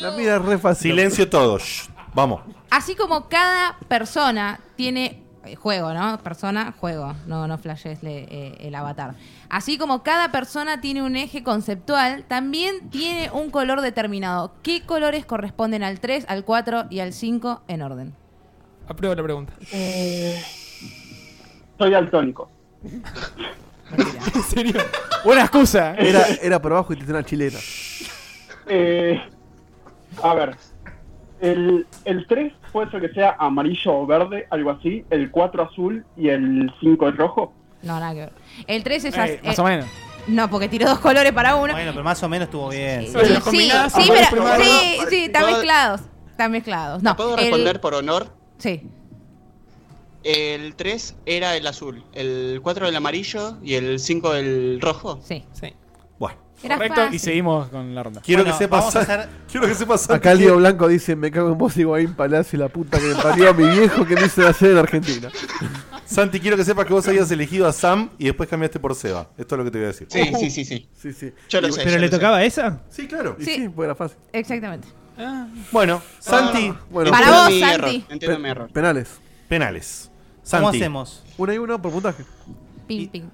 [SPEAKER 5] La mira re fácil.
[SPEAKER 1] Silencio todos. shh. Vamos.
[SPEAKER 6] Así como cada persona tiene eh, juego, ¿no? Persona, juego, no, no flashes le- eh, el avatar. Así como cada persona tiene un eje conceptual, también tiene un color determinado. ¿Qué colores corresponden al 3, al 4 y al Eh, 5 en orden?
[SPEAKER 7] Apruebo la pregunta.
[SPEAKER 15] Soy
[SPEAKER 7] [laughs]
[SPEAKER 15] altónico.
[SPEAKER 6] ¿En
[SPEAKER 7] serio?
[SPEAKER 3] Buena excusa.
[SPEAKER 5] Era, era por abajo y te tenía una chilena.
[SPEAKER 15] Eh, a ver. El, el 3 puede ser que sea amarillo o verde, algo así. El 4 azul y el 5 rojo.
[SPEAKER 6] No, nada que ver. El 3 es...
[SPEAKER 15] Eh,
[SPEAKER 6] az-
[SPEAKER 15] más
[SPEAKER 6] eh,
[SPEAKER 15] o menos.
[SPEAKER 6] No, porque tiró dos colores para uno.
[SPEAKER 2] Bueno, pero más o menos estuvo bien.
[SPEAKER 6] Sí, sí, sí, pero- sí, sí, están mezclados. Están mezclados. No,
[SPEAKER 16] ¿Puedo
[SPEAKER 6] el-
[SPEAKER 16] responder por honor?
[SPEAKER 6] Sí.
[SPEAKER 16] El 3 era el azul, el 4 el amarillo y el 5 el rojo.
[SPEAKER 6] Sí.
[SPEAKER 7] sí.
[SPEAKER 1] Bueno.
[SPEAKER 6] Era
[SPEAKER 3] Correcto,
[SPEAKER 6] fácil.
[SPEAKER 3] y seguimos con la ronda.
[SPEAKER 1] Quiero que sepas.
[SPEAKER 2] vamos a
[SPEAKER 1] [laughs]
[SPEAKER 2] hacer-
[SPEAKER 1] Quiero que sepas.
[SPEAKER 5] Acá el Lío Blanco dice: Me cago en vos, Higuaín Palacio, la puta que me parió a mi viejo que me hizo nacer en Argentina.
[SPEAKER 1] Santi, quiero que sepas que vos habías elegido a Sam y después cambiaste por Seba. Esto es lo que te voy a decir.
[SPEAKER 16] Sí, sí, sí, sí.
[SPEAKER 5] sí, sí.
[SPEAKER 16] Yo lo sé.
[SPEAKER 10] ¿Pero
[SPEAKER 16] yo
[SPEAKER 10] le
[SPEAKER 16] lo sé.
[SPEAKER 10] tocaba esa?
[SPEAKER 1] Sí, claro.
[SPEAKER 6] Sí.
[SPEAKER 5] sí, pues era fácil.
[SPEAKER 6] Exactamente.
[SPEAKER 1] Bueno, Santi.
[SPEAKER 5] Bueno,
[SPEAKER 6] Para
[SPEAKER 5] pero-
[SPEAKER 6] vos, Mi Santi. error, entiendo
[SPEAKER 5] Pe-
[SPEAKER 1] mi error.
[SPEAKER 5] Penales.
[SPEAKER 1] Penales. Santi.
[SPEAKER 2] ¿Cómo hacemos?
[SPEAKER 5] Una y una por puntaje.
[SPEAKER 6] Ping, ping.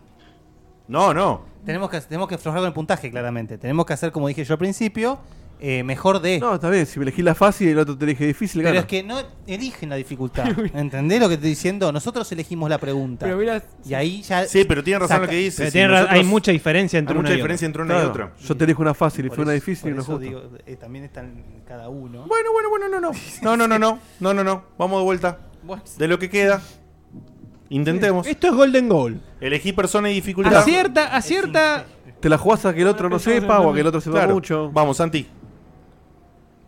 [SPEAKER 1] No, no.
[SPEAKER 2] Tenemos que, tenemos que aflojar con el puntaje, claramente. Tenemos que hacer, como dije yo al principio, eh, mejor de.
[SPEAKER 5] No, está bien. Si me elegís la fácil y el otro te elige difícil,
[SPEAKER 2] pero
[SPEAKER 5] gana.
[SPEAKER 2] es que no eligen
[SPEAKER 10] [laughs]
[SPEAKER 2] la dificultad. [laughs] ¿Entendés lo que estoy diciendo? Nosotros elegimos la pregunta.
[SPEAKER 7] Pero mira-
[SPEAKER 2] y ahí ya.
[SPEAKER 1] Sí, pero tiene razón
[SPEAKER 2] saca-
[SPEAKER 1] lo que dice.
[SPEAKER 10] Pero tiene ra- hay mucha diferencia entre
[SPEAKER 1] hay
[SPEAKER 10] una
[SPEAKER 1] mucha
[SPEAKER 10] y otra.
[SPEAKER 1] diferencia entre una y
[SPEAKER 5] Claro,
[SPEAKER 1] otra.
[SPEAKER 5] Yo te elijo una fácil y fue una
[SPEAKER 2] eso-
[SPEAKER 5] difícil
[SPEAKER 2] por
[SPEAKER 5] y una
[SPEAKER 2] eso
[SPEAKER 5] justa.
[SPEAKER 2] digo, eh, también están cada uno.
[SPEAKER 1] Bueno, bueno, bueno, no, no. No, no, no, no. No, no, no. Vamos de vuelta.
[SPEAKER 2] Bueno.
[SPEAKER 1] De lo que queda. Intentemos.
[SPEAKER 10] Esto es Golden Goal.
[SPEAKER 1] Elegí persona y dificultad.
[SPEAKER 10] Acierta, acierta.
[SPEAKER 5] Te la jugás a que el otro no sepa o a que el otro sepa
[SPEAKER 1] Claro.
[SPEAKER 5] mucho.
[SPEAKER 1] Vamos, Santi.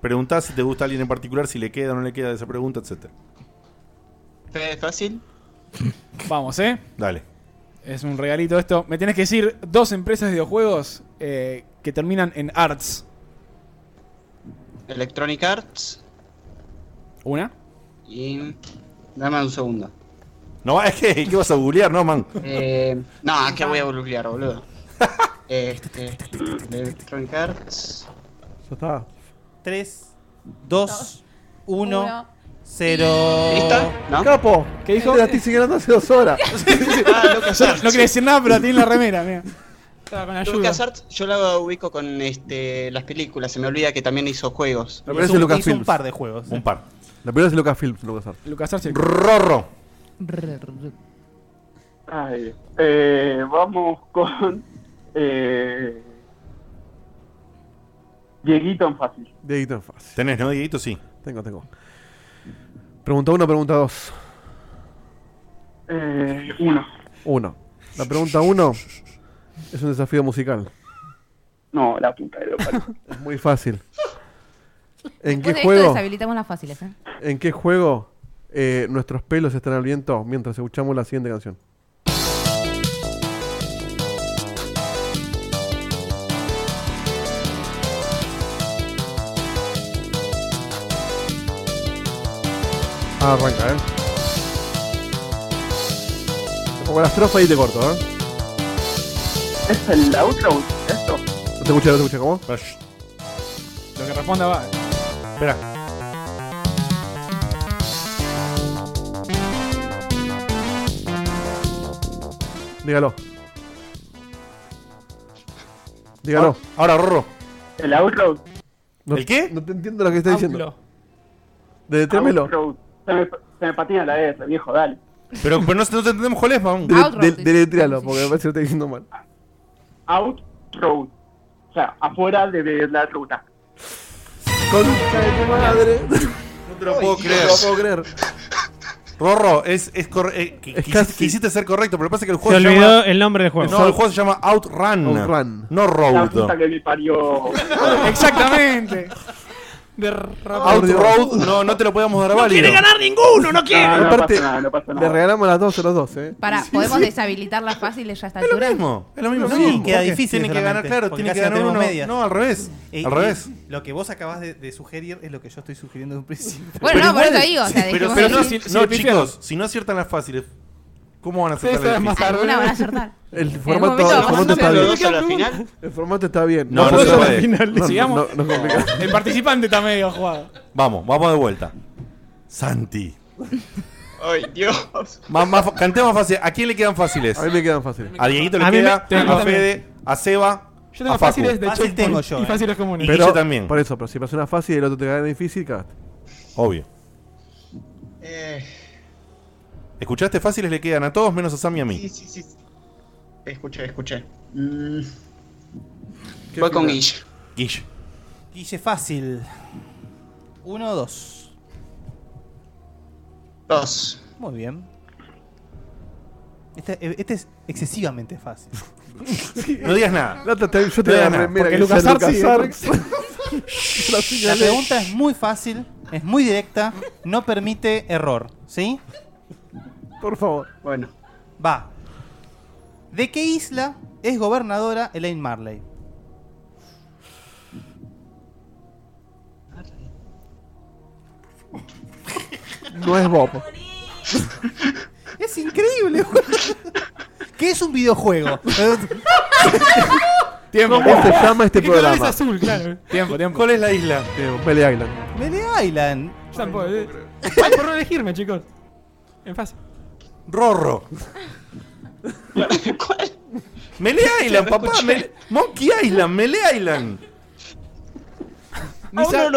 [SPEAKER 1] Preguntá si te gusta alguien en particular, si le queda o no le queda esa pregunta, etc.
[SPEAKER 16] ¿Fue fácil?
[SPEAKER 3] [laughs] Vamos, ¿eh?
[SPEAKER 1] Dale.
[SPEAKER 3] Es un regalito esto. Me tienes que decir dos empresas de videojuegos eh, que terminan en arts.
[SPEAKER 16] Electronic Arts
[SPEAKER 3] Una.
[SPEAKER 16] y... Dame un segundo.
[SPEAKER 1] No, es que, ¿qué vas a googlear, no, man?
[SPEAKER 16] Eh, no, que voy a googlear,
[SPEAKER 1] [laughs]
[SPEAKER 16] boludo. Este, Electronic Arts...
[SPEAKER 5] Ya está.
[SPEAKER 2] 3, 2, 1,
[SPEAKER 6] uno.
[SPEAKER 2] 0.
[SPEAKER 16] ¿Listo? ¿No?
[SPEAKER 5] Capo,
[SPEAKER 3] ¿Qué dijo?
[SPEAKER 5] la estoy señalando hace dos horas.
[SPEAKER 16] Ah, Lucas
[SPEAKER 3] Yo no
[SPEAKER 16] Arts.
[SPEAKER 3] quería decir nada, pero tiene la remera, mira.
[SPEAKER 7] Estaba con ayuda.
[SPEAKER 16] Lucas Arts yo la ubico con este, las películas, se me olvida que también hizo juegos.
[SPEAKER 5] La primera es Lucasfilms.
[SPEAKER 2] un par de juegos.
[SPEAKER 1] Un par.
[SPEAKER 5] La primera es Lucasfilms, LucasArts.
[SPEAKER 3] Lucas Arce.
[SPEAKER 1] Rorro.
[SPEAKER 15] Ay, eh, vamos con... Eh, Dieguito en fácil.
[SPEAKER 5] Dieguito en fácil.
[SPEAKER 1] ¿Tenés, no, Dieguito? Sí.
[SPEAKER 5] Tengo, tengo. Pregunta uno, pregunta dos.
[SPEAKER 15] Eh, uno.
[SPEAKER 5] Uno. La pregunta uno es un desafío musical.
[SPEAKER 15] No, la puta de lo
[SPEAKER 5] [laughs]
[SPEAKER 15] parió.
[SPEAKER 5] Es muy fácil. ¿En
[SPEAKER 6] Después de
[SPEAKER 5] qué
[SPEAKER 6] esto
[SPEAKER 5] juego?
[SPEAKER 6] deshabilitamos las fáciles, ¿eh?
[SPEAKER 5] ¿En qué juego eh, nuestros pelos están al viento mientras escuchamos la siguiente canción? Ah, arranca, ¿eh? Te pongo la estrofa y te corto, ¿eh?
[SPEAKER 15] ¿Es el outro? ¿Esto?
[SPEAKER 5] No te escuché, no te escuché, ¿cómo?
[SPEAKER 1] Pero, shh,
[SPEAKER 3] Lo que responda va.
[SPEAKER 1] Espera.
[SPEAKER 5] Dígalo. Dígalo.
[SPEAKER 1] Ahora, Rorro.
[SPEAKER 15] ¿El outro?
[SPEAKER 5] No-
[SPEAKER 1] ¿El qué?
[SPEAKER 5] No te entiendo lo que estás diciendo.
[SPEAKER 7] Outlaw.
[SPEAKER 5] Detémelo.
[SPEAKER 15] Outro. Ah, Se me, se me patina la S, viejo, dale.
[SPEAKER 1] Pero, pero no, no te entendemos cuál es, man.
[SPEAKER 5] Dele-
[SPEAKER 6] Outro,
[SPEAKER 5] del-
[SPEAKER 6] sí.
[SPEAKER 5] Deletréalo, porque me parece que lo está diciendo mal.
[SPEAKER 15] Out road. O sea, afuera de la ruta.
[SPEAKER 5] Concha de tu madre.
[SPEAKER 1] No te lo puedo creer.
[SPEAKER 5] No lo puedo creer.
[SPEAKER 1] Rorro, es, es corre- eh, que- quisi- quisiste ser correcto, pero pasa que el
[SPEAKER 10] Se
[SPEAKER 1] juego se
[SPEAKER 10] olvidó
[SPEAKER 1] llama-
[SPEAKER 10] el nombre del juego.
[SPEAKER 1] No, el juego se llama Outrun.
[SPEAKER 5] Outrun.
[SPEAKER 1] No
[SPEAKER 15] La
[SPEAKER 1] Road.
[SPEAKER 15] puta que me
[SPEAKER 1] [laughs]
[SPEAKER 15] parió.
[SPEAKER 3] Exactamente.
[SPEAKER 1] Outroad, no, no te lo podíamos dar válido.
[SPEAKER 10] ninguno, no
[SPEAKER 1] quiere.
[SPEAKER 5] No,
[SPEAKER 1] No, no
[SPEAKER 5] aparte,
[SPEAKER 1] pasa nada, no pasa nada.
[SPEAKER 5] Le regalamos las dos a los dos, eh.
[SPEAKER 6] Para, ¿podemos deshabilitar las fáciles ya a esta
[SPEAKER 1] Es lo
[SPEAKER 6] altura?
[SPEAKER 1] mismo. Es lo mismo.
[SPEAKER 2] No,
[SPEAKER 1] sí,
[SPEAKER 2] ¿por
[SPEAKER 1] queda
[SPEAKER 2] qué?
[SPEAKER 1] difícil. Tiene que ganar,
[SPEAKER 2] Sinceramente,
[SPEAKER 1] claro.
[SPEAKER 2] porque
[SPEAKER 1] Tiene que
[SPEAKER 2] casi no
[SPEAKER 1] ganar uno.
[SPEAKER 2] tenemos medias.
[SPEAKER 1] No, al revés.
[SPEAKER 2] Eh,
[SPEAKER 1] al
[SPEAKER 2] y
[SPEAKER 1] revés.
[SPEAKER 2] Lo que vos acabas de, de sugerir es lo que yo estoy sugiriendo de un principio.
[SPEAKER 6] Bueno, no, por eso digo. O sea,
[SPEAKER 1] Pero,
[SPEAKER 6] dijimos
[SPEAKER 1] pero no,
[SPEAKER 6] así.
[SPEAKER 1] si- no, chicos, si no aciertan las fáciles, ¿cómo van a acertar
[SPEAKER 6] eso
[SPEAKER 1] las
[SPEAKER 6] es más
[SPEAKER 1] difíciles?
[SPEAKER 6] Alguna van a acertar. En
[SPEAKER 5] El
[SPEAKER 6] algún
[SPEAKER 5] formato,
[SPEAKER 6] momento
[SPEAKER 5] el
[SPEAKER 6] vamos
[SPEAKER 5] formato
[SPEAKER 6] a
[SPEAKER 5] está
[SPEAKER 6] hacer
[SPEAKER 5] bien.
[SPEAKER 6] los dos a la final.
[SPEAKER 5] El formato está bien.
[SPEAKER 1] No, no se
[SPEAKER 5] podemos
[SPEAKER 1] puede.
[SPEAKER 5] a la final.
[SPEAKER 1] No,
[SPEAKER 5] Sigamos.
[SPEAKER 1] no, no, no complicamos.
[SPEAKER 3] El participante está medio jugado.
[SPEAKER 1] Vamos, vamos de vuelta. Santi.
[SPEAKER 16] Ay, Dios.
[SPEAKER 1] Más, más, fa- cantemos fácil. ¿A quién le quedan fáciles? A
[SPEAKER 5] mí me quedan fáciles.
[SPEAKER 1] A Dieguito le
[SPEAKER 5] A mí me-
[SPEAKER 1] queda,
[SPEAKER 5] tengo-
[SPEAKER 1] a Fede, a Seba.
[SPEAKER 5] Yo tengo
[SPEAKER 1] a Facu.
[SPEAKER 5] fáciles de Fácil checkpoint tengo yo, y eh. fáciles
[SPEAKER 1] Y
[SPEAKER 5] comunes.
[SPEAKER 1] Guille
[SPEAKER 5] Pero-
[SPEAKER 1] también.
[SPEAKER 5] Por eso, pero si pasó una fácil y el otro te gana difícil, cagaste.
[SPEAKER 1] Obvio.
[SPEAKER 16] Eh,
[SPEAKER 1] ¿Escuchaste? Fáciles le quedan a todos menos a Sam y a mí.
[SPEAKER 16] sí, sí, sí. Escuché, escuché. Mm. Voy con
[SPEAKER 2] opinas?
[SPEAKER 16] Guille.
[SPEAKER 1] Guille.
[SPEAKER 2] Guille fácil. Uno o dos.
[SPEAKER 16] Dos.
[SPEAKER 2] Muy bien. Este, este es excesivamente [laughs] fácil.
[SPEAKER 1] No digas nada.
[SPEAKER 5] No, te- te- yo te voy
[SPEAKER 1] No
[SPEAKER 5] a
[SPEAKER 1] digas
[SPEAKER 5] dar
[SPEAKER 1] nada,
[SPEAKER 5] remera
[SPEAKER 1] porque
[SPEAKER 5] que dice
[SPEAKER 1] LucasArts sí,
[SPEAKER 5] LucasArts. [laughs]
[SPEAKER 2] La
[SPEAKER 5] señalé.
[SPEAKER 2] pregunta es muy fácil, es muy directa, no permite error, ¿sí?
[SPEAKER 5] Por favor.
[SPEAKER 16] Bueno.
[SPEAKER 2] Va. ¿De qué isla es gobernadora Elaine Marley?
[SPEAKER 5] No es Bob.
[SPEAKER 2] Es increíble, ¿Qué es un videojuego?
[SPEAKER 3] Tiempo.
[SPEAKER 5] ¿Cómo se llama este programa?
[SPEAKER 3] Tiempo, tiempo.
[SPEAKER 1] ¿Cuál es la isla?
[SPEAKER 5] Tiempo, Pele Island.
[SPEAKER 2] Melee Island.
[SPEAKER 7] Yo tampoco. eh.
[SPEAKER 3] [laughs]
[SPEAKER 7] Ay, por no elegirme, chicos. En fase.
[SPEAKER 1] Rorro. Melee Island, papá. Mele- Monkey Island, Melee Island.
[SPEAKER 3] Ni sabe,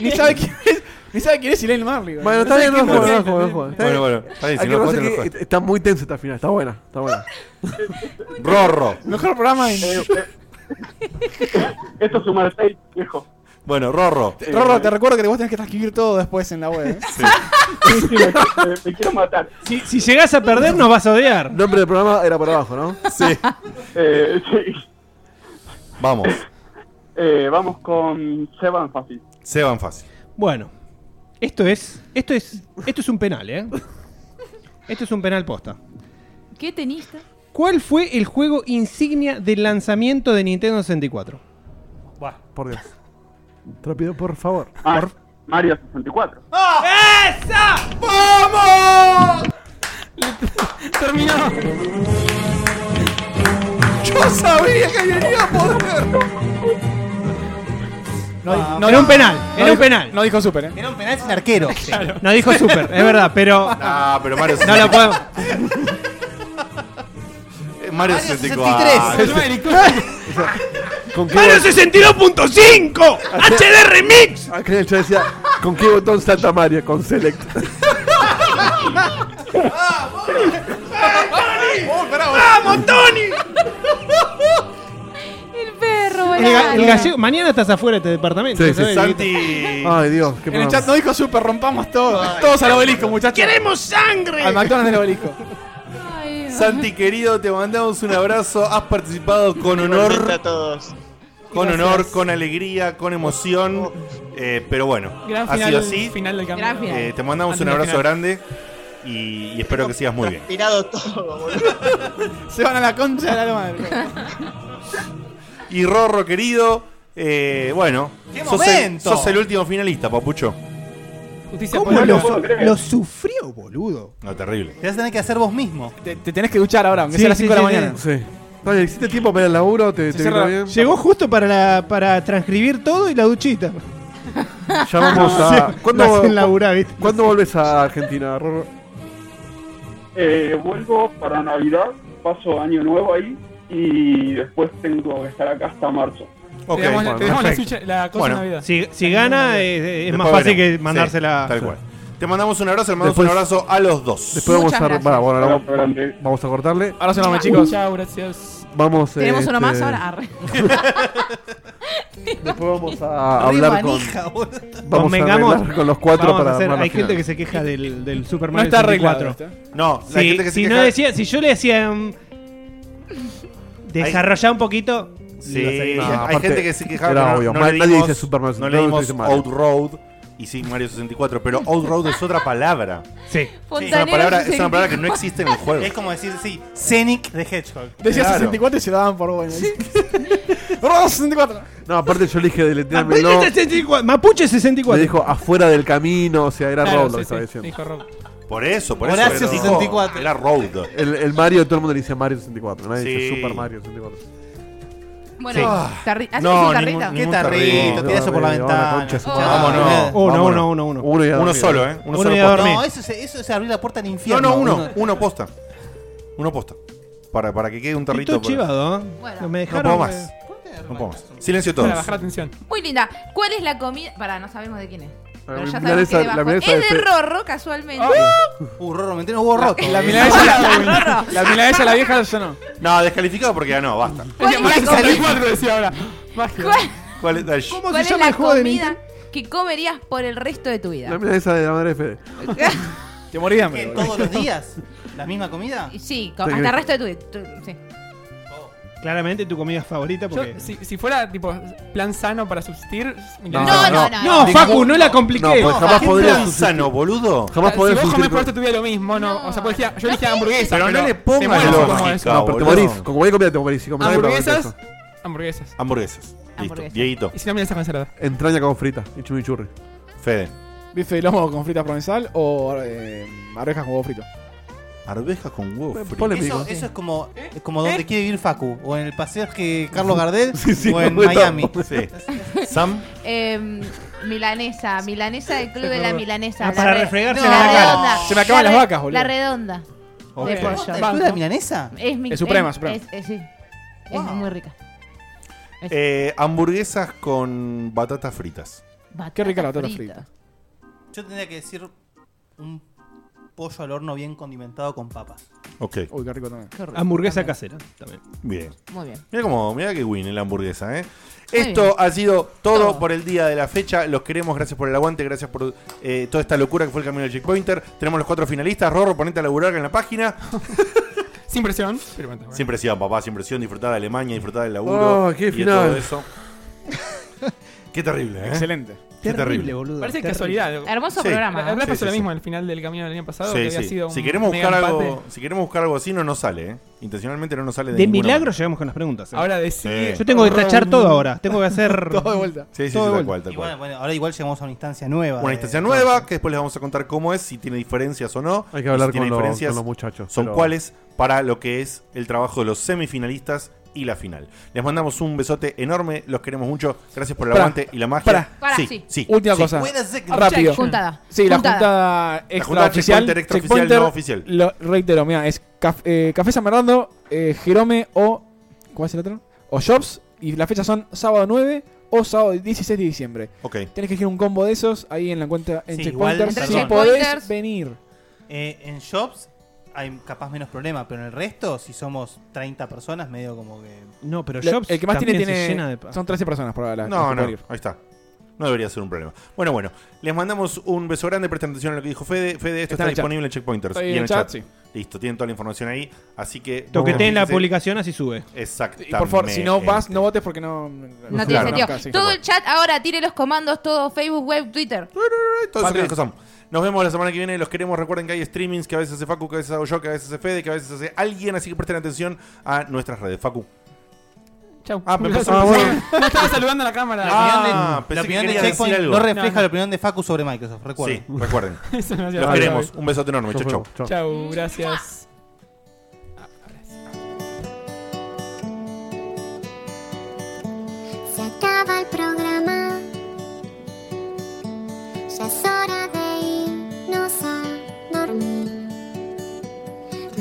[SPEAKER 3] Ni sabe quién es, ni sabe quién es Elaine Marley.
[SPEAKER 5] Bueno, está bien, no
[SPEAKER 3] sabe quién
[SPEAKER 5] juego,
[SPEAKER 3] es.
[SPEAKER 5] no juego, no juego. Está
[SPEAKER 1] Bueno,
[SPEAKER 5] bien.
[SPEAKER 1] bueno, está bien, si
[SPEAKER 5] Hay
[SPEAKER 1] no
[SPEAKER 5] que
[SPEAKER 1] jugaste,
[SPEAKER 5] reconocer
[SPEAKER 1] no
[SPEAKER 5] que Está muy tenso esta final, está buena, está [laughs] buena.
[SPEAKER 1] Rorro.
[SPEAKER 3] Mejor programa en...
[SPEAKER 15] Eh, Esto es sumar 6, viejo.
[SPEAKER 1] Bueno, Rorro.
[SPEAKER 5] Eh,
[SPEAKER 3] Rorro, te recuerdo que vos tenés que transcribir todo después en la web. ¿eh?
[SPEAKER 15] Me, me quiero matar.
[SPEAKER 10] Si, si llegas a perder, nos vas a odiar.
[SPEAKER 5] Nombre del programa era para abajo, ¿no?
[SPEAKER 1] Sí.
[SPEAKER 15] Eh, sí.
[SPEAKER 1] Vamos,
[SPEAKER 15] Eh, vamos con Seban Fácil.
[SPEAKER 1] Seban fácil.
[SPEAKER 10] Bueno, esto es, esto es, esto es un penal, ¿eh? Esto es un penal posta.
[SPEAKER 6] ¿Qué tenista?
[SPEAKER 10] ¿Cuál fue el juego insignia del lanzamiento de Nintendo 64?
[SPEAKER 5] Por Dios. Te lo pido, por favor.
[SPEAKER 15] Ah, Mario 64.
[SPEAKER 10] ¡Esa! ¡Vamos!
[SPEAKER 7] Terminó.
[SPEAKER 1] Yo sabía que venía a poder.
[SPEAKER 3] [laughs] No,
[SPEAKER 10] Era un penal, era un penal.
[SPEAKER 3] No dijo super, ¿eh?
[SPEAKER 2] Era un penal sin
[SPEAKER 3] [laughs]
[SPEAKER 2] arquero.
[SPEAKER 10] No dijo super, es verdad, pero
[SPEAKER 1] Ah, pero Mario
[SPEAKER 10] no lo podemos.
[SPEAKER 1] Eh, Mario 64.
[SPEAKER 5] ¿Con qué
[SPEAKER 10] ¡Mario
[SPEAKER 5] bot-
[SPEAKER 1] [laughs]
[SPEAKER 5] Ah,
[SPEAKER 10] 62.5! ¡HD Remix!
[SPEAKER 5] Acá en el chat decía, ¿con qué botón salta Mario? Con Select.
[SPEAKER 10] ¡Vamos, Tony!
[SPEAKER 6] El perro,
[SPEAKER 10] El, ga- el
[SPEAKER 6] boludo.
[SPEAKER 10] gallego- mañana estás afuera de este departamento.
[SPEAKER 5] Sí,
[SPEAKER 10] ya sabes, Dieguito. Ah,
[SPEAKER 5] Ay, Dios, qué
[SPEAKER 3] En el
[SPEAKER 5] programa.
[SPEAKER 3] chat no dijo super, rompamos todo. Todos al obelisco, muchachos.
[SPEAKER 10] ¡Queremos sangre!
[SPEAKER 3] Al McDonald's del obelisco.
[SPEAKER 1] Santi querido, te mandamos un abrazo. Has participado con honor.
[SPEAKER 16] a todos.
[SPEAKER 1] Con
[SPEAKER 7] Gracias.
[SPEAKER 1] honor, con alegría, con emoción.
[SPEAKER 16] Oh.
[SPEAKER 1] Eh, pero bueno,
[SPEAKER 7] Gran
[SPEAKER 1] ha
[SPEAKER 7] final,
[SPEAKER 1] sido así.
[SPEAKER 7] final del campeonato.
[SPEAKER 6] Gran final.
[SPEAKER 1] Eh, te mandamos
[SPEAKER 7] Antes
[SPEAKER 1] un
[SPEAKER 7] del
[SPEAKER 1] abrazo
[SPEAKER 7] final.
[SPEAKER 1] grande y, y espero que sigas muy
[SPEAKER 16] [laughs]
[SPEAKER 1] bien.
[SPEAKER 16] Tirado todo, boludo.
[SPEAKER 3] [laughs] Se van a la concha de la madre.
[SPEAKER 16] [laughs]
[SPEAKER 1] Y Rorro, querido, eh, bueno,
[SPEAKER 2] ¡Qué
[SPEAKER 1] sos el,
[SPEAKER 2] momento!
[SPEAKER 1] sos el último finalista, papucho.
[SPEAKER 7] Justicia
[SPEAKER 10] ¿Cómo
[SPEAKER 7] por
[SPEAKER 10] lo,
[SPEAKER 7] Lolo.
[SPEAKER 10] su- lo sufrió, boludo?
[SPEAKER 1] No, terrible.
[SPEAKER 2] Te vas a tener que hacer vos mismo.
[SPEAKER 3] Te, te tenés que duchar ahora, aunque
[SPEAKER 10] Sí,
[SPEAKER 3] sea a las
[SPEAKER 10] sí,
[SPEAKER 3] 5 de la
[SPEAKER 10] sí,
[SPEAKER 3] mañana.
[SPEAKER 5] Sí. Dale, ¿hiciste tiempo para el laburo? ¿Te, te
[SPEAKER 3] cierra
[SPEAKER 5] vino
[SPEAKER 3] la-
[SPEAKER 5] bien?
[SPEAKER 10] Llegó justo para, la- para transcribir todo y la duchita.
[SPEAKER 5] [laughs] Llamamos a.
[SPEAKER 10] Sí,
[SPEAKER 5] ¿Cuándo,
[SPEAKER 10] lo hacen laburar, ¿viste?
[SPEAKER 5] ¿cuándo volvés a Argentina, Rorro?
[SPEAKER 15] Eh, vuelvo para Navidad, paso año nuevo ahí y después tengo que estar acá hasta marzo.
[SPEAKER 1] Ok,
[SPEAKER 7] te damos, la- te damos la,
[SPEAKER 1] perfecto.
[SPEAKER 7] switch- la cosa
[SPEAKER 1] Bueno.
[SPEAKER 7] de Navidad.
[SPEAKER 10] Si, si gana, eh, eh, es, más
[SPEAKER 1] Después
[SPEAKER 10] fácil
[SPEAKER 1] veremos.
[SPEAKER 10] que mandársela.
[SPEAKER 1] Sí, tal cual. Te mandamos un abrazo, le mandamos un
[SPEAKER 5] Después-
[SPEAKER 1] abrazo a los dos.
[SPEAKER 5] Después vamos
[SPEAKER 6] Muchas
[SPEAKER 5] a.
[SPEAKER 6] gracias.
[SPEAKER 5] Bueno, bueno,
[SPEAKER 15] Para
[SPEAKER 5] vamos,
[SPEAKER 15] grande.
[SPEAKER 5] vamos a cortarle.
[SPEAKER 3] Ahora se nos vamos, chicos.
[SPEAKER 7] Chao, gracias.
[SPEAKER 1] este,
[SPEAKER 5] Vamos. eh,
[SPEAKER 1] [laughs]
[SPEAKER 7] [laughs]
[SPEAKER 6] Tenemos uno más
[SPEAKER 5] este,
[SPEAKER 6] ahora. Arre.
[SPEAKER 5] Después vamos a hablar con.
[SPEAKER 1] [laughs]
[SPEAKER 5] Vamos a arreglar con los cuatro
[SPEAKER 10] vamos a
[SPEAKER 5] para.
[SPEAKER 10] hacer-
[SPEAKER 5] armar la
[SPEAKER 10] hay gente
[SPEAKER 5] final.
[SPEAKER 10] que se queja del, del Super
[SPEAKER 5] No
[SPEAKER 10] Mario
[SPEAKER 5] está arreglado
[SPEAKER 10] 64.
[SPEAKER 1] ¿eh?
[SPEAKER 5] esto. No, la
[SPEAKER 10] si,
[SPEAKER 5] gente que se
[SPEAKER 10] si
[SPEAKER 5] queja-
[SPEAKER 10] no decía, si yo le decía
[SPEAKER 1] um,
[SPEAKER 10] mm, desarrollá un poquito,
[SPEAKER 1] Sí,
[SPEAKER 10] iba a salir.
[SPEAKER 1] hay gente que se quejaba.
[SPEAKER 5] era
[SPEAKER 1] que
[SPEAKER 5] obvio.
[SPEAKER 1] no,
[SPEAKER 5] Mal-
[SPEAKER 1] le
[SPEAKER 5] nadie
[SPEAKER 1] dimos,
[SPEAKER 5] dice Super Mario
[SPEAKER 1] no
[SPEAKER 5] 64,
[SPEAKER 1] le
[SPEAKER 5] no
[SPEAKER 1] dimos
[SPEAKER 5] dice Mario.
[SPEAKER 1] Outroad y sí Mario 64, pero Outroad es otra palabra.
[SPEAKER 10] Sí.
[SPEAKER 1] Es una,
[SPEAKER 2] Fontanero
[SPEAKER 1] palabra, es una
[SPEAKER 2] 64.
[SPEAKER 1] palabra que no existe en el juego.
[SPEAKER 2] Es como decir, sí, Scenic de Hedgehog.
[SPEAKER 3] Decía
[SPEAKER 5] Claro.
[SPEAKER 3] 64 y se la daban por bueno. ¡Robo 64!
[SPEAKER 5] No, aparte yo le dije
[SPEAKER 10] Mapuche
[SPEAKER 5] deletreármelo.
[SPEAKER 10] 64, Mapuche 64.
[SPEAKER 5] Me dijo afuera del camino, o sea, era
[SPEAKER 10] Claro,
[SPEAKER 5] Road lo
[SPEAKER 10] sí,
[SPEAKER 5] que estaba
[SPEAKER 10] sí,
[SPEAKER 5] diciendo.
[SPEAKER 10] dijo Rob.
[SPEAKER 1] Por eso, por
[SPEAKER 5] Horacio
[SPEAKER 1] eso. pero-
[SPEAKER 5] 64.
[SPEAKER 1] Era Road.
[SPEAKER 5] El, el Mario, todo el mundo le dice Mario 64, nadie
[SPEAKER 1] Sí.
[SPEAKER 5] dice Super Mario 64.
[SPEAKER 6] Bueno,
[SPEAKER 5] Sí.
[SPEAKER 6] tarri- ¿has
[SPEAKER 1] No,
[SPEAKER 6] hecho un
[SPEAKER 1] ningún-
[SPEAKER 6] tarrito?
[SPEAKER 1] ningún tarrito.
[SPEAKER 5] Tira eso por "Oh, la ventana.
[SPEAKER 1] Oh, Vámonos.
[SPEAKER 10] Uno,
[SPEAKER 1] Vámonos.
[SPEAKER 10] Oh, uno, uno, uno.
[SPEAKER 1] Uno,
[SPEAKER 10] y a dormir.
[SPEAKER 1] solo, ¿eh?
[SPEAKER 10] Uno
[SPEAKER 1] Uno,
[SPEAKER 10] y
[SPEAKER 1] solo
[SPEAKER 10] a
[SPEAKER 1] posta.
[SPEAKER 10] dormir.
[SPEAKER 2] No, eso, se- eso es abrir la puerta al
[SPEAKER 1] No,
[SPEAKER 2] infierno.
[SPEAKER 1] no, uno, uno posta. Uno posta. Para, para que quede un tarrito.
[SPEAKER 10] Estoy
[SPEAKER 1] por-
[SPEAKER 10] chivado, ¿eh?
[SPEAKER 6] Bueno.
[SPEAKER 10] Me
[SPEAKER 1] No
[SPEAKER 10] dejaron,
[SPEAKER 1] puedo
[SPEAKER 10] eh,
[SPEAKER 1] más. No puedo más. Silencio todos.
[SPEAKER 7] Para bajar la tensión.
[SPEAKER 6] Muy linda. ¿Cuál es la comida? Para, no sabemos de quién es. Pero
[SPEAKER 5] mi
[SPEAKER 6] ya sabemos
[SPEAKER 5] milanesa-
[SPEAKER 6] que es de
[SPEAKER 5] la
[SPEAKER 6] Vasco.
[SPEAKER 5] milanesa
[SPEAKER 6] es
[SPEAKER 5] de
[SPEAKER 6] de
[SPEAKER 5] Fe-
[SPEAKER 6] Rorro, casualmente.
[SPEAKER 2] Uh, Rorro, me entiendo, hubo roto.
[SPEAKER 3] La
[SPEAKER 2] eh.
[SPEAKER 6] [laughs]
[SPEAKER 3] milanesa la, la milanesa la vieja yo no.
[SPEAKER 1] No, descalificado porque ganó, basta.
[SPEAKER 6] ¿Cuál es [laughs] la
[SPEAKER 3] Mario
[SPEAKER 6] comida?
[SPEAKER 3] 64 decía ahora.
[SPEAKER 6] ¿Cuál-
[SPEAKER 1] ¿Cuál es? Dale.
[SPEAKER 6] ¿Cuál es la comida que comerías por el resto de tu vida?
[SPEAKER 5] La mina esa de la madre de Fede.
[SPEAKER 3] Te morías, me
[SPEAKER 2] ¿Qué, ¿eh? ¿Todos los días? ¿La misma comida?
[SPEAKER 6] Sí, co- hasta el resto de tu vida. Tu- sí.
[SPEAKER 10] Claramente tu
[SPEAKER 1] [laughs]
[SPEAKER 10] comida favorita
[SPEAKER 7] Yo,
[SPEAKER 10] porque.
[SPEAKER 7] si, si fuera tipo plan sano para subsistir,
[SPEAKER 10] No, no, no, no. No, Facu, no la compliqué.
[SPEAKER 5] No, pues
[SPEAKER 10] No,
[SPEAKER 5] jamás
[SPEAKER 10] ¿qué
[SPEAKER 5] podrías.
[SPEAKER 10] plan
[SPEAKER 5] subsistir.
[SPEAKER 1] sano, boludo?
[SPEAKER 5] Jamás
[SPEAKER 7] si
[SPEAKER 5] podés
[SPEAKER 7] vos comés
[SPEAKER 5] subsistir
[SPEAKER 7] por
[SPEAKER 5] con-
[SPEAKER 7] esto tu vida lo mismo, no. O sea, podés decir- yo dije hamburguesas.
[SPEAKER 1] Pero no le
[SPEAKER 7] te
[SPEAKER 1] pongas
[SPEAKER 7] mueres
[SPEAKER 1] lógica,
[SPEAKER 7] como eso.
[SPEAKER 5] No, pero te
[SPEAKER 1] boludo.
[SPEAKER 5] morís. Con cualquier comida te morís. Si comés
[SPEAKER 7] Hamburguesas. Hamburguesas.
[SPEAKER 1] Hamburguesas. Listo.
[SPEAKER 7] Hamburguesas.
[SPEAKER 1] Dieguito.
[SPEAKER 7] Y si no, milanesa con ensalada.
[SPEAKER 5] Entraña con frita y chimichurri.
[SPEAKER 1] Fede.
[SPEAKER 3] ¿Bife de lomo con fritas provenzal o eh, arvejas con huevo frito?
[SPEAKER 1] Arvejas con
[SPEAKER 2] Pues,
[SPEAKER 1] huevo frito.
[SPEAKER 2] Eso, eso es como, es como donde quiere vivir Facu, o en el paseo que Carlos Gardel,
[SPEAKER 1] [laughs] Sí, sí,
[SPEAKER 2] o en
[SPEAKER 1] no, no,
[SPEAKER 2] Miami.
[SPEAKER 1] [laughs] sí. Sam.
[SPEAKER 6] [laughs] Em, milanesa, milanesa del club de la milanesa.
[SPEAKER 10] Ah,
[SPEAKER 6] la
[SPEAKER 10] para
[SPEAKER 6] re-
[SPEAKER 10] refregarse
[SPEAKER 6] la
[SPEAKER 10] en la cara.
[SPEAKER 6] redonda.
[SPEAKER 10] Se me acaban
[SPEAKER 6] La
[SPEAKER 10] las
[SPEAKER 6] re-
[SPEAKER 10] vacas, boludo.
[SPEAKER 6] La redonda.
[SPEAKER 1] Ok.
[SPEAKER 6] De pollo.
[SPEAKER 2] ¿La de milanesa?
[SPEAKER 6] Es mi
[SPEAKER 1] Es suprema,
[SPEAKER 6] es-
[SPEAKER 1] suprema.
[SPEAKER 6] es- es- sí. Es muy rica.
[SPEAKER 1] Eh, hamburguesas con batatas fritas.
[SPEAKER 3] Qué rica la batata frita.
[SPEAKER 2] Yo tendría que decir un pollo al horno bien condimentado con papas.
[SPEAKER 1] Ok.
[SPEAKER 3] Uy, qué rico también.
[SPEAKER 6] Qué rico.
[SPEAKER 10] Hamburguesa casera también.
[SPEAKER 1] Bien.
[SPEAKER 6] Muy bien.
[SPEAKER 1] Mira como, mira que win la hamburguesa, ¿eh?
[SPEAKER 6] Muy
[SPEAKER 1] Esto
[SPEAKER 6] bien.
[SPEAKER 1] ha sido todo, por el día de la fecha. Los queremos, gracias por el aguante, gracias por eh, toda esta locura que fue el camino del checkpointer. Tenemos los cuatro finalistas. Rorro, ponete a laburar en la página.
[SPEAKER 10] [laughs]
[SPEAKER 7] Sin presión. Pero bueno,
[SPEAKER 1] Sin presión, papá, sin presión. Disfrutar de Alemania, disfrutar del laburo.
[SPEAKER 5] Oh, qué
[SPEAKER 1] y de
[SPEAKER 5] final.
[SPEAKER 1] todo
[SPEAKER 7] [laughs]
[SPEAKER 1] eso. qué terrible, ¿eh?
[SPEAKER 3] Excelente.
[SPEAKER 1] Qué terrible,
[SPEAKER 10] boludo.
[SPEAKER 7] Parece
[SPEAKER 10] Terrible.
[SPEAKER 7] casualidad.
[SPEAKER 6] Hermoso Sí. programa,
[SPEAKER 7] La verdad
[SPEAKER 1] ¿eh?
[SPEAKER 7] pasó
[SPEAKER 1] Sí,
[SPEAKER 7] lo
[SPEAKER 1] sí,
[SPEAKER 7] mismo al final del camino del año
[SPEAKER 1] Sí,
[SPEAKER 7] pasado. que había
[SPEAKER 1] sí.
[SPEAKER 7] sido un
[SPEAKER 1] si, queremos
[SPEAKER 7] mega
[SPEAKER 1] buscar algo,
[SPEAKER 7] empate.
[SPEAKER 1] si queremos buscar algo así, no nos sale, ¿eh? Intencionalmente no nos sale de
[SPEAKER 10] De
[SPEAKER 1] ninguna
[SPEAKER 10] milagro
[SPEAKER 1] manera.
[SPEAKER 10] llegamos con las preguntas. eh.
[SPEAKER 7] Ahora decide.
[SPEAKER 1] Sí.
[SPEAKER 10] Yo tengo que tachar todo ahora. Tengo que hacer.
[SPEAKER 3] [laughs] Todo de vuelta.
[SPEAKER 1] Sí, sí, sí,
[SPEAKER 10] Todo
[SPEAKER 1] tal
[SPEAKER 10] bueno.
[SPEAKER 1] cual, tal cual.
[SPEAKER 2] Bueno, bueno, ahora igual llegamos a una instancia nueva.
[SPEAKER 1] Una
[SPEAKER 2] de-
[SPEAKER 1] instancia nueva que después les vamos a contar cómo es, si tiene diferencias o no.
[SPEAKER 5] Hay
[SPEAKER 1] Y
[SPEAKER 5] que hablar
[SPEAKER 1] si tiene
[SPEAKER 5] con los-
[SPEAKER 1] diferencias,
[SPEAKER 5] con los muchachos,
[SPEAKER 1] Son
[SPEAKER 5] pero-
[SPEAKER 1] cuáles para lo que es el trabajo de los semifinalistas y la final. Les mandamos un besote enorme, los queremos mucho. Gracias por el
[SPEAKER 3] Pará,
[SPEAKER 1] aguante y la magia.
[SPEAKER 3] pará.
[SPEAKER 6] Pará,
[SPEAKER 1] sí,
[SPEAKER 6] sí.
[SPEAKER 1] sí,
[SPEAKER 3] Última
[SPEAKER 1] sí.
[SPEAKER 3] cosa.
[SPEAKER 2] Wait a second.
[SPEAKER 3] Rápido.
[SPEAKER 6] Juntada.
[SPEAKER 3] Sí, la
[SPEAKER 6] Juntada.
[SPEAKER 3] juntada
[SPEAKER 1] juntada
[SPEAKER 3] extraoficial.
[SPEAKER 1] Ah, checkpointer, extraoficial,
[SPEAKER 3] checkpointer,
[SPEAKER 1] no oficial.
[SPEAKER 3] Lo reitero, mira, es Caf- eh, Café San Bernardo, eh, Jerome o. ¿Cuál es el otro? O Shops. Y las fechas son sábado 9 o sábado 16 de diciembre.
[SPEAKER 1] Ok.
[SPEAKER 3] Tenés que elegir un combo de esos ahí en la cuenta en
[SPEAKER 2] Sí, igual,
[SPEAKER 3] Checkpointer.
[SPEAKER 2] Entre
[SPEAKER 3] Si
[SPEAKER 6] checkpointers.
[SPEAKER 3] podés venir.
[SPEAKER 2] Eh, en shops hay capaz menos problema, pero en el resto, si somos 30 personas, medio como que.
[SPEAKER 10] No, pero
[SPEAKER 3] Le-
[SPEAKER 10] Jobs
[SPEAKER 3] el que más tiene,
[SPEAKER 10] también se
[SPEAKER 3] tiene.
[SPEAKER 10] llena de pa-
[SPEAKER 3] Son 13 personas por ahora. las- las
[SPEAKER 1] No,
[SPEAKER 3] que
[SPEAKER 1] no,
[SPEAKER 3] pueden ir.
[SPEAKER 1] ahí está. No debería ser un problema. Bueno, bueno, les mandamos un beso grande. Presten atención a lo que dijo Fede. Fede,
[SPEAKER 3] Está
[SPEAKER 1] esto está,
[SPEAKER 3] en el
[SPEAKER 1] disponible en Checkpointers
[SPEAKER 3] Está ahí
[SPEAKER 1] y en el chat. Listo, tienen toda la información ahí. Así que.
[SPEAKER 10] Toqueteen la
[SPEAKER 1] fíjense-
[SPEAKER 10] publicación, así sube.
[SPEAKER 1] Exactamente.
[SPEAKER 3] Y por favor, si no vas,
[SPEAKER 1] este.
[SPEAKER 3] no votes porque no.
[SPEAKER 6] No tiene
[SPEAKER 1] Claro.
[SPEAKER 6] sentido.
[SPEAKER 1] Acá, sí.
[SPEAKER 6] Todo el chat ahora tire los comandos, todo Facebook, web, Twitter.
[SPEAKER 1] Todo eso que
[SPEAKER 3] Patreon.
[SPEAKER 1] dijo Sam. Nos vemos la semana que viene. Los queremos. Recuerden que hay streamings que a veces hace Facu, que a veces hago yo, que a veces hace Fede, que a veces hace alguien. Así que presten atención a nuestras redes. Facu.
[SPEAKER 7] Chau.
[SPEAKER 1] Ah,
[SPEAKER 7] [laughs]
[SPEAKER 1] me empezó-
[SPEAKER 7] No,
[SPEAKER 1] ah, bueno.
[SPEAKER 7] no estaba saludando a la cámara.
[SPEAKER 1] Ah,
[SPEAKER 2] la
[SPEAKER 1] pensé que
[SPEAKER 2] opinión de
[SPEAKER 1] querías decir
[SPEAKER 2] Checkpoint
[SPEAKER 1] algo.
[SPEAKER 2] no refleja
[SPEAKER 7] No, no.
[SPEAKER 2] la opinión de Facu sobre Microsoft, recuerden.
[SPEAKER 1] Sí,
[SPEAKER 3] [laughs]
[SPEAKER 1] recuerden.
[SPEAKER 7] Eso no hacía
[SPEAKER 1] Los
[SPEAKER 7] falta.
[SPEAKER 1] queremos. Un besote enorme. Chau, chau.
[SPEAKER 7] Chau, gracias.
[SPEAKER 17] Se acaba el programa. Ya es hora de irnos a dormir.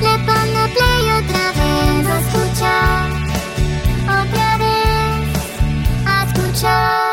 [SPEAKER 17] Le pongo play otra vez a escuchar. Otra vez a escuchar.